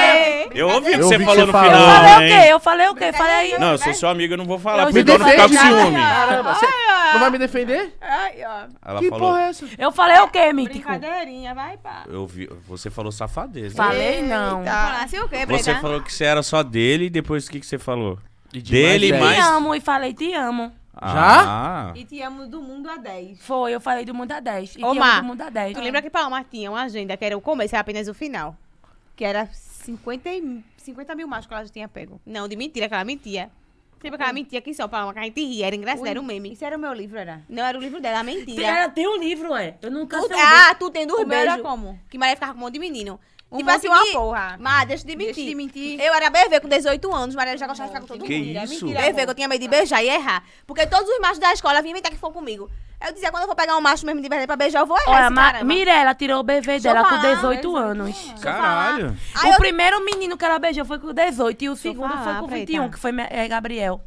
Speaker 5: É.
Speaker 2: Eu ouvi o que
Speaker 1: Eu
Speaker 2: você
Speaker 1: ouvi que
Speaker 2: falou
Speaker 1: você
Speaker 2: no
Speaker 1: falou.
Speaker 3: Eu
Speaker 1: Ah,
Speaker 2: final,
Speaker 3: falei o quê?
Speaker 2: hein?
Speaker 3: Eu falei o quê? Falei aí.
Speaker 2: Não, eu sou seu amigo, eu não vou falar,
Speaker 3: Eu
Speaker 2: porque
Speaker 3: já
Speaker 2: eu não ficar com
Speaker 1: defendi.
Speaker 2: ciúme.
Speaker 1: Caramba, você não vai me defender?
Speaker 5: Ai, ó.
Speaker 2: Ela
Speaker 1: que
Speaker 2: falou,
Speaker 1: porra é essa?
Speaker 3: Eu falei o quê, Mítico?
Speaker 5: Brincadeirinha, vai, pá.
Speaker 2: eu vi, você falou safadeza.
Speaker 3: Falei não.
Speaker 5: Tá. Assim o quê,
Speaker 2: Você
Speaker 5: Breda?
Speaker 2: falou que você era só dele e depois o que, que você falou?
Speaker 1: E de
Speaker 2: dele
Speaker 1: mais
Speaker 3: Te
Speaker 2: mais.
Speaker 3: amo e falei te amo.
Speaker 2: Ah,
Speaker 4: E te amo do mundo a 10.
Speaker 3: Foi, eu falei do mundo a 10. E
Speaker 5: Ô,
Speaker 3: te
Speaker 5: Má,
Speaker 3: amo do mundo a 10.
Speaker 5: Tu lembra que Paloma tinha uma agenda que era o começo, era apenas o final? Que era 50, e- 50 mil mais que ela já tinha pego.
Speaker 4: Não, de mentira, que ela mentia.
Speaker 5: Sempre aquela mentira que só, Paloma, que a gente ria, era engraçado, era um meme. Isso era o meu livro, era?
Speaker 4: Não, era o livro dela, a mentira.
Speaker 3: Tem, era, tem um livro, é. Eu nunca
Speaker 4: Tu-
Speaker 3: sei.
Speaker 4: ah, tu tem dos
Speaker 5: O meu era
Speaker 4: beijos.
Speaker 5: como?
Speaker 4: Que Maria ficava com um monte de menino.
Speaker 5: Um
Speaker 4: tipo
Speaker 5: monte
Speaker 4: assim,
Speaker 5: e uma
Speaker 4: que-
Speaker 5: porra.
Speaker 4: Má, deixa de mentir.
Speaker 5: Deixa de mentir.
Speaker 4: Eu era bebê com 18 anos, Maria já gostava de ficar com todo
Speaker 2: que
Speaker 4: mundo. Era
Speaker 2: isso?
Speaker 4: mentira, bebê, que eu tinha medo de beijar e errar. Porque todos os machos da escola vinham inventar que foram comigo. Eu dizia, quando eu for pegar um macho mesmo de verdade pra beijar, eu vou errar
Speaker 3: Olha,
Speaker 4: esse
Speaker 3: Ma-
Speaker 4: caramba.
Speaker 3: Mirella tirou o bebê
Speaker 4: Deixa eu
Speaker 3: dela com
Speaker 4: falar,
Speaker 3: 18 anos.
Speaker 2: caralho.
Speaker 4: Aí
Speaker 3: o
Speaker 4: eu-
Speaker 3: primeiro menino que ela beijou foi com 18 e o segundo foi
Speaker 5: falar,
Speaker 3: com 21,
Speaker 5: preta.
Speaker 3: que foi eh, Gabriel.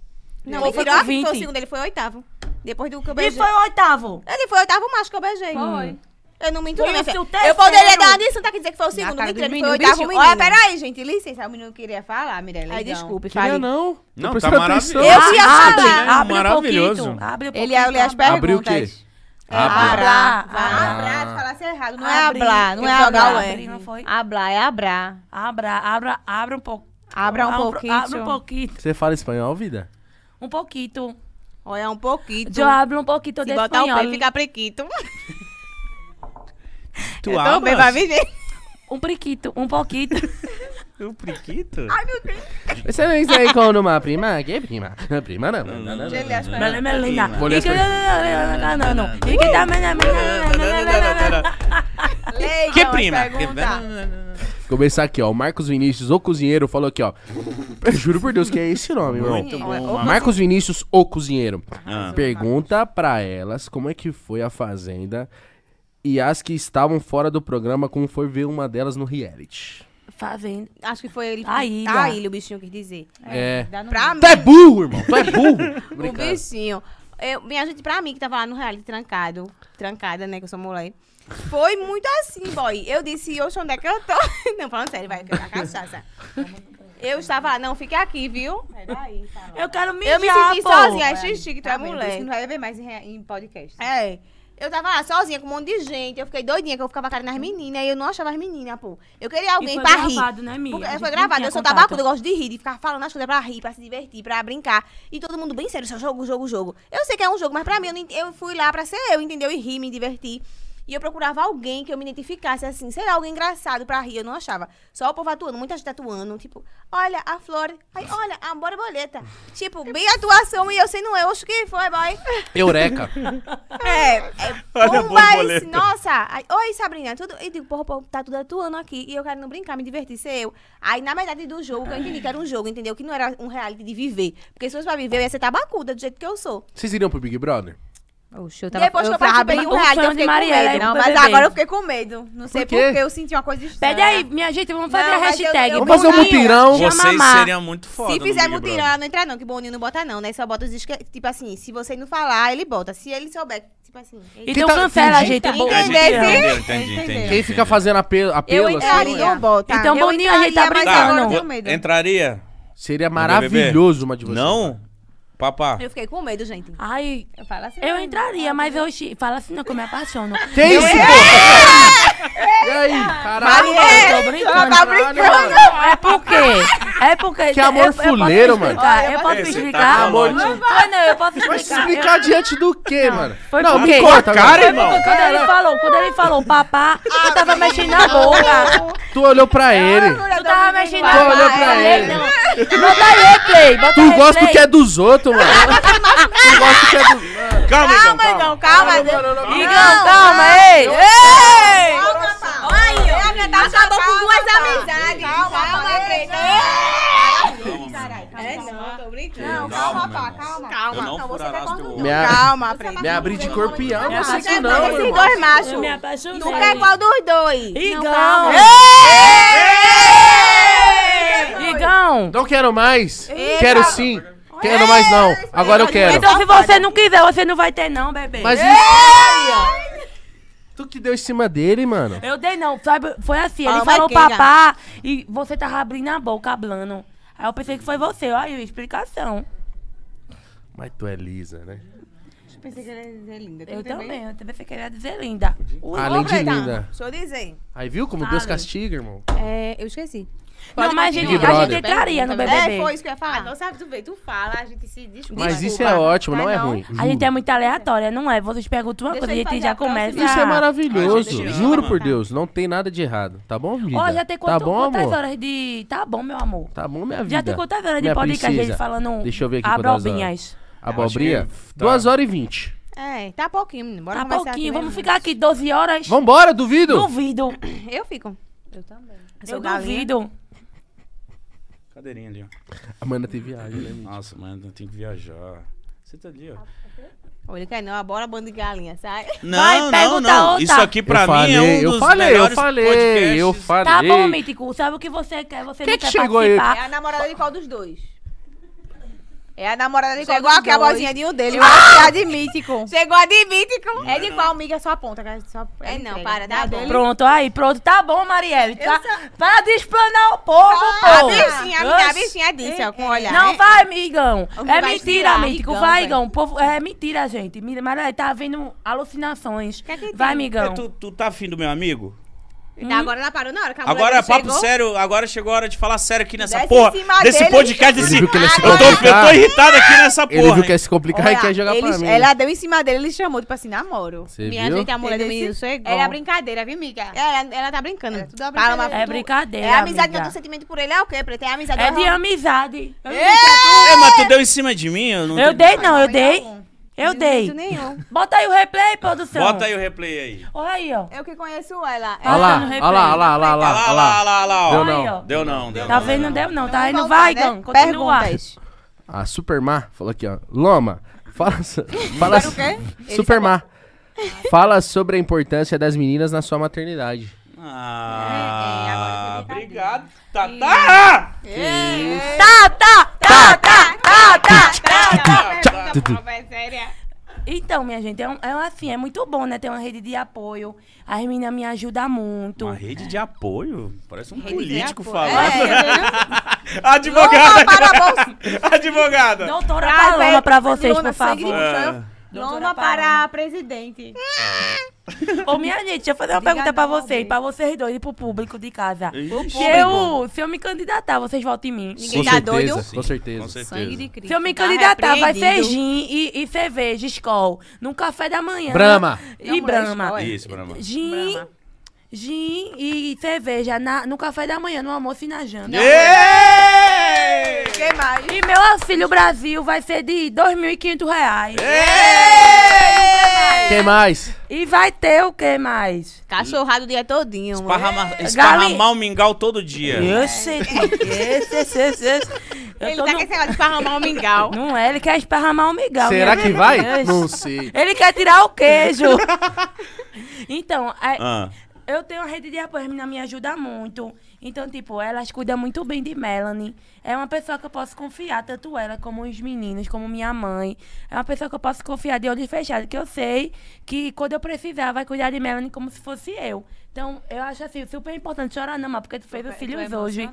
Speaker 4: Não,
Speaker 3: Ou
Speaker 4: ele
Speaker 3: foi
Speaker 4: virou
Speaker 3: com
Speaker 4: a- foi o
Speaker 3: 20.
Speaker 4: segundo, ele foi o oitavo. Depois do que eu
Speaker 3: E
Speaker 4: beijei.
Speaker 3: foi o oitavo.
Speaker 4: Ele foi o oitavo macho que eu beijei.
Speaker 3: Foi.
Speaker 4: Eu não minto,
Speaker 3: Foi
Speaker 4: não, minha
Speaker 3: o seu
Speaker 4: filha. Eu poderia
Speaker 3: terceiro.
Speaker 4: dar uma de santa que dizer que foi o segundo.
Speaker 5: cara
Speaker 4: Mentira,
Speaker 5: do
Speaker 4: ele foi
Speaker 5: menino,
Speaker 4: o oitavo
Speaker 5: bicho.
Speaker 4: menino.
Speaker 5: Olha, peraí, gente, licença, o menino queria falar, Mirella.
Speaker 4: Ai,
Speaker 5: então.
Speaker 4: desculpe,
Speaker 1: Queria
Speaker 4: fale.
Speaker 1: não. Tô
Speaker 2: Não, tá
Speaker 1: prestando
Speaker 2: maravilhoso.
Speaker 1: atenção.
Speaker 4: Eu ia falar.
Speaker 3: Ah, abre, abre um
Speaker 2: Maravilhoso.
Speaker 3: pouquinho, Abre um
Speaker 5: Ele
Speaker 3: pouquinho,
Speaker 5: ia ler as
Speaker 3: tá?
Speaker 5: perguntas.
Speaker 1: Abriu o quê?
Speaker 4: Abra.
Speaker 1: Ah.
Speaker 5: Abrar, se falasse errado, não é
Speaker 3: Abre.
Speaker 5: hablar, não
Speaker 3: Tem
Speaker 5: é
Speaker 3: que jogar o
Speaker 5: hablar.
Speaker 3: R, não foi?
Speaker 5: Hablar é abrar.
Speaker 3: Abra, abra, abra um pouco.
Speaker 5: Abra um pouquinho.
Speaker 3: Abra um pouquinho.
Speaker 1: Você fala espanhol, vida?
Speaker 3: Um pouquinho.
Speaker 5: Olha um pouquinho.
Speaker 3: Eu abro um pouquinho de
Speaker 5: Se botar o
Speaker 3: espanhol.
Speaker 5: pé, fica prequito.
Speaker 2: Tu
Speaker 5: Eu também, vai
Speaker 2: abras?
Speaker 5: me ver.
Speaker 3: Um priquito, um pouquinho.
Speaker 2: O priquito?
Speaker 1: Você não isso aí com uma prima? Que prima? Não, Prima não. não, não, não.
Speaker 5: Ele
Speaker 3: Meu nome é Lina.
Speaker 1: Vou ler as
Speaker 3: E que- Não, não, não. E que também é
Speaker 2: Que prima?
Speaker 1: Começar aqui, ó. O Marcos Vinícius, o cozinheiro, falou aqui, ó. Eu juro por Deus que é esse nome, irmão.
Speaker 2: Muito bom. mano.
Speaker 1: Marcos Vinícius, o cozinheiro.
Speaker 2: Ah.
Speaker 1: Pergunta pra elas como é que foi a Fazenda e as que estavam fora do programa, como foi ver uma delas no reality.
Speaker 3: Fazendo.
Speaker 4: Acho que foi ele.
Speaker 3: A ilha.
Speaker 4: A ilha, o bichinho quis dizer.
Speaker 1: É.
Speaker 4: Pra mim,
Speaker 1: Tu é burro, irmão. Tu é burro.
Speaker 4: o
Speaker 1: Brincando.
Speaker 4: bichinho. Eu, minha gente, pra mim, que tava lá no reality trancado. Trancada, né? Que eu sou mulher. Foi muito assim, boy. Eu disse, oxe, onde é que eu tô? Não, falando sério, vai, que é a cachaça. Eu estava lá, não, fique aqui, viu?
Speaker 5: É tá
Speaker 3: Eu quero mijar,
Speaker 4: Eu me senti
Speaker 3: pô.
Speaker 4: sozinha, é xixi que tu é
Speaker 5: mulher.
Speaker 4: mulher.
Speaker 5: Não vai ver mais em, rea- em podcast.
Speaker 4: É. Eu tava lá sozinha com um monte de gente. Eu fiquei doidinha que eu ficava caindo nas meninas. E eu não achava as meninas, pô. Eu queria
Speaker 3: E
Speaker 4: alguém
Speaker 3: foi
Speaker 4: pra rir.
Speaker 3: gravado, né, Mia?
Speaker 4: Porque
Speaker 3: A gente
Speaker 4: foi
Speaker 3: não
Speaker 4: gravado.
Speaker 3: tinha
Speaker 4: Eu sou
Speaker 3: contato.
Speaker 4: tabacuda, eu gosto de rir, de ficar falando as coisas pra rir, pra se divertir, pra brincar. E todo mundo bem sério, só jogo, jogo, jogo. Eu sei que é um jogo, mas pra mim, eu, não ent- eu fui lá pra ser eu, entendeu? E rir, me divertir. E eu procurava alguém que eu me identificasse assim, sei lá, alguém engraçado pra rir, eu não achava. Só o povo atuando, muita gente atuando, tipo, olha a flor, aí olha a borboleta. Tipo, bem atuação e eu sei não, eu acho que foi, boy.
Speaker 1: Eureka.
Speaker 4: É, é
Speaker 2: Olha a
Speaker 4: Pumba,
Speaker 2: borboleta.
Speaker 4: esse- nossa! Aí, Oi, Sabrina, tudo. E digo, porra, porra, tá tudo atuando aqui. E eu quero não brincar, me divertir, ser eu. Aí, na verdade, do jogo, que eu entendi que era um jogo, entendeu? Que não era um reality de viver. Porque se fosse pra viver, eu ia ser tabacuda, do jeito que eu sou.
Speaker 1: Vocês iriam pro Big Brother?
Speaker 5: Oxe, eu
Speaker 4: Depois que eu
Speaker 5: tava
Speaker 4: participei
Speaker 5: bem
Speaker 4: de um
Speaker 3: o
Speaker 4: reality,
Speaker 3: sonho
Speaker 4: eu fiquei
Speaker 3: de
Speaker 4: com
Speaker 3: Marielle,
Speaker 4: medo.
Speaker 3: é
Speaker 4: Não,
Speaker 3: pro
Speaker 4: mas
Speaker 3: BBB.
Speaker 4: agora eu fiquei com medo. Não sei
Speaker 1: Por quê?
Speaker 4: porquê, eu senti uma coisa estranha.
Speaker 3: Pede aí, minha gente, vamos fazer
Speaker 4: Não,
Speaker 3: a
Speaker 4: mas eu-
Speaker 3: hashtag.
Speaker 4: eu
Speaker 1: Vamos fazer um
Speaker 4: Boninho.
Speaker 1: mutirão.
Speaker 3: Já-
Speaker 2: Vocês
Speaker 3: mamar.
Speaker 2: seriam muito foda.
Speaker 4: Se
Speaker 2: no
Speaker 4: fizer
Speaker 2: Big Brother.
Speaker 4: mutirão, ela não entra não, que Boninho não bota não, né? Só bota os disque... Tipo assim, se você não falar, ele bota. Se ele souber, tipo assim... ele-
Speaker 3: Então
Speaker 1: tá-
Speaker 3: cancela a
Speaker 1: entendi.
Speaker 3: gente.
Speaker 4: Entendi.
Speaker 2: A gente
Speaker 4: Entendeu?
Speaker 2: entendeu, entendi, entendi.
Speaker 1: Quem fica fazendo apelo,
Speaker 4: é Eu
Speaker 1: apelo assim,
Speaker 4: entraria, bota.
Speaker 3: Então,
Speaker 4: Eu
Speaker 3: Boninho, a gente tá
Speaker 4: entraria, mas
Speaker 2: Tá,
Speaker 4: é agora eu
Speaker 3: brincando.
Speaker 4: tenho
Speaker 2: vo-
Speaker 4: medo.
Speaker 2: entraria?
Speaker 1: seria
Speaker 2: BBB?
Speaker 1: maravilhoso uma de vocês.
Speaker 2: Não? Papá.
Speaker 4: Eu um fiquei com medo, gente.
Speaker 3: Ai,
Speaker 5: Fala assim.
Speaker 3: eu entraria, mas eu... chi- Fala assim, não, que eu me apaixono.
Speaker 1: Que isso, pô? E aí? Caralho,
Speaker 3: Eu tô é? tá brincando.
Speaker 1: caralho, mano.
Speaker 3: É porque... É porque...
Speaker 1: Que amor
Speaker 3: eu- eu posso
Speaker 1: fuleiro, mano.
Speaker 3: explicar, Eu
Speaker 2: É,
Speaker 3: posso
Speaker 2: você tá
Speaker 3: explicar.
Speaker 1: falando.
Speaker 3: Foi, não, eu posso
Speaker 1: Vai se
Speaker 3: explicar.
Speaker 1: explicar diante do quê, mano?
Speaker 3: Foi
Speaker 1: não,
Speaker 3: por
Speaker 1: me
Speaker 3: quê?
Speaker 1: corta,
Speaker 2: Cara,
Speaker 1: mano.
Speaker 2: irmão.
Speaker 3: Quando ele falou, quando ele falou papá, eu tava mexendo na boca.
Speaker 1: Tu olhou pra ele.
Speaker 3: Eu tava mexendo na
Speaker 1: Tô
Speaker 3: boca.
Speaker 1: olhando pra
Speaker 3: eu
Speaker 1: ele.
Speaker 3: olhei, não. Bota aí, play. Bota
Speaker 1: Tu
Speaker 3: aí,
Speaker 1: gosta do
Speaker 3: play.
Speaker 1: que é dos outros, mano. tu gosta do que é dos... Mano,
Speaker 2: Calma, Igão, calma.
Speaker 4: calma.
Speaker 1: mano, não-
Speaker 3: Igão, calma, ei! Ei!
Speaker 4: Calma, pá. Olha, eu já tava com duas amizades. Calma, calma, Não, tô brincando.
Speaker 2: Calma, meu
Speaker 4: pá,
Speaker 2: irmão.
Speaker 4: calma.
Speaker 2: Eu não furarás teu olho.
Speaker 1: Minha-
Speaker 4: Calma, preta.
Speaker 1: Me abri de corpião,
Speaker 3: Eu é
Speaker 1: não sei
Speaker 3: apaixonei
Speaker 1: isso não,
Speaker 4: esses
Speaker 1: irmão.
Speaker 4: dois machos. é
Speaker 3: Eu me apaixonei.
Speaker 4: Tu quer qual dos dois?
Speaker 3: Igão! Igão!
Speaker 1: Não Então quero mais. Quero sim.
Speaker 3: É,
Speaker 1: Quero mais não. Agora eu quero.
Speaker 3: Então se você não quiser, você não vai ter não, bebê.
Speaker 1: Mas isso... Tu que deu em cima dele, mano.
Speaker 3: Eu dei não, sabe? Foi assim, ele
Speaker 4: Fala,
Speaker 3: falou
Speaker 4: Marquinha.
Speaker 3: papá e você tava abrindo a boca, hablando. Aí eu pensei que foi você, olha aí, explicação.
Speaker 1: Mas tu é lisa, né?
Speaker 5: Pensei que ela ia linda.
Speaker 3: Eu também, eu também fiquei a dizer linda. Ui,
Speaker 1: Além de
Speaker 4: Preta,
Speaker 1: linda.
Speaker 4: Deixa eu dizer.
Speaker 1: Aí viu como Deus
Speaker 3: Fala.
Speaker 1: castiga, irmão?
Speaker 5: É, eu esqueci.
Speaker 3: não, mas a
Speaker 1: continuar.
Speaker 3: gente,
Speaker 1: Big
Speaker 3: a gente
Speaker 1: Brother.
Speaker 3: entraria no BBB.
Speaker 4: É, foi isso que eu ia
Speaker 5: Ah,
Speaker 4: falar.
Speaker 5: não sabe, tu vê, tu fala, a gente se discute.
Speaker 1: Mas isso é ótimo, não é ruim.
Speaker 3: A gente
Speaker 1: juro.
Speaker 3: é muito aleatória, não é? Vocês perguntam uma
Speaker 5: Deixa
Speaker 3: coisa e
Speaker 5: eu
Speaker 3: a gente
Speaker 5: fazer
Speaker 3: já
Speaker 5: a próxima.
Speaker 3: começa.
Speaker 1: Isso é
Speaker 2: A
Speaker 1: maravilhoso.
Speaker 2: gente ama.
Speaker 1: Juro por Deus, não tem nada de errado. Tá bom, vida?
Speaker 3: Ó, já tem quanto, é
Speaker 1: Tá bom,
Speaker 3: quantas
Speaker 1: amor?
Speaker 3: horas de. Tá bom, meu amor.
Speaker 1: Tá bom, minha vida.
Speaker 3: Já tem quantas horas de
Speaker 1: Minha
Speaker 3: podcast a gente
Speaker 1: princesa.
Speaker 3: falando.
Speaker 1: Deixa eu ver aqui quantas
Speaker 3: Abrobinhas.
Speaker 1: A abobrinha?
Speaker 2: Acho que tá.
Speaker 1: 2 horas e 20.
Speaker 4: É, tá pouquinho, menino. Bora
Speaker 3: Tá
Speaker 4: conversar
Speaker 3: pouquinho,
Speaker 4: aqui né,
Speaker 3: vamos
Speaker 4: mesmo.
Speaker 3: ficar aqui 12 horas.
Speaker 1: Vambora, duvido!
Speaker 3: Duvido.
Speaker 4: Eu fico.
Speaker 3: Eu
Speaker 4: sou galinha.
Speaker 3: duvido.
Speaker 2: Cadeirinha ali, ó.
Speaker 1: Amanda tem viagem, né, menina?
Speaker 2: Nossa, mano, eu tenho que viajar. Senta ali, ó.
Speaker 4: Olha, quer não, bora bando de galinha, sai.
Speaker 2: Não, não,
Speaker 3: pergunta
Speaker 2: não.
Speaker 3: outra.
Speaker 2: Isso aqui pra
Speaker 1: eu
Speaker 2: mim
Speaker 1: falei,
Speaker 2: é um
Speaker 1: eu
Speaker 2: dos
Speaker 1: falei, eu
Speaker 2: melhores
Speaker 1: falei,
Speaker 2: podcasts.
Speaker 1: eu falei.
Speaker 3: Tá bom, Mítico. Sabe o que você quer? Você
Speaker 1: Quem
Speaker 3: não
Speaker 1: que
Speaker 3: quer
Speaker 1: chegou aí?
Speaker 4: É
Speaker 3: participar.
Speaker 4: a namorada de qual dos dois?
Speaker 5: É a namorada de
Speaker 4: Chegou
Speaker 5: Chegou aqui a
Speaker 4: dois. Ah!
Speaker 5: vozinha de um dele. Eu acho que é a de Mítico.
Speaker 4: Chegou a de mítico.
Speaker 5: É de qual, amiga? Só aponta. que é Só
Speaker 4: É
Speaker 5: ela
Speaker 4: não,
Speaker 5: entrega.
Speaker 4: para, dá bom.
Speaker 3: Pronto, aí, pronto. Tá bom, Marielle. Tá, Para de explanar o povo,
Speaker 4: Ah, A
Speaker 3: pô.
Speaker 4: bichinha, amiga, a
Speaker 3: Oxi.
Speaker 4: bichinha disse,
Speaker 5: É,
Speaker 4: ó, com um olhar.
Speaker 3: Não vai, migão.
Speaker 4: Não
Speaker 3: É
Speaker 4: vai
Speaker 3: mentira,
Speaker 4: tirar,
Speaker 3: Mítico.
Speaker 4: migão,
Speaker 3: Vai,
Speaker 4: vai.
Speaker 3: migão. O povo- É mentira, gente. Mi- Marielle, tá havendo alucinações.
Speaker 4: Quer que diga?
Speaker 3: Vai, migão.
Speaker 2: Tu, tu tá afim do meu amigo?
Speaker 4: Tá, agora ela parou na hora que a mulher
Speaker 2: Agora, é
Speaker 4: dele
Speaker 2: papo
Speaker 4: chegou.
Speaker 2: sério, agora chegou a hora de falar sério aqui nessa
Speaker 5: Desce em
Speaker 2: porra.
Speaker 5: cima
Speaker 2: Desse
Speaker 5: dele,
Speaker 2: podcast, desse.
Speaker 1: Ele viu que ele ia se
Speaker 2: Eu tô, eu tô
Speaker 1: complicar.
Speaker 2: irritado aqui nessa porra.
Speaker 1: Ele viu
Speaker 2: hein?
Speaker 1: que é ia se complicar
Speaker 5: Olha,
Speaker 1: e quer jogar pra
Speaker 5: eles-
Speaker 1: mim.
Speaker 5: Ela deu em cima dele, ele chamou, tipo assim, namoro.
Speaker 1: Você
Speaker 4: Minha
Speaker 1: viu?
Speaker 4: gente, a mulher do
Speaker 5: Entendeu?
Speaker 4: menino chegou.
Speaker 5: "É
Speaker 6: Era brincadeira, viu, miga?
Speaker 4: Ela, ela tá brincando.
Speaker 5: Era tudo uma
Speaker 4: Fala uma-
Speaker 5: brincadeira.
Speaker 3: É brincadeira,
Speaker 4: É amizade, não
Speaker 3: amiga.
Speaker 4: tem sentimento por ele, é o quê, Preta? É amizade.
Speaker 3: É
Speaker 4: não
Speaker 3: de amizade.
Speaker 2: É, mas tu deu em cima É de mim? Eu, não
Speaker 3: Eu
Speaker 2: tenho-
Speaker 3: dei, não, eu dei. Eu
Speaker 4: De
Speaker 3: dei.
Speaker 4: jeito nenhum.
Speaker 3: Bota aí o replay, produção.
Speaker 2: Bota aí o replay aí.
Speaker 3: Olha aí, ó.
Speaker 4: Eu que conheço ela. É
Speaker 1: Olha lá,
Speaker 3: no replay.
Speaker 1: olha lá, olha lá, olha
Speaker 2: Olha lá,
Speaker 1: lá,
Speaker 2: olha lá, olha lá, olha lá. ó.
Speaker 1: Deu
Speaker 3: Olha aí,
Speaker 1: não.
Speaker 3: ó.
Speaker 2: Deu não, deu
Speaker 3: Tá
Speaker 2: não,
Speaker 3: vendo?
Speaker 2: deu
Speaker 3: Não
Speaker 2: não.
Speaker 3: deu, não. Tá indo.
Speaker 5: Vamos
Speaker 3: Vai,
Speaker 5: voltar,
Speaker 3: Gão.
Speaker 5: né?
Speaker 3: Continua.
Speaker 5: Perguntas.
Speaker 1: A Supermar falou aqui, ó. Loma, fala. so- fala
Speaker 5: o quê?
Speaker 1: Supermar. Fala sobre a importância das meninas na sua maternidade.
Speaker 2: Ah, obrigado, Tatá!
Speaker 3: Tá, tá, tá, tá, tá, tá.
Speaker 6: É séria.
Speaker 3: Então, minha gente, é, um- é um- assim, é muito bom, né? Ter uma rede de apoio. As meninas me ajudam muito.
Speaker 2: Uma rede de apoio? Parece um
Speaker 4: de
Speaker 2: político
Speaker 4: apoio.
Speaker 2: falando.
Speaker 5: Loma,
Speaker 2: Advogada!
Speaker 5: para bolsa.
Speaker 2: Advogada!
Speaker 3: Doutora Paloma pra vocês,
Speaker 5: Lona,
Speaker 3: por
Speaker 5: sangue
Speaker 3: favor.
Speaker 5: de buchão.
Speaker 2: É.
Speaker 3: Doutora
Speaker 5: Loma
Speaker 3: Paloma.
Speaker 5: para presidente.
Speaker 3: Ô, minha gente, deixa eu fazer uma pergunta pra vocês, pra vocês dois e pro público de casa.
Speaker 2: Ah, Ixi.
Speaker 3: Se eu, se eu me candidatar, vocês votam em mim.
Speaker 4: Ninguém
Speaker 1: com,
Speaker 4: tá
Speaker 1: certeza,
Speaker 4: doido?
Speaker 1: com certeza,
Speaker 2: Com certeza.
Speaker 4: Sangue de Cristo.
Speaker 3: Se eu me
Speaker 4: Tá
Speaker 3: candidatar, vai ser
Speaker 4: repreendido.
Speaker 3: gin e, e cerveja, escol. Num café da manhã.
Speaker 1: Brahma.
Speaker 3: E brama.
Speaker 2: Isso, é Brahma.
Speaker 3: Gin, gin e cerveja na- no café da manhã, no almoço e na janta.
Speaker 2: Ei!
Speaker 5: Quem mais?
Speaker 3: E meu auxílio Brasil vai ser de R$ 2.500. reais.
Speaker 1: Quem mais?
Speaker 3: E vai ter o que mais?
Speaker 4: Cachorrado o dia todinho. mano.
Speaker 2: Esparrama- Esparramar
Speaker 3: Gali-
Speaker 2: o mingau todo dia.
Speaker 3: Eu sei. Esse, esse, esse, esse. Eu
Speaker 4: Ele
Speaker 3: tô
Speaker 4: tá
Speaker 3: no-
Speaker 4: com esse negócio de esparramar um mingau.
Speaker 3: Não é, ele quer esparramar o migau.
Speaker 1: Será
Speaker 3: minha
Speaker 1: que vai?
Speaker 3: Deus.
Speaker 1: Não sei.
Speaker 3: Ele quer tirar o queijo. então, a-
Speaker 2: Ah,
Speaker 4: Tá
Speaker 3: eu tenho uma rede de apoio, a menina me ajuda muito. Então, tipo, elas cuidam muito bem de Melanie. É uma pessoa que eu posso confiar, tanto ela como os meninos, como minha mãe. É uma pessoa que eu posso confiar de olhos fechados, que eu sei que quando eu precisar, vai cuidar de Melanie como se fosse eu. Então, eu acho assim, super importante. Chora não, mas porque tu fez os
Speaker 4: é
Speaker 3: filhos hoje.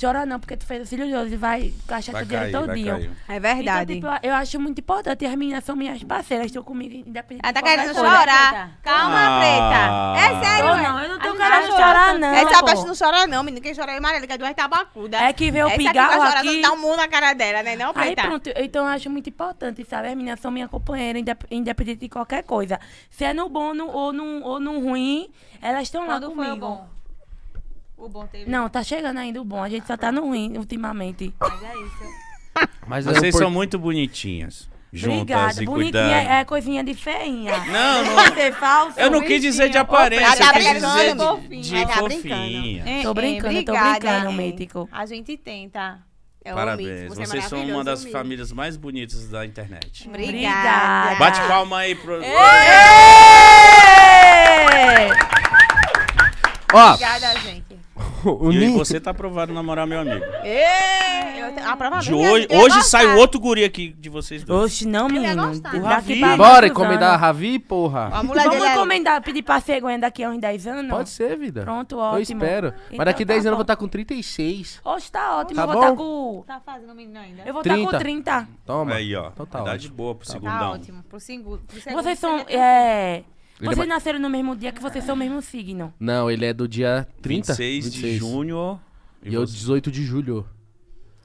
Speaker 3: Chora não, porque tu fez os filhos hoje. Vai gastar
Speaker 2: vai
Speaker 3: teu dinheiro
Speaker 2: cair, vai
Speaker 3: todinho.
Speaker 2: cair.
Speaker 5: É
Speaker 3: Então, tipo, eu acho muito importante. As meninas são minhas parceiras, estão comigo independente.
Speaker 4: Ela tá
Speaker 3: de qualquer
Speaker 4: querendo
Speaker 3: coisa.
Speaker 4: chorar. Calma,
Speaker 2: Ah.
Speaker 4: preta. É sério,
Speaker 3: Eu
Speaker 4: é.
Speaker 3: não, eu não tenho
Speaker 4: As
Speaker 3: cara de
Speaker 4: meninas
Speaker 3: chorar,
Speaker 4: choram.
Speaker 3: não.
Speaker 4: tá. Essa
Speaker 3: pô.
Speaker 4: parte não tipo, chora, não, menino. Quem chora é Maria, que é duas tabacudas.
Speaker 3: É que vê o
Speaker 4: Essa
Speaker 3: pigarro
Speaker 4: vai chorar,
Speaker 3: aqui.
Speaker 4: Dá um murro na cara dela, né, não,
Speaker 3: Aí
Speaker 4: preta?
Speaker 3: pronto, então eu acho muito importante, sabe? As meninas são minha companheira, indep- independente de qualquer coisa. Se é no bom no- ou, no, ou no ruim, elas estão lá
Speaker 6: Quando foi o
Speaker 3: comigo.
Speaker 6: bom? O bom teve.
Speaker 3: Não, tá chegando ainda o bom, a gente só tá no ruim ultimamente.
Speaker 6: Mas é isso.
Speaker 1: Mas
Speaker 2: Vocês
Speaker 1: é
Speaker 2: são
Speaker 1: impor-
Speaker 2: muito bonitinhas. Juntas
Speaker 3: Obrigada,
Speaker 2: e
Speaker 3: bonitinha,
Speaker 2: cuidando.
Speaker 3: é coisinha de feinha.
Speaker 2: Não, não.
Speaker 3: Vai ser falso.
Speaker 2: Eu não quis dizer de aparência,
Speaker 4: Ela
Speaker 2: eu
Speaker 4: tá
Speaker 2: quis dizer
Speaker 4: brincando,
Speaker 2: de, de
Speaker 4: Ela tá
Speaker 2: fofinha.
Speaker 3: Tô brincando, tô
Speaker 5: obrigada,
Speaker 3: brincando,
Speaker 5: hein.
Speaker 3: mítico.
Speaker 5: A gente tenta.
Speaker 4: É um
Speaker 2: Parabéns,
Speaker 4: mito, você é
Speaker 2: vocês são uma
Speaker 4: maravilhoso,
Speaker 2: das
Speaker 4: um mito.
Speaker 2: famílias mais bonitas da internet.
Speaker 4: Obrigada.
Speaker 2: Bate palma aí pro...
Speaker 4: É.
Speaker 3: Ê!
Speaker 1: Ó,
Speaker 5: Obrigada, gente.
Speaker 1: o
Speaker 2: E
Speaker 1: Ninho.
Speaker 2: você tá aprovado a namorar meu amigo.
Speaker 5: Ê, eu te- a prova
Speaker 2: De
Speaker 5: mesmo é
Speaker 2: hoje
Speaker 5: que eu ia
Speaker 2: hoje
Speaker 5: gostar.
Speaker 2: sai outro guri aqui de vocês dois.
Speaker 3: Oxe, não, menino.
Speaker 5: gostar.
Speaker 3: Daqui
Speaker 2: Ravi.
Speaker 3: pra
Speaker 1: Bora
Speaker 3: muitos
Speaker 1: encomendar a
Speaker 3: anos.
Speaker 1: Ravi, porra.
Speaker 5: A mulher
Speaker 3: Vamos
Speaker 5: dele é-
Speaker 3: encomendar, pedir pra cegonha daqui a uns 10 anos?
Speaker 1: Pode ser, vida.
Speaker 3: Pronto,
Speaker 1: Eu
Speaker 3: ótimo.
Speaker 1: espero.
Speaker 3: Então
Speaker 1: Mas daqui
Speaker 3: tá
Speaker 1: 10 anos eu
Speaker 3: bom.
Speaker 1: vou estar com 36.
Speaker 3: Hoje tá ótimo,
Speaker 1: Tá
Speaker 3: eu vou estar
Speaker 1: bom?
Speaker 3: com...
Speaker 6: Tá fazendo menino ainda?
Speaker 3: Eu vou estar com
Speaker 1: 30.
Speaker 3: 30.
Speaker 1: Toma.
Speaker 2: Aí, ó.
Speaker 1: Então tá
Speaker 2: Idade
Speaker 1: ótimo.
Speaker 2: boa pro
Speaker 5: Tá
Speaker 2: segundão.
Speaker 5: ótimo. Pro segundo. pro segundo
Speaker 3: Vocês são...
Speaker 5: você já-
Speaker 3: É... Vocês
Speaker 1: vai-
Speaker 3: nasceram no mesmo dia que vocês são o mesmo signo.
Speaker 1: Não, ele é do dia 30.
Speaker 2: 26, de junho.
Speaker 1: E
Speaker 2: E
Speaker 1: eu
Speaker 2: você
Speaker 1: 18 de julho.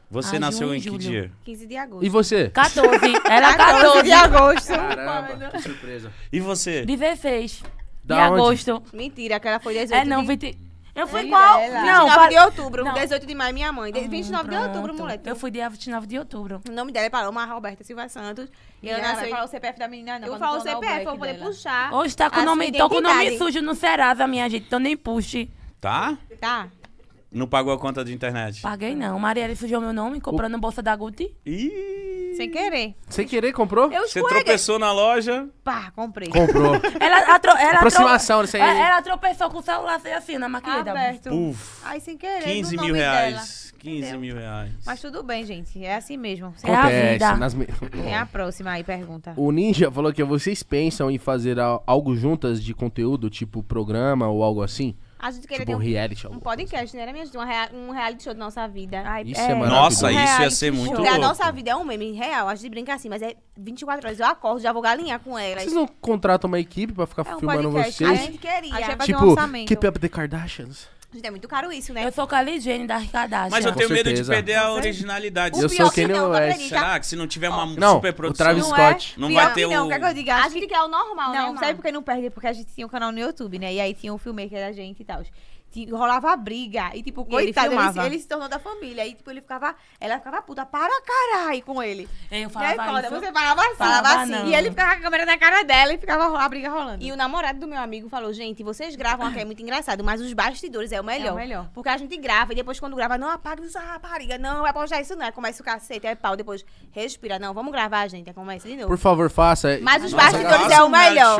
Speaker 2: você
Speaker 3: Ah,
Speaker 2: nasceu
Speaker 3: junho e
Speaker 2: em que
Speaker 3: julho.
Speaker 2: dia?
Speaker 5: 15 de agosto.
Speaker 1: E você?
Speaker 3: 14. Era
Speaker 4: Tá
Speaker 5: 14
Speaker 3: 14.
Speaker 5: de agosto.
Speaker 1: Caramba, que surpresa.
Speaker 2: E você?
Speaker 3: 16.
Speaker 1: Da
Speaker 3: de
Speaker 1: onde?
Speaker 3: agosto.
Speaker 4: Mentira, aquela foi 18
Speaker 3: É, não,
Speaker 4: de-
Speaker 3: 20... Eu fui
Speaker 5: Olha
Speaker 3: qual?
Speaker 5: ela.
Speaker 3: Não,
Speaker 4: 29 de
Speaker 3: fala-
Speaker 4: outubro,
Speaker 3: Não. Ah,
Speaker 4: 18 de maio, minha mãe. De- 29 de outubro,
Speaker 3: Pronto.
Speaker 4: moleque.
Speaker 3: Eu fui dia 29 de outubro.
Speaker 4: O nome dela é Paloma Roberta Silva Santos. E ela
Speaker 5: Ela vai
Speaker 4: nasceu em
Speaker 5: falar o CPF da menina, não.
Speaker 4: Eu
Speaker 5: pra
Speaker 4: falo
Speaker 5: não
Speaker 4: o
Speaker 5: tornar
Speaker 4: CPF,
Speaker 5: black
Speaker 4: eu vou poder
Speaker 5: dela.
Speaker 4: puxar.
Speaker 3: Hoje tá com
Speaker 4: Ah, a
Speaker 3: o nome...
Speaker 4: sua
Speaker 3: Tô com o nome
Speaker 4: identidade.
Speaker 3: sujo no Serasa, minha gente. Então nem puxe.
Speaker 2: Tá?
Speaker 4: Tá.
Speaker 2: Não pagou a conta de internet.
Speaker 3: Paguei não. Marielle sujou meu nome comprando bolsa da Gucci.
Speaker 2: Ih!
Speaker 5: Sem querer.
Speaker 1: Sem querer, comprou?
Speaker 5: Eu
Speaker 2: Você
Speaker 5: escorreguei.
Speaker 2: tropeçou na loja.
Speaker 5: Pá, comprei.
Speaker 1: Comprou.
Speaker 3: Ela, atro... ela,
Speaker 1: Aproximação, isso
Speaker 3: tro...
Speaker 1: aí.
Speaker 3: ela, ela tropeçou com o celular assim, assim na
Speaker 4: um
Speaker 3: maquilhada.
Speaker 5: Aberto.
Speaker 2: Puf.
Speaker 5: Ai, sem querer.
Speaker 2: 15
Speaker 5: no
Speaker 2: mil
Speaker 5: nome
Speaker 2: reais.
Speaker 5: dela.
Speaker 2: 15
Speaker 5: Entendeu?
Speaker 2: mil reais.
Speaker 5: Mas tudo bem, gente. É assim mesmo.
Speaker 3: É a vida.
Speaker 1: nas me-
Speaker 5: Tem a próxima aí, pergunta.
Speaker 1: O Ninja falou que vocês pensam em fazer al- algo juntas de conteúdo, tipo programa ou algo assim?
Speaker 4: A gente queria
Speaker 1: Tipo
Speaker 4: ter
Speaker 1: reality.
Speaker 4: um, um
Speaker 1: algo.
Speaker 4: podcast, né? Era minha gente, uma rea- um reality show da nossa
Speaker 3: Ah,
Speaker 4: vida.
Speaker 5: Ai,
Speaker 1: Isso é maravilhoso.
Speaker 2: Nossa, isso ia
Speaker 5: Reality
Speaker 2: ser
Speaker 5: show.
Speaker 2: muito
Speaker 4: Porque a
Speaker 2: louco.
Speaker 4: nossa vida é um meme real, a gente brinca assim, mas é 24 horas. Eu acordo, já vou galinhar com ela.
Speaker 1: Vocês não contratam uma equipe pra ficar
Speaker 5: É um
Speaker 1: filmando
Speaker 5: podcast,
Speaker 4: A
Speaker 1: vocês?
Speaker 4: gente queria.
Speaker 5: Aí já vai- fazer um
Speaker 1: Tipo,
Speaker 5: orçamento.
Speaker 1: Keep Up the Kardashians.
Speaker 4: Gente, é muito caro isso, né?
Speaker 3: Eu sou com a Ligiane da Kardashian.
Speaker 2: Mas eu tenho medo de
Speaker 1: certeza.
Speaker 2: perder a originalidade.
Speaker 1: Eu
Speaker 4: pior
Speaker 1: sou é
Speaker 4: que
Speaker 1: Kanye
Speaker 4: não, tu
Speaker 1: West.
Speaker 4: acredita?
Speaker 2: Será que se não tiver uma
Speaker 1: Não,
Speaker 2: super
Speaker 1: o
Speaker 2: produção.
Speaker 4: é
Speaker 1: Travis Scott.
Speaker 2: Não
Speaker 5: Pior
Speaker 2: vai ter
Speaker 5: que não,
Speaker 2: o-
Speaker 5: quer que eu diga?
Speaker 4: A
Speaker 5: Acho
Speaker 4: gente quer o normal, né?
Speaker 5: Não,
Speaker 4: Mar?
Speaker 5: sabe por que não perdi? Porque a gente tinha um canal no YouTube, né? E aí tinha um filmmaker da gente e tal. Ti- Rolava a briga. E tipo, E ele coitado, ele, se- filmava. ele se tornou da família. E tipo, ele ficava. Ela ficava puta para caralho com ele.
Speaker 3: Eu
Speaker 5: e aí,
Speaker 3: falava
Speaker 5: foda,
Speaker 3: isso.
Speaker 5: você falava assim.
Speaker 3: Falava
Speaker 5: Falava assim.
Speaker 3: não.
Speaker 5: E ele ficava com a câmera na cara dela e ficava ro- a briga rolando.
Speaker 4: E o namorado do meu amigo falou, gente, vocês gravam aqui, é muito engraçado, mas os bastidores é o melhor.
Speaker 5: É o melhor.
Speaker 4: Porque a gente grava e depois quando grava, não apaga essa rapariga, não, vai postar isso não. Aí começa o cacete, é pau, depois respira, não, vamos gravar, gente, aí começa de novo.
Speaker 1: Por favor, faça.
Speaker 4: Mas os
Speaker 1: Nossa,
Speaker 4: bastidores
Speaker 1: galera.
Speaker 4: é o melhor.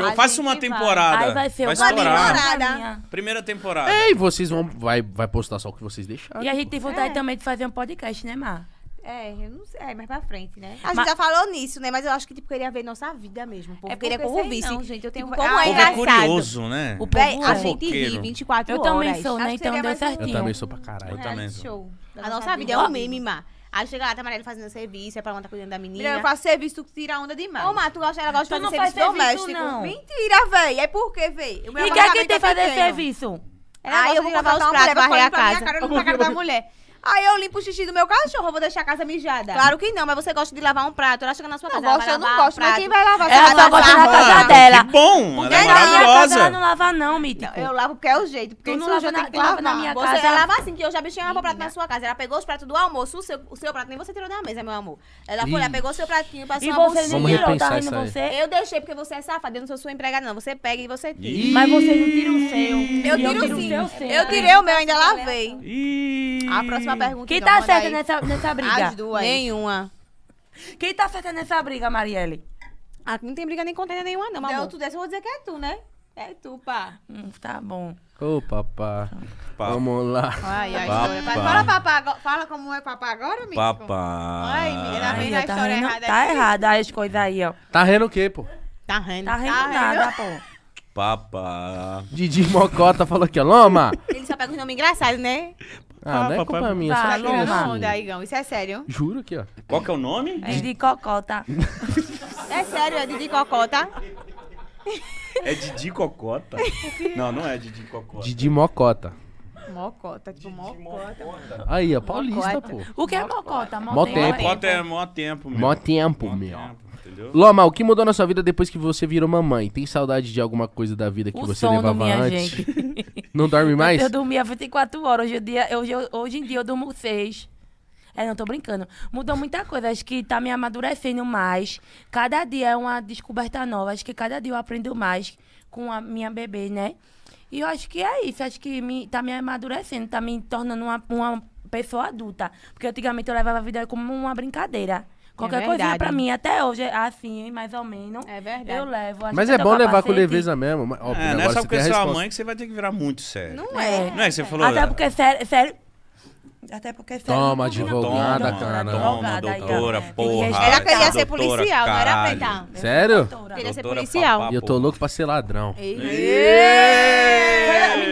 Speaker 2: Faça um reality show,
Speaker 4: A
Speaker 2: faça
Speaker 4: gente
Speaker 2: uma
Speaker 4: vai.
Speaker 2: temporada.
Speaker 3: Aí vai um ser uma
Speaker 2: estourar.
Speaker 4: temporada.
Speaker 3: temporada.
Speaker 2: Primeira temporada.
Speaker 1: Ei, vocês vão. Vai, vai postar só o que vocês deixaram.
Speaker 3: E a gente tem vontade também de fazer um podcast, né, Mar?
Speaker 5: É, eu não sei. É, mais pra frente, né?
Speaker 4: A gente já falou nisso, né? Mas eu acho que tipo, queria ver nossa vida mesmo. Porque é queria que o povo
Speaker 5: sei
Speaker 4: visse.
Speaker 5: Não, gente, eu tenho.
Speaker 4: Tipo, como
Speaker 5: Ah,
Speaker 2: O
Speaker 4: é
Speaker 2: povo é
Speaker 4: engraçado.
Speaker 2: curioso, né?
Speaker 3: O povo
Speaker 4: Véi, a
Speaker 3: é.
Speaker 4: gente ri
Speaker 2: Fofoqueiro.
Speaker 4: 24
Speaker 3: Eu
Speaker 4: horas.
Speaker 3: também sou, né?
Speaker 5: Acho que
Speaker 3: Então deu
Speaker 5: seria mais um-
Speaker 1: Eu
Speaker 3: certinho.
Speaker 1: também sou pra caralho.
Speaker 2: Eu também
Speaker 5: reality
Speaker 2: sou.
Speaker 5: show da
Speaker 4: A nossa vida é um meme, Má. Aí chega lá, tá Marília fazendo serviço, é pra ela tá cuidando da menina.
Speaker 5: Menina, eu faço serviço que tira onda demais.
Speaker 4: Ô, Má, tu gosta, ela gosta
Speaker 3: Tu
Speaker 4: de
Speaker 3: não
Speaker 4: fazer
Speaker 3: faz
Speaker 4: serviço
Speaker 3: serviço,
Speaker 4: doméstico.
Speaker 3: não.
Speaker 5: Mentira, véi. É por quê, véi? O meu
Speaker 3: E quer quem
Speaker 5: apartamento
Speaker 3: tem
Speaker 5: é
Speaker 3: que fazer
Speaker 5: pequeno.
Speaker 3: serviço?
Speaker 5: Ela
Speaker 4: Aí
Speaker 5: gosta
Speaker 4: eu vou
Speaker 5: de levantar
Speaker 4: lavar os
Speaker 5: uma mulher
Speaker 4: pratos,
Speaker 5: pra
Speaker 4: varrer a
Speaker 5: falar na
Speaker 4: casa.
Speaker 5: cara, eu não tá na cara da mulher. Aí eu limpo o xixi do meu cachorro, eu vou deixar a casa mijada.
Speaker 4: Claro que não, mas você gosta de lavar um prato. Ela chega na sua
Speaker 5: Não
Speaker 4: casa, ela
Speaker 5: gosto,
Speaker 4: vai
Speaker 5: eu não
Speaker 4: lavar um
Speaker 5: gosto, mas
Speaker 4: prato.
Speaker 5: quem vai lavar?
Speaker 3: Ela
Speaker 5: Você vai
Speaker 3: só gosta
Speaker 5: lavar?
Speaker 3: da casa
Speaker 2: Ah,
Speaker 3: dela.
Speaker 2: Que bom! Ela é
Speaker 3: Na minha casa ela tá não
Speaker 2: maravilhosa.
Speaker 3: lava não, Mítico.
Speaker 5: Eu lavo porque é o jeito, porque
Speaker 3: Tu não
Speaker 5: isso eu já
Speaker 3: lava na-
Speaker 5: tenho que
Speaker 3: lava
Speaker 5: lavar.
Speaker 3: na minha
Speaker 4: Você
Speaker 3: casa-
Speaker 4: ela lava assim, que eu já bichei ela pra prato na sua casa. Ela pegou os pratos do almoço, o seu, o seu prato nem você tirou da mesa, meu amor. Ela foi lá,
Speaker 1: Ih.
Speaker 4: pegou seu pratinho, passou
Speaker 3: E
Speaker 4: uma
Speaker 3: você não
Speaker 1: Vamos
Speaker 4: bolsinha.
Speaker 3: tirou, tá
Speaker 1: repensar
Speaker 3: rindo
Speaker 1: isso aí.
Speaker 3: você?
Speaker 4: Eu deixei porque você é safada, eu não sou sua empregada, não. Você pega e você tira.
Speaker 2: Ih,
Speaker 3: Mas você não tira o seu. E
Speaker 4: Eu tiro
Speaker 3: o
Speaker 4: sim.
Speaker 3: seu, seu.
Speaker 4: Eu tirei o meu, ainda lavei.
Speaker 2: Ih.
Speaker 5: A próxima pergunta.
Speaker 3: Quem
Speaker 5: então,
Speaker 3: tá
Speaker 5: manda
Speaker 3: certa
Speaker 5: aí.
Speaker 3: nessa, nessa
Speaker 5: As
Speaker 3: briga?
Speaker 5: duas.
Speaker 4: Nenhuma.
Speaker 3: Quem tá certa nessa briga, Marielle?
Speaker 4: Aqui Ah, não tem briga nem contenda nenhuma, não,
Speaker 5: Então,
Speaker 4: amor.
Speaker 5: tu dessa, eu vou dizer que é tu, né? É tu, pá.
Speaker 3: Hum, tá bom.
Speaker 1: Ô, papá.
Speaker 2: Pá.
Speaker 1: Vamos lá.
Speaker 5: Ai, ai,
Speaker 2: Papá.
Speaker 5: história. Fala, papá, agora- fala como é papá agora, amigo. Ai, menina,
Speaker 2: Papá.
Speaker 5: vem
Speaker 3: Aí,
Speaker 5: na
Speaker 3: ó, tá
Speaker 5: história
Speaker 3: rindo,
Speaker 5: errada.
Speaker 3: tá
Speaker 5: aqui.
Speaker 3: errada as coisas aí, ó.
Speaker 1: Tá rindo o quê, pô?
Speaker 5: Tá rindo.
Speaker 3: Tá rindo nada, pô.
Speaker 2: Papá.
Speaker 1: Didi Mocota falou aqui, ó. Loma!
Speaker 4: Ele só pega os nomes engraçados, né?
Speaker 2: Hum.
Speaker 1: Ah, não é
Speaker 2: papai.
Speaker 1: culpa minha.
Speaker 3: Tá,
Speaker 1: só
Speaker 5: Tá tirando
Speaker 1: assim.
Speaker 5: onda, Igão. Isso é sério.
Speaker 1: Juro aqui, ó.
Speaker 2: Qual que é o nome?
Speaker 3: De cocota.
Speaker 4: É sério, é Didi Cocota.
Speaker 2: É Didi Cocota? Não, não é Didi Cocota.
Speaker 1: Didi Mocota.
Speaker 5: Mocota, tipo, mocota.
Speaker 1: Aí, ó, paulista, pô.
Speaker 3: O que é mocota? Mó
Speaker 1: Mó
Speaker 3: tempo.
Speaker 1: tempo.
Speaker 2: Cocota é mó tempo, meu.
Speaker 1: Mó tempo,
Speaker 2: Mó
Speaker 1: meu.
Speaker 2: tempo, entendeu?
Speaker 1: Loma, o que mudou na sua vida depois que você virou mamãe? Tem saudade de alguma coisa da vida que
Speaker 3: O
Speaker 1: você
Speaker 3: sono,
Speaker 1: levava
Speaker 3: minha
Speaker 1: antes?
Speaker 3: gente.
Speaker 1: Não dorme mais?
Speaker 3: Eu dormia 24 horas. Hoje, em dia, hoje, eu- hoje em dia eu durmo 6. É, não, tô brincando. Mudou muita coisa. Acho que tá me amadurecendo mais. Cada dia é uma descoberta nova. Acho que cada dia eu aprendo mais com a minha bebê, né? E eu acho que é isso. Acho que me, tá me amadurecendo, tá me tornando uma, uma pessoa adulta. Porque antigamente eu levava a vida como uma brincadeira. Qualquer coisinha
Speaker 5: É verdade.
Speaker 3: pra mim, até hoje, é assim, mais ou menos.
Speaker 5: É verdade.
Speaker 3: Eu levo. Acho
Speaker 1: Mas
Speaker 3: que
Speaker 1: é
Speaker 3: até
Speaker 1: bom
Speaker 3: o
Speaker 1: levar com
Speaker 3: capacete-
Speaker 1: leveza mesmo. mas, Óbvio,
Speaker 2: É, não é
Speaker 1: agora
Speaker 2: só
Speaker 1: você tem
Speaker 2: porque
Speaker 1: a
Speaker 2: sua
Speaker 1: resposta.
Speaker 2: mãe que você vai ter que virar muito sério. Não,
Speaker 3: É.
Speaker 2: é que você falou.
Speaker 3: Até porque, sério, é sério. Até porque, é sério.
Speaker 1: Toma,
Speaker 3: não
Speaker 1: advogada,
Speaker 3: combina com
Speaker 1: cara,
Speaker 3: nada.
Speaker 1: não.
Speaker 2: Toma,
Speaker 3: Advogada aí, ó.
Speaker 2: doutora,
Speaker 3: Tem que
Speaker 2: porra.
Speaker 3: respeitar.
Speaker 4: Ela queria
Speaker 2: essa
Speaker 4: ser
Speaker 2: doutora,
Speaker 4: policial, não era
Speaker 2: caralho.
Speaker 4: preta.
Speaker 1: Sério?
Speaker 3: Doutora.
Speaker 4: Queria ser
Speaker 2: Doutora
Speaker 4: policial.
Speaker 2: papá,
Speaker 1: E eu tô
Speaker 2: pô.
Speaker 1: louco pra ser ladrão.
Speaker 3: Me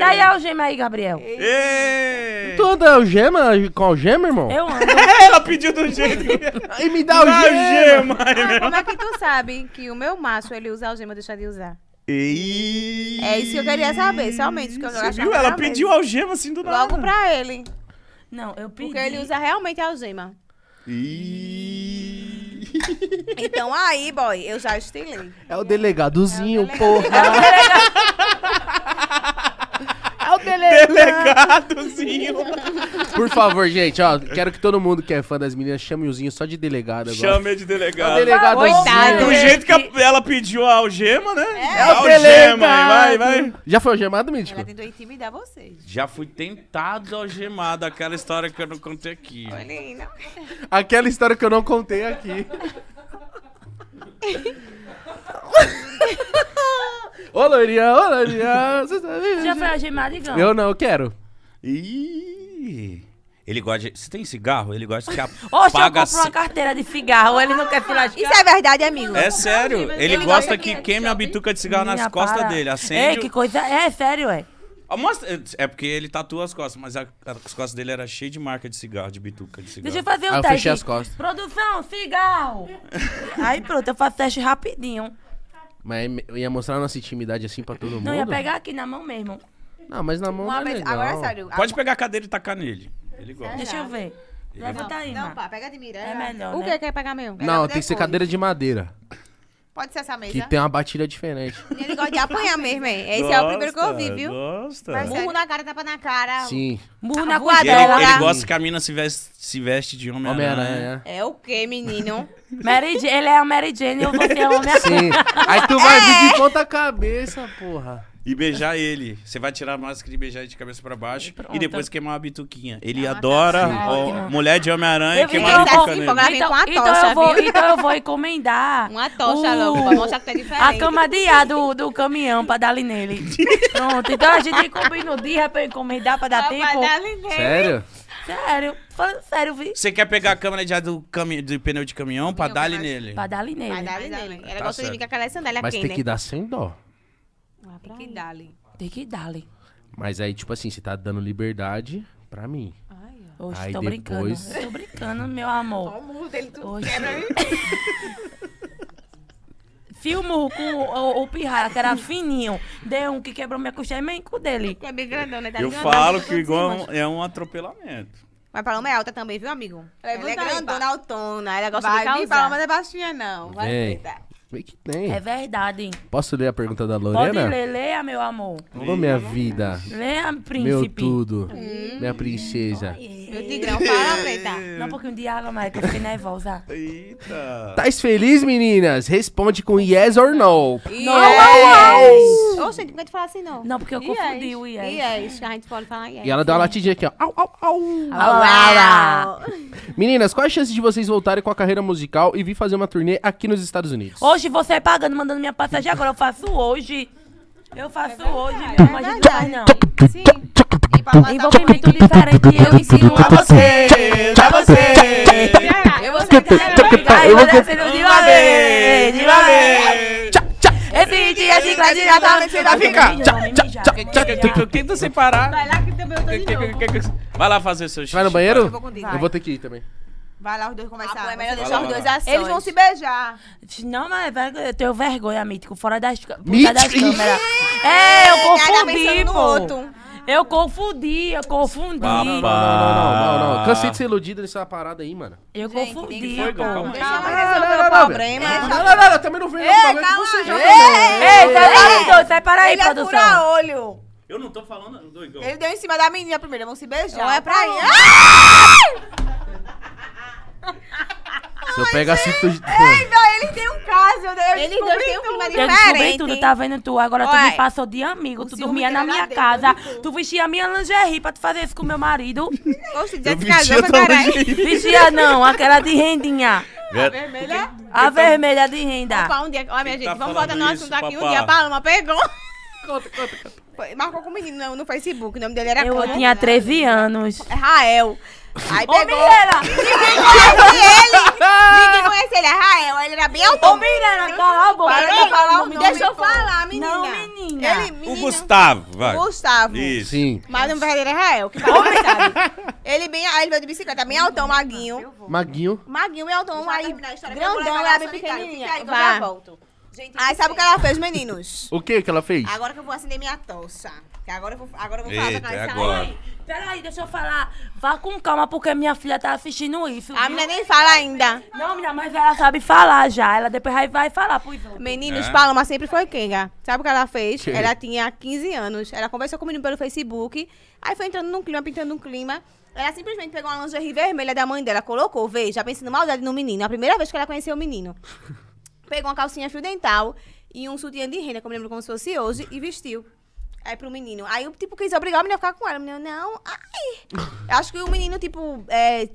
Speaker 3: dá aí a algema aí, Gabriel.
Speaker 2: Ei!
Speaker 1: Tu anda é algema com algema, irmão?
Speaker 3: É. Eu ando.
Speaker 2: Ela pediu do jeito que
Speaker 1: Aí me dá algema!
Speaker 4: Como é que tu sabe que o meu macho, ele usa algema, deixa de usar?
Speaker 2: Ei!
Speaker 4: É isso que eu queria saber, somente, que eu
Speaker 2: Você
Speaker 4: achava
Speaker 2: viu? Ela
Speaker 4: realmente.
Speaker 2: pediu algema assim do nada.
Speaker 4: Logo pra ele.
Speaker 3: Não, eu pedi.
Speaker 4: Porque ele usa realmente algema.
Speaker 2: Ih!
Speaker 4: Então aí, boy, eu já estilei.
Speaker 3: É
Speaker 1: É o delegadozinho, porra.
Speaker 3: Delegado,
Speaker 4: Ah,
Speaker 1: É o
Speaker 2: Delegadozinho.
Speaker 1: Por favor, gente, ó. Quero que todo mundo que é fã das meninas chame o Zinho só de delegado agora.
Speaker 2: Chama ele de
Speaker 1: o
Speaker 2: delegado.
Speaker 1: delegado
Speaker 4: Coitado.
Speaker 1: Zinho.
Speaker 2: Do jeito que a- ela pediu a algema, né? É,
Speaker 1: o
Speaker 2: algema, vai, vai.
Speaker 1: Já foi algemado, Mítico?
Speaker 5: Ela tentou intimidar vocês.
Speaker 2: Já fui tentado algemado, aquela história que eu não contei aqui.
Speaker 1: Aquela história que eu não contei aqui. ô, Lourinha, ô, Lourinha. Você sabe?
Speaker 3: Já foi algemado, Igão?
Speaker 1: Eu não, eu quero.
Speaker 2: Ih. Ele gosta de... Você tem cigarro? Ele gosta que
Speaker 3: Oxe, eu
Speaker 2: apaga...
Speaker 3: compro uma carteira de cigarro, ele não quer
Speaker 4: Ah,
Speaker 3: se lascar.
Speaker 5: Isso é verdade, amigo.
Speaker 2: É sério. Ele, gosta que queime a bituca de cigarro Tá nas
Speaker 3: Minha,
Speaker 2: costas
Speaker 3: para.
Speaker 2: dele.
Speaker 3: Ei,
Speaker 2: Acende...
Speaker 3: que
Speaker 2: o-
Speaker 3: coisa... É, sério, é.
Speaker 2: Ah, Mostra... É porque ele tatua as costas, mas a- as costas dele era cheio de marca de cigarro, de bituca de cigarro.
Speaker 3: Deixa eu fazer um
Speaker 1: Ah, eu
Speaker 3: teste.
Speaker 1: fechei as costas.
Speaker 3: Produção, cigarro. Aí pronto, eu faço teste rapidinho.
Speaker 1: Mas eu ia mostrar a nossa intimidade assim pra todo mundo.
Speaker 3: Não, ia pegar aqui na mão mesmo.
Speaker 1: Não, mas na mão
Speaker 5: Uma
Speaker 4: Ah,
Speaker 1: não é
Speaker 5: vez-
Speaker 1: legal.
Speaker 5: agora é sério.
Speaker 2: Pode pegar a cadeira e tacar nele. Ele gosta.
Speaker 3: Deixa eu ver. Levanta aí,
Speaker 6: Não,
Speaker 3: Má.
Speaker 6: pá, pega de mira.
Speaker 3: É melhor,
Speaker 4: O
Speaker 3: né?
Speaker 4: que quer pegar meu?
Speaker 1: Não, tem que ser cadeira de madeira.
Speaker 5: Pode ser essa
Speaker 1: Que
Speaker 3: é.
Speaker 5: mesa.
Speaker 1: tem uma batida diferente.
Speaker 4: Ele gosta de apanhar mesmo, é. Esse é o primeiro que eu vi, viu? Um
Speaker 2: Gosta.
Speaker 5: Mas
Speaker 4: Sério.
Speaker 5: Murro na cara, tapa na
Speaker 3: Ah,
Speaker 5: cara.
Speaker 1: Sim.
Speaker 3: Murro na né?
Speaker 2: E ele,
Speaker 3: quadrela.
Speaker 2: ele gosta que a mina se veste, se veste de
Speaker 3: um
Speaker 2: Homem-Aranha.
Speaker 1: Homem-Aranha.
Speaker 4: É o quê, menino?
Speaker 3: Mary Jane, ele é a Mary Jane e eu vou ser a homem
Speaker 1: Sim. Aí tu vai
Speaker 3: É.
Speaker 1: vir de ponta cabeça, porra.
Speaker 2: e beijar ele. Você vai tirar a máscara e beijar ele de cabeça pra baixo. E,
Speaker 3: pronto. Ah, tá
Speaker 2: depois queimar a bituquinha. Ele adora ó, mulher de Homem-Aranha
Speaker 3: Então Eu
Speaker 2: e
Speaker 1: né?
Speaker 4: Então, assim,
Speaker 3: vi
Speaker 2: queimar a
Speaker 3: que eu
Speaker 2: bituca
Speaker 3: vou-
Speaker 2: nele.
Speaker 4: empolgar- Ela vem com
Speaker 3: Então, então
Speaker 4: a tocha,
Speaker 3: eu vou,
Speaker 4: viu?
Speaker 3: então eu vou encomendar.
Speaker 4: Uma tocha
Speaker 3: o-
Speaker 4: logo, pra mostrar que tá diferente.
Speaker 3: A cama de ar do, do caminhão pra dar ali nele. Pronto, então a gente combina o dia pra eu encomendar pra dar tempo.
Speaker 1: Sério?
Speaker 3: Sério, falando sério, vi.
Speaker 2: Você quer pegar a câmera de, ar do, cami... do pneu de caminhão pra dar-lhe nele?
Speaker 3: Pra dar ali nele.
Speaker 4: Vai dar ali nele. Ela
Speaker 2: Tá
Speaker 4: gosta de
Speaker 2: certo.
Speaker 4: mim com aquela sandália
Speaker 1: Mas
Speaker 3: né?
Speaker 4: quente. né?
Speaker 1: tem que dar sem dó.
Speaker 5: Tem que dar ali.
Speaker 3: Tem que dar ali.
Speaker 1: Mas aí, tipo assim, você tá dando liberdade pra mim.
Speaker 3: Oxe,
Speaker 1: Aí
Speaker 3: tô
Speaker 1: depois-
Speaker 3: brincando. Eu tô brincando, meu amor. Oxe. Filmo com o, o, o pirralha, que era fininho. Deu um que quebrou minha costela e meio cu dele.
Speaker 4: É bem grandão, né? Tá
Speaker 2: Eu
Speaker 4: ligado?
Speaker 2: falo que o Igor é um- é um atropelamento.
Speaker 4: Mas Paloma é alta também, viu, amigo? Ela é
Speaker 5: Levanta aí,
Speaker 4: grandona, altona. Ela gosta de
Speaker 5: Vai vir,
Speaker 4: causar.
Speaker 5: Paloma não é baixinha, não. Vai
Speaker 1: Vem.
Speaker 5: tentar.
Speaker 1: Vem que tem.
Speaker 3: É verdade.
Speaker 1: Posso ler a pergunta da
Speaker 3: Pode
Speaker 1: Lorena?
Speaker 3: ler, leia, meu amor.
Speaker 1: Ô, minha vida.
Speaker 3: Leia,
Speaker 1: Meu
Speaker 3: príncipe. Hum.
Speaker 1: tudo. Minha princesa.
Speaker 4: Meu tigrão,
Speaker 1: É.
Speaker 4: fala, preta.
Speaker 3: Não, porque um dia água, mas que eu fiquei nervosa.
Speaker 2: Eita.
Speaker 1: Tais feliz, meninas? Responde com yes or no.
Speaker 4: Yes! Ô, gente, por que tu fala assim, não?
Speaker 3: Não, porque eu confundi o Ian.
Speaker 4: Yes, é a gente pode falar yes.
Speaker 1: E ela deu uma latidinha aqui, ó. Au, au, au. Meninas, qual a chance de vocês voltarem com a carreira musical e vir fazer uma turnê aqui nos Estados Unidos?
Speaker 3: Hoje você pagando, mandando minha passagem agora. Eu faço hoje. Eu faço hoje, meu amor. A gente não faz, não.
Speaker 5: Sim. E Paloma tá
Speaker 3: Envolvimento diferente. Eu ensino a você.
Speaker 2: Pra você!
Speaker 5: É, Eu vou sentar.
Speaker 3: Eu vou crescendo de uma vez. De uma vez. Esse dia de gladinha tá
Speaker 5: Você vai
Speaker 1: ficar.
Speaker 2: Eu tento separar.
Speaker 6: Vai lá que também eu tô de novo.
Speaker 2: Vai lá fazer seu xixi.
Speaker 1: Vai no banheiro?
Speaker 5: Eu vou com Deus.
Speaker 1: Eu vou ter que ir também.
Speaker 5: Vai lá os dois
Speaker 4: Ah,
Speaker 5: conversar.
Speaker 4: pô, é melhor
Speaker 5: Você-
Speaker 4: deixar
Speaker 2: lá,
Speaker 4: os
Speaker 2: vai
Speaker 4: dois assim.
Speaker 2: lá.
Speaker 4: ações.
Speaker 5: Eles vão se beijar.
Speaker 3: Não, mas vai- eu tenho vergonha, Mítico, fora das, ca- por
Speaker 1: Mítico?
Speaker 3: causa das câmeras. É, eu
Speaker 4: Cada
Speaker 3: confundi,
Speaker 4: tá pensando no
Speaker 3: pô.
Speaker 4: outro.
Speaker 3: Eu confundi, eu confundi.
Speaker 1: Não, não, não, não, não. Cansei de ser iludida nessa parada aí, mano.
Speaker 3: Eu confundi, pô.
Speaker 2: calma aí.
Speaker 4: Deixa ela
Speaker 1: Não,
Speaker 4: resolver
Speaker 1: não,
Speaker 4: o
Speaker 1: não, não,
Speaker 4: problema.
Speaker 1: Não, não, não, não, também não veio no bagulho que você já
Speaker 3: Ei, sai para aí, então, sai para aí,
Speaker 5: Ele é
Speaker 3: produção.
Speaker 5: pura olho.
Speaker 2: Eu não tô falando do Igor.
Speaker 5: Ele deu em cima da menina primeiro. Vão se beijar.
Speaker 4: Não é pra ir.
Speaker 1: Se eu pegar assim, tu...
Speaker 5: Ei, não, ele tem um caso. Eu eu
Speaker 4: Eles
Speaker 5: descobri
Speaker 4: dois têm um
Speaker 5: tudo.
Speaker 4: clima
Speaker 3: Eu descobri
Speaker 4: diferente.
Speaker 3: tudo, tá vendo tu? Agora tu
Speaker 4: Olha,
Speaker 3: me passou de amigo, tu
Speaker 5: ciúme
Speaker 3: dormia na minha
Speaker 5: degradante,
Speaker 3: casa,
Speaker 5: viu?
Speaker 3: tu vestia a minha lingerie pra tu fazer isso com meu marido.
Speaker 4: Oxe, já
Speaker 2: Eu
Speaker 4: se
Speaker 2: menti,
Speaker 4: casou
Speaker 2: eu
Speaker 4: pra
Speaker 2: tava
Speaker 4: caralho.
Speaker 2: de-
Speaker 3: Vestia não, aquela de rendinha.
Speaker 5: Vermelha?
Speaker 3: A vermelha de renda.
Speaker 4: Então, Opa, um dia. Ó, minha
Speaker 2: Quem
Speaker 4: gente,
Speaker 2: tá
Speaker 4: vamos
Speaker 2: falando
Speaker 4: voltar no
Speaker 2: isso,
Speaker 4: assunto aqui. Um
Speaker 2: papá?
Speaker 4: dia a Paloma pegou. Foi- Marcou com o menino no- no Facebook. O nome dele era
Speaker 3: Eu
Speaker 4: como?
Speaker 3: tinha 13 anos.
Speaker 4: É Rael. Aí
Speaker 3: Ô,
Speaker 4: né? pegou.
Speaker 3: Mirella!
Speaker 4: Ninguém conhece ele. Ninguém conhece ele. É Rael. Ele era bem
Speaker 3: Ô,
Speaker 4: alto.
Speaker 3: Mirella, cala a boca.
Speaker 4: Para
Speaker 3: deixa eu
Speaker 4: de falar o
Speaker 3: nome,
Speaker 4: nome. Deixa eu
Speaker 3: pô.
Speaker 4: falar, menina.
Speaker 3: Não, menina.
Speaker 4: Ele, menino.
Speaker 2: O Gustavo, vai.
Speaker 4: Gustavo.
Speaker 2: Isso.
Speaker 1: Sim.
Speaker 4: Mas o nome verdadeiro é Rael, que todo mundo sabe. Ele bem, aí ele veio de bicicleta, bem altão, maguinho.
Speaker 1: Maguinho.
Speaker 4: Maguinho e altão, aí
Speaker 5: terminar a história, minha mulher
Speaker 4: grandão,
Speaker 5: vai lá
Speaker 4: ela bem
Speaker 5: solitária,
Speaker 4: pequenininha.
Speaker 5: fica aí que eu
Speaker 4: Vá.
Speaker 5: já volto. Gente,
Speaker 4: Aí sabe o que ela fez, meninos?
Speaker 1: O que que ela fez?
Speaker 5: Ah,
Speaker 4: Agora que eu vou acender minha tocha. Que agora eu vou, agora eu vou falar
Speaker 2: Eita,
Speaker 4: pra
Speaker 2: é
Speaker 4: ela.
Speaker 2: agora.
Speaker 3: Peraí, deixa eu falar. Vá com calma, porque minha filha tá assistindo isso.
Speaker 4: A
Speaker 3: viu?
Speaker 4: menina nem fala ainda.
Speaker 3: Não, minha mas ela sabe falar já. Ela depois vai, vai falar pros outros.
Speaker 4: Meninos,
Speaker 2: É?
Speaker 4: Paloma sempre foi quenga. Sabe o que ela fez?
Speaker 1: Que?
Speaker 4: Ela tinha 15 anos. Ela conversou com o menino pelo Facebook. Aí foi entrando num clima, pintando um clima. Ela simplesmente pegou uma lingerie vermelha da mãe dela, colocou, veio, já pensando maldade no menino. A primeira vez que ela conheceu o menino. Pegou uma calcinha fio dental e um sutiã de renda, que eu me lembro como se fosse hoje, e vestiu. Aí pro menino. Aí o tipo quis obrigar o menino a ficar com ela. O menino, não, ai. Eu acho que o menino, tipo, é,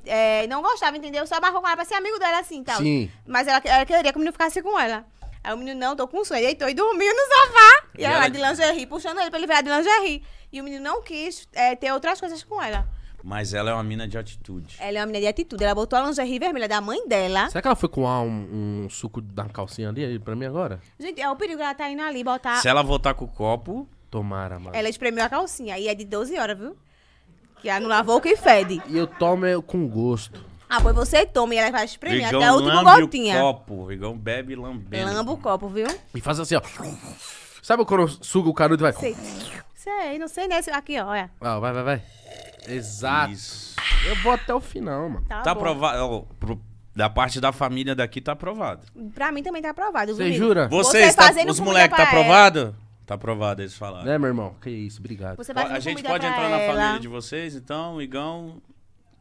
Speaker 4: é, não gostava, entendeu? Só marcou com ela pra ser amigo dela, assim, tal.
Speaker 1: Sim.
Speaker 4: Mas ela, ela queria que o menino ficasse com ela. Aí o menino, não, tô com sono. Ele deitou e dormiu no sofá. E,
Speaker 2: E
Speaker 4: ela,
Speaker 2: ela-
Speaker 4: de lingerie, puxando ele pra ele virar de lingerie. E o menino não quis é, ter outras coisas com ela.
Speaker 2: Mas ela é uma mina de atitude.
Speaker 4: Ela é uma menina de atitude. Ela botou a lingerie vermelha da mãe dela.
Speaker 1: Será que ela foi com ah, um, um suco da calcinha ali aí pra mim agora?
Speaker 4: Gente, é o perigo. Ela tá indo ali botar...
Speaker 2: Se ela voltar com o copo,
Speaker 1: Tomara, mano.
Speaker 4: Ela espremeu a calcinha. E é de 12 horas, viu? Que ela não lavou o que fede.
Speaker 1: E eu tomo é com gosto.
Speaker 4: Ah, pois você toma e ela vai espremer
Speaker 2: Rigão
Speaker 4: até a última
Speaker 2: lambe o
Speaker 4: gotinha.
Speaker 2: copo. Rigão bebe lambendo.
Speaker 4: Lamba o copo, viu?
Speaker 1: E faz assim, ó. Sabe quando suga o canudo e vai...
Speaker 4: Sei. Sei, não sei, né? Aqui, ó, olha.
Speaker 1: Ah, vai, vai, vai. Exato.
Speaker 2: Isso.
Speaker 1: Eu vou até o final, mano.
Speaker 4: Tá,
Speaker 2: Tá
Speaker 4: bom.
Speaker 2: aprovado. ó, pro- Da parte da família daqui tá aprovado.
Speaker 4: Pra mim também tá aprovado. viu,
Speaker 1: Você
Speaker 4: menino?
Speaker 1: jura?
Speaker 4: Você
Speaker 2: Vocês, tá,
Speaker 4: fazendo
Speaker 2: os
Speaker 4: comida
Speaker 2: moleques tá
Speaker 4: pra ela.
Speaker 2: aprovado? Tá aprovado, eles falaram.
Speaker 1: Né, meu irmão? Que isso, obrigado.
Speaker 4: Você
Speaker 2: Po-
Speaker 4: vai
Speaker 2: A gente pode entrar na família de vocês, então, Igão,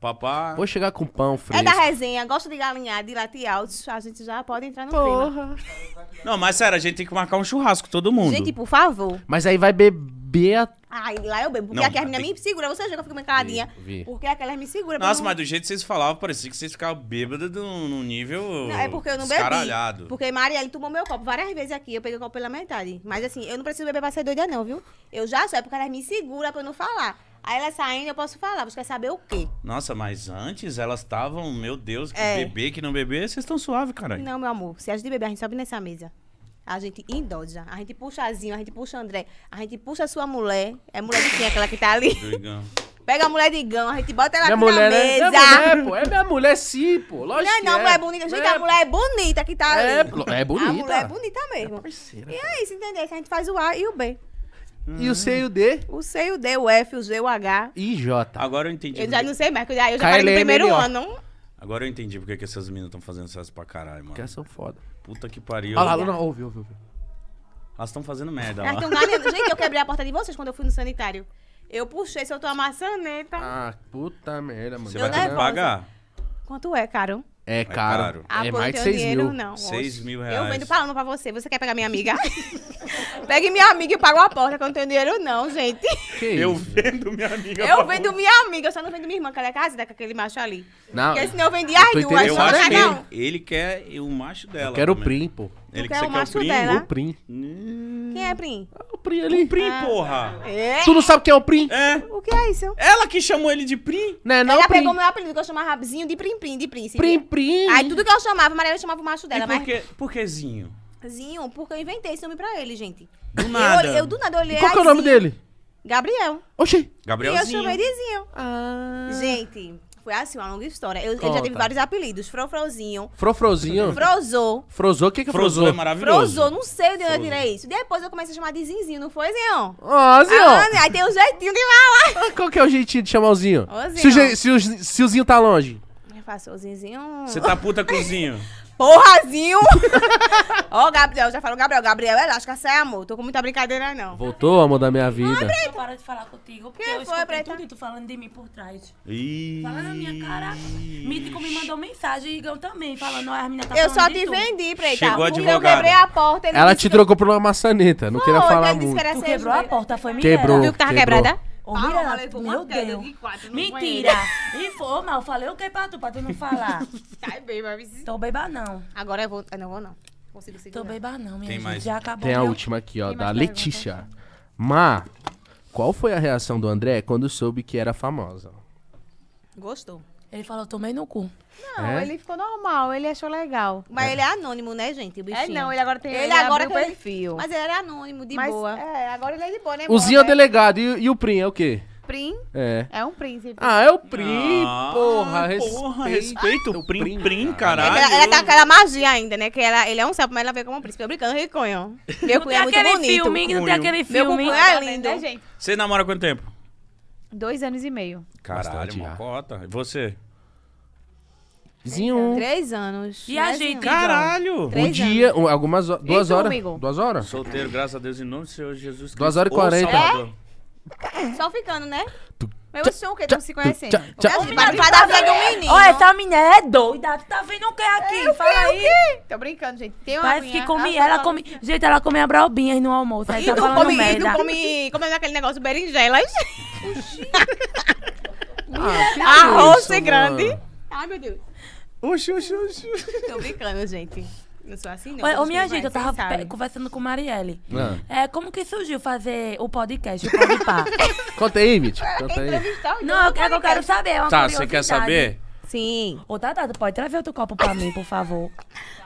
Speaker 2: papá.
Speaker 1: Vou chegar com pão
Speaker 4: É
Speaker 1: fresco.
Speaker 4: da resenha, gosta de galinhar, de latir altos, a gente já pode entrar no Porra.
Speaker 2: Não, mas sério, a gente tem que marcar um churrasco, todo mundo.
Speaker 4: Gente, por favor.
Speaker 1: Mas aí vai beber a...
Speaker 4: Ai, lá eu bebo, porque
Speaker 2: Não,
Speaker 4: aqui as
Speaker 2: mas tem-
Speaker 4: meninas me segura, você já que eu fico meio caladinha.
Speaker 1: Vi, vi.
Speaker 4: Porque aquelas me segura.
Speaker 2: Nossa, mas
Speaker 4: porque
Speaker 2: do jeito que vocês falavam, parecia que vocês ficavam bêbados num num nível.
Speaker 4: eu não- não, é porque eu não
Speaker 2: descaralhado.
Speaker 4: bebi. Porque Marielle tomou meu copo várias vezes aqui, eu peguei o copo pela metade. Mas assim, eu não preciso beber pra ser doida não, viu? Eu já sou, é porque elas me segura pra eu não falar. Aí elas saindo, eu posso falar, você quer saber o quê?
Speaker 2: Nossa, mas antes elas estavam, meu Deus, que
Speaker 4: É.
Speaker 2: beber, que não beber, vocês estão suave, caralho.
Speaker 4: Não, meu amor, se a gente beber, a gente sobe nessa mesa. A gente endoja, a gente puxa Azinho, a gente puxa André, a gente puxa a sua mulher. É mulher de quem? Aquela que tá ali.
Speaker 2: Do Igão.
Speaker 4: Pega a mulher de gão, a gente bota ela
Speaker 1: Minha
Speaker 4: aqui
Speaker 1: mulher,
Speaker 4: na
Speaker 1: né?
Speaker 4: mesa.
Speaker 1: Minha mulher, pô. É minha mulher sim, pô. Lógico
Speaker 4: não,
Speaker 1: que
Speaker 4: não,
Speaker 1: é.
Speaker 4: mulher bonita. Gente, a mulher é bonita que tá ali.
Speaker 1: É, pô, é bonita.
Speaker 4: A mulher é bonita mesmo.
Speaker 1: Parceira.
Speaker 4: E é isso, entendeu? Que a gente faz o A e o B.
Speaker 1: E o C e o D
Speaker 4: O C, o D, o F, o G, o H.
Speaker 1: e J.
Speaker 2: Agora eu entendi.
Speaker 4: Eu
Speaker 2: por
Speaker 4: já
Speaker 2: que-
Speaker 4: não sei mais, que eu já, eu já parei no
Speaker 1: KLM,
Speaker 4: primeiro
Speaker 1: ó.
Speaker 4: ano.
Speaker 2: Agora eu entendi porque que essas meninas estão fazendo sucesso pra caralho, mano.
Speaker 1: Que são um foda.
Speaker 2: Puta que pariu.
Speaker 1: Olha lá, não, ouve, ouve, ouve.
Speaker 2: Elas estão fazendo merda
Speaker 4: Elas
Speaker 2: lá.
Speaker 4: tão ganhando. um Gente, eu quebrei a porta de vocês quando eu fui no sanitário. Eu puxei, soltou a maçaneta.
Speaker 1: Ah, puta merda, mano.
Speaker 2: Você
Speaker 4: Eu
Speaker 2: vai ter que
Speaker 4: nervosa.
Speaker 2: pagar
Speaker 4: Quanto é, caro?
Speaker 1: É caro.
Speaker 2: caro.
Speaker 4: Ah,
Speaker 1: É
Speaker 4: pô, eu
Speaker 1: mais de
Speaker 4: tenho
Speaker 1: 6
Speaker 4: dinheiro,
Speaker 1: mil.
Speaker 4: Não,
Speaker 2: 6
Speaker 4: oxe.
Speaker 2: mil
Speaker 4: Eu
Speaker 2: reais.
Speaker 4: vendo paloma pra você. Você quer pegar minha amiga? Pegue minha amiga e paga uma porta, que eu não tenho dinheiro, não, gente.
Speaker 1: Que
Speaker 2: Eu
Speaker 1: isso?
Speaker 2: vendo minha amiga.
Speaker 4: Eu vendo minha amiga, eu só não vendo minha irmã, que ela é casada com aquele macho ali.
Speaker 1: Não,
Speaker 4: Porque
Speaker 1: Ah, eu é
Speaker 4: senão eu vendia as
Speaker 1: tô
Speaker 4: duas,
Speaker 1: entendendo.
Speaker 2: Eu
Speaker 4: só
Speaker 1: Não,
Speaker 2: acho que
Speaker 4: cada um.
Speaker 2: ele, ele quer o macho dela.
Speaker 1: quero o
Speaker 2: também.
Speaker 1: Prim, pô.
Speaker 2: Ele que
Speaker 4: Tu quer
Speaker 2: você
Speaker 4: o
Speaker 2: quer o
Speaker 4: macho
Speaker 2: Prim?
Speaker 4: dela?
Speaker 1: O Prim. um.
Speaker 2: Hum.
Speaker 4: Quem é Prim?
Speaker 1: O Prim ali.
Speaker 2: Prim,
Speaker 4: Ah.
Speaker 2: porra.
Speaker 4: É.
Speaker 1: Tu não sabe quem é o Prim?
Speaker 2: É.
Speaker 4: O que é isso?
Speaker 2: Ela que chamou ele de Prim.
Speaker 1: Né, não,
Speaker 4: ela
Speaker 1: Prim.
Speaker 4: pegou meu apelido, que eu chamava Rabizinho de Prim Prim, de Prim. se
Speaker 1: Prim,
Speaker 4: vê.
Speaker 1: Prim.
Speaker 4: Aí tudo que eu chamava, Maria eu chamava o macho dela,
Speaker 2: e por
Speaker 4: mas...
Speaker 2: que, por que Zinho?
Speaker 4: Zinho, porque eu inventei esse nome pra ele, gente.
Speaker 2: Do nada.
Speaker 4: Eu, olhei- eu do nada olhei...
Speaker 1: Qual que é o
Speaker 4: ai,
Speaker 1: nome
Speaker 4: Zinho.
Speaker 1: dele?
Speaker 4: Gabriel.
Speaker 1: Oxi.
Speaker 4: E eu
Speaker 2: Gabrielzinho.
Speaker 4: chamei de Zinho.
Speaker 1: Ah.
Speaker 4: Gente, foi assim, uma longa história. Eu, ele já
Speaker 1: Conta.
Speaker 4: teve vários apelidos. Frofrozinho,
Speaker 1: Frofrozinho.
Speaker 4: Frozô,
Speaker 1: Frozô, o que que é Frozô?
Speaker 2: Frozô é maravilhoso.
Speaker 4: Frozô, não sei de onde é eu tirei isso. Depois eu comecei a chamar de Zinzinho, não foi, Zinho?
Speaker 1: Ó,
Speaker 4: Ah,
Speaker 1: Zinho.
Speaker 4: né? aí tem o jeitinho de falar.
Speaker 1: Qual que é o jeitinho de chamar o Zinho?
Speaker 4: Ô, Zinho.
Speaker 1: Se o, je- se o, se o Zinho tá longe.
Speaker 4: Eu faço o Zinzinho.
Speaker 2: Você tá puta com o Zinho.
Speaker 4: Porrazinho! Ó, Gabriel, já falou Gabriel. Gabriel, é lasca, sai, amor. Tô com muita brincadeira, não.
Speaker 1: Voltou, amor da minha vida.
Speaker 3: Eu paro de falar contigo, porque
Speaker 4: Quem
Speaker 3: eu
Speaker 4: foi,
Speaker 3: escutei
Speaker 4: Preta?
Speaker 3: tudo e tu falando de mim por trás.
Speaker 2: Ih.
Speaker 3: Fala na minha cara. Mítico me mandou mensagem, Igão também, falando, ó, as meninas tá
Speaker 4: Eu
Speaker 3: falando
Speaker 4: só
Speaker 3: de
Speaker 4: te
Speaker 3: tu.
Speaker 4: vendi, Preta.
Speaker 2: Chegou
Speaker 4: Porque
Speaker 2: advogada.
Speaker 4: Eu quebrei a porta. Ele
Speaker 1: Ela
Speaker 4: disse
Speaker 1: te
Speaker 4: que-
Speaker 1: trocou por uma maçaneta, não queria
Speaker 4: Foi,
Speaker 1: falar
Speaker 4: Ele disse
Speaker 1: muito.
Speaker 4: que era
Speaker 3: Tu
Speaker 4: seis
Speaker 3: quebrou a
Speaker 4: vezes.
Speaker 3: porta, foi Mirella.
Speaker 1: Quebrou.
Speaker 4: Viu que tava
Speaker 1: quebrou.
Speaker 4: quebrada?
Speaker 3: Ô,
Speaker 6: Paloma
Speaker 3: Mirella,
Speaker 6: levou uma
Speaker 3: meu
Speaker 6: queda
Speaker 3: Deus.
Speaker 6: de quatro no
Speaker 3: Mentira. E foi, mas eu falei o que pra tu, pra tu não falar.
Speaker 6: Sai bem, mas...
Speaker 3: Tô beba não.
Speaker 4: Agora eu vou. Eu não vou, não. Consigo
Speaker 3: Tô
Speaker 4: segurar.
Speaker 3: beba não, minha
Speaker 2: Tem
Speaker 3: gente.
Speaker 2: mais? um?
Speaker 3: Já acabou.
Speaker 1: Tem a
Speaker 3: meu-
Speaker 1: última aqui, ó,
Speaker 6: Tem
Speaker 1: da
Speaker 6: mais pergunta?
Speaker 1: Letícia. Ma, qual foi a reação do André quando soube que era famosa?
Speaker 4: Gostou.
Speaker 3: Ele falou, tomei no cu.
Speaker 5: não,
Speaker 1: É?
Speaker 5: ele ficou normal, ele achou legal.
Speaker 4: Mas ele é anônimo, né, gente? O
Speaker 5: É,
Speaker 4: bichinho.
Speaker 5: não, ele agora tem
Speaker 4: Ele agora
Speaker 5: abriu
Speaker 4: que
Speaker 5: o
Speaker 4: ele-
Speaker 5: perfil.
Speaker 4: Mas ele era anônimo, de
Speaker 5: Mas,
Speaker 4: boa.
Speaker 5: É, agora ele é de boa, né?
Speaker 1: O
Speaker 5: amor,
Speaker 1: Zinho é o
Speaker 5: né?
Speaker 1: delegado e, e o Prim é o quê?
Speaker 6: Prim
Speaker 1: É.
Speaker 6: é um príncipe.
Speaker 1: Ah, é o Prim,
Speaker 2: Ah,
Speaker 1: porra.
Speaker 2: porra,
Speaker 1: Respeita,
Speaker 2: respeita o Prim, Prim,
Speaker 4: Ela,
Speaker 2: caralho.
Speaker 4: ela tá com aquela magia ainda, né? Que ela, ele é um sapo, mas ela veio como um príncipe. Eu brincando, Riconho.
Speaker 3: Não
Speaker 4: Meu cunho
Speaker 3: tem
Speaker 4: é muito
Speaker 3: aquele
Speaker 4: bonito.
Speaker 3: filme, não tem
Speaker 2: Cunho.
Speaker 3: aquele
Speaker 4: Meu
Speaker 3: filme.
Speaker 4: cunho é
Speaker 6: Tá vendo,
Speaker 4: lindo.
Speaker 6: né, gente?
Speaker 2: Você namora há quanto tempo?
Speaker 6: Dois anos e meio.
Speaker 2: Caralho,
Speaker 1: Bastante,
Speaker 2: mó
Speaker 1: já.
Speaker 2: cota. E você?
Speaker 1: Zinho.
Speaker 4: Três anos.
Speaker 3: E
Speaker 4: né,
Speaker 3: a
Speaker 4: Zinho?
Speaker 3: gente?
Speaker 2: Caralho!
Speaker 1: Um
Speaker 4: Três
Speaker 1: dia, um- algumas horas. Duas
Speaker 6: tu,
Speaker 1: horas.
Speaker 6: amigo?
Speaker 1: Duas horas?
Speaker 2: Solteiro, graças a Deus, em nome do Senhor Jesus Cristo.
Speaker 1: Duas horas e
Speaker 2: Ô,
Speaker 1: quarenta.
Speaker 2: Salvador.
Speaker 4: Só ficando, né?
Speaker 6: Meu som, que estamos se conhecendo.
Speaker 1: Tchá, tchá.
Speaker 4: Pra pra dar vida do menino.
Speaker 3: Olha, essa menina é doida. Tu tá vendo o que aqui? Fala aí.
Speaker 6: Tô brincando, gente. Tem uma
Speaker 3: Parece que come, ela come.
Speaker 4: assim,
Speaker 3: Gente, ela come a brobinha no almoço. Aí
Speaker 4: E
Speaker 3: tá
Speaker 4: não
Speaker 3: falando
Speaker 4: come, e
Speaker 3: merda.
Speaker 4: não come, como é aquele negócio, berinjelas.
Speaker 1: Ah, que
Speaker 4: Arroz
Speaker 1: isso,
Speaker 4: e grande.
Speaker 1: mano.
Speaker 4: Ai, meu Deus.
Speaker 1: Oxi, oxi, oxi.
Speaker 4: Tô brincando, gente. Não sou assim, não.
Speaker 3: Olha, ô,
Speaker 4: Vocês
Speaker 3: minha
Speaker 4: que
Speaker 3: gente, eu
Speaker 4: vai,
Speaker 3: tava
Speaker 4: vocês
Speaker 3: pe-
Speaker 4: sabem.
Speaker 3: conversando com Marielle.
Speaker 1: Ah.
Speaker 3: É, como que surgiu fazer o podcast, o Podpah?
Speaker 1: Conta aí, Mitch. Conta aí.
Speaker 4: Tá
Speaker 3: Não, eu, quero- eu quero saber. é uma
Speaker 2: Tá, você quer
Speaker 3: curiosidade.
Speaker 2: saber?
Speaker 4: Sim.
Speaker 3: Ô, Tata, tu pode trazer outro copo pra mim, por favor.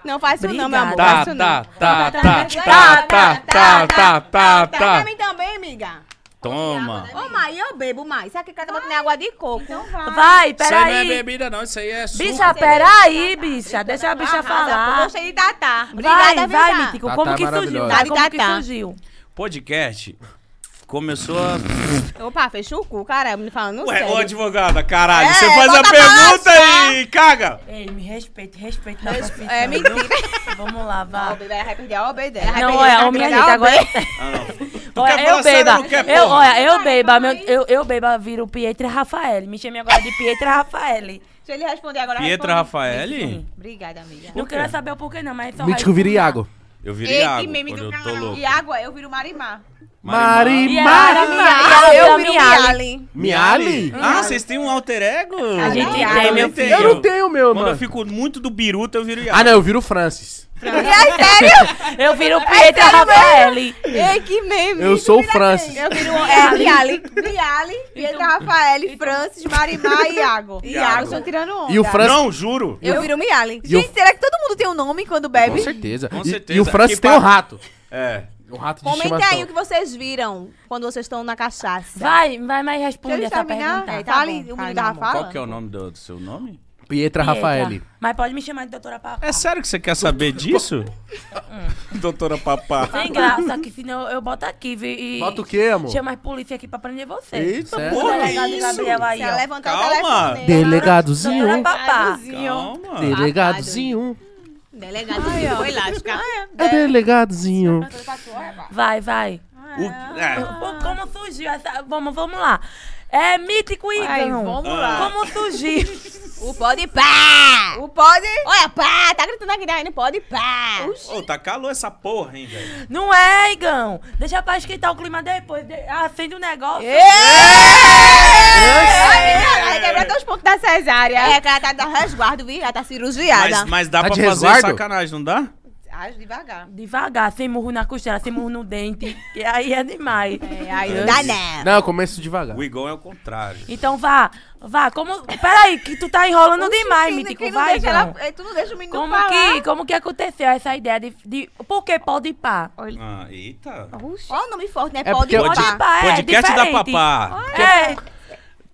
Speaker 4: Não faz isso não, meu amor.
Speaker 3: Obrigada.
Speaker 2: Tá,
Speaker 4: faz isso não.
Speaker 2: tá, tá, tá, tá, tá, tá, tá, tá,
Speaker 4: Pra
Speaker 2: tá.
Speaker 4: mim também, amiga.
Speaker 2: Toma.
Speaker 4: Ô, mãe, eu bebo mais. Sabe que cada bota nem água de coco? Então vai.
Speaker 3: Vai,
Speaker 2: Isso aí não é
Speaker 3: peraí.
Speaker 2: bebida, não. Isso aí é suco.
Speaker 3: Bicha, peraí, bicha. Deixa a bicha
Speaker 4: Eu
Speaker 3: falar.
Speaker 4: gostei de datar.
Speaker 3: Vai, vai,
Speaker 4: Obrigada, Vitá.
Speaker 3: Mítico.
Speaker 1: Tatá
Speaker 3: Como
Speaker 1: é
Speaker 3: que surgiu?
Speaker 1: maravilhosa.
Speaker 3: Tá, como
Speaker 4: Tatá.
Speaker 3: que surgiu?
Speaker 2: Podcast começou a...
Speaker 4: Opa, fechou o cu, caramba. Me falando
Speaker 2: Ué,
Speaker 4: sério.
Speaker 2: ô advogada, caralho.
Speaker 4: É,
Speaker 2: Você faz a
Speaker 4: bota
Speaker 2: pergunta
Speaker 4: pra
Speaker 2: e caga.
Speaker 3: Ei, me respeite, respeite na profissão.
Speaker 4: É mentira.
Speaker 3: Vamos lá,
Speaker 6: Vai
Speaker 3: vai.
Speaker 6: perder a obedece.
Speaker 4: é,
Speaker 3: Não, olha, ô, minha
Speaker 4: tá
Speaker 3: gente, agora...
Speaker 2: Ah, não. Tu
Speaker 3: Olha,
Speaker 2: quer
Speaker 3: eu
Speaker 2: falar sério,
Speaker 3: beba.
Speaker 2: não quer,
Speaker 3: Eu, é-
Speaker 2: porra?
Speaker 3: olha, eu beba. meu- eu, eu beba, viro Pietra Rafael. Me chame agora de Pietra Rafael.
Speaker 6: Se ele responder agora, responde.
Speaker 2: Pietra Rafael?
Speaker 6: Obrigada, amiga.
Speaker 3: Não quero saber o porquê, não, mas é só.
Speaker 1: Mítico vira Iago.
Speaker 2: Eu
Speaker 6: Ei,
Speaker 2: virei
Speaker 6: que
Speaker 2: água
Speaker 6: meme do
Speaker 2: quando eu tô
Speaker 6: caralho.
Speaker 2: louco.
Speaker 6: E água, eu viro Marimar.
Speaker 1: Mari,
Speaker 3: E ela
Speaker 1: Mari.
Speaker 3: vira Mia- e ela vira
Speaker 4: Eu viro
Speaker 3: Miali.
Speaker 4: Miali.
Speaker 1: Miali?
Speaker 2: Ah, vocês têm um alter ego?
Speaker 3: A gente tem,
Speaker 2: Eu
Speaker 3: meu
Speaker 2: não
Speaker 3: filho.
Speaker 1: Eu não tenho o meu,
Speaker 2: Quando eu
Speaker 1: mano.
Speaker 2: fico muito do biruta, eu viro Iago.
Speaker 1: Ah, não, eu viro Francis.
Speaker 3: É Eu viro Pietra Rafael.
Speaker 4: Ei, que meme.
Speaker 1: Eu sou o Francis.
Speaker 4: Eu viro é, Miali. Miali, Pietra Rafael, Francis, Marimar e Iago. um.
Speaker 2: Iago.
Speaker 4: Então- Iago.
Speaker 6: Tô tirando onda.
Speaker 1: E o Francis.
Speaker 2: Não, juro.
Speaker 4: Eu viro Miali.
Speaker 1: E o-
Speaker 4: Gente, será que todo mundo tem um nome quando bebe?
Speaker 1: Com certeza.
Speaker 2: Com
Speaker 1: E- E,
Speaker 2: certeza.
Speaker 1: o Francis
Speaker 2: Que
Speaker 1: tem
Speaker 2: pa-
Speaker 1: um rato.
Speaker 2: É.
Speaker 1: Um rato de
Speaker 4: Comentem
Speaker 1: estimação.
Speaker 4: aí o que vocês viram quando vocês estão na cachaça.
Speaker 3: Vai, vai mais
Speaker 4: Deixa
Speaker 3: responder
Speaker 4: eles
Speaker 3: essa
Speaker 4: terminar.
Speaker 3: pergunta.
Speaker 4: É,
Speaker 3: Tá
Speaker 4: fale,
Speaker 3: bom.
Speaker 4: o menino
Speaker 3: Fale,
Speaker 4: tava
Speaker 3: amor.
Speaker 4: falando.
Speaker 2: Qual que é o nome do, do seu nome?
Speaker 1: Pietra Rafael.
Speaker 3: Pietra. Mas pode me chamar de doutora Papá.
Speaker 2: É sério que você quer saber disso? Doutora Papá.
Speaker 3: Sem graça, que senão eu, eu boto aqui, viu? E...
Speaker 1: Bota o quê, amor?
Speaker 3: Chama as polícia aqui pra prender você.
Speaker 1: Eita,
Speaker 3: Doutora
Speaker 1: porra, que
Speaker 3: Delegado
Speaker 2: isso?
Speaker 3: Gabriel aí,
Speaker 4: Se ela é
Speaker 3: ó.
Speaker 4: levantar
Speaker 2: Calma.
Speaker 4: o telefone.
Speaker 3: Doutora
Speaker 1: Delegadozinho.
Speaker 3: Papá.
Speaker 2: Calma.
Speaker 1: Delegadozinho.
Speaker 4: Delegado, foi lá, acho que-
Speaker 1: É delegadozinho.
Speaker 3: Vai, vai.
Speaker 2: O- é.
Speaker 3: Pô, Como surgiu essa... Vamos, vamos lá. É mítico e
Speaker 6: Ai,
Speaker 3: Igão.
Speaker 6: vamos
Speaker 2: lá.
Speaker 3: Como surgiu?
Speaker 4: O pode pá!
Speaker 6: O pode...
Speaker 4: Olha, pá! Tá gritando aqui daí, não pode pá!
Speaker 2: Ô, tá calor essa porra, hein, velho?
Speaker 3: Não é, Igão. Deixa pra esquentar o clima depois. De- Acende o negócio.
Speaker 4: Vai quebrar dois pontos da cesárea. É, cara tá dando resguardo, viu? Ela tá
Speaker 2: Mas,
Speaker 4: cirurgiada.
Speaker 2: mas dá
Speaker 1: Tá
Speaker 2: pra
Speaker 1: de
Speaker 2: fazer
Speaker 1: resguardo?
Speaker 2: sacanagem, não dá?
Speaker 6: Age devagar.
Speaker 3: Devagar, sem murro na costela, sem murro no dente. Que aí é demais.
Speaker 4: É, aí não dá, né?
Speaker 1: Não, eu começo devagar.
Speaker 2: O Igão é o contrário.
Speaker 3: Então vá, vá, como. Peraí, que tu tá enrolando demais, Mítico. Vai, Igão.
Speaker 4: é,
Speaker 6: Tu não deixa o menino
Speaker 3: Como
Speaker 6: falar.
Speaker 3: que, como que aconteceu essa ideia de, de por que pode pá?
Speaker 2: Ah, eita.
Speaker 4: Olha o nome forte, né?
Speaker 1: É porque
Speaker 4: Pode
Speaker 1: eu-
Speaker 4: pá.
Speaker 3: Pode pá, é
Speaker 2: Podcast da
Speaker 3: diferente.
Speaker 2: papá.
Speaker 3: É,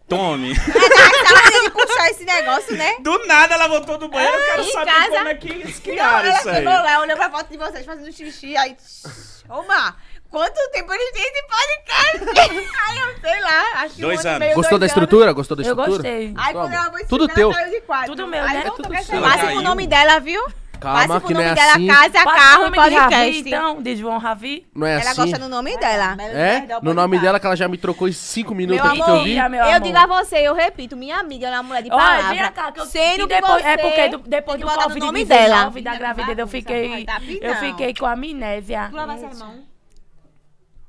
Speaker 2: Tome.
Speaker 4: Tá de puxar esse negócio, né?
Speaker 2: Do nada ela voltou do banheiro, eu quero
Speaker 4: em
Speaker 2: saber
Speaker 4: casa-
Speaker 2: como é que eles criaram isso aí.
Speaker 6: Chegou lá, olhou pra foto de vocês fazendo xixi, aí... tsh, Ô, Mar, quanto tempo eles têm esse podcast? aí eu sei lá, acho que
Speaker 2: Dois
Speaker 6: um ano e
Speaker 2: anos.
Speaker 6: meio,
Speaker 1: Gostou da
Speaker 6: dois anos.
Speaker 1: estrutura? Gostou da
Speaker 3: eu
Speaker 1: estrutura?
Speaker 3: gostei.
Speaker 6: Aí quando
Speaker 1: Toma.
Speaker 6: ela foi
Speaker 1: Tudo
Speaker 6: sentar,
Speaker 1: teu.
Speaker 6: ela saiu de quadro.
Speaker 3: Tudo meu,
Speaker 6: Aí
Speaker 3: né?
Speaker 6: voltou
Speaker 1: É tudo
Speaker 6: pra
Speaker 1: seu.
Speaker 6: chamar.
Speaker 4: Passa
Speaker 2: caiu.
Speaker 4: o nome dela, viu?
Speaker 1: Calma,
Speaker 4: Passa
Speaker 1: que
Speaker 4: o
Speaker 1: não
Speaker 4: nome
Speaker 1: é
Speaker 4: dela,
Speaker 1: assim.
Speaker 4: casa,
Speaker 3: Passa o
Speaker 4: carro
Speaker 3: nome
Speaker 4: e
Speaker 3: de Ravi,
Speaker 4: podcast.
Speaker 3: então, de João Ravi.
Speaker 1: Não é
Speaker 4: Ela
Speaker 1: assim.
Speaker 4: gosta do nome dela.
Speaker 1: É? No nome dela que ela já me trocou em cinco minutos
Speaker 4: Meu
Speaker 1: aqui que eu vi.
Speaker 3: Mentira, meu
Speaker 4: eu
Speaker 3: amor.
Speaker 4: digo a você, eu repito, minha amiga, ela é uma mulher de palavra.
Speaker 3: Olha, vem cá, que eu
Speaker 4: Sendo
Speaker 3: e
Speaker 4: que
Speaker 3: depois,
Speaker 4: você
Speaker 3: É porque do- depois
Speaker 4: tem
Speaker 3: do
Speaker 4: que botar no nome dela.
Speaker 3: Covid-19 da gravidez, eu fiquei,
Speaker 6: tá pinão.
Speaker 3: eu fiquei com amnésia.
Speaker 6: Tu lava essa mão.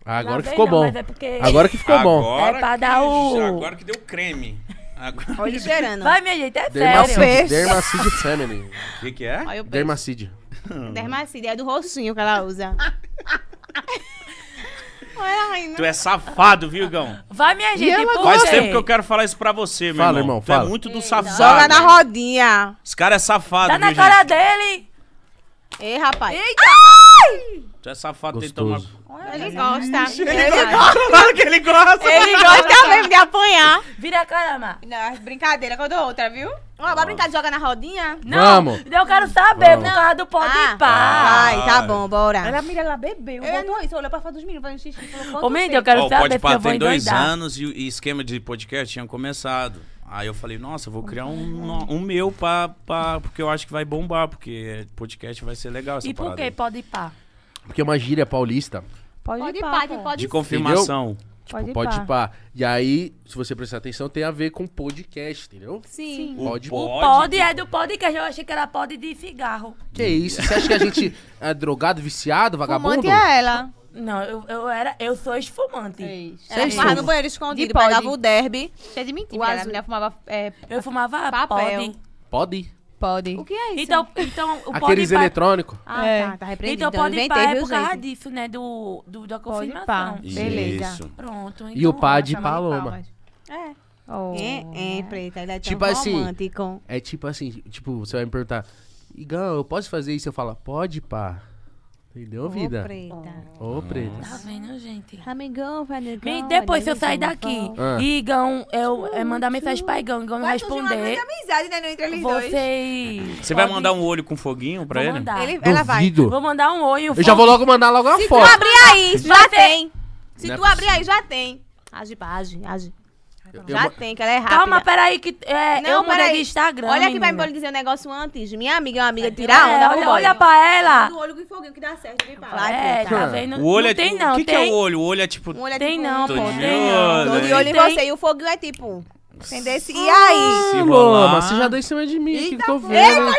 Speaker 1: Agora
Speaker 3: Lavei
Speaker 1: ficou
Speaker 3: não,
Speaker 1: bom.
Speaker 3: mas é porque-
Speaker 1: Agora que ficou bom.
Speaker 2: Agora
Speaker 3: É pra
Speaker 2: que-
Speaker 3: dar o-
Speaker 2: Agora que deu creme. Agora...
Speaker 4: Olha, cheirando.
Speaker 3: Vai, minha gente, é sério.
Speaker 1: Dermacid. Dermacid Family.
Speaker 2: O que que é?
Speaker 4: Olha o peixe.
Speaker 1: Dermacid.
Speaker 4: Dermacida, é do rostinho que ela usa.
Speaker 3: Ah,
Speaker 4: Olha, Raina.
Speaker 2: Tu é safado, viu, Igão?
Speaker 3: Vai, minha gente,
Speaker 1: ela
Speaker 3: por
Speaker 2: Faz
Speaker 3: quê?
Speaker 2: tempo que eu quero falar isso pra você, meu
Speaker 1: Fala,
Speaker 2: irmão.
Speaker 1: irmão,
Speaker 2: tu é
Speaker 1: fala.
Speaker 2: muito do
Speaker 4: Joga
Speaker 2: safado.
Speaker 3: né?
Speaker 4: na rodinha.
Speaker 2: Esse cara é safado,
Speaker 3: Tá na
Speaker 2: viu,
Speaker 3: cara
Speaker 2: gente?
Speaker 3: dele.
Speaker 4: Ei, rapaz.
Speaker 3: Eita!
Speaker 2: Tu é safado tem que tomar.
Speaker 1: Gostoso.
Speaker 4: Ele gosta.
Speaker 2: Ele gosta, claro que ele gosta.
Speaker 4: Ele gosta mesmo de apanhar.
Speaker 3: Vira a caramba.
Speaker 6: Não, brincadeira, quando outra, viu?
Speaker 5: Ó, vai brincar de jogar na rodinha?
Speaker 1: Vamos.
Speaker 3: Eu quero saber
Speaker 1: Vamos.
Speaker 3: por causa do pode
Speaker 4: Ah.
Speaker 3: ir pá.
Speaker 4: Ai, tá
Speaker 2: Ah,
Speaker 4: bom, bora.
Speaker 5: Ela mira, ela bebeu.
Speaker 6: Eu
Speaker 5: botou
Speaker 6: não-
Speaker 5: isso, olhou pra foto dos meninos, fazendo xixi. falou,
Speaker 3: Ô,
Speaker 5: quanto
Speaker 3: Mandy,
Speaker 5: tempo?
Speaker 3: eu quero
Speaker 2: Ó, o
Speaker 3: saber
Speaker 2: Pode
Speaker 3: porque eu
Speaker 2: Pá
Speaker 3: vou
Speaker 2: tem dois
Speaker 3: endoidar.
Speaker 2: anos e, e esquema de podcast tinha começado. Aí eu falei, nossa, eu vou criar um, no- um meu pra, pra, porque eu acho que vai bombar, porque podcast vai ser legal essa
Speaker 3: E por
Speaker 2: parada
Speaker 3: que
Speaker 2: aí.
Speaker 3: pode ir pá?
Speaker 1: Porque é uma gíria paulista.
Speaker 5: Pode
Speaker 4: Pode
Speaker 5: ir,
Speaker 4: ir,
Speaker 5: pá,
Speaker 4: Paty,
Speaker 5: pô.
Speaker 4: pode
Speaker 2: De
Speaker 4: ir.
Speaker 2: confirmação.
Speaker 1: Tipo,
Speaker 5: ir,
Speaker 1: pode
Speaker 5: pá.
Speaker 1: ir pá. E aí, se você prestar atenção, tem a ver com podcast, entendeu?
Speaker 4: Sim.
Speaker 1: Pode-
Speaker 3: Pode é do podcast, eu achei que era pode de cigarro.
Speaker 1: Que isso? Você acha que a gente é drogado, viciado, vagabundo?
Speaker 6: Fumante é ela.
Speaker 3: Não, eu, eu era, eu sou esfumante.
Speaker 4: Ela
Speaker 1: Sim.
Speaker 4: fumava no banheiro escondido,
Speaker 6: De pode.
Speaker 4: pegava o derby.
Speaker 6: Isso é de mentira.
Speaker 4: O
Speaker 6: né?
Speaker 4: azul.
Speaker 6: A mulher fumava. É,
Speaker 3: Eu fumava
Speaker 6: Papel.
Speaker 3: pode.
Speaker 1: Pode ir.
Speaker 6: pode.
Speaker 4: O que é isso?
Speaker 3: Então, então o pode
Speaker 1: Aqueles
Speaker 3: ir pá...
Speaker 1: eletrônicos.
Speaker 6: Ah,
Speaker 5: É.
Speaker 6: tá, tá repreendido.
Speaker 3: Então pode ir
Speaker 6: inventei,
Speaker 3: pá é
Speaker 6: viu,
Speaker 3: por causa
Speaker 6: gente?
Speaker 3: disso, né, do, do, da
Speaker 5: Pode ir pá.
Speaker 3: confirmação.
Speaker 5: Beleza.
Speaker 2: Isso.
Speaker 3: Pronto,
Speaker 1: E o
Speaker 3: então,
Speaker 1: pá de
Speaker 5: Chama de
Speaker 1: paloma.
Speaker 5: palmas.
Speaker 6: É.
Speaker 5: Oh.
Speaker 4: É, é, preta, ele é tão
Speaker 1: Tipo assim.
Speaker 4: romântico.
Speaker 1: É tipo assim, tipo, você vai me perguntar, Igão, eu posso fazer isso? Eu falo, pode pá. Entendeu,
Speaker 4: Ô,
Speaker 1: vida?
Speaker 4: preta.
Speaker 1: Ô, preto.
Speaker 3: Tá vendo, gente?
Speaker 4: Amigão, vai negar.
Speaker 3: E depois, se eu sair daqui,
Speaker 1: Ah.
Speaker 3: e Igão, eu, eu mandar mensagem pra Igão, Igão não
Speaker 6: Vai surgir uma
Speaker 3: responder,
Speaker 6: grande amizade, né, entre eles dois.
Speaker 3: vocês...
Speaker 2: Você vai
Speaker 3: podem-
Speaker 2: mandar um olho com foguinho pra ele?
Speaker 3: Vou
Speaker 4: Ah.
Speaker 3: mandar.
Speaker 6: Ele- ela vai.
Speaker 1: Duvido.
Speaker 3: Vou mandar um oi.
Speaker 1: Eu já vou logo mandar logo a foto.
Speaker 6: Abrir aí, já tem. Se
Speaker 1: Não é
Speaker 6: tu abrir aí, já tem.
Speaker 4: Age, pá, age, age.
Speaker 1: Eu
Speaker 6: já
Speaker 1: ma-
Speaker 6: tem, que ela é rápida.
Speaker 3: Calma, peraí, que é, eu mudei de Instagram.
Speaker 4: Olha aqui
Speaker 3: menina.
Speaker 4: pra mim pra eu lhe dizer um negócio antes. Minha amiga é uma amiga de
Speaker 3: É,
Speaker 4: tirar onda com o
Speaker 3: olha,
Speaker 4: boy.
Speaker 3: olha pra ela.
Speaker 6: Do olho com foguinho que dá certo, viu, Paula?
Speaker 4: Vai,
Speaker 3: É,
Speaker 4: puta.
Speaker 3: tá vendo?
Speaker 2: O olho
Speaker 3: não
Speaker 2: é
Speaker 3: tem
Speaker 2: tipo.
Speaker 3: não,
Speaker 2: o que, que
Speaker 3: tem,
Speaker 2: é o olho? O olho é tipo.
Speaker 6: Um olho é
Speaker 3: Tem
Speaker 6: tipo
Speaker 3: não,
Speaker 6: isso.
Speaker 3: pô,
Speaker 2: Tô de
Speaker 3: tem
Speaker 2: olho.
Speaker 3: não.
Speaker 6: Tô de olho em
Speaker 3: Tem.
Speaker 6: você e o foguinho é tipo. Entendeu? Esse- E aí?
Speaker 2: Se
Speaker 1: Ô,
Speaker 2: rolar-
Speaker 1: Loma, você já deu em cima de mim, que, que eu vendo?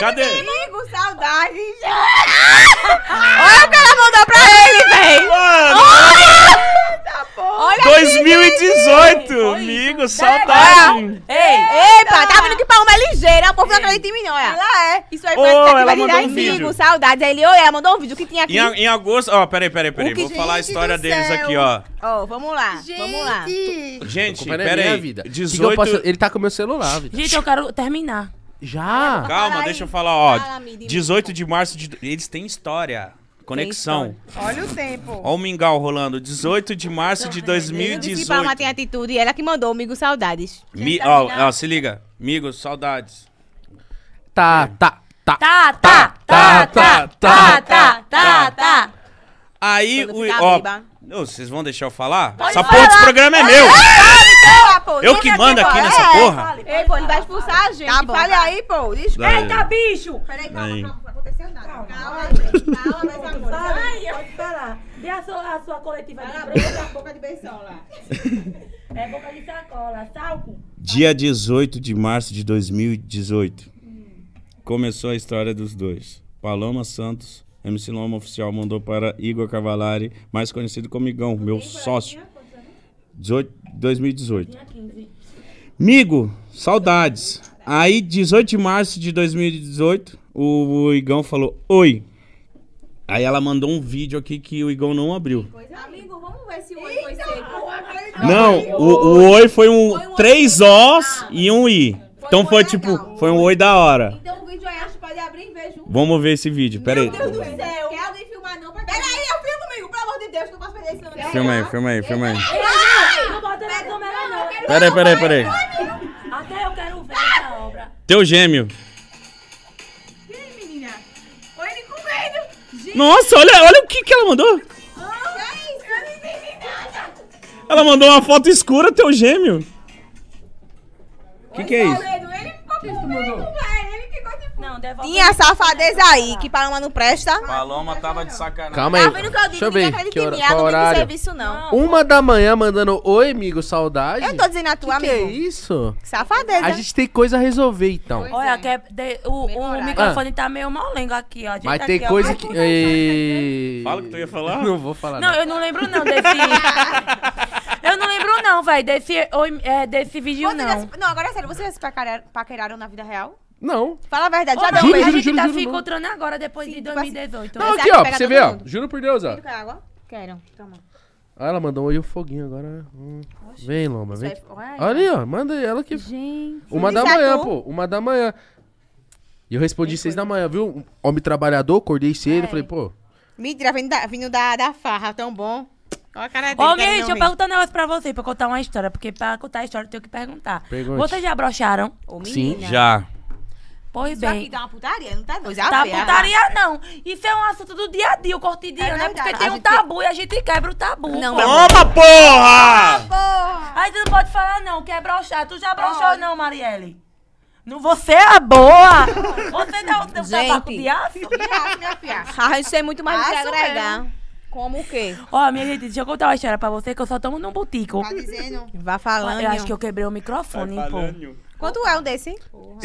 Speaker 2: Cadê?
Speaker 6: Amigo, saudade. já.
Speaker 4: Olha o que ela mandou pra ele, véi.
Speaker 2: Mano,
Speaker 4: Olha
Speaker 2: 2018!
Speaker 3: Foi
Speaker 2: Amigo, tá assim.
Speaker 3: isso.
Speaker 2: saudade!
Speaker 3: Ei,
Speaker 4: Epa, tá vendo que Paloma é ligeira, o povo não acredita em mim, não, é?
Speaker 6: Ela é.
Speaker 4: Isso aí
Speaker 2: Ô,
Speaker 4: foi oh,
Speaker 2: ela
Speaker 4: que vai
Speaker 2: mandou
Speaker 4: tirar
Speaker 2: um
Speaker 4: em
Speaker 2: vídeo.
Speaker 4: mim, saudades. Aí ele, oi, ela mandou um vídeo que tinha aqui.
Speaker 2: Em, a- em agosto. Ó, peraí, peraí, peraí.
Speaker 6: O que-
Speaker 2: Vou falar a
Speaker 6: Gente
Speaker 2: história
Speaker 6: do
Speaker 2: deles
Speaker 6: céu.
Speaker 2: aqui, ó.
Speaker 4: Ó, vamos lá, vamos lá.
Speaker 2: Gente,
Speaker 1: Culpa não é minha
Speaker 2: peraí.
Speaker 1: vida. Que que eu
Speaker 2: 18.
Speaker 1: posso- Ele tá com meu celular, vida.
Speaker 3: gente, eu quero terminar.
Speaker 1: Já?
Speaker 2: Calma,
Speaker 6: Fala
Speaker 2: deixa
Speaker 6: aí.
Speaker 2: eu falar, ó.
Speaker 4: Fala, Midi,
Speaker 2: 18 de março de. Eles têm história. Conexão.
Speaker 6: Olha o tempo.
Speaker 2: Ó o mingau rolando. 18 de março de
Speaker 4: Eu disse que Paloma tem
Speaker 2: 2018.
Speaker 4: atitude, ela que mandou, amigo, saudades.
Speaker 2: Mi... Ó, ó, se liga. Amigo, saudades.
Speaker 1: Tá, tá, tá.
Speaker 3: Tá, tá, tá, tá, tá, tá, tá, tá.
Speaker 2: Aí,
Speaker 4: Quando
Speaker 2: o,
Speaker 4: ficar
Speaker 2: ó.
Speaker 4: bêbado.
Speaker 2: Ô, vocês vão deixar eu falar? Essa porra desse programa é meu!
Speaker 6: Ah, pô,
Speaker 2: Eu
Speaker 6: liga
Speaker 2: que mando aqui
Speaker 6: pô.
Speaker 2: nessa
Speaker 6: É,
Speaker 2: porra!
Speaker 6: Ei, pô, ele vai expulsar a gente.
Speaker 4: Tá bom,
Speaker 6: Fale
Speaker 4: vai.
Speaker 6: aí, pô. Diz-
Speaker 3: tá.
Speaker 2: Eita,
Speaker 3: Bicho,
Speaker 6: Peraí,
Speaker 2: Aí.
Speaker 6: calma, calma, não aconteceu nada. Calma, gente. Calma, meus amores.
Speaker 3: pode falar. Dê a sua, a sua coletiva de
Speaker 6: Cala a
Speaker 3: imprensa.
Speaker 6: boca, boca de beição lá.
Speaker 3: É boca de sacola, salco.
Speaker 2: Dia 18 de março de 2018. Começou a história dos dois. Paloma Santos, MC Loma Oficial, mandou para Igor Cavalari, mais conhecido como Igão, meu sócio. 18 2018.
Speaker 3: Tinha 15.
Speaker 2: Migo, saudades. Aí, 18 de março de 2018, o, o Igão falou: Oi. Aí ela mandou um vídeo aqui que o Igão não abriu.
Speaker 6: Amigo, vamos ver se o olho foi seco.
Speaker 2: Não, o, o oi foi um três
Speaker 6: Ah,
Speaker 2: Os e um I. Então foi tipo, foi um oi da hora.
Speaker 6: Então o vídeo aí, acho que pode abrir e ver junto.
Speaker 2: Vamos ver esse vídeo, peraí.
Speaker 6: Meu Deus do céu. Quer alguém filmar não? Pra... Peraí, eu filmo, amigo. Pelo amor de Deus, que eu posso perder esse nome.
Speaker 2: Filma aí, filma aí, filma aí.
Speaker 3: Não bota na câmera, não. Eu quero-
Speaker 2: Peraí, peraí, peraí.
Speaker 3: Até eu quero ver Ah! essa obra.
Speaker 2: Teu gêmeo.
Speaker 6: Ei, menina. Olha ele com medo.
Speaker 2: Nossa, olha, olha o que, que ela mandou.
Speaker 6: Ah, que isso? Eu não entendi nada.
Speaker 2: Ela mandou uma foto escura, teu gêmeo. O que, que é isso?
Speaker 6: Medo, Ele ficou com medo, velho. Ele ficou de
Speaker 3: Não, devolve.
Speaker 4: Tinha safadeza aí, que Paloma não presta.
Speaker 6: Tá
Speaker 2: Paloma tava de sacanagem.
Speaker 1: Calma aí.
Speaker 4: Tá vendo o que eu
Speaker 1: Deixa
Speaker 4: digo?
Speaker 1: eu
Speaker 4: Ninguém
Speaker 1: ver
Speaker 4: acredita
Speaker 1: que
Speaker 4: em
Speaker 1: hora,
Speaker 4: mim, ela
Speaker 1: qual
Speaker 4: não tem
Speaker 1: horário.
Speaker 4: serviço, não.
Speaker 1: Uma da manhã mandando oi, amigo, saudade.
Speaker 4: Eu tô dizendo a tua,
Speaker 1: que é
Speaker 4: amigo. tá-
Speaker 1: isso?
Speaker 4: Safadeza.
Speaker 1: A gente tem coisa a resolver, então.
Speaker 3: Olha, que é de- o, o
Speaker 6: horário.
Speaker 3: microfone tá meio molengo aqui, ó. A gente
Speaker 1: Ah. Mas
Speaker 3: tá
Speaker 1: tem
Speaker 3: aqui, ó.
Speaker 1: coisa que. Ei.
Speaker 2: Fala o que tu ia falar.
Speaker 1: Não vou falar.
Speaker 3: Não,
Speaker 1: Não,
Speaker 3: eu não lembro não desse... eu não lembro não, velho, desse, oi- é, desse vídeo
Speaker 6: Vocês já
Speaker 3: não.
Speaker 6: se- não, agora é sério, vocês já se paqueraram, paqueraram na vida real?
Speaker 1: não.
Speaker 6: Fala a verdade, já
Speaker 3: Ou
Speaker 6: deu
Speaker 3: não,
Speaker 1: Juro,
Speaker 3: a
Speaker 1: juro,
Speaker 3: gente
Speaker 1: juro,
Speaker 3: tá
Speaker 1: juro,
Speaker 3: se
Speaker 1: não.
Speaker 3: encontrando agora, depois de
Speaker 6: Sim, tipo assim.
Speaker 3: 2018.
Speaker 1: Não,
Speaker 6: Mas
Speaker 1: aqui,
Speaker 6: acha
Speaker 1: ó,
Speaker 6: que pega
Speaker 1: pra você
Speaker 6: todo
Speaker 1: ver, ó.
Speaker 6: mundo?
Speaker 1: Juro por Deus, ó.
Speaker 6: Quer água?
Speaker 4: Quero.
Speaker 6: Toma.
Speaker 1: Ah, ela mandou oi o foguinho agora. Hum. Vem, Loma, vem.
Speaker 6: Vai-
Speaker 1: Olha aí, ó. Manda aí, ela que.
Speaker 5: Gente.
Speaker 1: Uma da
Speaker 4: Lisa,
Speaker 1: manhã,
Speaker 4: tu?
Speaker 1: pô. Uma da manhã. E eu respondi seis da manhã, viu? Um Homem trabalhador, acordei cedo. Falei, pô,
Speaker 6: Mentira, vindo da, vindo da, da farra, tão bom. Olha a cara dele.
Speaker 3: Ô,
Speaker 6: querendo
Speaker 3: gente, eu
Speaker 6: rir.
Speaker 3: pergunto um negócio pra vocês, pra contar uma história, porque pra contar a história eu tenho que perguntar.
Speaker 1: Pergunte.
Speaker 3: Vocês já broxaram?
Speaker 6: Ô,
Speaker 1: Sim.
Speaker 6: menina.
Speaker 2: Já.
Speaker 3: Pois
Speaker 6: Isso aqui
Speaker 3: bem.
Speaker 6: dá uma putaria, não tá doido?
Speaker 3: Tá putaria não. Isso é um assunto do dia a dia, o cotidiano,
Speaker 6: É
Speaker 3: né? Porque
Speaker 6: verdade.
Speaker 3: tem
Speaker 6: A
Speaker 3: um
Speaker 6: gente-
Speaker 3: tabu e a gente quebra o tabu.
Speaker 6: Não,
Speaker 3: pô.
Speaker 2: Toma, porra!
Speaker 3: Aí tu não pode falar não, que é broxar. Tu já broxou não, Marielle? Não, você é a boa! Você dá o teu
Speaker 4: Gente.
Speaker 3: tabaco de aço?
Speaker 6: minha filha.
Speaker 4: Ah, isso é muito mais do que
Speaker 6: Aço
Speaker 4: agregar. Como o quê?
Speaker 3: Ó, minha gente, deixa eu contar uma história pra você que eu só tomo num botico.
Speaker 6: Tá dizendo.
Speaker 4: Vá
Speaker 3: Eu acho
Speaker 6: é.
Speaker 3: que eu quebrei o microfone, pô.
Speaker 6: Quanto é um desse?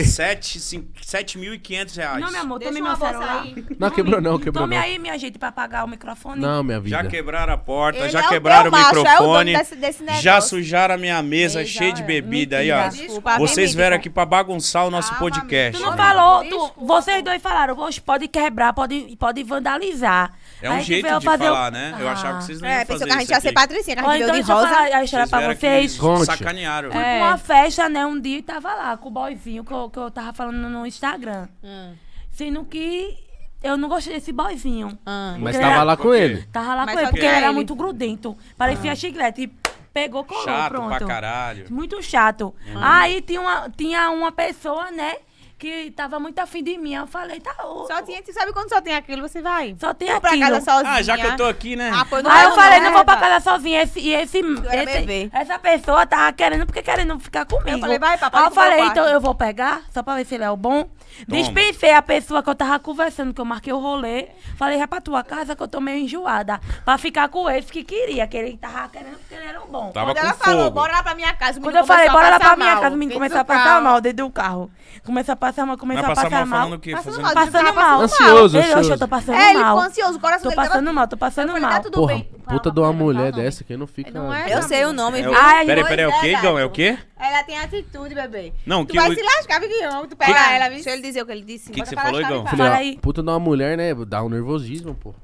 Speaker 2: Sete, cin- 7.500 reais.
Speaker 3: Não, meu amor,
Speaker 5: Deixa
Speaker 3: tome
Speaker 5: uma
Speaker 3: meu
Speaker 5: bolsa
Speaker 3: celular.
Speaker 5: aí.
Speaker 1: Não, quebrou não, quebrou
Speaker 3: Tome
Speaker 1: não.
Speaker 3: aí, minha gente, pra apagar o microfone.
Speaker 1: Não, minha vida.
Speaker 2: Já quebraram a porta,
Speaker 6: Ele
Speaker 2: já
Speaker 6: é o
Speaker 2: quebraram o,
Speaker 6: teu macho, é o dono
Speaker 2: microfone,
Speaker 6: desse- desse
Speaker 2: já
Speaker 6: negócio.
Speaker 2: sujaram a minha mesa
Speaker 4: Beijo,
Speaker 2: cheia de
Speaker 4: é.
Speaker 2: bebida aí, ó.
Speaker 3: Mentira.
Speaker 4: Desculpa,
Speaker 2: Vocês
Speaker 4: bem,
Speaker 2: vieram
Speaker 4: Mica.
Speaker 2: aqui pra bagunçar o nosso
Speaker 6: Ah,
Speaker 2: podcast.
Speaker 3: Tu não
Speaker 2: né?
Speaker 3: falou, tu-
Speaker 6: Desculpa.
Speaker 3: vocês dois falaram, oxe, pode quebrar, pode, pode vandalizar.
Speaker 2: É um
Speaker 3: Aí que
Speaker 2: jeito
Speaker 3: veio
Speaker 2: de
Speaker 3: fazer o-
Speaker 2: falar, né? Eu achava que vocês não iam
Speaker 6: É,
Speaker 2: fazer
Speaker 6: pensou que a gente
Speaker 2: isso
Speaker 6: ia ser
Speaker 2: aqui.
Speaker 6: patricinha, que a
Speaker 3: Ó,
Speaker 6: gente
Speaker 3: então
Speaker 6: veio de
Speaker 3: deixa eu
Speaker 6: rosa. É.
Speaker 3: falar a história pra
Speaker 2: vieram aqui
Speaker 3: vocês. É,
Speaker 2: e
Speaker 1: Conte.
Speaker 2: Sacanearam.
Speaker 3: Fui pra uma festa, né, um dia e tava lá com o boyzinho que eu, que eu tava falando no Instagram.
Speaker 6: Hum.
Speaker 3: Sendo que eu não gostei desse boyzinho.
Speaker 1: Mas
Speaker 3: Porque
Speaker 1: tava
Speaker 3: era-
Speaker 1: lá com ele.
Speaker 3: Tava lá
Speaker 6: Ah. Mas
Speaker 3: com ele,
Speaker 6: só
Speaker 3: porque
Speaker 6: que
Speaker 3: ele
Speaker 6: é
Speaker 3: era
Speaker 6: ele.
Speaker 3: muito grudento. Parecia chiclete. E Pegou, colou,
Speaker 2: Ah. Chato
Speaker 3: pronto.
Speaker 2: pra caralho.
Speaker 3: Muito chato. Aí tinha uma, tinha uma pessoa, né, que tava muito afim de mim. Eu falei, tá louco.
Speaker 6: Só tinha, tu sabe quando só tem aquilo, você vai.
Speaker 3: Só tem
Speaker 6: Vou pra
Speaker 3: aquilo.
Speaker 6: casa sozinha.
Speaker 2: Ah, já que eu tô aqui, né?
Speaker 6: Ah, pô, não
Speaker 3: Aí
Speaker 6: vai,
Speaker 3: eu falei, não, vou
Speaker 6: leva.
Speaker 3: pra casa sozinha. Esse, e esse,
Speaker 6: era
Speaker 3: esse-
Speaker 6: bebê.
Speaker 3: essa pessoa tava querendo, porque querendo ficar comigo.
Speaker 6: Eu falei, vai, papai,
Speaker 3: Aí eu
Speaker 6: vou pro meu
Speaker 3: falei,
Speaker 6: quarto.
Speaker 3: então eu vou pegar, só pra ver se ele é o bom. Dispensei a pessoa que eu tava conversando, que eu marquei o rolê. Falei, vai pra tua casa que eu tô meio enjoada. Pra ficar com esse que queria, que ele tava querendo, porque ele era o bom.
Speaker 2: Tava
Speaker 6: Quando
Speaker 2: com
Speaker 6: ela falou,
Speaker 2: fogo.
Speaker 6: bora lá pra minha casa. o
Speaker 3: Quando
Speaker 6: menino
Speaker 3: eu falei,
Speaker 6: começou a
Speaker 3: bora lá pra
Speaker 6: passar
Speaker 3: minha
Speaker 6: mal. Tá
Speaker 3: casa, o menino
Speaker 6: Dentro
Speaker 3: começou
Speaker 6: do
Speaker 3: a passar
Speaker 6: carro.
Speaker 3: mal dentro do carro. Começou a passar
Speaker 2: Vai
Speaker 3: mal, começou a
Speaker 2: passar
Speaker 3: passar
Speaker 2: mal
Speaker 3: mal.
Speaker 2: falando o quê?
Speaker 6: Passando
Speaker 2: Fazendo...
Speaker 6: mal,
Speaker 3: Tá Passando
Speaker 6: Ele
Speaker 3: mal.
Speaker 1: Ansioso,
Speaker 3: Ele, oxe, eu
Speaker 1: ansioso.
Speaker 3: tô passando
Speaker 6: É, ele ficou
Speaker 3: mal.
Speaker 6: ansioso, o coração
Speaker 3: Tô
Speaker 6: dele tava-
Speaker 3: passando mal, tô passando
Speaker 6: Eu falei,
Speaker 3: mal.
Speaker 6: tá tudo
Speaker 1: Porra,
Speaker 6: bem.
Speaker 1: puta de uma mulher dessa que não fica.
Speaker 6: Não é?
Speaker 4: Eu sei o nome,
Speaker 2: É
Speaker 4: viu?
Speaker 2: o...
Speaker 3: Ai,
Speaker 2: Peraí,
Speaker 3: pois
Speaker 2: peraí, é o quê, Igão? É o quê?
Speaker 6: Ela tem atitude, bebê.
Speaker 2: Não,
Speaker 6: tu
Speaker 2: que
Speaker 6: vai
Speaker 2: o-
Speaker 6: se lascar, Vigão. Tu pega
Speaker 4: Vai,
Speaker 6: ela, viu?
Speaker 4: Deixa ele dizer o que ele disse.
Speaker 2: O que, que
Speaker 6: Bota
Speaker 2: você
Speaker 6: pra
Speaker 2: falou,
Speaker 6: lascar,
Speaker 2: Igão?
Speaker 6: vai.
Speaker 1: Filha,
Speaker 3: Fala aí.
Speaker 1: puta de uma mulher, né? Dá um nervosismo, pô.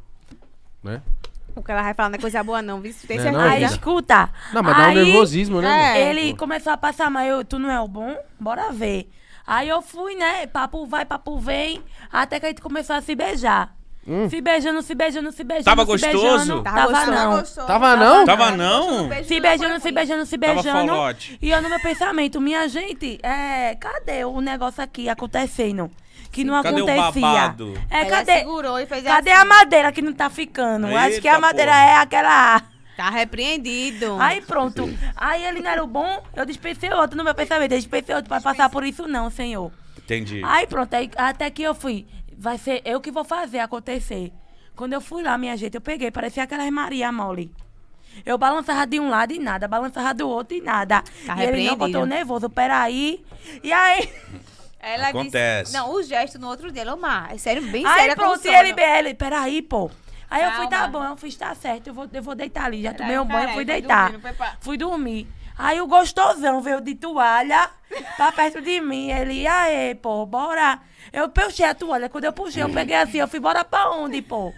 Speaker 1: Né?
Speaker 6: O que ela vai falar não é coisa boa, não, viu? Tu tem
Speaker 1: Não é
Speaker 6: certeza.
Speaker 1: não,
Speaker 3: Aí,
Speaker 1: vida.
Speaker 3: escuta.
Speaker 1: Não, mas dá um
Speaker 3: aí,
Speaker 1: nervosismo, né?
Speaker 6: É.
Speaker 1: mano?
Speaker 3: Ele começou a passar, mas eu, tu não é o bom? Bora ver. Aí eu fui, né? Papo vai, papo vem. Até que a gente começou a se beijar.
Speaker 1: Hum.
Speaker 3: Se beijando, se beijando, se beijando.
Speaker 2: Tava
Speaker 3: se
Speaker 2: gostoso?
Speaker 3: beijando.
Speaker 6: Tava
Speaker 3: Tava,
Speaker 6: gostoso,
Speaker 3: não.
Speaker 6: tava gostoso.
Speaker 1: Tava não?
Speaker 2: Tava Ah, não?
Speaker 3: Se beijando, se beijando, se
Speaker 2: Tava
Speaker 3: beijando.
Speaker 2: falote.
Speaker 3: E eu no meu pensamento, minha gente, é, cadê o negócio aqui acontecendo? Que não
Speaker 2: Cadê o
Speaker 3: acontecia.
Speaker 2: babado?
Speaker 3: É,
Speaker 6: Ela
Speaker 3: cadê?
Speaker 6: segurou e fez
Speaker 3: Cadê
Speaker 6: assim.
Speaker 3: a madeira que não tá ficando? Acho que
Speaker 2: Eita,
Speaker 3: a madeira
Speaker 2: porra.
Speaker 3: é aquela.
Speaker 4: Tá repreendido.
Speaker 3: Aí pronto. Aí ele não era o bom, eu dispensei outro no meu pensamento. Eu dispensei outro pra passar por isso, não, senhor.
Speaker 2: Entendi.
Speaker 3: Aí pronto, aí, até que eu fui. Vai ser eu que vou fazer acontecer. Quando eu fui lá, minha gente, eu peguei, parecia aquelas Maria Mole. Eu balançava de um lado e nada, balançava do outro e nada. e ele não, que eu tô
Speaker 4: repreendido.
Speaker 3: nervoso, peraí. E aí.
Speaker 6: Ela
Speaker 2: Acontece.
Speaker 6: disse... Não, o gesto no outro dia, Lomar. É sério, bem sério.
Speaker 3: Aí
Speaker 6: é como
Speaker 3: pronto, e
Speaker 6: sono.
Speaker 3: ele, ele, peraí, pô. Aí eu fui, tá
Speaker 6: Calma.
Speaker 3: bom, eu fui, tá certo, eu vou, eu vou deitar ali. Já
Speaker 6: Peraí,
Speaker 3: tomei um banho,
Speaker 6: peraí,
Speaker 3: fui
Speaker 6: fui
Speaker 3: deitar.
Speaker 6: dormir, não foi pra-
Speaker 3: Fui dormir. Aí o gostosão veio de toalha pra perto de mim. Ele, aê, pô, bora. Eu puxei a toalha. Quando eu puxei, eu peguei assim, eu fui, bora pra onde, pô?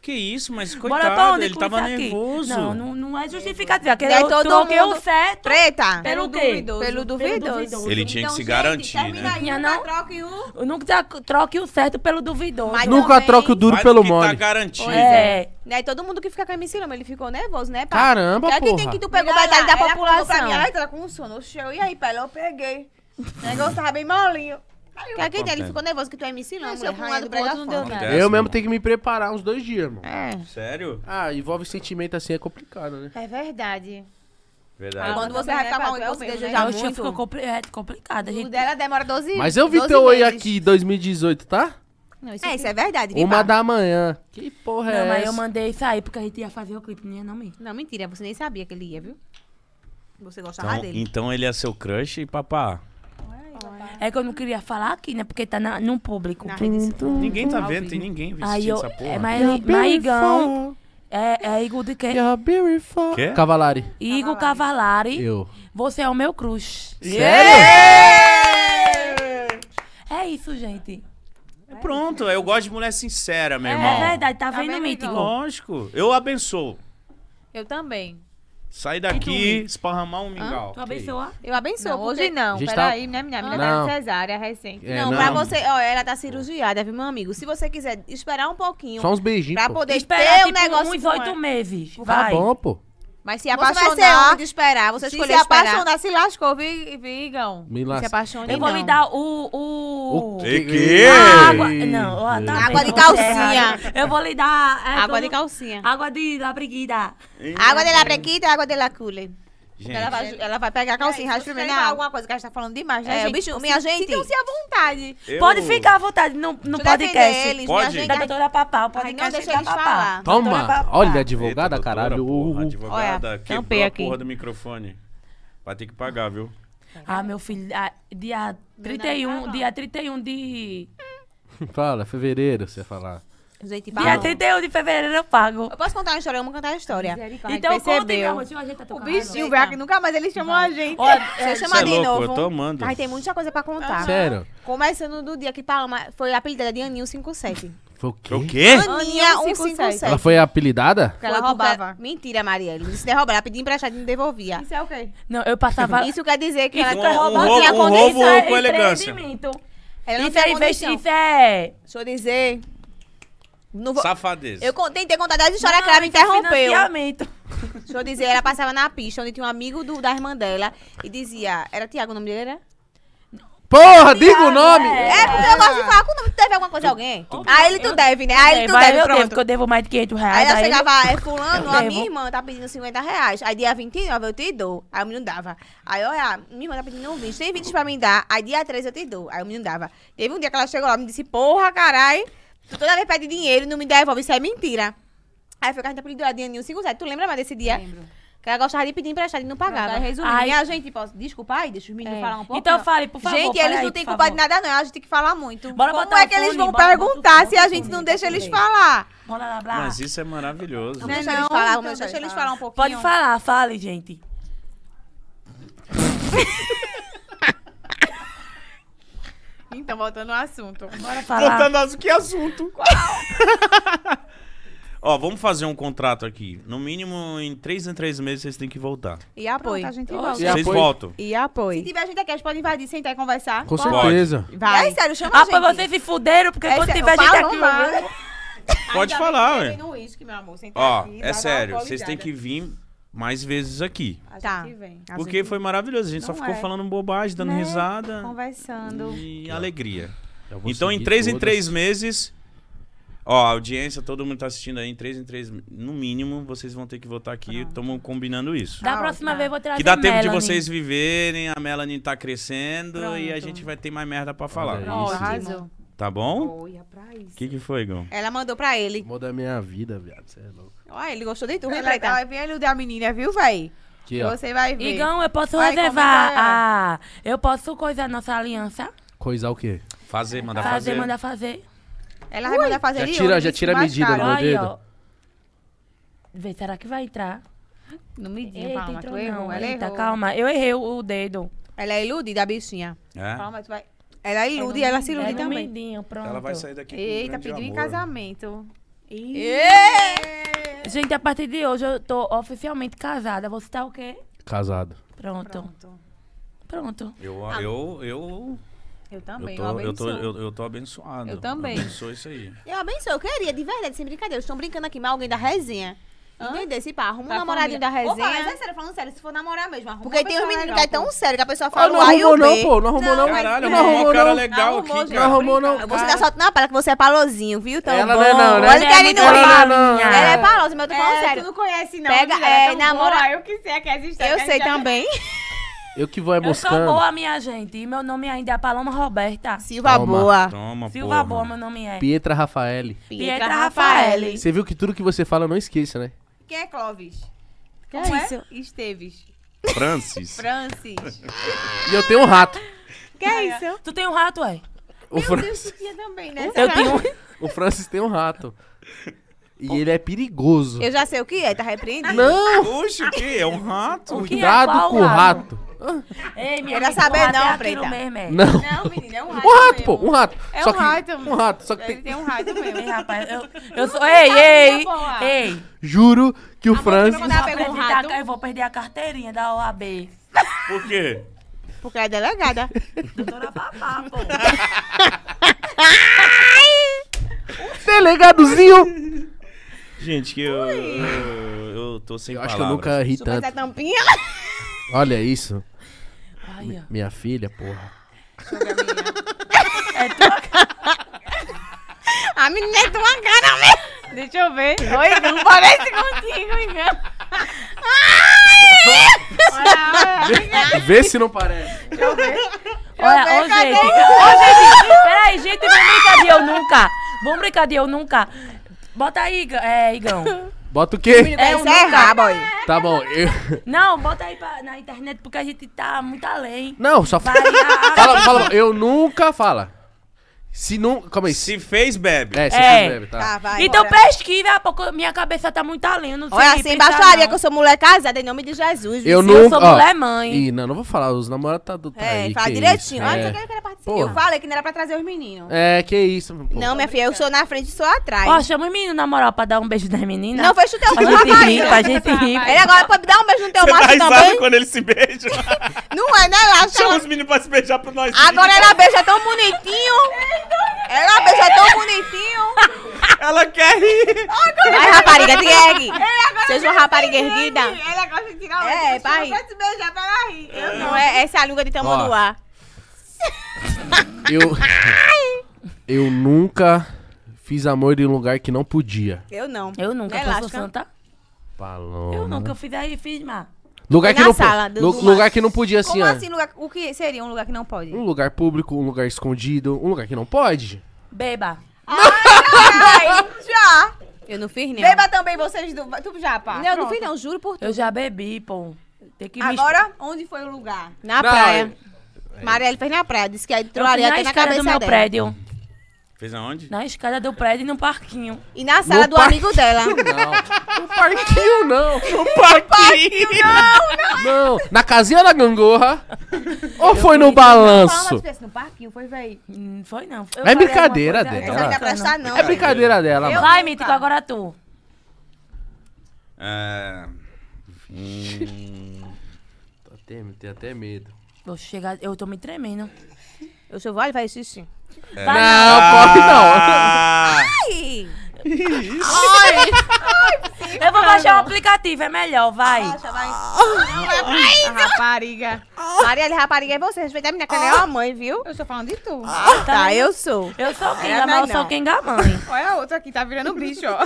Speaker 2: Que isso, mas
Speaker 3: bora pra
Speaker 2: coitado,
Speaker 3: onde
Speaker 2: ele
Speaker 3: com
Speaker 2: tava
Speaker 3: isso aqui?
Speaker 2: nervoso.
Speaker 3: Não, não, não é justificativa. Que
Speaker 6: Daí
Speaker 3: eu
Speaker 6: todo
Speaker 3: troquei o
Speaker 6: mundo-
Speaker 3: certo
Speaker 6: Preta.
Speaker 3: pelo
Speaker 6: Pelo
Speaker 3: quê?
Speaker 6: duvidoso. Pelo duvidoso.
Speaker 2: Ele tinha que
Speaker 6: Então,
Speaker 3: um
Speaker 2: se
Speaker 6: gente,
Speaker 2: garantir,
Speaker 6: termina
Speaker 2: né?
Speaker 6: aí,
Speaker 3: Minha
Speaker 6: nunca
Speaker 3: não.
Speaker 6: troque o...
Speaker 3: Eu nunca troque o certo pelo duvidoso.
Speaker 6: Mas-
Speaker 1: Nunca
Speaker 6: também.
Speaker 1: troque o duro
Speaker 2: Mas
Speaker 1: pelo
Speaker 2: que Tá
Speaker 1: mole.
Speaker 2: garantido.
Speaker 3: é.
Speaker 6: Daí Né, todo mundo que fica com a MC Loma, ele ficou nervoso, né, pai?
Speaker 1: Caramba,
Speaker 6: Porque aqui
Speaker 1: porra.
Speaker 6: tem que tu pegou
Speaker 4: Mira
Speaker 6: metade
Speaker 4: lá,
Speaker 6: da
Speaker 4: ela
Speaker 6: população.
Speaker 4: contou pra mim,
Speaker 6: ela tava com sono. Eu, e aí, pai? Eu peguei. O negócio tava bem molinho. Porque aqui tem, ele ficou nervoso que tu é MC Loma.
Speaker 4: Mexeu pra um lado, pro outro, não deu nada.
Speaker 2: Acontece,
Speaker 1: Eu mesmo
Speaker 2: mano.
Speaker 1: tenho que me preparar uns dois dias, mano.
Speaker 2: Sério?
Speaker 1: Ah, envolve sentimento assim, é complicado, né?
Speaker 6: É verdade.
Speaker 2: Verdade.
Speaker 4: Quando você
Speaker 6: Também
Speaker 4: vai
Speaker 6: é
Speaker 4: ficar mal e
Speaker 6: papel
Speaker 4: você
Speaker 6: mesmo,
Speaker 4: desejar
Speaker 3: Aí o
Speaker 4: muito.
Speaker 3: chão ficou compli- é, complicado. A
Speaker 6: O
Speaker 3: gente
Speaker 6: dela demora 12
Speaker 4: É.
Speaker 1: Mas eu vi
Speaker 6: 12
Speaker 1: teu oi
Speaker 6: meses.
Speaker 1: aqui 2018, tá?
Speaker 4: Não, isso
Speaker 6: É, isso é verdade. vi,
Speaker 1: Uma
Speaker 6: pá.
Speaker 1: da manhã. Que porra é
Speaker 3: Não, mas
Speaker 1: essa?
Speaker 3: eu mandei sair porque a gente ia fazer o clipe, né, não ia não mesmo.
Speaker 6: Não, mentira. Você nem sabia que ele ia, viu? Você gostava
Speaker 2: Então,
Speaker 6: dele.
Speaker 2: então ele é seu crush, papá?
Speaker 3: É que eu não queria falar aqui, né? Porque tá na, num público.
Speaker 2: Ninguém tá vendo, tem ninguém vestindo
Speaker 3: Aí eu.
Speaker 2: essa porra.
Speaker 3: É, mas
Speaker 1: um
Speaker 3: ele- mas Igão. É, é Igor de quem?
Speaker 1: You're beautiful.
Speaker 2: Quê?
Speaker 1: Cavalari.
Speaker 3: Igor Cavalari.
Speaker 1: Eu.
Speaker 3: Você é o meu crush.
Speaker 1: Sério?
Speaker 3: É isso, gente.
Speaker 2: Pronto, eu gosto de mulher sincera, meu
Speaker 3: É,
Speaker 2: irmão.
Speaker 4: Tá
Speaker 3: verdade, tá, vendo,
Speaker 6: vendo,
Speaker 3: Mítico?
Speaker 2: Lógico. Eu abençoo.
Speaker 4: Eu também.
Speaker 2: Sai daqui, esparramar um mingau.
Speaker 3: Tu abençoa?
Speaker 6: Eu abençoo.
Speaker 4: Não,
Speaker 6: hoje
Speaker 4: porque-
Speaker 6: não.
Speaker 1: A gente tá-
Speaker 6: Peraí, minha menina. Minha menina
Speaker 1: Não.
Speaker 6: tá cesárea recente.
Speaker 1: É,
Speaker 4: não,
Speaker 1: não.
Speaker 4: pra você, ó, ela tá cirurgiada, viu, meu amigo? Se você quiser esperar um pouquinho
Speaker 1: Só uns beijinhos,
Speaker 4: pra
Speaker 1: pô.
Speaker 4: poder
Speaker 3: Espera,
Speaker 4: ter
Speaker 3: tipo,
Speaker 4: um negócio
Speaker 3: uns
Speaker 4: com
Speaker 3: oito
Speaker 4: ela.
Speaker 3: meses.
Speaker 1: Tá
Speaker 3: Vai.
Speaker 1: bom, pô.
Speaker 6: Mas se
Speaker 4: Você vai ser homem
Speaker 6: apaixonar.
Speaker 4: de esperar, você
Speaker 6: Se, se
Speaker 4: escolheu esperar.
Speaker 6: apaixonar, se lascou, vi- Vigão.
Speaker 1: Me lasca.
Speaker 6: Se apaixone
Speaker 3: Eu vou
Speaker 6: não.
Speaker 3: lhe dar o. o...
Speaker 2: E
Speaker 3: a
Speaker 2: que?
Speaker 3: Água. Não, ó, tá
Speaker 4: Água
Speaker 3: bem,
Speaker 4: de
Speaker 3: não
Speaker 4: calcinha.
Speaker 3: serve. Eu vou lhe dar. é,
Speaker 4: Água de
Speaker 3: como-
Speaker 4: calcinha.
Speaker 3: Água de labriguida.
Speaker 6: Água de la prequita, água de la cule.
Speaker 2: Gente,
Speaker 6: Ela vai, ela vai pegar a
Speaker 5: Peraí,
Speaker 6: calcinha,
Speaker 5: se você
Speaker 6: raspa
Speaker 5: quer falar
Speaker 6: primeiro.
Speaker 5: alguma coisa que a gente tá falando demais, né,
Speaker 4: É,
Speaker 5: gente?
Speaker 4: bicho, minha gente-
Speaker 5: Sintam-se à vontade.
Speaker 2: eu-
Speaker 3: Pode ficar à vontade no, no
Speaker 6: Deixa eu defender
Speaker 3: podcast.
Speaker 6: eles,
Speaker 2: Pode?
Speaker 6: minha
Speaker 3: Da
Speaker 6: gente.
Speaker 3: doutora Papá, o
Speaker 6: Ai, não
Speaker 3: podcast
Speaker 6: deixa
Speaker 3: da
Speaker 6: eles
Speaker 3: Papá.
Speaker 6: falar.
Speaker 1: Tá.
Speaker 3: Doutora
Speaker 1: Toma!
Speaker 3: Papá.
Speaker 1: Olha,
Speaker 2: Eita,
Speaker 1: advogada,
Speaker 2: doutora,
Speaker 1: caralho.
Speaker 2: Porra,
Speaker 1: Uh, uh, uh.
Speaker 2: advogada,
Speaker 6: Olha, tampei
Speaker 2: quebrou a porra
Speaker 6: aqui.
Speaker 2: do microfone. Vai ter que pagar, viu?
Speaker 3: Ah, meu filho, ah, dia 31, dia 31 de...
Speaker 1: Fala, fevereiro, você ia falar.
Speaker 4: Gente,
Speaker 3: Dia 31 de fevereiro eu pago.
Speaker 4: Eu posso contar uma história, eu amo contar a história.
Speaker 3: Então conta, meu
Speaker 6: percebeu.
Speaker 3: amor, deixa eu ajeitar teu
Speaker 6: O
Speaker 3: cabelo.
Speaker 6: bichinho veio aqui, nunca mais ele chamou a gente.
Speaker 3: Ó,
Speaker 4: Deixa
Speaker 2: Você
Speaker 4: eu chamar
Speaker 2: é
Speaker 4: de
Speaker 2: louco,
Speaker 4: novo.
Speaker 2: eu tô amando.
Speaker 4: Ai, tem muita coisa pra contar.
Speaker 1: Sério?
Speaker 4: Começando do dia que Paloma foi apelidada de Aninho 57.
Speaker 1: Foi o
Speaker 2: Foi o
Speaker 1: quê?
Speaker 2: quê?
Speaker 4: Aninha
Speaker 6: Aninha
Speaker 4: 157.
Speaker 1: Ela foi apelidada?
Speaker 4: Porque
Speaker 6: Ela
Speaker 4: porque-
Speaker 6: roubava.
Speaker 4: Mentira, Marielle. Se der roubar, ela pedia emprestado e não devolvia.
Speaker 6: Isso é o quê?
Speaker 3: Não, eu passava...
Speaker 4: Isso quer dizer que
Speaker 3: Isso
Speaker 4: ela
Speaker 3: é roubo,
Speaker 4: não tinha
Speaker 2: um roubo
Speaker 4: condição.
Speaker 2: com
Speaker 3: é
Speaker 2: elegância.
Speaker 3: empreendimento.
Speaker 4: Ela não
Speaker 3: Isso é
Speaker 4: tinha
Speaker 3: investir,
Speaker 4: condição.
Speaker 3: isso é...
Speaker 4: Deixa eu dizer. Não vou...
Speaker 2: Safadeza.
Speaker 4: Eu con- tentei contar das histórias que ela me
Speaker 3: Não, isso é
Speaker 4: interrompeu.
Speaker 3: financiamento.
Speaker 4: Deixa eu dizer, ela passava na pista onde tinha um amigo do- da irmã dela e dizia. Era Tiago o nome dele? Era?
Speaker 1: Porra, diga o nome!
Speaker 4: É, porque eu gosto de falar com o nome. Tu deve alguma coisa a alguém? Ah, ele tu deve, né? Ah, ele tu
Speaker 3: Vai,
Speaker 4: deve,
Speaker 3: eu devo,
Speaker 4: pronto.
Speaker 3: que eu devo mais de 500 reais.
Speaker 4: Aí ela
Speaker 3: a ele.
Speaker 4: chegava, é fulano,
Speaker 3: Eu
Speaker 4: a
Speaker 3: devo.
Speaker 4: minha irmã tá pedindo 50 reais. Aí dia 29 eu te dou. Aí o menino dava. Aí olha, minha irmã tá pedindo um 20. Tem 20 pra mim dar. Aí dia 3 eu te dou. Aí o menino dava. Teve um dia que ela chegou lá e me disse, porra, carai, tu toda vez pede dinheiro e não me devolve. Isso é mentira. Aí foi que a gente apelidou a Dianinho 57. Tu lembra mais desse dia? Lembro. Que ela gostava de pedir emprestado e não pagava.
Speaker 5: Vai resumir.
Speaker 3: Ai.
Speaker 5: Minha gente, posso... Desculpa aí, deixa os meninos falar um pouco.
Speaker 3: Então fale, por favor.
Speaker 6: gente,
Speaker 3: fale
Speaker 6: eles
Speaker 3: aí,
Speaker 6: não
Speaker 3: por
Speaker 6: têm
Speaker 3: favor.
Speaker 6: culpa de nada, não. A gente tem que falar muito.
Speaker 3: Bora
Speaker 6: Como
Speaker 3: botar
Speaker 6: é
Speaker 3: o
Speaker 6: que eles
Speaker 3: fone,
Speaker 6: vão
Speaker 3: bora botar o
Speaker 6: perguntar
Speaker 3: fone,
Speaker 6: se a
Speaker 3: bota o
Speaker 6: gente não
Speaker 3: fone,
Speaker 6: deixa
Speaker 3: bota o
Speaker 6: eles
Speaker 3: fone.
Speaker 6: falar?
Speaker 3: Bora lá, blá.
Speaker 2: Mas isso é maravilhoso.
Speaker 4: Não, deixa
Speaker 6: Não,
Speaker 4: eles falar,
Speaker 6: então
Speaker 4: mas deixa
Speaker 6: vai
Speaker 4: eles
Speaker 6: falar.
Speaker 4: falar um pouquinho.
Speaker 3: Pode falar, fale, gente.
Speaker 6: Então, voltando ao assunto.
Speaker 3: Bora falar.
Speaker 2: as... que assunto. Ó, vamos fazer um contrato aqui. No mínimo, em três em três meses, vocês têm que voltar.
Speaker 4: E apoio.
Speaker 6: Pronto, a gente
Speaker 3: Oxe.
Speaker 6: volta.
Speaker 1: E
Speaker 2: vocês
Speaker 1: apoio?
Speaker 2: voltam.
Speaker 4: E apoio.
Speaker 6: Se tiver gente aqui, a
Speaker 4: é
Speaker 6: gente pode invadir, sentar e conversar.
Speaker 1: Com
Speaker 2: Pode.
Speaker 1: certeza.
Speaker 4: Vai. E aí, sério, chama a
Speaker 3: Ah,
Speaker 4: gente.
Speaker 3: pois vocês se fuderam, porque
Speaker 6: Esse
Speaker 3: quando
Speaker 6: é-
Speaker 3: tiver
Speaker 6: eu
Speaker 3: gente
Speaker 6: falo
Speaker 3: aqui...
Speaker 6: mais.
Speaker 3: ouvindo-
Speaker 2: Pode
Speaker 6: Ainda
Speaker 2: falar,
Speaker 6: bem que
Speaker 2: ué.
Speaker 6: tem no uísque, meu amor. Senta
Speaker 2: Ó,
Speaker 6: aqui, dá
Speaker 2: é
Speaker 6: uma
Speaker 2: sério. Vocês têm
Speaker 6: atualizada.
Speaker 2: que vir mais vezes aqui.
Speaker 6: A gente
Speaker 4: Tá.
Speaker 6: vem.
Speaker 2: Porque foi maravilhoso. A gente só
Speaker 6: Não
Speaker 2: ficou
Speaker 6: é.
Speaker 2: falando bobagem, dando risada
Speaker 6: Conversando.
Speaker 2: e alegria.
Speaker 1: Eu vou
Speaker 2: Então, em
Speaker 1: seguir
Speaker 2: três em
Speaker 1: todas.
Speaker 2: três meses. Ó, a audiência, todo mundo tá assistindo aí. Em três em três. No mínimo, vocês vão ter que voltar aqui. Estamos combinando isso.
Speaker 3: Da
Speaker 6: Ah,
Speaker 3: próxima
Speaker 6: tá.
Speaker 3: vez eu vou trazer
Speaker 2: Que dá tempo de
Speaker 3: Melanie.
Speaker 2: vocês viverem, a Melanie tá crescendo e a
Speaker 6: Pronto.
Speaker 2: gente vai ter mais merda pra falar.
Speaker 1: Olha
Speaker 6: Ó,
Speaker 1: Isso.
Speaker 6: arrasou.
Speaker 2: Tá bom?
Speaker 6: Olha pra
Speaker 2: O
Speaker 6: isso.
Speaker 2: que que foi, Gão?
Speaker 4: Ela mandou pra ele.
Speaker 1: Muda a minha vida, viado. Você é louco.
Speaker 4: Olha, ele gostou de tu,
Speaker 6: Ela-
Speaker 4: hein, Preta?
Speaker 6: ela é Vem ali da menina, viu, véi?
Speaker 1: Aqui, ó.
Speaker 6: Você vai ver.
Speaker 3: Igão, eu posso
Speaker 6: Vai,
Speaker 3: reservar
Speaker 6: comenta
Speaker 3: a... Eu posso coisar nossa aliança?
Speaker 1: Coisar o quê?
Speaker 2: Fazer, mandar
Speaker 3: Fazer,
Speaker 2: fazer.
Speaker 3: mandar fazer.
Speaker 6: Ela vai mandar fazer
Speaker 1: Já
Speaker 6: ele
Speaker 1: tira-
Speaker 4: um
Speaker 6: hoje,
Speaker 1: já
Speaker 6: isso
Speaker 1: tira a
Speaker 6: mais
Speaker 1: medida,
Speaker 6: caro.
Speaker 1: né?
Speaker 3: Olha aí,
Speaker 1: dedo.
Speaker 3: ó. Vê, será que vai entrar?
Speaker 6: No midinho,
Speaker 3: Eita,
Speaker 6: Palma, tu
Speaker 3: entrou
Speaker 6: errou.
Speaker 3: não.
Speaker 6: Ela
Speaker 3: Eita,
Speaker 6: errou.
Speaker 3: calma. Eu errei o o dedo.
Speaker 4: Ela é iludida, a bichinha.
Speaker 2: É?
Speaker 6: Palma, tu vai...
Speaker 4: Ela ilude e ela se ilude
Speaker 3: Era um
Speaker 4: também.
Speaker 3: mindinho, pronto.
Speaker 2: Ela vai sair daqui com um
Speaker 6: Eita,
Speaker 2: grande
Speaker 6: pediu em
Speaker 2: amor.
Speaker 6: casamento. Ih,
Speaker 3: Gente, a partir de hoje eu tô oficialmente casada. Você tá o quê?
Speaker 1: Casado.
Speaker 3: Pronto.
Speaker 6: Pronto.
Speaker 3: Pronto.
Speaker 2: Eu, eu, eu,
Speaker 6: Ah. Eu
Speaker 2: eu,
Speaker 6: também,
Speaker 2: tô, eu, tô,
Speaker 6: abençoo.
Speaker 2: eu, eu tô abençoado.
Speaker 6: Eu também.
Speaker 2: Abençoa isso aí.
Speaker 4: Eu abençoo, eu queria, de verdade, sem brincadeira. Estão brincando aqui, mas alguém da resenha. Entendeu? Se pá, arruma um
Speaker 6: Da
Speaker 4: namoradinho da
Speaker 6: família. Ô, Palma, mas
Speaker 4: resenha.
Speaker 6: é sério, falando sério, se for namorar mesmo, arruma
Speaker 4: Porque
Speaker 6: uma
Speaker 4: tem uns
Speaker 6: pessoa
Speaker 4: meninos que é
Speaker 6: legal,
Speaker 4: tão
Speaker 6: pô.
Speaker 4: sério que a
Speaker 5: Tá
Speaker 4: pessoa
Speaker 1: Ah,
Speaker 4: fala
Speaker 1: não
Speaker 4: o A e o
Speaker 1: arrumou
Speaker 4: B.
Speaker 1: não, pô. Não arrumou não.
Speaker 2: Caralho,
Speaker 1: Não
Speaker 2: arrumou um
Speaker 1: arrumou
Speaker 2: cara
Speaker 1: não.
Speaker 2: legal
Speaker 6: Arrumou,
Speaker 2: aqui,
Speaker 6: gente.
Speaker 1: Não
Speaker 2: cara.
Speaker 1: arrumou não.
Speaker 4: Eu vou te dar sorte na para que você é palozinho, viu? Tão
Speaker 1: Ela
Speaker 4: bom.
Speaker 1: não é não, né?
Speaker 3: Ela
Speaker 4: Olha
Speaker 3: é
Speaker 4: querendo
Speaker 3: muito
Speaker 4: rir.
Speaker 1: não.
Speaker 4: Ela é palosa, mas eu tô falando
Speaker 6: É,
Speaker 4: sério.
Speaker 6: tu não conhece, não.
Speaker 4: Pega,
Speaker 6: menina, ela
Speaker 4: é,
Speaker 6: tão
Speaker 4: namora-
Speaker 6: boa, Eu que sei que existe.
Speaker 4: Eu sei também.
Speaker 1: Eu que vou é
Speaker 3: Eu sou
Speaker 1: moscando.
Speaker 3: boa, minha gente. E meu nome ainda é Paloma Roberta.
Speaker 4: Silva
Speaker 1: Toma.
Speaker 4: boa.
Speaker 2: Toma, porra.
Speaker 3: Silva Boa, meu nome é.
Speaker 1: Pietra Rafaeli.
Speaker 6: é
Speaker 3: Pietra Rafaele.
Speaker 1: Você viu que tudo que você fala eu não esqueça, né?
Speaker 6: Quem é Clóvis?
Speaker 4: Que
Speaker 6: Como
Speaker 4: é isso?
Speaker 6: Esteves.
Speaker 2: Francis.
Speaker 6: Francis.
Speaker 1: E eu tenho um rato.
Speaker 4: Que é isso?
Speaker 3: Tu tem um rato, ué?
Speaker 1: O, Fran-
Speaker 6: Deus, que tinha também, né?
Speaker 3: Eu tenho um.
Speaker 1: o Francis tem um rato. E ele é perigoso.
Speaker 4: Eu já sei o que é, tá repreendido.
Speaker 1: Não!
Speaker 2: Puxa, o quê? Ah, É um rato?
Speaker 3: O que é?
Speaker 1: Cuidado
Speaker 3: Qual
Speaker 1: com o
Speaker 3: rato?
Speaker 1: rato.
Speaker 3: Ei, minha
Speaker 5: Era
Speaker 3: amiga,
Speaker 5: saber
Speaker 3: o rato
Speaker 5: não,
Speaker 3: é aquilo
Speaker 5: preta.
Speaker 3: mesmo, é.
Speaker 1: Não.
Speaker 5: Não, menina, é um
Speaker 4: então
Speaker 5: rato.
Speaker 1: Um rato, pô,
Speaker 5: mesmo.
Speaker 1: um rato.
Speaker 5: É
Speaker 1: Só
Speaker 5: um
Speaker 1: que-
Speaker 5: rato.
Speaker 1: Um rato, só que
Speaker 5: Ele
Speaker 1: tem...
Speaker 5: tem um rato mesmo.
Speaker 3: Ei, rapaz, eu, eu sou. Ei, ei! Ei!
Speaker 1: Juro que o Francis...
Speaker 5: Quando ela
Speaker 3: eu,
Speaker 5: pegou um
Speaker 3: vou perder a-
Speaker 5: rato-
Speaker 3: eu vou perder a carteirinha da OAB.
Speaker 2: Por quê?
Speaker 5: Porque ela é delegada.
Speaker 3: Doutora Babá, pô.
Speaker 1: Delegadozinho!
Speaker 2: Gente, que eu, eu, eu tô sem
Speaker 1: Eu
Speaker 2: palavras.
Speaker 1: acho que eu nunca ri
Speaker 5: Chupa
Speaker 6: é
Speaker 5: essa
Speaker 1: tanto.
Speaker 5: tampinha.
Speaker 1: Olha isso.
Speaker 3: Ai, ó.
Speaker 1: Minha filha, porra.
Speaker 3: É tua
Speaker 5: A menina é de uma cara mesmo. Deixa eu ver. Oi, não parece contigo, engano. Ai! Olha, olha.
Speaker 1: Vê se não parece.
Speaker 3: Olha, ô, gente. Ô, gente. Peraí, gente, vamos brincar de eu nunca. Vamos brincar de eu nunca. Bota aí, Iga- é, Igão.
Speaker 1: Bota o quê?
Speaker 3: É um nunca.
Speaker 5: boy.
Speaker 1: Tá bom, eu...
Speaker 3: Não, bota aí pra- na internet, porque a gente tá muito além.
Speaker 1: Não, só fala.
Speaker 3: Variar.
Speaker 1: Fala, fala. Eu nunca fala. Se não. Calma aí. Se...
Speaker 2: Se fez, bebe.
Speaker 1: É, se
Speaker 3: É.
Speaker 1: fez bebe, tá.
Speaker 4: Ah,
Speaker 5: Tá, vai.
Speaker 3: Então
Speaker 5: bora.
Speaker 3: pesquisa, porque minha cabeça tá muito além. eu Não sei
Speaker 4: Olha, assim, sem
Speaker 3: pensar,
Speaker 4: baixaria,
Speaker 3: não.
Speaker 4: que eu sou mulher casada, em nome de Jesus.
Speaker 1: Eu
Speaker 3: se
Speaker 1: nunca.
Speaker 3: eu sou
Speaker 1: ó.
Speaker 3: mulher mãe.
Speaker 1: Ih, não, não vou falar. Os namorados tá do. tá
Speaker 5: É,
Speaker 1: aí,
Speaker 5: fala
Speaker 1: que
Speaker 5: direitinho.
Speaker 1: isso,
Speaker 5: Olha,
Speaker 1: é.
Speaker 5: você quer que ela participe?
Speaker 1: Porra.
Speaker 5: Eu falei que não era pra trazer os meninos.
Speaker 1: É, que isso. pô. tá
Speaker 4: Não, minha filha, eu sou na frente e sou atrás.
Speaker 3: Ó, chama o menino, na moral, pra dar um beijo das meninas.
Speaker 4: Não, foi chutei o
Speaker 3: pra
Speaker 4: cu na
Speaker 3: gente rir, pra
Speaker 4: barriga.
Speaker 3: gente rir.
Speaker 4: Ele agora pode dar um beijo no teu
Speaker 2: Você
Speaker 1: tá
Speaker 2: dá
Speaker 4: macho
Speaker 2: risada
Speaker 4: também?
Speaker 2: quando eles se beijam.
Speaker 4: Não é, né,
Speaker 2: Chama
Speaker 4: Lacha?
Speaker 2: os meninos pra se beijar pra nós.
Speaker 4: Agora ela beija tão bonitinho. Ela beija tão bonitinho.
Speaker 2: Ela quer rir.
Speaker 4: Vai, rapariga, te ergue. Seja uma rapariga erguida.
Speaker 5: Ela gosta de tirar
Speaker 4: É,
Speaker 5: é, pai.
Speaker 4: pai.
Speaker 5: Pra se beijar pra ela rir. Eu
Speaker 4: Não, é, essa é a língua de tamanduá.
Speaker 1: Eu. Eu nunca fiz amor em lugar que não podia.
Speaker 4: Eu não.
Speaker 3: Eu nunca,
Speaker 4: Né,
Speaker 3: eu sou
Speaker 4: Lasca?
Speaker 3: santa.
Speaker 1: Paloma.
Speaker 3: Eu nunca fiz aí, fiz, mas...
Speaker 1: Lugar que
Speaker 4: Na
Speaker 1: não
Speaker 4: sala
Speaker 1: podia.
Speaker 4: do- do
Speaker 1: Lugar que não podia, assim,
Speaker 5: Como
Speaker 1: ó.
Speaker 5: assim, lugar, o que seria um lugar que não pode?
Speaker 1: Um lugar público, um lugar escondido, um lugar que não pode.
Speaker 3: Beba.
Speaker 5: Ai, já.
Speaker 4: Eu não fiz nem.
Speaker 5: Beba também vocês do... Tu já, né? Tá, pá.
Speaker 4: Não, eu não
Speaker 5: Pronto.
Speaker 4: fiz não, juro por
Speaker 3: Eu
Speaker 4: tudo.
Speaker 3: já bebi, pô. Tem que me...
Speaker 5: Agora, onde foi o lugar?
Speaker 4: Na
Speaker 1: Não, é,
Speaker 4: praia. Marielle fez na praia, disse que aí
Speaker 3: Eu
Speaker 4: entrou
Speaker 3: fui
Speaker 4: areia
Speaker 3: na
Speaker 4: até na
Speaker 3: escada
Speaker 4: cabeça
Speaker 3: do meu
Speaker 4: dela.
Speaker 3: prédio.
Speaker 2: Fez aonde?
Speaker 3: Na escada do prédio e no parquinho.
Speaker 4: E na sala
Speaker 1: No
Speaker 4: do
Speaker 1: parque.
Speaker 4: amigo dela.
Speaker 1: é, Não. No parquinho, não.
Speaker 2: Paquinho.
Speaker 1: Não. Na casinha da gangorra. Ou foi no
Speaker 5: Fala,
Speaker 1: balanço?
Speaker 5: se tivesse no parquinho, foi, véi.
Speaker 3: Hum, Foi não. Eu
Speaker 1: É
Speaker 3: falei
Speaker 1: brincadeira
Speaker 3: alguma coisa, eu tô
Speaker 1: dela.
Speaker 5: Não dá pra
Speaker 3: brincando.
Speaker 5: achar, não.
Speaker 1: É brincadeira dela, mano.
Speaker 3: Vai, Mítico, agora tu.
Speaker 2: É... Hum,
Speaker 1: Tô até, tenho até medo.
Speaker 3: Vou chegar... Eu tô me tremendo.
Speaker 4: Eu só vou olhar e faço xixi.
Speaker 3: Vai,
Speaker 1: É. Não, pode não.
Speaker 2: Ah,
Speaker 3: Eu vou baixar o aplicativo, é melhor, vai.
Speaker 5: Tá, Rapariga.
Speaker 4: Marielle, rapariga, é você. Respeita a minha, que ela é uma mãe, viu?
Speaker 5: Eu estou falando de tu.
Speaker 1: Ah,
Speaker 4: Tá, eu sou.
Speaker 3: Eu sou quem
Speaker 5: É,
Speaker 3: da mal,
Speaker 5: não,
Speaker 3: eu sou
Speaker 5: não.
Speaker 3: quem da mãe.
Speaker 5: Olha a outra aqui, tá virando bicho, ó.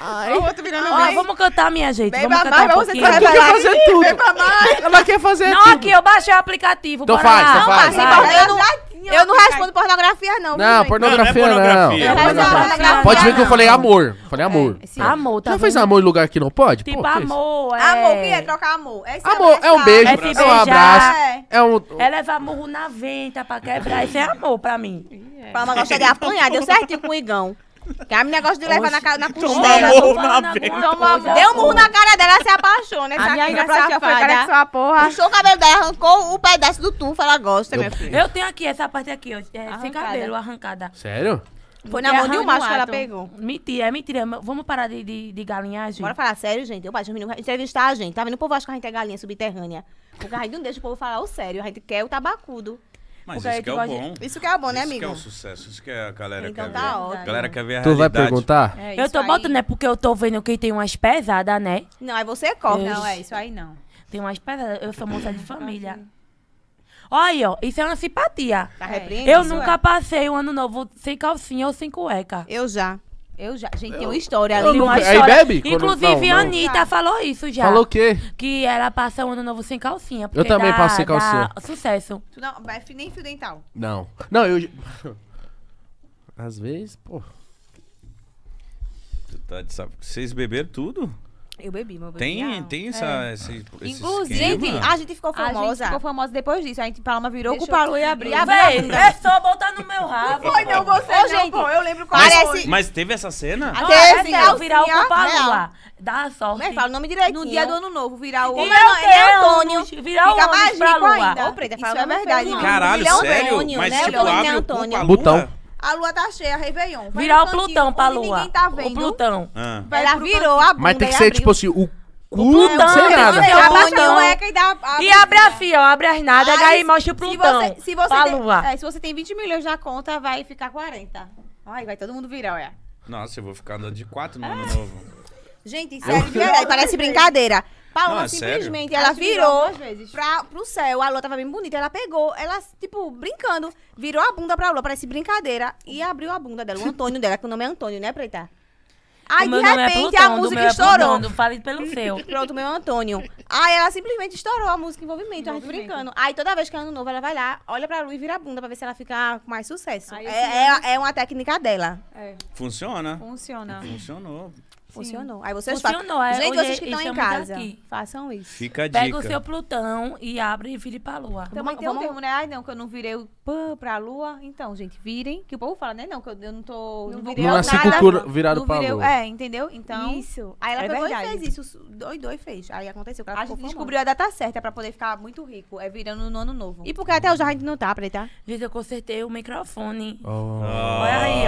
Speaker 5: Olha o outro virando
Speaker 3: Ó,
Speaker 5: bicho.
Speaker 3: vamos cantar, minha gente.
Speaker 5: Beba
Speaker 3: vamos cantar
Speaker 5: mais,
Speaker 3: um
Speaker 5: você
Speaker 3: pouquinho.
Speaker 5: vai
Speaker 1: Ela quer fazer tudo. Ela quer fazer
Speaker 3: Não,
Speaker 1: tudo.
Speaker 3: aqui, eu baixei o aplicativo.
Speaker 1: Então
Speaker 3: bora
Speaker 1: faz,
Speaker 3: lá.
Speaker 1: então faz.
Speaker 4: Mas,
Speaker 1: Vai.
Speaker 4: então, eu, não,
Speaker 5: Já tinha
Speaker 4: eu não
Speaker 5: uma-
Speaker 4: respondo pornografia,
Speaker 1: Não,
Speaker 4: não. viu, gente?
Speaker 1: pornografia né?
Speaker 2: Não, não é
Speaker 1: não.
Speaker 2: pornografia.
Speaker 4: Eu não
Speaker 1: Pornografia.
Speaker 4: respondo pornografia,
Speaker 1: Pode ver que eu
Speaker 4: não.
Speaker 1: falei amor. Falei amor.
Speaker 5: sim.
Speaker 3: Amor, tá
Speaker 1: Já fez
Speaker 3: vendo?
Speaker 1: amor em lugar que não pode? Pô,
Speaker 3: Tipo
Speaker 1: que isso?
Speaker 3: amor, é...
Speaker 5: Amor, o que é trocar amor? É se
Speaker 1: Amor é um
Speaker 5: abraçar.
Speaker 1: beijo,
Speaker 3: É
Speaker 1: é,
Speaker 3: se
Speaker 1: um
Speaker 3: beijar.
Speaker 1: abraço. É um.
Speaker 3: É levar murro na venta pra quebrar. Isso é amor pra mim.
Speaker 4: Palma gosta de apanhar, deu certinho com o Igão. Que a menina gosta de levar na, ca- na
Speaker 2: Toma
Speaker 4: costela.
Speaker 2: amor.
Speaker 3: tô
Speaker 2: na
Speaker 3: falando
Speaker 2: venta.
Speaker 3: alguma coisa. assim. É
Speaker 4: Deu um murro na cara dela, ela se apaixona. Essa
Speaker 5: A minha amiga
Speaker 4: menina
Speaker 5: Flávia foi cara que
Speaker 4: safada.
Speaker 5: sua porra.
Speaker 4: Achou o cabelo dela, arrancou o pedaço do tufo, ela gosta, é minha filha.
Speaker 3: Eu tenho aqui essa parte aqui, ó, é, sem cabelo, arrancada.
Speaker 1: Sério?
Speaker 4: Foi na mão de um
Speaker 3: Arranha
Speaker 4: macho que
Speaker 5: um
Speaker 4: ela
Speaker 5: ato.
Speaker 4: pegou.
Speaker 3: Mentira, é mentira. Vamos parar de, de, de galinhagem?
Speaker 4: Bora falar sério, gente. Eu baixo os meninos entrevistar a gente. Tá vendo? O povo acha que a gente é galinha subterrânea. Porque a gente não deixa o povo falar o sério. A gente quer o tabacudo.
Speaker 2: Mas
Speaker 3: Porque aí
Speaker 2: isso que é
Speaker 3: tu
Speaker 2: o
Speaker 3: gosta de-
Speaker 2: bom.
Speaker 4: Isso que é bom, né,
Speaker 2: Isso que é
Speaker 4: amigo?
Speaker 2: o sucesso, isso que a galera
Speaker 4: Então
Speaker 2: quer
Speaker 4: tá
Speaker 2: ver.
Speaker 4: ótimo.
Speaker 2: A galera quer ver a
Speaker 1: Tu vai
Speaker 2: realidade.
Speaker 1: perguntar?
Speaker 5: É
Speaker 3: eu
Speaker 5: isso
Speaker 3: tô
Speaker 5: aí.
Speaker 3: botando, né? Porque eu tô vendo que tem umas pesadas, né?
Speaker 4: Não, aí você corta.
Speaker 5: Não, é isso aí não.
Speaker 3: Tem umas pesadas. Eu sou moça de família. Olha aí, ó. Isso é uma simpatia.
Speaker 4: Tá repreendendo?
Speaker 3: Eu nunca passei um ano novo sem calcinha ou sem cueca.
Speaker 4: Eu já.
Speaker 5: Eu já. Gente,
Speaker 4: Tem uma história
Speaker 1: Eu
Speaker 4: ali.
Speaker 1: nunca-
Speaker 3: Uma
Speaker 1: aí
Speaker 3: história-
Speaker 1: bebe quando-
Speaker 3: Inclusive,
Speaker 1: não,
Speaker 3: a
Speaker 1: não.
Speaker 3: Anitta falou isso já.
Speaker 1: Falou o quê?
Speaker 3: Que ela passa um ano novo sem calcinha. porque
Speaker 1: também
Speaker 3: dá-
Speaker 1: passo sem
Speaker 3: dá
Speaker 1: calcinha.
Speaker 3: Sucesso.
Speaker 5: Tu não, mas nem fio dental.
Speaker 1: Não. Não, eu. Às vezes, pô.
Speaker 2: Tu tá de saco- Vocês beberam tudo?
Speaker 5: Eu bebi, meu bebi.
Speaker 2: Tem,
Speaker 5: Ah.
Speaker 2: tem essa, esse, esse
Speaker 4: Inclusive,
Speaker 2: esquema?
Speaker 4: Ah, a gente ficou
Speaker 5: A gente
Speaker 4: famosa.
Speaker 5: ficou famosa depois disso. A gente, Paloma virou
Speaker 4: Deixa
Speaker 5: com o Paloma
Speaker 4: eu-
Speaker 5: e abriu.
Speaker 4: E
Speaker 5: a
Speaker 3: Véi,
Speaker 5: bunda.
Speaker 3: é só botar no meu rabo.
Speaker 6: Foi não, você
Speaker 4: Ô,
Speaker 6: não,
Speaker 4: gente,
Speaker 6: pô. Eu lembro qual
Speaker 4: parece-
Speaker 6: foi.
Speaker 2: Mas teve essa cena?
Speaker 3: Não,
Speaker 4: Até
Speaker 3: é
Speaker 4: assim,
Speaker 3: sério, virar o
Speaker 4: calcinha
Speaker 3: culpa-lua. Dá a sorte.
Speaker 4: Né? Fala o nome direitinho.
Speaker 5: No dia do ano novo, virar o.
Speaker 3: Como
Speaker 4: é? Ele Antônio.
Speaker 3: ônibus, Virar o
Speaker 4: Fica
Speaker 3: ônibus
Speaker 4: mais
Speaker 3: pra
Speaker 4: rico
Speaker 3: lua.
Speaker 4: ainda. Ô, Preta,
Speaker 5: Isso é
Speaker 4: fala o nome
Speaker 5: verdade.
Speaker 4: dele.
Speaker 2: Caralho,
Speaker 4: Ele é
Speaker 2: sério?
Speaker 5: um
Speaker 4: Antônio,
Speaker 2: Mas
Speaker 4: né?
Speaker 2: tipo,
Speaker 4: Antônio,
Speaker 2: abre o cu
Speaker 4: Antônio.
Speaker 2: pra lua?
Speaker 1: Botão.
Speaker 5: A lua tá cheia, Réveillon. Vai
Speaker 3: Virar
Speaker 5: no
Speaker 3: o
Speaker 5: cantinho
Speaker 3: Plutão pra
Speaker 5: onde
Speaker 3: lua.
Speaker 5: Ninguém tá
Speaker 3: O
Speaker 5: vendo.
Speaker 3: Plutão.
Speaker 2: Ah.
Speaker 5: Vai
Speaker 4: Ela
Speaker 5: pro
Speaker 4: virou a bunda
Speaker 1: Mas tem que
Speaker 4: e
Speaker 1: ser,
Speaker 4: abriu.
Speaker 1: tipo assim, o cu
Speaker 3: Plutão,
Speaker 1: sem
Speaker 3: tem
Speaker 1: nada.
Speaker 3: que ser o
Speaker 5: Abaixa a
Speaker 3: Plutão.
Speaker 5: cueca e dá
Speaker 4: Tá
Speaker 5: a
Speaker 3: E abre
Speaker 4: né?
Speaker 3: a fia, ó, abre as nadas,
Speaker 5: Ai,
Speaker 3: aí mostra o
Speaker 5: se
Speaker 3: Plutão.
Speaker 5: você- se você
Speaker 3: pra
Speaker 5: tem-
Speaker 3: lua.
Speaker 5: é, se você tem 20 milhões na conta, vai ficar 40. Ai, vai todo mundo virar, olha.
Speaker 2: Nossa, eu vou ficar andando de quatro no ano novo.
Speaker 5: Gente,
Speaker 4: Sério, de verdade, parece brincadeira. Paloma
Speaker 2: Não, é sério.
Speaker 4: simplesmente,
Speaker 5: Ela
Speaker 4: ela virou
Speaker 5: duas vezes.
Speaker 4: pra, pro céu. A lua tava bem bonita. Ela pegou, ela, tipo, brincando, virou a bunda pra lua, parece brincadeira. E abriu a bunda dela, o Antônio dela, que o nome é Antônio, né, Preta? Aí,
Speaker 3: O
Speaker 4: de
Speaker 3: meu nome é
Speaker 4: repente,
Speaker 3: Plutão,
Speaker 4: a
Speaker 3: do
Speaker 4: música
Speaker 3: meu é
Speaker 4: estourou.
Speaker 3: Plutão, Fale pelo seu.
Speaker 4: Pronto, meu é Antônio. Aí ela simplesmente estourou a música envolvimento, a gente brincando. Aí toda vez que é ano novo, ela vai lá, olha pra lua e vira a bunda pra ver se ela fica com mais sucesso.
Speaker 5: Aí,
Speaker 4: É,
Speaker 5: assim,
Speaker 4: é, é uma técnica dela.
Speaker 2: Funciona?
Speaker 5: Funciona.
Speaker 2: Funcionou.
Speaker 4: Funcionou. Aí vocês
Speaker 3: Funcionou, é.
Speaker 4: façam. Gente,
Speaker 3: Hoje
Speaker 4: vocês que estão em
Speaker 3: estamos
Speaker 4: casa,
Speaker 3: aqui.
Speaker 4: façam isso.
Speaker 2: Fica a É dica.
Speaker 3: Pega o seu Plutão e abre e vire pra lua.
Speaker 5: Também
Speaker 4: Vamos-
Speaker 5: tem um
Speaker 4: vamos-
Speaker 5: termo, né? Ai, não, que eu não virei o pã pra lua. Então, gente, virem. Que o povo fala, né? Não, que eu, eu não tô. Não, virei
Speaker 1: Não
Speaker 5: o
Speaker 1: nasci com
Speaker 5: nada,
Speaker 1: o cu virado
Speaker 5: não
Speaker 1: pra
Speaker 5: virei o-
Speaker 1: lua.
Speaker 5: É, entendeu? Então,
Speaker 4: isso. Aí ela
Speaker 5: é
Speaker 4: pegou
Speaker 5: verdade.
Speaker 4: e fez isso. Doidou e fez. Aí aconteceu. que Ela
Speaker 5: a
Speaker 4: ficou
Speaker 5: gente
Speaker 4: famosa.
Speaker 5: descobriu a data certa pra poder ficar muito rico. É virando no ano novo.
Speaker 4: E por que até hoje a gente não tá, Preta?
Speaker 3: Gente, eu consertei o microfone.
Speaker 2: Ah,
Speaker 3: Olha aí,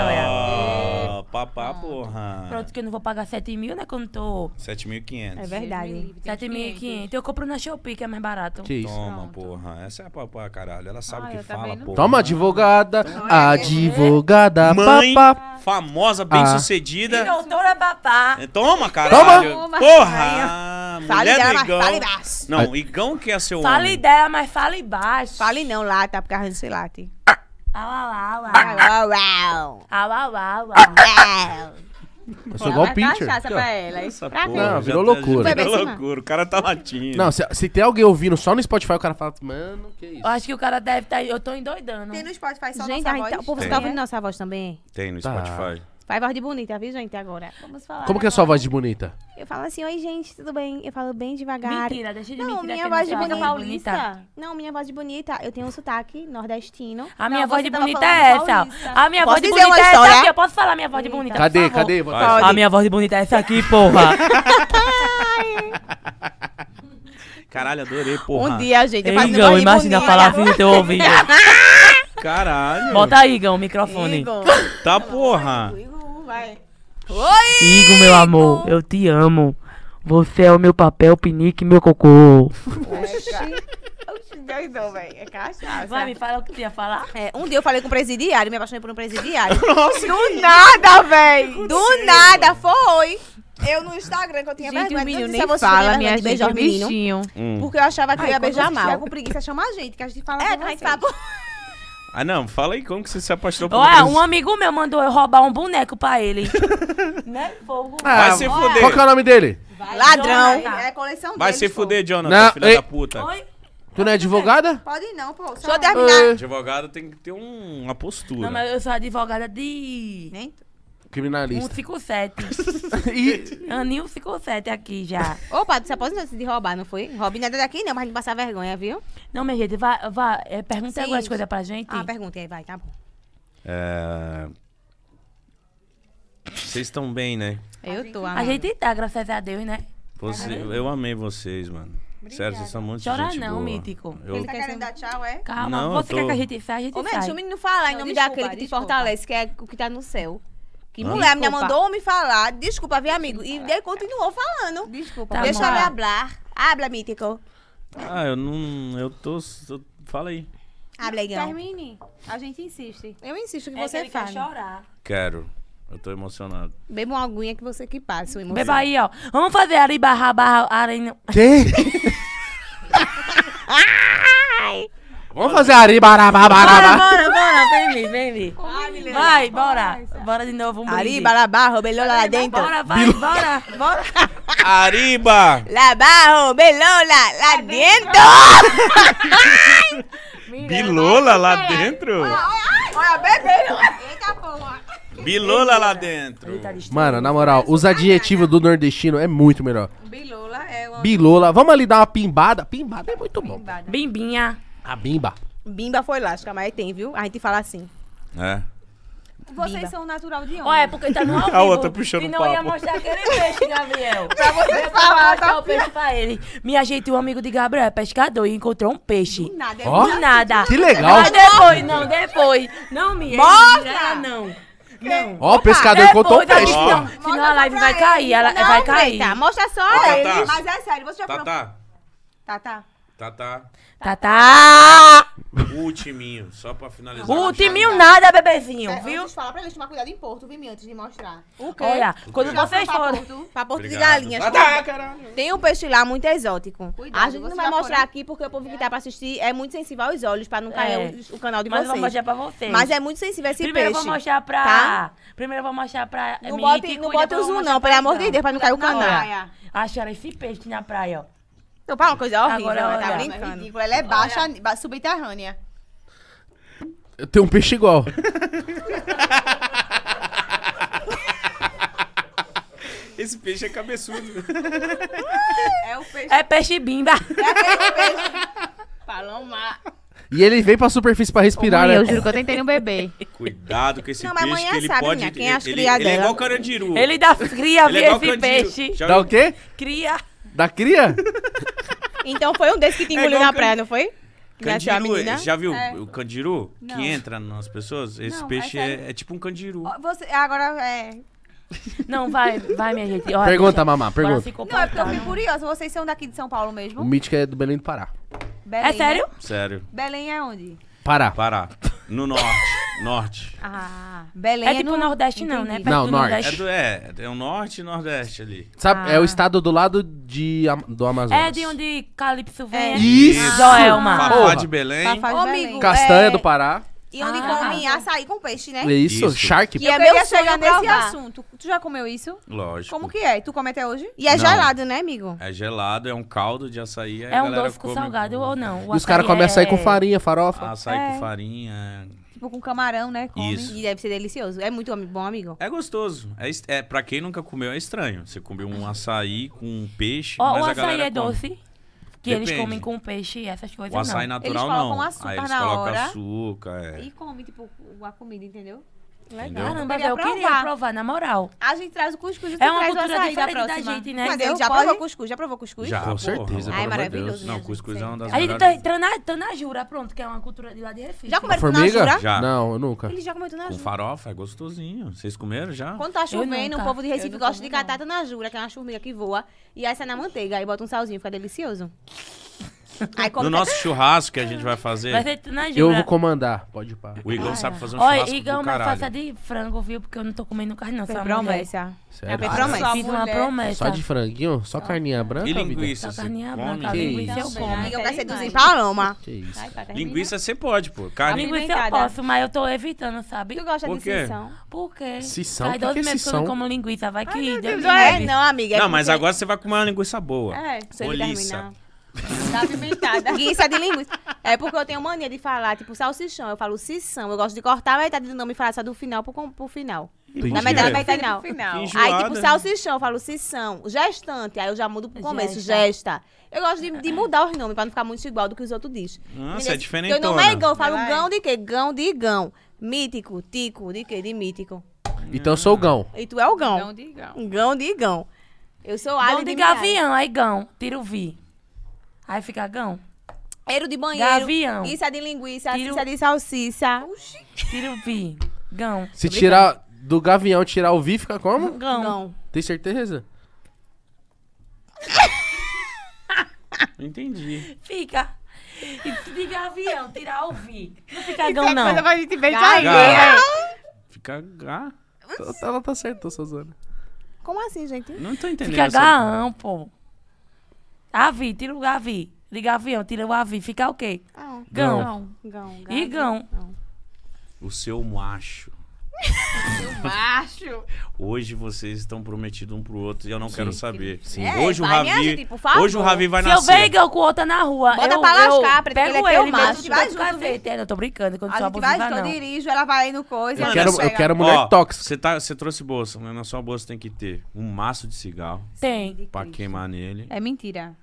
Speaker 3: olha.
Speaker 2: Papá, porra.
Speaker 3: Pronto, que eu não vou pagar 7 mil, né? Quando tô.
Speaker 2: 7.500.
Speaker 4: verdade.
Speaker 3: 7.500. Eu compro na Shopee, que é mais barato.
Speaker 1: Que isso.
Speaker 2: Toma, porra. Essa é a papá, caralho. Ela sabe o
Speaker 5: Ai,
Speaker 2: que
Speaker 5: eu tá
Speaker 2: fala,
Speaker 5: vendo?
Speaker 2: porra.
Speaker 1: Toma, advogada. Advogada.
Speaker 2: Mãe,
Speaker 1: papá.
Speaker 2: famosa,
Speaker 3: E
Speaker 2: bem-sucedida.
Speaker 3: doutora papá.
Speaker 2: É, Toma, caralho.
Speaker 5: Toma.
Speaker 2: Porra.
Speaker 4: Fale
Speaker 2: Mulher
Speaker 4: dela,
Speaker 2: do
Speaker 4: mas
Speaker 2: Igão.
Speaker 4: fale baixo.
Speaker 2: Não, Igão que é seu
Speaker 3: Fala
Speaker 2: homem.
Speaker 3: ideia, mas fale baixo. Ah,
Speaker 4: Fale não, lata, porque a gente se late.
Speaker 3: Au, au, au, au.
Speaker 4: Uau,
Speaker 5: Oh,
Speaker 4: uau,
Speaker 3: Au, au, au, au.
Speaker 4: uau.
Speaker 1: Eu sou é igual o Pincher.
Speaker 5: cachaça pra ela.
Speaker 2: Essa
Speaker 1: Não,
Speaker 2: já
Speaker 1: virou
Speaker 2: tá-
Speaker 1: loucura.
Speaker 4: Vai
Speaker 3: assim,
Speaker 2: Virou
Speaker 4: pra cima.
Speaker 2: loucura. O cara tá latindo.
Speaker 1: Não, se, se tem alguém ouvindo só no Spotify, o cara fala, mano, que isso.
Speaker 3: Eu acho que o cara deve estar. Eu tô endoidando.
Speaker 6: Tem no Spotify só
Speaker 4: Gente,
Speaker 6: nossa
Speaker 4: a gente,
Speaker 6: voz.
Speaker 4: o povo
Speaker 2: Tem.
Speaker 4: tá
Speaker 1: É.
Speaker 4: ouvindo nossa voz também.
Speaker 2: Tem no
Speaker 1: Tá.
Speaker 2: Spotify.
Speaker 4: Faz voz de bonita, viu, gente, agora? Vamos falar.
Speaker 1: Como que é a sua voz de bonita?
Speaker 4: Eu falo assim, oi, gente, tudo bem? Eu falo bem devagar.
Speaker 3: Mentira, deixa de
Speaker 4: Não,
Speaker 3: mentir. né,
Speaker 4: minha
Speaker 3: que
Speaker 4: voz de
Speaker 3: não sou
Speaker 4: bonita
Speaker 3: bonita.
Speaker 4: Não, minha voz de bonita, eu tenho um sotaque nordestino.
Speaker 3: A
Speaker 5: Não,
Speaker 3: minha voz
Speaker 5: você
Speaker 3: de
Speaker 5: tava
Speaker 3: bonita
Speaker 5: falando
Speaker 3: é essa. ó.
Speaker 5: paulista.
Speaker 3: A minha
Speaker 4: Posso
Speaker 3: voz de
Speaker 4: dizer uma
Speaker 3: bonita é essa
Speaker 4: história?
Speaker 3: aqui. Eu posso falar minha voz de bonita? Tá, por
Speaker 1: Cadê,
Speaker 3: favor?
Speaker 1: cadê?
Speaker 2: Vai.
Speaker 3: A minha voz de bonita é essa aqui, porra.
Speaker 2: Caralho, adorei, porra.
Speaker 5: Um dia, gente, eu fazendo
Speaker 3: Igão,
Speaker 5: voz de
Speaker 3: imagina
Speaker 5: bonita.
Speaker 3: falar assim no teu ouvido.
Speaker 2: Caralho.
Speaker 3: Bota aí, Igão, o microfone.
Speaker 5: Igor,
Speaker 2: Tá porra.
Speaker 5: Igor, vai.
Speaker 3: Igor, meu amor, eu te amo. Você é o meu papel, pinique, meu cocô.
Speaker 5: Oxi, doidão, velho. É cachaça.
Speaker 3: Vai, me fala o que tu ia falar.
Speaker 4: É, um dia eu falei com um presidiário, me apaixonei por um presidiário.
Speaker 5: Do nada, velho.
Speaker 4: Do nada, foi. Eu no Instagram, que eu tinha
Speaker 5: Gente,
Speaker 4: vergonha.
Speaker 5: o menino
Speaker 4: não
Speaker 5: nem
Speaker 4: disse a você que
Speaker 5: fala,
Speaker 4: eu tinha
Speaker 5: minha
Speaker 4: vergonha
Speaker 5: gente,
Speaker 4: de beijar
Speaker 5: o
Speaker 4: o menino.
Speaker 5: bichinho.
Speaker 2: Hum.
Speaker 4: Porque eu achava que eu
Speaker 5: Ai,
Speaker 4: ia
Speaker 5: quando
Speaker 4: beijar
Speaker 5: você tiver
Speaker 4: mal.
Speaker 5: com preguiça, chama a gente, que a gente fala
Speaker 4: É,
Speaker 5: com
Speaker 4: a gente
Speaker 5: vocês.
Speaker 4: fala, pô,
Speaker 2: Ah, não. Fala aí como que você se apaixonou por
Speaker 3: Olha, um amigo meu mandou eu roubar um boneco pra ele. né, fogo?
Speaker 2: Vai se fuder.
Speaker 1: Qual que é o nome dele?
Speaker 4: ladrão.
Speaker 3: Jonathan.
Speaker 6: É coleção
Speaker 2: Vai
Speaker 6: deles,
Speaker 2: se
Speaker 6: pô.
Speaker 2: fuder, Jonathan,
Speaker 1: Não,
Speaker 2: filha
Speaker 1: ei.
Speaker 2: da puta.
Speaker 3: Oi?
Speaker 1: Tu não é advogada?
Speaker 6: Pode não, pô. Só
Speaker 4: Deixa eu terminar.
Speaker 1: Oi.
Speaker 2: Advogado tem que ter um- uma postura.
Speaker 3: Não, mas eu sou advogada de
Speaker 6: Nem-
Speaker 1: Criminalista.
Speaker 3: 157.
Speaker 1: E
Speaker 3: Aninho 57 aqui já.
Speaker 4: Opa, tu se aposentou antes de roubar, não foi? Roube nada daqui não, mas não passar vergonha, viu?
Speaker 3: Não, minha gente, vá, vá, é, pergunta
Speaker 4: Sim.
Speaker 3: algumas coisas pra gente.
Speaker 4: Ah, pergunta aí, vai, tá bom.
Speaker 2: É... Vocês estão bem, né?
Speaker 4: Eu tô,
Speaker 3: a
Speaker 4: amando.
Speaker 3: gente tá, graças a Deus, né?
Speaker 2: Você- Eu amei vocês, mano. Sério, vocês são muito
Speaker 3: Chora
Speaker 2: gente
Speaker 3: não,
Speaker 2: boa.
Speaker 3: mítico.
Speaker 2: Eu-
Speaker 6: Tá querendo dar tchau, é?
Speaker 3: Calma,
Speaker 2: Não, eu
Speaker 3: você quer
Speaker 2: tô-
Speaker 3: que a gente saia, a gente
Speaker 4: Ô, meu,
Speaker 3: sai.
Speaker 4: deixa o menino falar em
Speaker 5: Não,
Speaker 4: nome
Speaker 5: desculpa,
Speaker 4: daquele que te
Speaker 5: desculpa.
Speaker 4: fortalece, que é o que tá no céu. Que
Speaker 2: Hã?
Speaker 4: mulher, a minha
Speaker 5: Desculpa.
Speaker 4: mandou me falar. Desculpa, viu, amigo? E daí continuou falando.
Speaker 5: Desculpa.
Speaker 3: Tá
Speaker 4: Deixa
Speaker 3: bom.
Speaker 4: eu hablar. Habla, mítico.
Speaker 2: Ah, eu não... Eu tô... eu- Fala aí.
Speaker 4: Habla, Igão.
Speaker 5: Termine. A gente insiste.
Speaker 4: Eu insisto que
Speaker 3: É
Speaker 4: você
Speaker 3: que ele quer
Speaker 4: fale.
Speaker 3: chorar.
Speaker 2: Quero. Eu tô emocionado.
Speaker 4: Beba uma aguinha que você que passa. o emoção.
Speaker 3: Beba aí, ó. Vamos fazer ari barra barra arena.
Speaker 1: quem? Vamos fazer aribarabarabará.
Speaker 3: Bora, bora, vem vir, vem vir. Vai, bora. Bora de novo, um
Speaker 4: Ari,
Speaker 3: brinde.
Speaker 4: balabarro, belou lá dentro.
Speaker 3: Bora, vai, bora, bora.
Speaker 2: Ariba!
Speaker 4: Labarro, belou lá, lá
Speaker 3: É
Speaker 4: dentro.
Speaker 2: Bilola lá dentro?
Speaker 6: Olha, bebê, não é? Eita, porra.
Speaker 2: Bilola lá dentro.
Speaker 1: Mano, na moral, os adjetivos do nordestino é muito melhor.
Speaker 6: Bilola é uma
Speaker 1: Bilola, vamos ali dar uma pimbada. Pimbada é muito bom.
Speaker 6: bimbada.
Speaker 3: Bimbinha.
Speaker 1: A bimba.
Speaker 4: Bimba foi lá, acho que a Maia tem, viu? A gente fala assim.
Speaker 2: É.
Speaker 6: Vocês são natural de onde?
Speaker 3: Ó, é porque tá no ao vivo.
Speaker 2: A outra puxando
Speaker 3: Senão
Speaker 2: o
Speaker 3: eu ia
Speaker 2: papo.
Speaker 3: mostrar aquele peixe, Gabriel.
Speaker 6: Pra você
Speaker 3: Eu ia
Speaker 6: falar,
Speaker 3: mostrar
Speaker 6: tá
Speaker 3: o peixe pra ele. Me ajeitei um amigo de Gabriel, é pescador, e encontrou um peixe.
Speaker 6: Nada, é
Speaker 1: Ó.
Speaker 3: Do nada.
Speaker 1: Que legal.
Speaker 3: Mas depois, não, depois. Não me Mostra! Não. Não.
Speaker 1: Ó, o
Speaker 3: é
Speaker 1: pescador contou o
Speaker 3: Depois,
Speaker 1: peixe.
Speaker 3: Senão, senão a live vai cair, ela
Speaker 4: Não,
Speaker 3: vai cair.
Speaker 4: Preta, mostra só
Speaker 2: Ô,
Speaker 4: a
Speaker 2: Tatá.
Speaker 4: eles.
Speaker 6: Mas é sério, você já
Speaker 2: Tá,
Speaker 6: falou.
Speaker 2: tá.
Speaker 6: Tá, tá.
Speaker 2: Tá, tá.
Speaker 3: Tá, tá.
Speaker 2: Ultiminho, só pra finalizar.
Speaker 3: O timinho nada, bebezinho,
Speaker 4: Tá,
Speaker 6: É,
Speaker 3: viu?
Speaker 6: Antes de falar pra eles tomar cuidado em Porto, viu, minha, antes de mostrar.
Speaker 4: O quê?
Speaker 3: Olha, quando
Speaker 2: quê?
Speaker 3: vocês
Speaker 6: Pra
Speaker 3: forem...
Speaker 6: Porto.
Speaker 4: Pra Porto de
Speaker 2: Obrigado.
Speaker 4: Galinhas.
Speaker 2: Tá, tá, caralho.
Speaker 4: Tem um peixe lá muito exótico.
Speaker 6: Cuidado,
Speaker 4: a gente não
Speaker 6: vocês
Speaker 4: vai
Speaker 6: já né?
Speaker 4: mostrar
Speaker 6: foram?
Speaker 4: aqui porque o povo que tá pra assistir é muito sensível aos olhos, pra não cair
Speaker 3: É.
Speaker 4: o, o canal de
Speaker 3: Mas eu vou
Speaker 4: vocês.
Speaker 3: mostrar pra vocês.
Speaker 4: Mas é muito sensível esse
Speaker 3: Primeiro eu
Speaker 4: peixe.
Speaker 3: vou mostrar pra...
Speaker 4: tá?
Speaker 3: Primeiro eu vou mostrar pra... Mickey,
Speaker 4: Não bota, não
Speaker 3: cuida,
Speaker 4: bota
Speaker 3: depois
Speaker 4: o
Speaker 3: eu vou
Speaker 4: zoom,
Speaker 3: mostrar
Speaker 4: não,
Speaker 3: pra
Speaker 4: pelo amor de
Speaker 3: eles,
Speaker 4: Deus, pra não cair o
Speaker 6: Na
Speaker 4: canal.
Speaker 6: praia.
Speaker 3: Acharam esse peixe na praia, ó.
Speaker 4: Então, fala uma coisa horrível,
Speaker 3: Agora,
Speaker 4: ela tá
Speaker 3: olha.
Speaker 6: Mas é
Speaker 4: brincando.
Speaker 6: ridículo, ela é baixa, ba- subterrânea.
Speaker 1: Eu tenho um peixe igual.
Speaker 2: Esse peixe é cabeçudo.
Speaker 6: É o peixe.
Speaker 3: É peixe bimba.
Speaker 6: Paloma.
Speaker 1: E ele vem pra superfície pra respirar, né?
Speaker 5: Mãe, eu juro que eu tentei no bebê.
Speaker 2: Cuidado com esse
Speaker 4: Não, mas
Speaker 2: peixe
Speaker 4: amanhã
Speaker 2: que ele
Speaker 4: sabe,
Speaker 2: pode...
Speaker 4: minha, quem
Speaker 2: ele,
Speaker 4: acha cria
Speaker 2: ele é
Speaker 4: dela.
Speaker 2: igual carandiru.
Speaker 3: Ele dá cria,
Speaker 2: Ele é igual
Speaker 3: viu, esse
Speaker 2: carandiru.
Speaker 3: peixe.
Speaker 2: Já
Speaker 1: Dá
Speaker 2: viu?
Speaker 1: o quê?
Speaker 3: Cria.
Speaker 1: Da cria?
Speaker 4: Então foi um desses que te engoliu
Speaker 2: igual
Speaker 4: na
Speaker 2: can-
Speaker 4: praia, não foi? Nasceu a
Speaker 2: Candiru,
Speaker 4: menina. É.
Speaker 2: já viu o candiru que entra nas pessoas? Esse peixe é, é tipo um candiru.
Speaker 6: Ó, Você, agora é.
Speaker 3: Não, vai, vai, minha gente. Olha,
Speaker 1: Pergunta,
Speaker 3: deixa-
Speaker 1: mamá,
Speaker 3: Agora
Speaker 1: pergunta.
Speaker 3: ficou
Speaker 6: Não, é porque eu
Speaker 3: pancada.
Speaker 6: fiquei curiosa. Vocês são daqui de São Paulo
Speaker 1: O
Speaker 6: mesmo?
Speaker 1: Mítico é do Belém do Pará.
Speaker 6: Belém,
Speaker 3: É
Speaker 6: né?
Speaker 3: sério?
Speaker 2: Sério.
Speaker 6: Belém é onde?
Speaker 1: Pará.
Speaker 2: Pará. No norte. norte.
Speaker 4: Ah.
Speaker 6: Belém
Speaker 3: É tipo Nordeste não, né?
Speaker 6: entendi.
Speaker 3: Perto
Speaker 1: Não,
Speaker 3: do
Speaker 1: norte.
Speaker 2: É,
Speaker 3: Nordeste.
Speaker 2: do, é, é o norte e nordeste ali.
Speaker 1: Sabe, é o estado do lado de, Am- do Amazonas.
Speaker 3: É de onde Calypso vem.
Speaker 6: É.
Speaker 1: Isso!
Speaker 3: Joelma.
Speaker 2: Fafá
Speaker 1: Porra.
Speaker 2: de Belém.
Speaker 6: Fafá de
Speaker 4: Ô,
Speaker 6: Belém.
Speaker 4: amigo.
Speaker 1: Castanha
Speaker 4: É.
Speaker 1: do Pará.
Speaker 4: E onde
Speaker 3: Ah.
Speaker 4: come açaí com peixe, né?
Speaker 1: É isso,
Speaker 2: Isso.
Speaker 1: Shark.
Speaker 4: Que
Speaker 6: Eu
Speaker 4: é
Speaker 6: queria
Speaker 4: meu sonho
Speaker 6: chegar nesse
Speaker 4: provar.
Speaker 6: assunto. Tu já comeu isso?
Speaker 2: Lógico.
Speaker 6: Como que é? Tu come até hoje?
Speaker 4: E é
Speaker 2: Não.
Speaker 4: gelado, né, amigo?
Speaker 2: É gelado, é um caldo de açaí. aí
Speaker 3: É
Speaker 2: a
Speaker 3: um
Speaker 2: galera
Speaker 3: doce com
Speaker 2: come
Speaker 3: salgado É. ou não.
Speaker 1: E os caras comem açaí
Speaker 3: é.
Speaker 1: com farinha, farofa.
Speaker 2: Açaí com farinha.
Speaker 6: Tipo com camarão, né? Come.
Speaker 2: Isso.
Speaker 4: E deve ser delicioso. É muito ami- bom, amigo.
Speaker 2: É gostoso. É, est- é, pra quem nunca comeu, é estranho. Você comeu um açaí com um peixe,
Speaker 3: Ó,
Speaker 2: mas
Speaker 3: o
Speaker 2: a
Speaker 3: açaí
Speaker 2: galera
Speaker 3: é
Speaker 2: come.
Speaker 3: doce. Que eles
Speaker 2: Depende.
Speaker 3: comem com peixe e essas coisas
Speaker 2: O açaí
Speaker 3: não.
Speaker 2: natural
Speaker 6: Eles colocam um
Speaker 2: não.
Speaker 6: açúcar
Speaker 2: Aí eles
Speaker 6: na
Speaker 2: colocam
Speaker 6: hora.
Speaker 2: açúcar, é.
Speaker 6: E come, tipo, a comida, entendeu?
Speaker 2: Entendeu?
Speaker 3: Caramba,
Speaker 6: Eu
Speaker 3: velho, eu
Speaker 6: queria
Speaker 3: queria
Speaker 6: provar.
Speaker 3: provar, na moral.
Speaker 6: A gente traz o cuscuz e tu
Speaker 3: É uma
Speaker 6: traz o
Speaker 3: cultura
Speaker 6: açaí da
Speaker 3: diferente da
Speaker 6: próxima.
Speaker 3: gente, né?
Speaker 6: Mas
Speaker 4: Entendeu?
Speaker 6: eu
Speaker 4: Já
Speaker 6: pode?
Speaker 4: provou cuscuz? Já provou cuscuz?
Speaker 2: Já,
Speaker 1: Com
Speaker 2: porra,
Speaker 1: certeza,
Speaker 2: pelo
Speaker 4: Ai,
Speaker 2: amor de
Speaker 4: maravilhoso,
Speaker 2: Deus.
Speaker 4: né,
Speaker 2: Não,
Speaker 4: gente?
Speaker 2: cuscuz é uma das
Speaker 3: Aí tá
Speaker 2: melhores.
Speaker 3: entrando na, tá na Jura, pronto, que é uma cultura de lá de Recife.
Speaker 4: Já comeram
Speaker 1: Formiga?
Speaker 4: na jura?
Speaker 2: Já.
Speaker 1: Não, eu nunca.
Speaker 4: Ele já comentou na
Speaker 3: tá-
Speaker 2: Com
Speaker 4: jura.
Speaker 2: farofa, é gostosinho. Vocês comeram já?
Speaker 4: Quando tá chovendo,
Speaker 3: nunca.
Speaker 4: o povo de Recife
Speaker 6: não
Speaker 4: gosta
Speaker 6: como,
Speaker 4: de
Speaker 6: não.
Speaker 4: catar tanajura, que é uma formiga que voa. E essa é na manteiga. Aí bota um salzinho, fica delicioso. Aí come
Speaker 2: No nosso churrasco que a gente vai fazer,
Speaker 3: Vai ser na Jura.
Speaker 1: Eu vou comandar, pode pá.
Speaker 2: o Igão sabe fazer um
Speaker 3: Olha,
Speaker 2: churrasco
Speaker 3: Igão,
Speaker 2: do
Speaker 3: mas
Speaker 2: caralho.
Speaker 3: faça de frango, viu? Porque eu não tô comendo carne, não.
Speaker 4: Foi
Speaker 3: só mulher.
Speaker 4: promessa. É,
Speaker 1: Sério.
Speaker 4: foi promessa.
Speaker 3: Fiz uma
Speaker 6: mulher.
Speaker 3: promessa.
Speaker 1: Só de franguinho? Só carninha branca?
Speaker 2: E
Speaker 1: amiga?
Speaker 2: linguiça,
Speaker 3: Só
Speaker 2: você
Speaker 3: carninha
Speaker 2: come?
Speaker 3: branca,
Speaker 1: Que
Speaker 3: linguiça eu
Speaker 1: isso.
Speaker 3: como.
Speaker 4: Amiga, pra seduzir paloma.
Speaker 1: Que isso.
Speaker 2: Linguiça você pode, pô. Carne
Speaker 3: Linguiça eu posso, mas eu tô evitando, sabe?
Speaker 4: Tu gosta
Speaker 2: Por
Speaker 4: de
Speaker 2: quê?
Speaker 4: sessão?
Speaker 3: Por quê?
Speaker 1: Sissão? Que
Speaker 3: Faz
Speaker 1: que é
Speaker 3: 12 meses que eu não
Speaker 1: sissão?
Speaker 3: como linguiça, vai que Deus me
Speaker 4: Não é,
Speaker 3: livre.
Speaker 4: não, amiga. é
Speaker 2: não, mas
Speaker 4: porque-
Speaker 2: agora você vai comer uma linguiça boa.
Speaker 4: É, se ele
Speaker 2: Oliça.
Speaker 4: terminar. Tá pimentada. Guiça de linguiça. É porque eu tenho mania de falar, tipo, salsichão. Eu falo sissão. Eu gosto de cortar a metade do nome e falar só do final pro, com- pro final.
Speaker 1: Entendi.
Speaker 4: Na metade,
Speaker 2: É.
Speaker 4: na metade não.
Speaker 6: Final.
Speaker 2: Finge-
Speaker 4: Aí,
Speaker 2: Enjoada,
Speaker 4: tipo,
Speaker 2: né?
Speaker 4: salsichão, eu falo sissão. Gestante, aí eu já mudo pro começo, gesta. Eu gosto de, de mudar os nomes pra não ficar muito igual do que os outros dizem.
Speaker 2: Nossa,
Speaker 4: Entendeu?
Speaker 2: é diferentona.
Speaker 4: Meu nome é Igão, eu falo
Speaker 6: Vai.
Speaker 4: gão de quê? Gão de gão. Mítico, tico, de quê? De mítico.
Speaker 1: Então eu sou o Gão.
Speaker 4: E tu é o
Speaker 6: Então,
Speaker 4: gão.
Speaker 6: diga.
Speaker 4: Gão de gão. Eu sou alho
Speaker 3: Gão
Speaker 4: de
Speaker 3: de
Speaker 4: milagre.
Speaker 3: gavião, aí gão, tira o vi. Aí fica gão,
Speaker 4: Eiro de banheiro.
Speaker 3: Gavião.
Speaker 4: Isso é de linguiça,
Speaker 3: Tiro-
Speaker 4: isso é de salsicha.
Speaker 3: tira o vi, gão.
Speaker 1: Se tirar do gavião, tirar o vi, fica
Speaker 4: Hum.
Speaker 1: como?
Speaker 3: Gão.
Speaker 4: Gão.
Speaker 1: Tem certeza?
Speaker 2: Entendi.
Speaker 3: Fica. E de gavião, tirar o vi. Não fica
Speaker 4: é
Speaker 3: gão, não.
Speaker 6: Mas a gente vem
Speaker 4: Gaga.
Speaker 2: Gá.
Speaker 5: né?
Speaker 2: Fica gá.
Speaker 1: Ela tá certa, Suzana.
Speaker 4: Como assim, gente?
Speaker 2: Não tô entendendo.
Speaker 3: Fica
Speaker 2: essa-
Speaker 3: gaão, pô. Avi, tira o gavi. De gavião, tira o avi. Fica o quê?
Speaker 4: Gão.
Speaker 3: Gão.
Speaker 4: Gão.
Speaker 3: E gão.
Speaker 2: O seu macho.
Speaker 6: Macho.
Speaker 2: Hoje vocês estão prometidos um pro outro e eu não quero saber.
Speaker 1: Sim.
Speaker 4: É,
Speaker 2: Hoje o
Speaker 4: vai, né,
Speaker 2: Ravi.
Speaker 4: gente? Por favor.
Speaker 2: Hoje o Ravi vai
Speaker 3: Se eu
Speaker 2: nascer.
Speaker 3: vejo eu com outra na rua,
Speaker 4: Bota
Speaker 3: eu,
Speaker 4: pra lascar,
Speaker 3: eu
Speaker 4: preto, que ele é
Speaker 3: pego
Speaker 4: teu
Speaker 3: ele,
Speaker 4: macho,
Speaker 3: mesmo,
Speaker 4: vai
Speaker 3: tipo,
Speaker 4: junto,
Speaker 3: cacete. É, Não, tô brincando, quando
Speaker 5: A
Speaker 3: sou
Speaker 5: gente vai,
Speaker 3: abusiva,
Speaker 5: eu
Speaker 3: não.
Speaker 5: dirijo, ela vai no coisa.
Speaker 1: Eu
Speaker 2: Mano,
Speaker 5: ela
Speaker 1: quero,
Speaker 5: pega.
Speaker 1: eu quero mulher
Speaker 2: Ó,
Speaker 1: tóxica.
Speaker 2: Você tá, você trouxe bolsa, mas na sua bolsa tem que ter um maço de cigarro
Speaker 3: Tem.
Speaker 2: pra queimar nele.
Speaker 5: É mentira.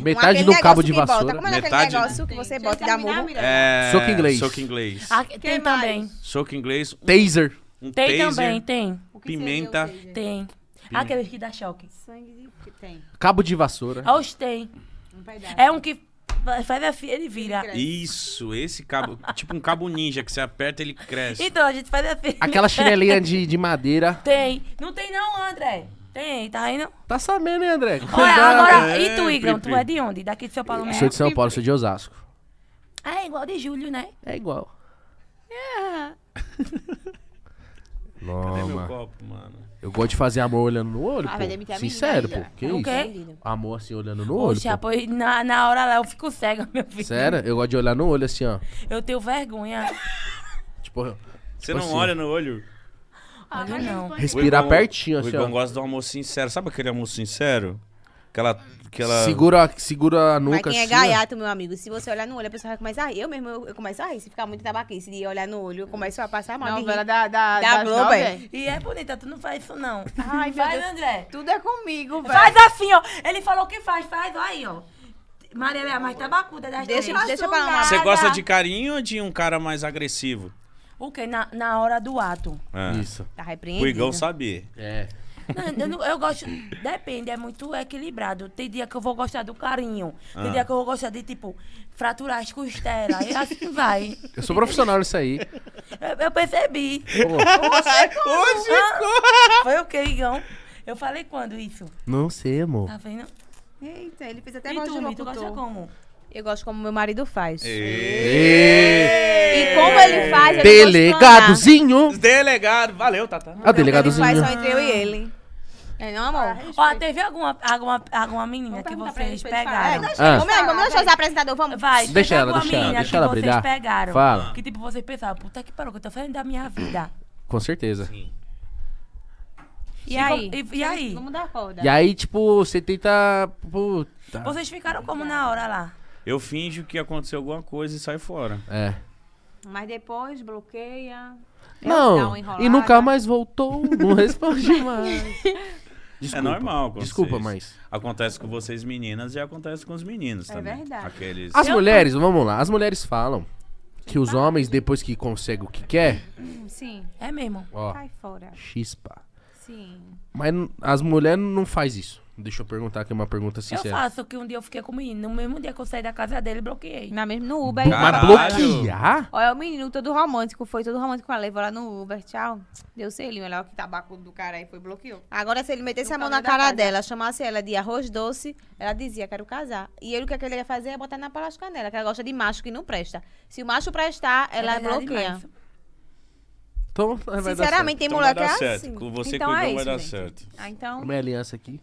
Speaker 1: Metade
Speaker 6: Aquele
Speaker 1: do cabo
Speaker 6: negócio
Speaker 1: de
Speaker 6: que bota.
Speaker 1: vassoura.
Speaker 6: Como é aquele
Speaker 2: Metade-
Speaker 6: negócio que você bota e dá murro?
Speaker 2: É,
Speaker 1: Soco inglês.
Speaker 2: Soco inglês.
Speaker 3: Ah, tem
Speaker 6: mais?
Speaker 3: também.
Speaker 2: Soco inglês. um-
Speaker 1: Taser.
Speaker 2: Um
Speaker 3: Tem
Speaker 2: taser,
Speaker 3: também, tem.
Speaker 2: Pimenta.
Speaker 3: Tem. Aqueles que dá choque.
Speaker 6: Sangue de... Tem.
Speaker 1: Cabo de vassoura.
Speaker 3: Ah, Os tem.
Speaker 6: Não vai dar.
Speaker 3: É um que fa- faz a fia, ele vira.
Speaker 2: Isso, esse cabo. tipo um cabo ninja que você aperta ele cresce.
Speaker 3: Então, a gente faz a fia.
Speaker 1: Aquela chinelinha de, de madeira.
Speaker 3: Tem. Não tem não, André. Tem, tá aí não?
Speaker 1: Tá sabendo, hein, André?
Speaker 3: Olha, agora,
Speaker 2: É,
Speaker 3: e tu, Igrão?
Speaker 2: Pri,
Speaker 3: Tu
Speaker 2: Pri.
Speaker 3: é de onde? Daqui de São Paulo
Speaker 1: Sou
Speaker 3: mesmo?
Speaker 1: de São Paulo, sou de Osasco.
Speaker 3: Ah, é igual de Júlio, né?
Speaker 1: É igual.
Speaker 2: Cadê meu
Speaker 1: Loma.
Speaker 2: copo, mano?
Speaker 1: Eu gosto de fazer amor olhando no olho,
Speaker 6: Ah, vai
Speaker 1: pô.
Speaker 6: demitir a menina
Speaker 1: Sincero,
Speaker 6: ainda.
Speaker 1: pô. Que
Speaker 3: O
Speaker 1: isso?
Speaker 3: quê?
Speaker 1: Amor assim, olhando no olho,
Speaker 3: Poxa,
Speaker 1: pô.
Speaker 3: pois na, na hora lá eu fico cega, meu filho.
Speaker 1: Sério? Eu gosto de olhar no olho assim, ó.
Speaker 3: Eu tenho vergonha.
Speaker 1: Tipo,
Speaker 2: Você
Speaker 1: Tipo
Speaker 2: não
Speaker 1: assim.
Speaker 2: olha no olho?
Speaker 4: Ah,
Speaker 3: Olha, não.
Speaker 1: respirar
Speaker 2: O Igão-
Speaker 1: pertinho,
Speaker 2: O
Speaker 1: assim,
Speaker 2: Igão
Speaker 1: ó.
Speaker 2: gosta de um almoço sincero. Sabe aquele almoço sincero? Aquela. aquela...
Speaker 1: Segura, a- segura a
Speaker 4: Mas
Speaker 1: nuca
Speaker 4: quem é
Speaker 1: assim. ó.
Speaker 4: gaiato, meu amigo, se você olhar no olho, a pessoa vai começar a rir. Eu mesmo, eu, eu começo a rir. Se ficar muito tabaquice de olhar no olho, eu começo a passar mal. de
Speaker 6: Novela
Speaker 4: rir.
Speaker 6: da, da,
Speaker 4: Da
Speaker 6: das
Speaker 4: Globo,
Speaker 6: nove,
Speaker 4: é.
Speaker 6: é.
Speaker 3: E é bonita, tu não faz isso não.
Speaker 6: Ai, meu
Speaker 3: faz,
Speaker 6: Deus.
Speaker 3: André.
Speaker 6: Tudo é comigo, velho.
Speaker 3: Faz assim, ó. Ele falou que faz, faz, ó aí, ó. Maria é a mais tabacuda das
Speaker 4: Deixa-
Speaker 3: três.
Speaker 4: deixa pra lá.
Speaker 3: Ah,
Speaker 2: Você
Speaker 3: tá.
Speaker 2: gosta de carinho ou de um cara mais agressivo?
Speaker 3: O quê? Na, na hora do ato.
Speaker 2: É.
Speaker 1: Isso.
Speaker 4: Tá
Speaker 2: O
Speaker 4: repreendido.
Speaker 2: Igão sabia.
Speaker 1: É.
Speaker 3: Não, eu, não- eu gosto. Depende, é muito equilibrado. Tem dia que eu vou gostar do carinho. Tem
Speaker 2: Ah.
Speaker 3: dia que eu vou gostar de, tipo, fraturar as costelas. E assim vai.
Speaker 1: Eu sou profissional nisso aí.
Speaker 3: Eu, eu percebi.
Speaker 1: Pô,
Speaker 3: Ah, foi o que, Igão? Eu falei quando isso?
Speaker 1: não sei, amor.
Speaker 3: Tá vendo?
Speaker 6: Eita, ele fez até
Speaker 3: E
Speaker 6: voz
Speaker 3: tu,
Speaker 6: de
Speaker 3: Mi, tu gosta
Speaker 6: locutor.
Speaker 3: como?
Speaker 4: Eu gosto como meu marido faz.
Speaker 1: Ê,
Speaker 4: E como ele faz, eu Delegados.
Speaker 1: Delegadozinho.
Speaker 2: Delegado, valeu,
Speaker 1: Ah,
Speaker 2: Tata.
Speaker 4: Ele faz só
Speaker 1: delegadozinho.
Speaker 4: entre eu e ele. É, não, amor?
Speaker 3: Ó, teve alguma, alguma, alguma menina que vocês pegaram?
Speaker 5: é
Speaker 1: Ah.
Speaker 4: Vamos, vamos deixar os apresentadores, vamos.
Speaker 3: Vai, teve
Speaker 1: Deixa ela,
Speaker 3: alguma
Speaker 1: deixa ela,
Speaker 3: menina
Speaker 1: deixa
Speaker 3: que
Speaker 1: ela
Speaker 3: vocês
Speaker 1: brilhar.
Speaker 3: pegaram.
Speaker 1: Fala.
Speaker 3: Que tipo, vocês pensavam, puta que pariu, que eu tô fazendo da
Speaker 4: Tá.
Speaker 3: minha vida.
Speaker 1: Com certeza.
Speaker 5: E aí?
Speaker 3: E, e aí?
Speaker 5: Vamos dar a corda.
Speaker 1: E aí, tipo, você tenta. tipo, Puta.
Speaker 3: Vocês ficaram como na hora lá?
Speaker 2: Eu finjo que aconteceu alguma coisa e saio fora.
Speaker 1: É.
Speaker 5: Mas depois bloqueia. dá
Speaker 1: Não,
Speaker 5: uma enrolada.
Speaker 1: e nunca mais voltou, não responde mais. Desculpa.
Speaker 2: É normal. com
Speaker 1: Desculpa,
Speaker 2: vocês.
Speaker 1: mas.
Speaker 2: Acontece com vocês meninas e acontece com os meninos também.
Speaker 5: É verdade. Assim,
Speaker 2: Aqueles.
Speaker 1: As mulheres, vamos lá, as mulheres falam que os homens, depois que conseguem o que quer,
Speaker 5: Sim.
Speaker 3: É mesmo.
Speaker 1: ó,
Speaker 5: Cai fora.
Speaker 1: chispa.
Speaker 5: Sim.
Speaker 1: Mas n- as mulheres não faz isso. Deixa eu perguntar aqui uma pergunta
Speaker 3: Eu
Speaker 1: sincera.
Speaker 3: faço que um dia eu fiquei com o menino, no mesmo dia que eu saí da casa dele, bloqueei.
Speaker 5: Na mesma, no Uber.
Speaker 1: Mas
Speaker 2: Caralho.
Speaker 1: bloquear?
Speaker 5: Olha, o menino todo romântico, foi todo romântico com ela. Levou lá no Uber, tchau. Deu selinho, olha lá que tabaco do cara aí, foi bloqueou.
Speaker 4: Agora, se ele metesse a mão na
Speaker 5: caminho da
Speaker 4: cara
Speaker 5: casa.
Speaker 4: dela, chamasse ela de arroz doce, ela dizia, quero casar. E ele, o que é que ele ia fazer é botar na palasca nela, que ela gosta de macho que não presta. Se o macho prestar,
Speaker 3: É
Speaker 4: ela
Speaker 3: verdade
Speaker 4: bloqueia.
Speaker 3: demais.
Speaker 1: Então, vai dar
Speaker 4: Sinceramente, tem
Speaker 2: Então
Speaker 4: mulher
Speaker 2: vai
Speaker 4: que
Speaker 2: dar
Speaker 4: é
Speaker 2: certo.
Speaker 4: assim.
Speaker 2: Com você
Speaker 5: Então
Speaker 2: com o
Speaker 5: é
Speaker 2: Igão vai
Speaker 5: isso,
Speaker 2: dar
Speaker 5: gente.
Speaker 2: certo.
Speaker 5: Ah,
Speaker 1: certo.
Speaker 5: então.
Speaker 1: Minha aliança aqui.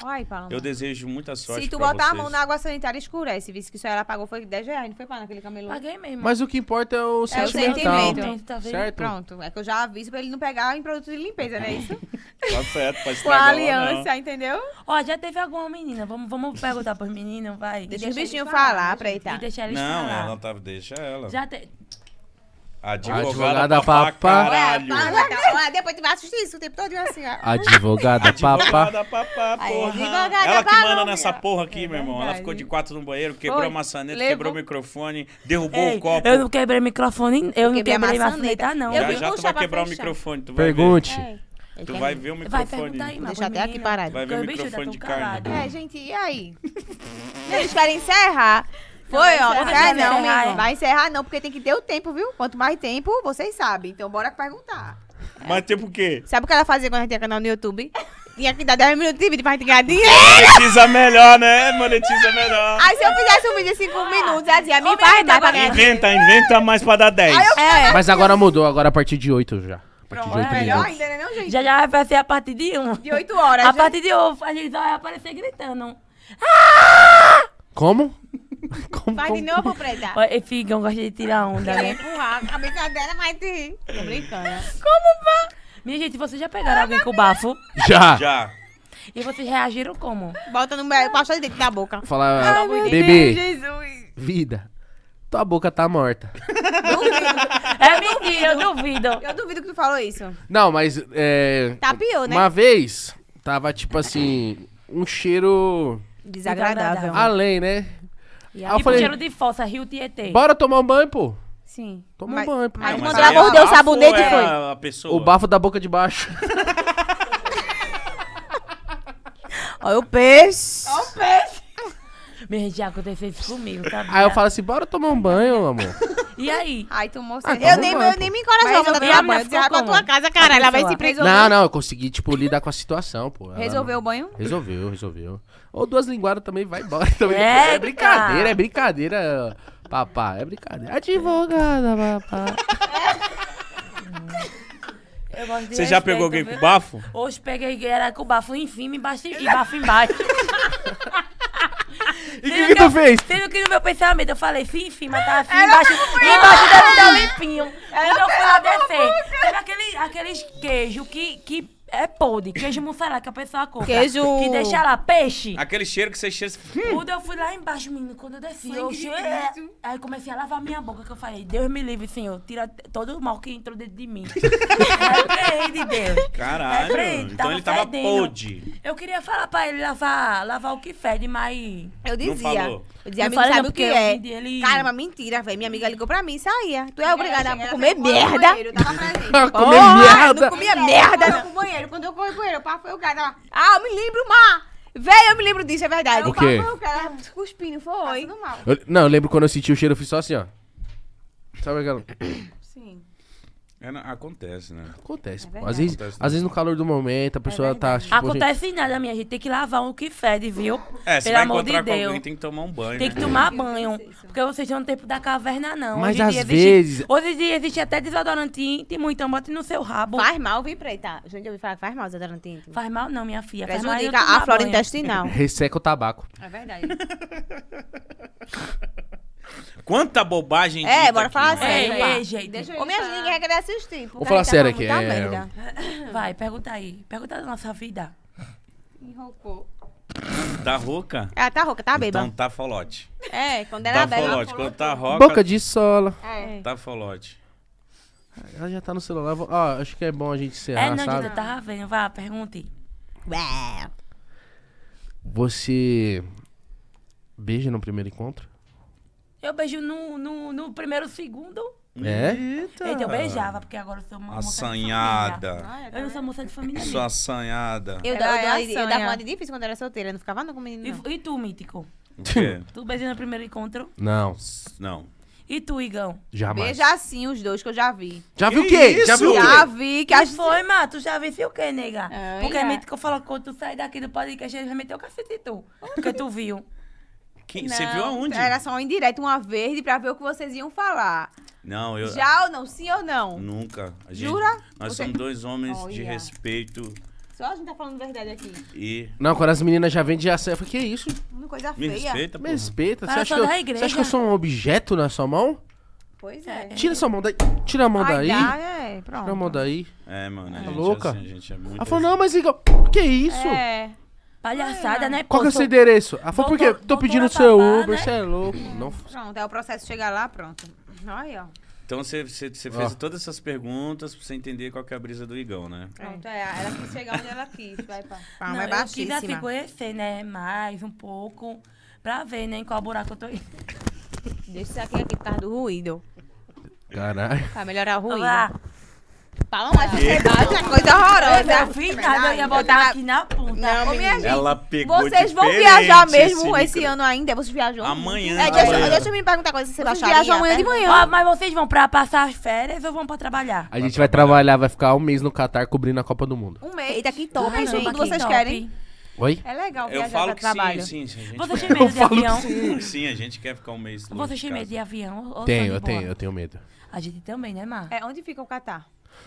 Speaker 5: Olha aí, Paloma.
Speaker 2: Eu desejo muita sorte.
Speaker 5: Se tu
Speaker 2: pra
Speaker 5: botar a
Speaker 2: vocês.
Speaker 5: mão na água sanitária, escurece. Visto que só ela pagou foi 10 reais, não foi para naquele camelô.
Speaker 3: Paguei mesmo.
Speaker 1: Mas o que importa é o sentimental.
Speaker 5: sentimento.
Speaker 3: Tá vendo?
Speaker 1: Certo?
Speaker 5: Pronto, é que eu já aviso pra ele não pegar em produto de limpeza, não é isso?
Speaker 2: Tá certo, pra
Speaker 5: Com a
Speaker 2: estragar ela, não.
Speaker 5: aliança, entendeu?
Speaker 3: Ó, já teve alguma menina, vamos, vamos perguntar pros meninos, vai.
Speaker 4: Deixa
Speaker 5: eles
Speaker 4: os bichinhos
Speaker 5: falar,
Speaker 4: falar pra
Speaker 3: E
Speaker 4: ele
Speaker 3: deixar eles
Speaker 2: Não,
Speaker 3: falar.
Speaker 2: ela tá. Deixa ela.
Speaker 3: Já te...
Speaker 2: Advogada,
Speaker 1: Advogada
Speaker 2: papá,
Speaker 1: papá.
Speaker 5: É,
Speaker 2: caralho.
Speaker 5: tá
Speaker 4: Depois tu vai assistir isso o tempo todo assim, ó.
Speaker 1: Advogada, papá.
Speaker 2: Advogada papá,
Speaker 4: Aí,
Speaker 2: porra.
Speaker 4: advogada
Speaker 2: Ela que
Speaker 4: Paloma.
Speaker 2: manda nessa porra aqui, meu irmão. Ela
Speaker 5: verdade.
Speaker 2: ficou de quatro no banheiro, quebrou
Speaker 5: Foi.
Speaker 2: a maçaneta,
Speaker 5: Levou.
Speaker 2: quebrou o microfone, derrubou
Speaker 3: Ei,
Speaker 2: o copo.
Speaker 3: eu não quebrei microfone, eu não
Speaker 4: Quebrei a
Speaker 3: quebrei
Speaker 4: maçaneta.
Speaker 3: maçaneta, não.
Speaker 4: Eu
Speaker 2: Já
Speaker 4: fui
Speaker 2: já tu
Speaker 4: puxar
Speaker 2: vai
Speaker 4: pra
Speaker 2: quebrar o
Speaker 4: fechar.
Speaker 2: microfone, tu vai
Speaker 1: Pergunte.
Speaker 5: É.
Speaker 2: ver. Tu vai ver o
Speaker 3: Vai
Speaker 2: microfone.
Speaker 3: perguntar aí,
Speaker 2: Tu
Speaker 3: mano.
Speaker 4: Deixa até aqui parado.
Speaker 2: Vai ver o
Speaker 3: Porque os bichos já
Speaker 2: microfone
Speaker 3: tão
Speaker 2: de carne.
Speaker 3: calados.
Speaker 5: É, gente, e aí?
Speaker 4: Eles querem encerrar. Foi, ó.
Speaker 3: encerrar,
Speaker 4: Quer
Speaker 3: vai encerrar,
Speaker 4: não, amigo.
Speaker 3: é.
Speaker 4: Vai.
Speaker 5: Vai encerrar não, porque tem que ter o tempo, viu? Quanto mais tempo, vocês sabem. Então bora perguntar.
Speaker 2: Mas tem por quê?
Speaker 4: Sabe o que ela fazia quando a gente tinha canal no YouTube? Tinha que dar 10 minutos de vídeo pra gente ganhar dinheiro.
Speaker 2: Monetiza melhor, né? Monetiza melhor.
Speaker 4: Aí se eu fizesse um vídeo de 5
Speaker 5: Ah.
Speaker 4: minutos, ela dizia, tá me vai dar pra ganhar dinheiro.
Speaker 2: Inventa, inventa mais pra dar 10.
Speaker 3: É,
Speaker 1: Mas agora mudou, agora a partir de 8 já. A partir de 8
Speaker 5: Melhor
Speaker 1: minutos.
Speaker 5: ainda, né não, gente?
Speaker 3: já já vai ser a partir de um.
Speaker 5: De 8 horas.
Speaker 3: A
Speaker 5: gente.
Speaker 3: partir de um, a gente vai aparecer gritando.
Speaker 1: Como? Como?
Speaker 4: Vai de
Speaker 1: como?
Speaker 4: novo, preta.
Speaker 3: Ó, e fica, eu gosto de tirar onda, né?
Speaker 4: Queria empurrar a cabeça dela, mas te ri. Tô brincando.
Speaker 3: Como vai? Minha gente, vocês já pegaram alguém com bafo?
Speaker 1: Já.
Speaker 2: Já.
Speaker 3: E vocês reagiram como?
Speaker 5: Bota no meu. Passa de dentro da boca.
Speaker 1: Falar, bebê, vida, tua boca tá morta.
Speaker 3: É mentira, eu duvido.
Speaker 5: Eu duvido que tu falou isso.
Speaker 1: Não, mas é...
Speaker 5: Tá pior, né?
Speaker 1: Uma vez, tava tipo assim, um cheiro
Speaker 5: Desagradável.
Speaker 1: além, né? Aí eu
Speaker 3: tipo
Speaker 1: falei,
Speaker 3: cheiro de fossa, Rio Tietê.
Speaker 1: Bora tomar um banho, pô.
Speaker 5: Sim.
Speaker 1: Toma
Speaker 5: Mas-
Speaker 1: um banho, pô.
Speaker 5: mas
Speaker 2: Não,
Speaker 5: mandou
Speaker 2: aí
Speaker 5: ela morder o
Speaker 2: bafo
Speaker 5: sabonete e
Speaker 2: é
Speaker 5: foi.
Speaker 2: A pessoa.
Speaker 1: O bafo da boca de baixo.
Speaker 5: Olha o peixe.
Speaker 3: Minha gente, já aconteceu isso comigo, tá?
Speaker 1: Aí eu falo assim, bora tomar um banho, amor.
Speaker 3: E aí?
Speaker 5: Ai, tomou
Speaker 1: Ah, toma
Speaker 5: cerveja. eu
Speaker 1: um
Speaker 5: nem,
Speaker 1: banho,
Speaker 5: eu
Speaker 1: pô.
Speaker 5: nem me encorajava
Speaker 3: Mas eu
Speaker 5: pra
Speaker 3: vi,
Speaker 5: tomar
Speaker 3: mas
Speaker 5: banho.
Speaker 3: ficou
Speaker 5: Vai pra
Speaker 3: como?
Speaker 5: tua casa, caralho. Ela vai se preso.
Speaker 1: Não, não, eu consegui, tipo, lidar com a situação, pô. Ela-
Speaker 5: Resolveu o banho?
Speaker 1: Resolveu, resolveu. Ou duas linguadas também, vai embora. Também.
Speaker 3: Eita!
Speaker 1: É brincadeira, é brincadeira, papá. É brincadeira. Advogada, papá.
Speaker 3: Eu gosto de
Speaker 2: Você já
Speaker 3: respeito,
Speaker 2: pegou alguém com
Speaker 3: viu?
Speaker 2: bafo?
Speaker 3: Hoje peguei, era com bafo em cima, embaixo e bafo embaixo.
Speaker 1: E o que, que tu fez?
Speaker 3: Sendo que no meu pensamento eu falei, sim, em cima, tá assim, embaixo, embaixo deve estar limpinho. Quando eu fui lá descer, sabe aquele, aqueles queijo que, que é podre, queijo mussarela que a pessoa compra.
Speaker 5: Queijo-
Speaker 3: Que deixa lá, peixe. Hum.
Speaker 2: Aquele cheiro que você cheira. você-
Speaker 3: Quando eu fui lá embaixo, menino, quando eu desci, eu cheguei. Aí comecei a lavar minha boca, que eu falei, Deus me livre, senhor, tira todo o mal que entrou dentro de mim. Repreende, Deus.
Speaker 2: Caralho.
Speaker 3: Repreende,
Speaker 2: então ele tava
Speaker 3: É fedendo.
Speaker 2: podre.
Speaker 3: Eu queria falar pra ele lavar, lavar o que fede, mas.
Speaker 5: Eu
Speaker 2: Não falou.
Speaker 5: Eu dizia,
Speaker 3: Eu
Speaker 5: amigo,
Speaker 3: falei,
Speaker 5: sabe
Speaker 3: não,
Speaker 5: o
Speaker 3: porque
Speaker 5: que é?
Speaker 3: eu- ele-
Speaker 5: Caramba, mentira, velho. Minha amiga ligou pra mim e saía. Tu é
Speaker 6: Ela
Speaker 5: obrigada
Speaker 6: chega,
Speaker 5: a
Speaker 6: ela
Speaker 5: comer
Speaker 6: foi no
Speaker 5: merda.
Speaker 6: banheiro, tava pra gente.
Speaker 1: Ah,
Speaker 5: Porra,
Speaker 1: comer merda.
Speaker 5: Não comia merda,
Speaker 6: Quando eu fui
Speaker 5: não.
Speaker 6: pro banheiro, quando eu corri pro banheiro, o papo foi o cara. ela-
Speaker 5: Ah, eu me lembro, Mar. Véi, eu me lembro disso, é verdade.
Speaker 1: O quê?
Speaker 6: Foi o cara.
Speaker 5: Cuspindo, foi.
Speaker 6: Tudo mal.
Speaker 1: Eu- não, eu lembro quando eu senti o cheiro, eu fiz só assim, ó. Sabe aquela...
Speaker 6: Sim.
Speaker 2: É, não, acontece, né?
Speaker 1: Acontece,
Speaker 3: É
Speaker 1: pô. Às vezes,
Speaker 2: Acontece
Speaker 1: às vezes no calor do momento, a pessoa tá, tipo... assim,
Speaker 3: Acontece nada, minha gente. Tem que lavar o que fede, viu?
Speaker 2: É, você
Speaker 3: Pelo
Speaker 2: vai
Speaker 3: amor de
Speaker 2: encontrar com
Speaker 3: Deus.
Speaker 2: alguém, tem que tomar um banho.
Speaker 3: Tem
Speaker 2: né?
Speaker 3: que tomar banho. Porque vocês estão no tempo da caverna, não.
Speaker 1: Mas
Speaker 3: Hoje em
Speaker 1: às
Speaker 3: dia
Speaker 1: vezes-
Speaker 3: Existe, hoje em dia existe até desodorante íntimo, então bote no seu rabo. Faz,
Speaker 5: Faz mal, vi, preta. tá? Gente, eu ouvi falar que faz mal, desodorante íntimo.
Speaker 3: mal, não, minha filha. Faz mal eu
Speaker 5: Prejudica
Speaker 3: tomar
Speaker 5: a flora
Speaker 3: banho.
Speaker 5: intestinal.
Speaker 1: Resseca o tabaco.
Speaker 6: É verdade.
Speaker 2: Quanta bobagem
Speaker 5: É,
Speaker 2: dita
Speaker 5: bora
Speaker 2: aqui,
Speaker 5: falar
Speaker 2: né?
Speaker 5: sério.
Speaker 3: Ei,
Speaker 5: Vai.
Speaker 3: ei, gente.
Speaker 6: Deixa eu
Speaker 5: Ô, minha gente, ninguém quer assistir. tá
Speaker 1: Vou falar sério aqui, é-
Speaker 3: Vai, pergunta aí. Pergunta da nossa vida.
Speaker 6: Enrocou.
Speaker 2: Tá rouca?
Speaker 5: Ela tá rouca, tá beba.
Speaker 2: Então tá folote.
Speaker 5: É, quando É. ela
Speaker 2: Tá
Speaker 5: bebe.
Speaker 2: folote. Quando tá roca,
Speaker 1: Boca de sola.
Speaker 2: tá folote.
Speaker 1: Ela já tá no celular. vou- Ó, acho que é bom a gente encerrar,
Speaker 3: é, não,
Speaker 1: sabe?
Speaker 3: gente, eu tava vendo. Vai, pergunte.
Speaker 5: Ué.
Speaker 1: Você... Beija no primeiro encontro?
Speaker 3: Eu beijo no, no, no primeiro segundo.
Speaker 1: É?
Speaker 2: Eita.
Speaker 3: Eita, eu beijava, porque agora eu sou uma moça de
Speaker 2: Assanhada.
Speaker 3: família. Eu não sou moça de família
Speaker 2: Sua
Speaker 3: mesmo.
Speaker 2: assanhada.
Speaker 5: Eu,
Speaker 6: Ela
Speaker 5: dava-
Speaker 6: é
Speaker 5: eu, eu,
Speaker 6: assanha.
Speaker 5: dava uma de difícil quando era solteira, eu não ficava não com menino. não.
Speaker 3: E, e tu, Mítico?
Speaker 2: O quê?
Speaker 3: Tu beijou no primeiro encontro?
Speaker 1: Não,
Speaker 2: Não.
Speaker 3: E tu, Igão?
Speaker 1: jamais.
Speaker 5: Beija assim os dois que eu já vi.
Speaker 1: Já viu o
Speaker 2: Que
Speaker 1: quê? Já
Speaker 2: isso?
Speaker 1: viu o quê?
Speaker 5: Já vi que
Speaker 3: Que
Speaker 5: as.
Speaker 3: foi, mano? Tu já viu o quê, nega?
Speaker 5: Ai,
Speaker 3: Porque
Speaker 5: é.
Speaker 3: Mítico falou que quando tu sair daqui do podcast, ele vai meter o cacete em tu. Porque tu viu.
Speaker 2: Quem- Você viu aonde?
Speaker 5: Era só um indireto, uma verde, pra ver o que vocês iam falar.
Speaker 2: Não, eu.
Speaker 5: Já ou não? Sim ou não?
Speaker 2: Nunca. A gente-
Speaker 5: Jura?
Speaker 2: Nós
Speaker 5: Você-
Speaker 2: somos dois homens de
Speaker 5: Olha.
Speaker 2: respeito
Speaker 5: Só a gente tá falando verdade aqui.
Speaker 2: e.
Speaker 1: Não, quando as meninas já vendem já sai. Eu falei, que isso?
Speaker 5: Uma coisa
Speaker 2: Me
Speaker 5: feia.
Speaker 2: respeita,
Speaker 1: Me
Speaker 2: porra.
Speaker 1: respeita. Você
Speaker 3: Fala
Speaker 1: acha,
Speaker 3: só
Speaker 1: que eu,
Speaker 3: da
Speaker 1: você
Speaker 3: igreja.
Speaker 1: acha que eu sou um objeto na sua mão?
Speaker 5: Pois é.
Speaker 1: Tira sua mão daí. Tira a mão
Speaker 5: Ai,
Speaker 1: daí.
Speaker 5: dá, é, pronto.
Speaker 1: Tira a mão daí.
Speaker 2: É, mano. A
Speaker 1: Tá
Speaker 2: gente
Speaker 1: louca?
Speaker 2: É assim, a gente é muito.
Speaker 1: Ela falou, não, mas Igor, que isso?
Speaker 5: É.
Speaker 3: Palhaçada, né, pô?
Speaker 1: Qual que é o seu endereço? Ela falou, por quê?
Speaker 3: Voltou-
Speaker 1: Tô pedindo
Speaker 3: voltou a
Speaker 1: seu
Speaker 3: babar,
Speaker 1: Uber,
Speaker 3: né?
Speaker 1: você é louco. Não, f-
Speaker 5: Pronto, é o processo chegar lá, pronto. Aí, ó.
Speaker 2: Então você, você, você
Speaker 1: Ó.
Speaker 2: fez todas essas perguntas pra você entender qual que é a brisa do Igão, né?
Speaker 5: Pronto, é. Ela quis chegar onde ela quis. Vai pra.
Speaker 3: Não,
Speaker 5: Palma é
Speaker 3: eu quis
Speaker 5: baixíssima.
Speaker 3: assim conhecer, né? Mais um pouco. Pra ver, né, em qual buraco eu tô indo.
Speaker 5: Deixa isso aqui aqui por causa do ruído.
Speaker 1: caralho.
Speaker 5: Pra melhorar o ruído.
Speaker 3: Olá.
Speaker 5: Fala mais de cerveja, coisa
Speaker 3: Eu não
Speaker 5: horrorosa.
Speaker 3: fiz nada, eu ia botar aqui na ponta.
Speaker 5: Não,
Speaker 3: Ô,
Speaker 5: minha gente.
Speaker 2: Ela pegou
Speaker 5: Vocês vão
Speaker 2: diferente
Speaker 5: viajar mesmo
Speaker 2: esse
Speaker 5: esse,
Speaker 2: micro-
Speaker 5: ano ainda? Vocês viajam?
Speaker 2: Amanhã.
Speaker 5: É, deixa,
Speaker 2: amanhã.
Speaker 5: eu- deixa eu me perguntar uma coisa. Você
Speaker 6: Vocês
Speaker 5: baixaria?
Speaker 6: viajam amanhã de manhã.
Speaker 3: Ó, mas vocês vão pra passar as férias ou vão pra trabalhar?
Speaker 1: A gente vai trabalhar, vai ficar um mês no Catar cobrindo a Copa do Mundo.
Speaker 5: Um mês. Eita, que top,
Speaker 3: Caramba,
Speaker 5: gente.
Speaker 3: que
Speaker 5: Vocês
Speaker 3: top.
Speaker 5: querem?
Speaker 1: Oi?
Speaker 5: É legal
Speaker 2: Eu
Speaker 5: viajar
Speaker 2: falo
Speaker 5: pra
Speaker 2: que
Speaker 5: trabalho.
Speaker 2: sim, sim, sim. A
Speaker 3: Vocês
Speaker 2: gente
Speaker 3: têm medo de
Speaker 1: falo que
Speaker 3: avião?
Speaker 2: quer. Sim, a gente quer ficar um mês longe
Speaker 3: Vocês
Speaker 2: de
Speaker 3: têm medo de
Speaker 2: casa.
Speaker 3: avião? ou- ou
Speaker 1: Tenho,
Speaker 3: são
Speaker 1: eu
Speaker 3: de boa?
Speaker 1: tenho, eu tenho medo.
Speaker 3: A gente também, né, Mar?
Speaker 5: É, onde fica o Catar?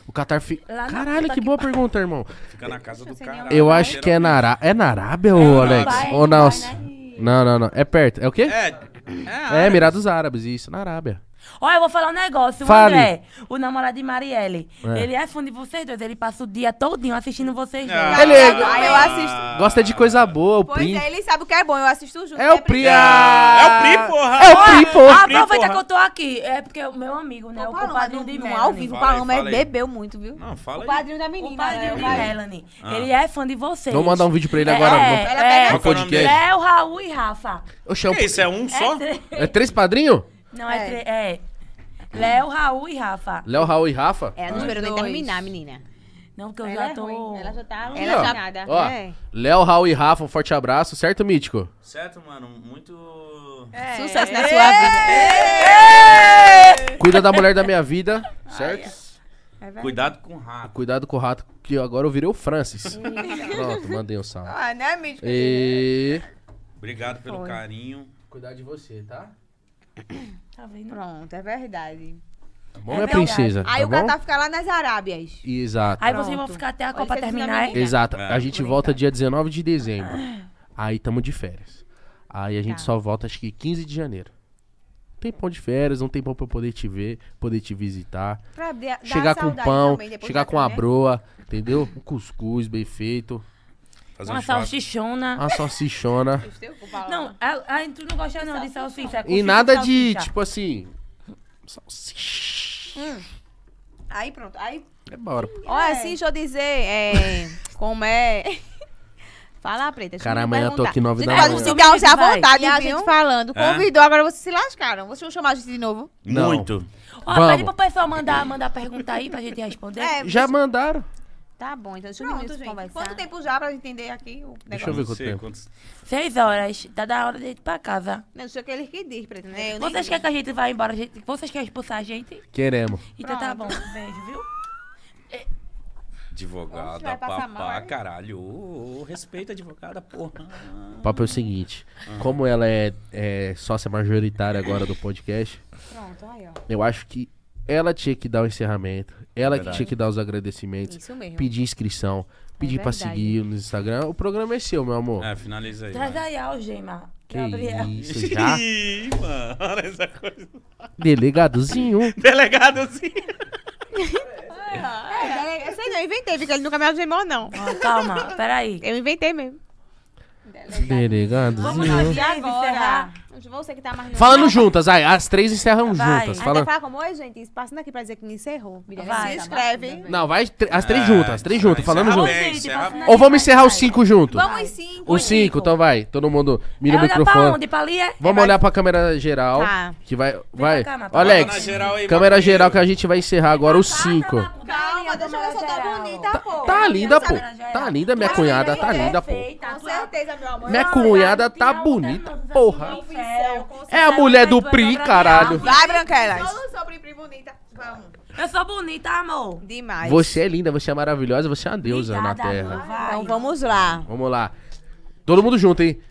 Speaker 1: O Catar fica.
Speaker 3: Lá na
Speaker 1: Caralho,
Speaker 3: puta
Speaker 1: que
Speaker 3: que
Speaker 1: boa pergunta, irmão.
Speaker 2: Fica na casa do cara.
Speaker 1: Eu acho que é na Arábia. É na Arábia, ô,
Speaker 2: na
Speaker 1: Alex?
Speaker 3: Arábia.
Speaker 1: Ou não?
Speaker 3: Vai, né?
Speaker 1: Não, não, não. É perto. É o quê?
Speaker 2: É.
Speaker 5: Ah,
Speaker 1: É, Emirados Árabes, isso, na Arábia.
Speaker 3: Olha, eu vou falar um negócio. O
Speaker 1: Fale.
Speaker 3: André, o namorado de Marielle,
Speaker 1: É.
Speaker 3: ele é fã de vocês dois. Ele passa o dia todinho assistindo vocês dois.
Speaker 2: Ah,
Speaker 1: Ele é-
Speaker 2: ah,
Speaker 5: eu assisto.
Speaker 1: Gosta de coisa boa, o
Speaker 5: Pois
Speaker 1: Pri.
Speaker 5: é, ele sabe o que é bom, eu assisto junto.
Speaker 1: É o
Speaker 5: sempre.
Speaker 1: Pri.
Speaker 2: Ah, é o Pri, porra.
Speaker 1: É o
Speaker 3: Olha,
Speaker 1: Pri, porra.
Speaker 2: Pri,
Speaker 3: Aproveita
Speaker 2: porra.
Speaker 3: que eu tô aqui. É porque o meu amigo, né? O
Speaker 5: O Paloma,
Speaker 3: compadrinho de
Speaker 5: no, no
Speaker 3: Melanie.
Speaker 5: ao vivo, É o
Speaker 2: Fala aí,
Speaker 5: Paloma
Speaker 2: fala aí.
Speaker 5: bebeu muito, viu?
Speaker 2: Não, fala
Speaker 5: O
Speaker 2: aí.
Speaker 5: padrinho da menina.
Speaker 3: O padrinho de
Speaker 5: né?
Speaker 3: Melanie.
Speaker 2: Ah.
Speaker 3: Ele é fã de vocês.
Speaker 1: Vamos mandar um vídeo pra ele
Speaker 3: É,
Speaker 1: agora.
Speaker 3: é,
Speaker 1: vamos-
Speaker 3: é,
Speaker 1: no podcast.
Speaker 3: Léo, Raul e Rafa.
Speaker 1: Oxe, é, o-
Speaker 2: Que isso, é um só?
Speaker 3: É tre-
Speaker 1: é três padrinhos?
Speaker 3: Não, é. tre- é. Léo, Raul e Rafa.
Speaker 1: Léo, Raul e Rafa?
Speaker 5: É.
Speaker 4: Ela não esperou nem
Speaker 5: dois.
Speaker 4: terminar, menina.
Speaker 3: Não, porque eu
Speaker 5: Ela
Speaker 3: já
Speaker 5: é
Speaker 3: tô.
Speaker 5: ruim, ela já tá
Speaker 1: Aqui,
Speaker 5: ela
Speaker 1: ó.
Speaker 5: já nada.
Speaker 1: Ó,
Speaker 5: É.
Speaker 1: Léo, Raul e Rafa, um forte abraço, certo, Mítico?
Speaker 2: Certo, mano. Muito.
Speaker 5: É
Speaker 4: Sucesso na sua vida.
Speaker 1: Cuida da mulher da minha vida, certo?
Speaker 2: Cuidado com o rato.
Speaker 1: Cuidado com o rato, que agora eu virei o Francis. Pronto, mandei um salve.
Speaker 5: Hum. Ah, né, Mítico? É.
Speaker 1: E...
Speaker 2: Obrigado pelo carinho.
Speaker 1: Cuidar de você, tá?
Speaker 3: Tá vendo?
Speaker 5: Pronto, é verdade.
Speaker 1: Tá bom,
Speaker 3: É
Speaker 1: minha
Speaker 3: verdade.
Speaker 1: princesa?
Speaker 5: Aí
Speaker 1: tá
Speaker 5: o
Speaker 1: bom?
Speaker 5: Catar fica lá nas Arábias.
Speaker 1: Exato.
Speaker 3: Aí vocês vão ficar até a Copa
Speaker 5: esqueci da
Speaker 3: terminar.
Speaker 5: menina.
Speaker 1: Exato.
Speaker 2: É.
Speaker 1: A gente volta dia 19 de dezembro. Aí tamo de férias. Aí a gente
Speaker 5: Tá.
Speaker 1: só volta acho que 15 de janeiro. Tempão de férias, um tempão pra eu poder te ver, poder te visitar.
Speaker 5: Pra de- dar
Speaker 1: chegar com
Speaker 5: saudade
Speaker 1: pão,
Speaker 5: também, depois
Speaker 1: chegar
Speaker 5: da
Speaker 1: com a
Speaker 5: né?
Speaker 1: broa, entendeu? Um cuscuz bem feito,
Speaker 2: Fazer
Speaker 3: Uma
Speaker 2: um churrasco.
Speaker 3: salsichona.
Speaker 5: Ah.
Speaker 1: uma salsichona.
Speaker 3: Não, a, a, tu não gosta não de salsicha. é
Speaker 1: e
Speaker 3: coxinha
Speaker 1: nada de,
Speaker 3: salsicha.
Speaker 1: tipo assim. Salsicha.
Speaker 5: Hum. Aí pronto, aí...
Speaker 1: É bora. pô.
Speaker 4: Olha, assim, deixa eu dizer, é, como é... Fala, Preta. deixa eu
Speaker 1: Cara,
Speaker 4: me
Speaker 1: amanhã eu tô
Speaker 4: perguntar.
Speaker 1: aqui 9 da
Speaker 5: Pode
Speaker 1: manhã.
Speaker 5: se dar tá já à
Speaker 3: Vai.
Speaker 5: vontade,
Speaker 4: E a
Speaker 5: viu?
Speaker 4: gente falando,
Speaker 2: É?
Speaker 4: convidou, agora vocês se lascaram.
Speaker 5: Vocês vão chamar a gente de novo?
Speaker 1: Não.
Speaker 2: Muito.
Speaker 3: Ó,
Speaker 1: Vamos.
Speaker 3: pede pro pessoal mandar, mandar pergunta aí pra gente responder.
Speaker 5: É,
Speaker 1: Já mandaram.
Speaker 4: Tá bom, então deixa eu
Speaker 5: Pronto,
Speaker 4: diminuir essa
Speaker 5: gente.
Speaker 4: conversa.
Speaker 5: Quanto tempo já pra entender aqui o né?
Speaker 1: Deixa
Speaker 5: negócio?
Speaker 1: eu ver
Speaker 2: Não
Speaker 1: quanto
Speaker 2: sei
Speaker 1: tempo.
Speaker 2: quantos-
Speaker 3: Seis horas. Tá da hora de ir pra casa.
Speaker 5: Não sei o que ele que diz, Preta, né? Eu nem
Speaker 3: Vocês
Speaker 5: vi.
Speaker 3: querem que a gente vá embora? gente? Vocês querem expulsar a gente?
Speaker 1: Queremos.
Speaker 3: Então tá bom. Beijo, viu?
Speaker 5: Oxe,
Speaker 2: Advogada,
Speaker 5: vai passar mal,
Speaker 2: papá,
Speaker 5: né?
Speaker 2: caralho. Ô, ô, respeita a advogada, porra.
Speaker 1: O papo é o seguinte: como ela é, é sócia majoritária agora do podcast,
Speaker 5: Pronto, aí, ó.
Speaker 1: eu acho que ela tinha que dar o encerramento, ela que tinha que dar os agradecimentos,
Speaker 4: Isso mesmo.
Speaker 1: pedir inscrição, pedir pra
Speaker 4: verdade.
Speaker 1: seguir no Instagram. O programa é seu, meu amor.
Speaker 2: É, finaliza aí.
Speaker 3: Traz
Speaker 2: vai.
Speaker 3: aí a algema.
Speaker 1: que
Speaker 3: Gabriel.
Speaker 1: isso, já?
Speaker 2: Ih, mano, olha essa coisa.
Speaker 1: Delegadozinho.
Speaker 2: Delegadozinho.
Speaker 5: É, eu sei não, eu inventei, porque ele nunca me algemou, não.
Speaker 3: Ó, calma, peraí.
Speaker 5: Eu inventei mesmo.
Speaker 1: Delegadozinho.
Speaker 5: E agora?
Speaker 3: encerrar.
Speaker 5: Você que tá mais
Speaker 1: Falando juntas, aí, as três encerram
Speaker 3: Vai.
Speaker 1: juntas.
Speaker 3: Até
Speaker 1: falando-
Speaker 5: Fala como, oi, gente, passando aqui pra dizer que me encerrou. Tá Miriam,
Speaker 3: Vai.
Speaker 5: se inscreve.
Speaker 1: Não, vai tre- as três juntas, as três juntas, falando
Speaker 2: Ah, encerra
Speaker 1: juntas.
Speaker 2: bem,
Speaker 3: Gente, tá
Speaker 2: encerra
Speaker 3: passa na-
Speaker 1: Ou vamos encerrar os
Speaker 3: Vai.
Speaker 1: cinco juntos?
Speaker 5: Vamos sim.
Speaker 1: Os cinco,
Speaker 3: cinco.
Speaker 1: então vai. Todo mundo
Speaker 3: É
Speaker 1: mira o
Speaker 3: olhar pra
Speaker 1: microfone.
Speaker 3: onde? Pra ali é?
Speaker 1: Vamos olhar pra câmera geral.
Speaker 4: Tá.
Speaker 1: Que vai. Vai.
Speaker 3: pra cá, Natal.
Speaker 1: Ó,
Speaker 2: Bota na
Speaker 1: Alex,
Speaker 2: geral aí,
Speaker 1: câmera
Speaker 2: bota
Speaker 1: geral
Speaker 2: aí.
Speaker 1: que a gente vai encerrar agora os
Speaker 3: tá
Speaker 1: cinco.
Speaker 5: Calma, deixa eu ver se eu
Speaker 3: é
Speaker 5: tô bonita, pô.
Speaker 1: Tá linda, pô.
Speaker 3: câmera é geral.
Speaker 1: Tá linda, minha cunhada tá
Speaker 3: é
Speaker 1: linda, pô.
Speaker 5: Com certeza, meu amor.
Speaker 1: Minha cunhada tá
Speaker 5: é
Speaker 1: bonita, porra. É a
Speaker 3: Essa
Speaker 1: mulher do
Speaker 3: vai
Speaker 1: Pri,
Speaker 3: dobrar
Speaker 1: caralho.
Speaker 3: minha
Speaker 5: um Vai, Branquelas.
Speaker 6: Falou sobre Pri Bonita. Vamos.
Speaker 3: Eu sou bonita, amor.
Speaker 5: Demais.
Speaker 1: Você é linda, você é maravilhosa, você é uma deusa na
Speaker 3: Obrigada,
Speaker 1: Terra.
Speaker 3: amor, vai.
Speaker 5: Então vamos lá.
Speaker 1: Vamos lá. Todo mundo junto, hein?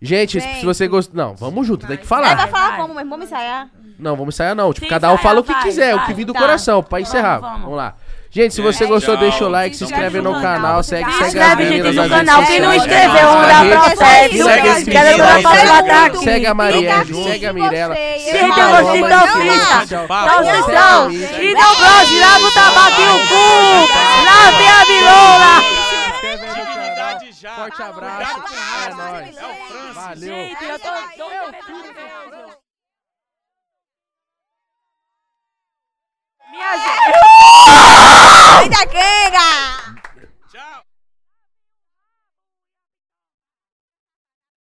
Speaker 1: Gente, se- se
Speaker 5: Gente.
Speaker 1: você gostou. Não, vamos junto, tem que
Speaker 5: Aí
Speaker 1: falar.
Speaker 5: vai falar
Speaker 3: vai.
Speaker 5: como, mas vamos ensaiar.
Speaker 1: Não, vamos ensaiar não. Tipo,
Speaker 3: Sem
Speaker 1: cada um
Speaker 3: ensaiar,
Speaker 1: fala o que
Speaker 3: vai,
Speaker 1: quiser, o
Speaker 3: vai.
Speaker 1: que vir do
Speaker 5: Tá.
Speaker 1: coração, pra encerrar.
Speaker 3: vamos.
Speaker 1: Vamos lá. Gente, se você
Speaker 2: Gente,
Speaker 1: gostou,
Speaker 2: tchau.
Speaker 1: deixa o like, se
Speaker 5: Se
Speaker 1: inscreve
Speaker 5: inscreve
Speaker 1: no
Speaker 5: no
Speaker 1: canal,
Speaker 5: canal,
Speaker 1: segue,
Speaker 5: se
Speaker 1: segue
Speaker 5: inscreve,
Speaker 1: as meninas
Speaker 5: gente, no
Speaker 1: nas redes
Speaker 5: canal, quem não
Speaker 1: sociais,
Speaker 5: inscreveu,
Speaker 3: um
Speaker 1: nas
Speaker 5: dá
Speaker 1: redes,
Speaker 5: processo,
Speaker 1: Segue as
Speaker 5: gente, quero
Speaker 1: meninas,
Speaker 5: dar pra
Speaker 1: segue-
Speaker 5: matar aqui.
Speaker 1: Segue a Maria,
Speaker 5: Fica
Speaker 1: segue a
Speaker 5: aqui,
Speaker 1: Mirella.
Speaker 5: vocês.
Speaker 1: segue
Speaker 5: Gente,
Speaker 1: a
Speaker 5: eu
Speaker 1: Paloma,
Speaker 5: gostei da
Speaker 1: segue a
Speaker 5: fita.
Speaker 1: Michelle,
Speaker 2: Tá
Speaker 1: segue a
Speaker 5: Então,
Speaker 1: Michelle.
Speaker 5: e não pronto, lava o tabaco e o cu. Lave a bilola.
Speaker 2: Atividade já.
Speaker 1: Forte abraço, é nóis.
Speaker 2: É o Francis.
Speaker 1: Valeu.
Speaker 3: Gente, eu tô... tô-
Speaker 5: Eita, queira.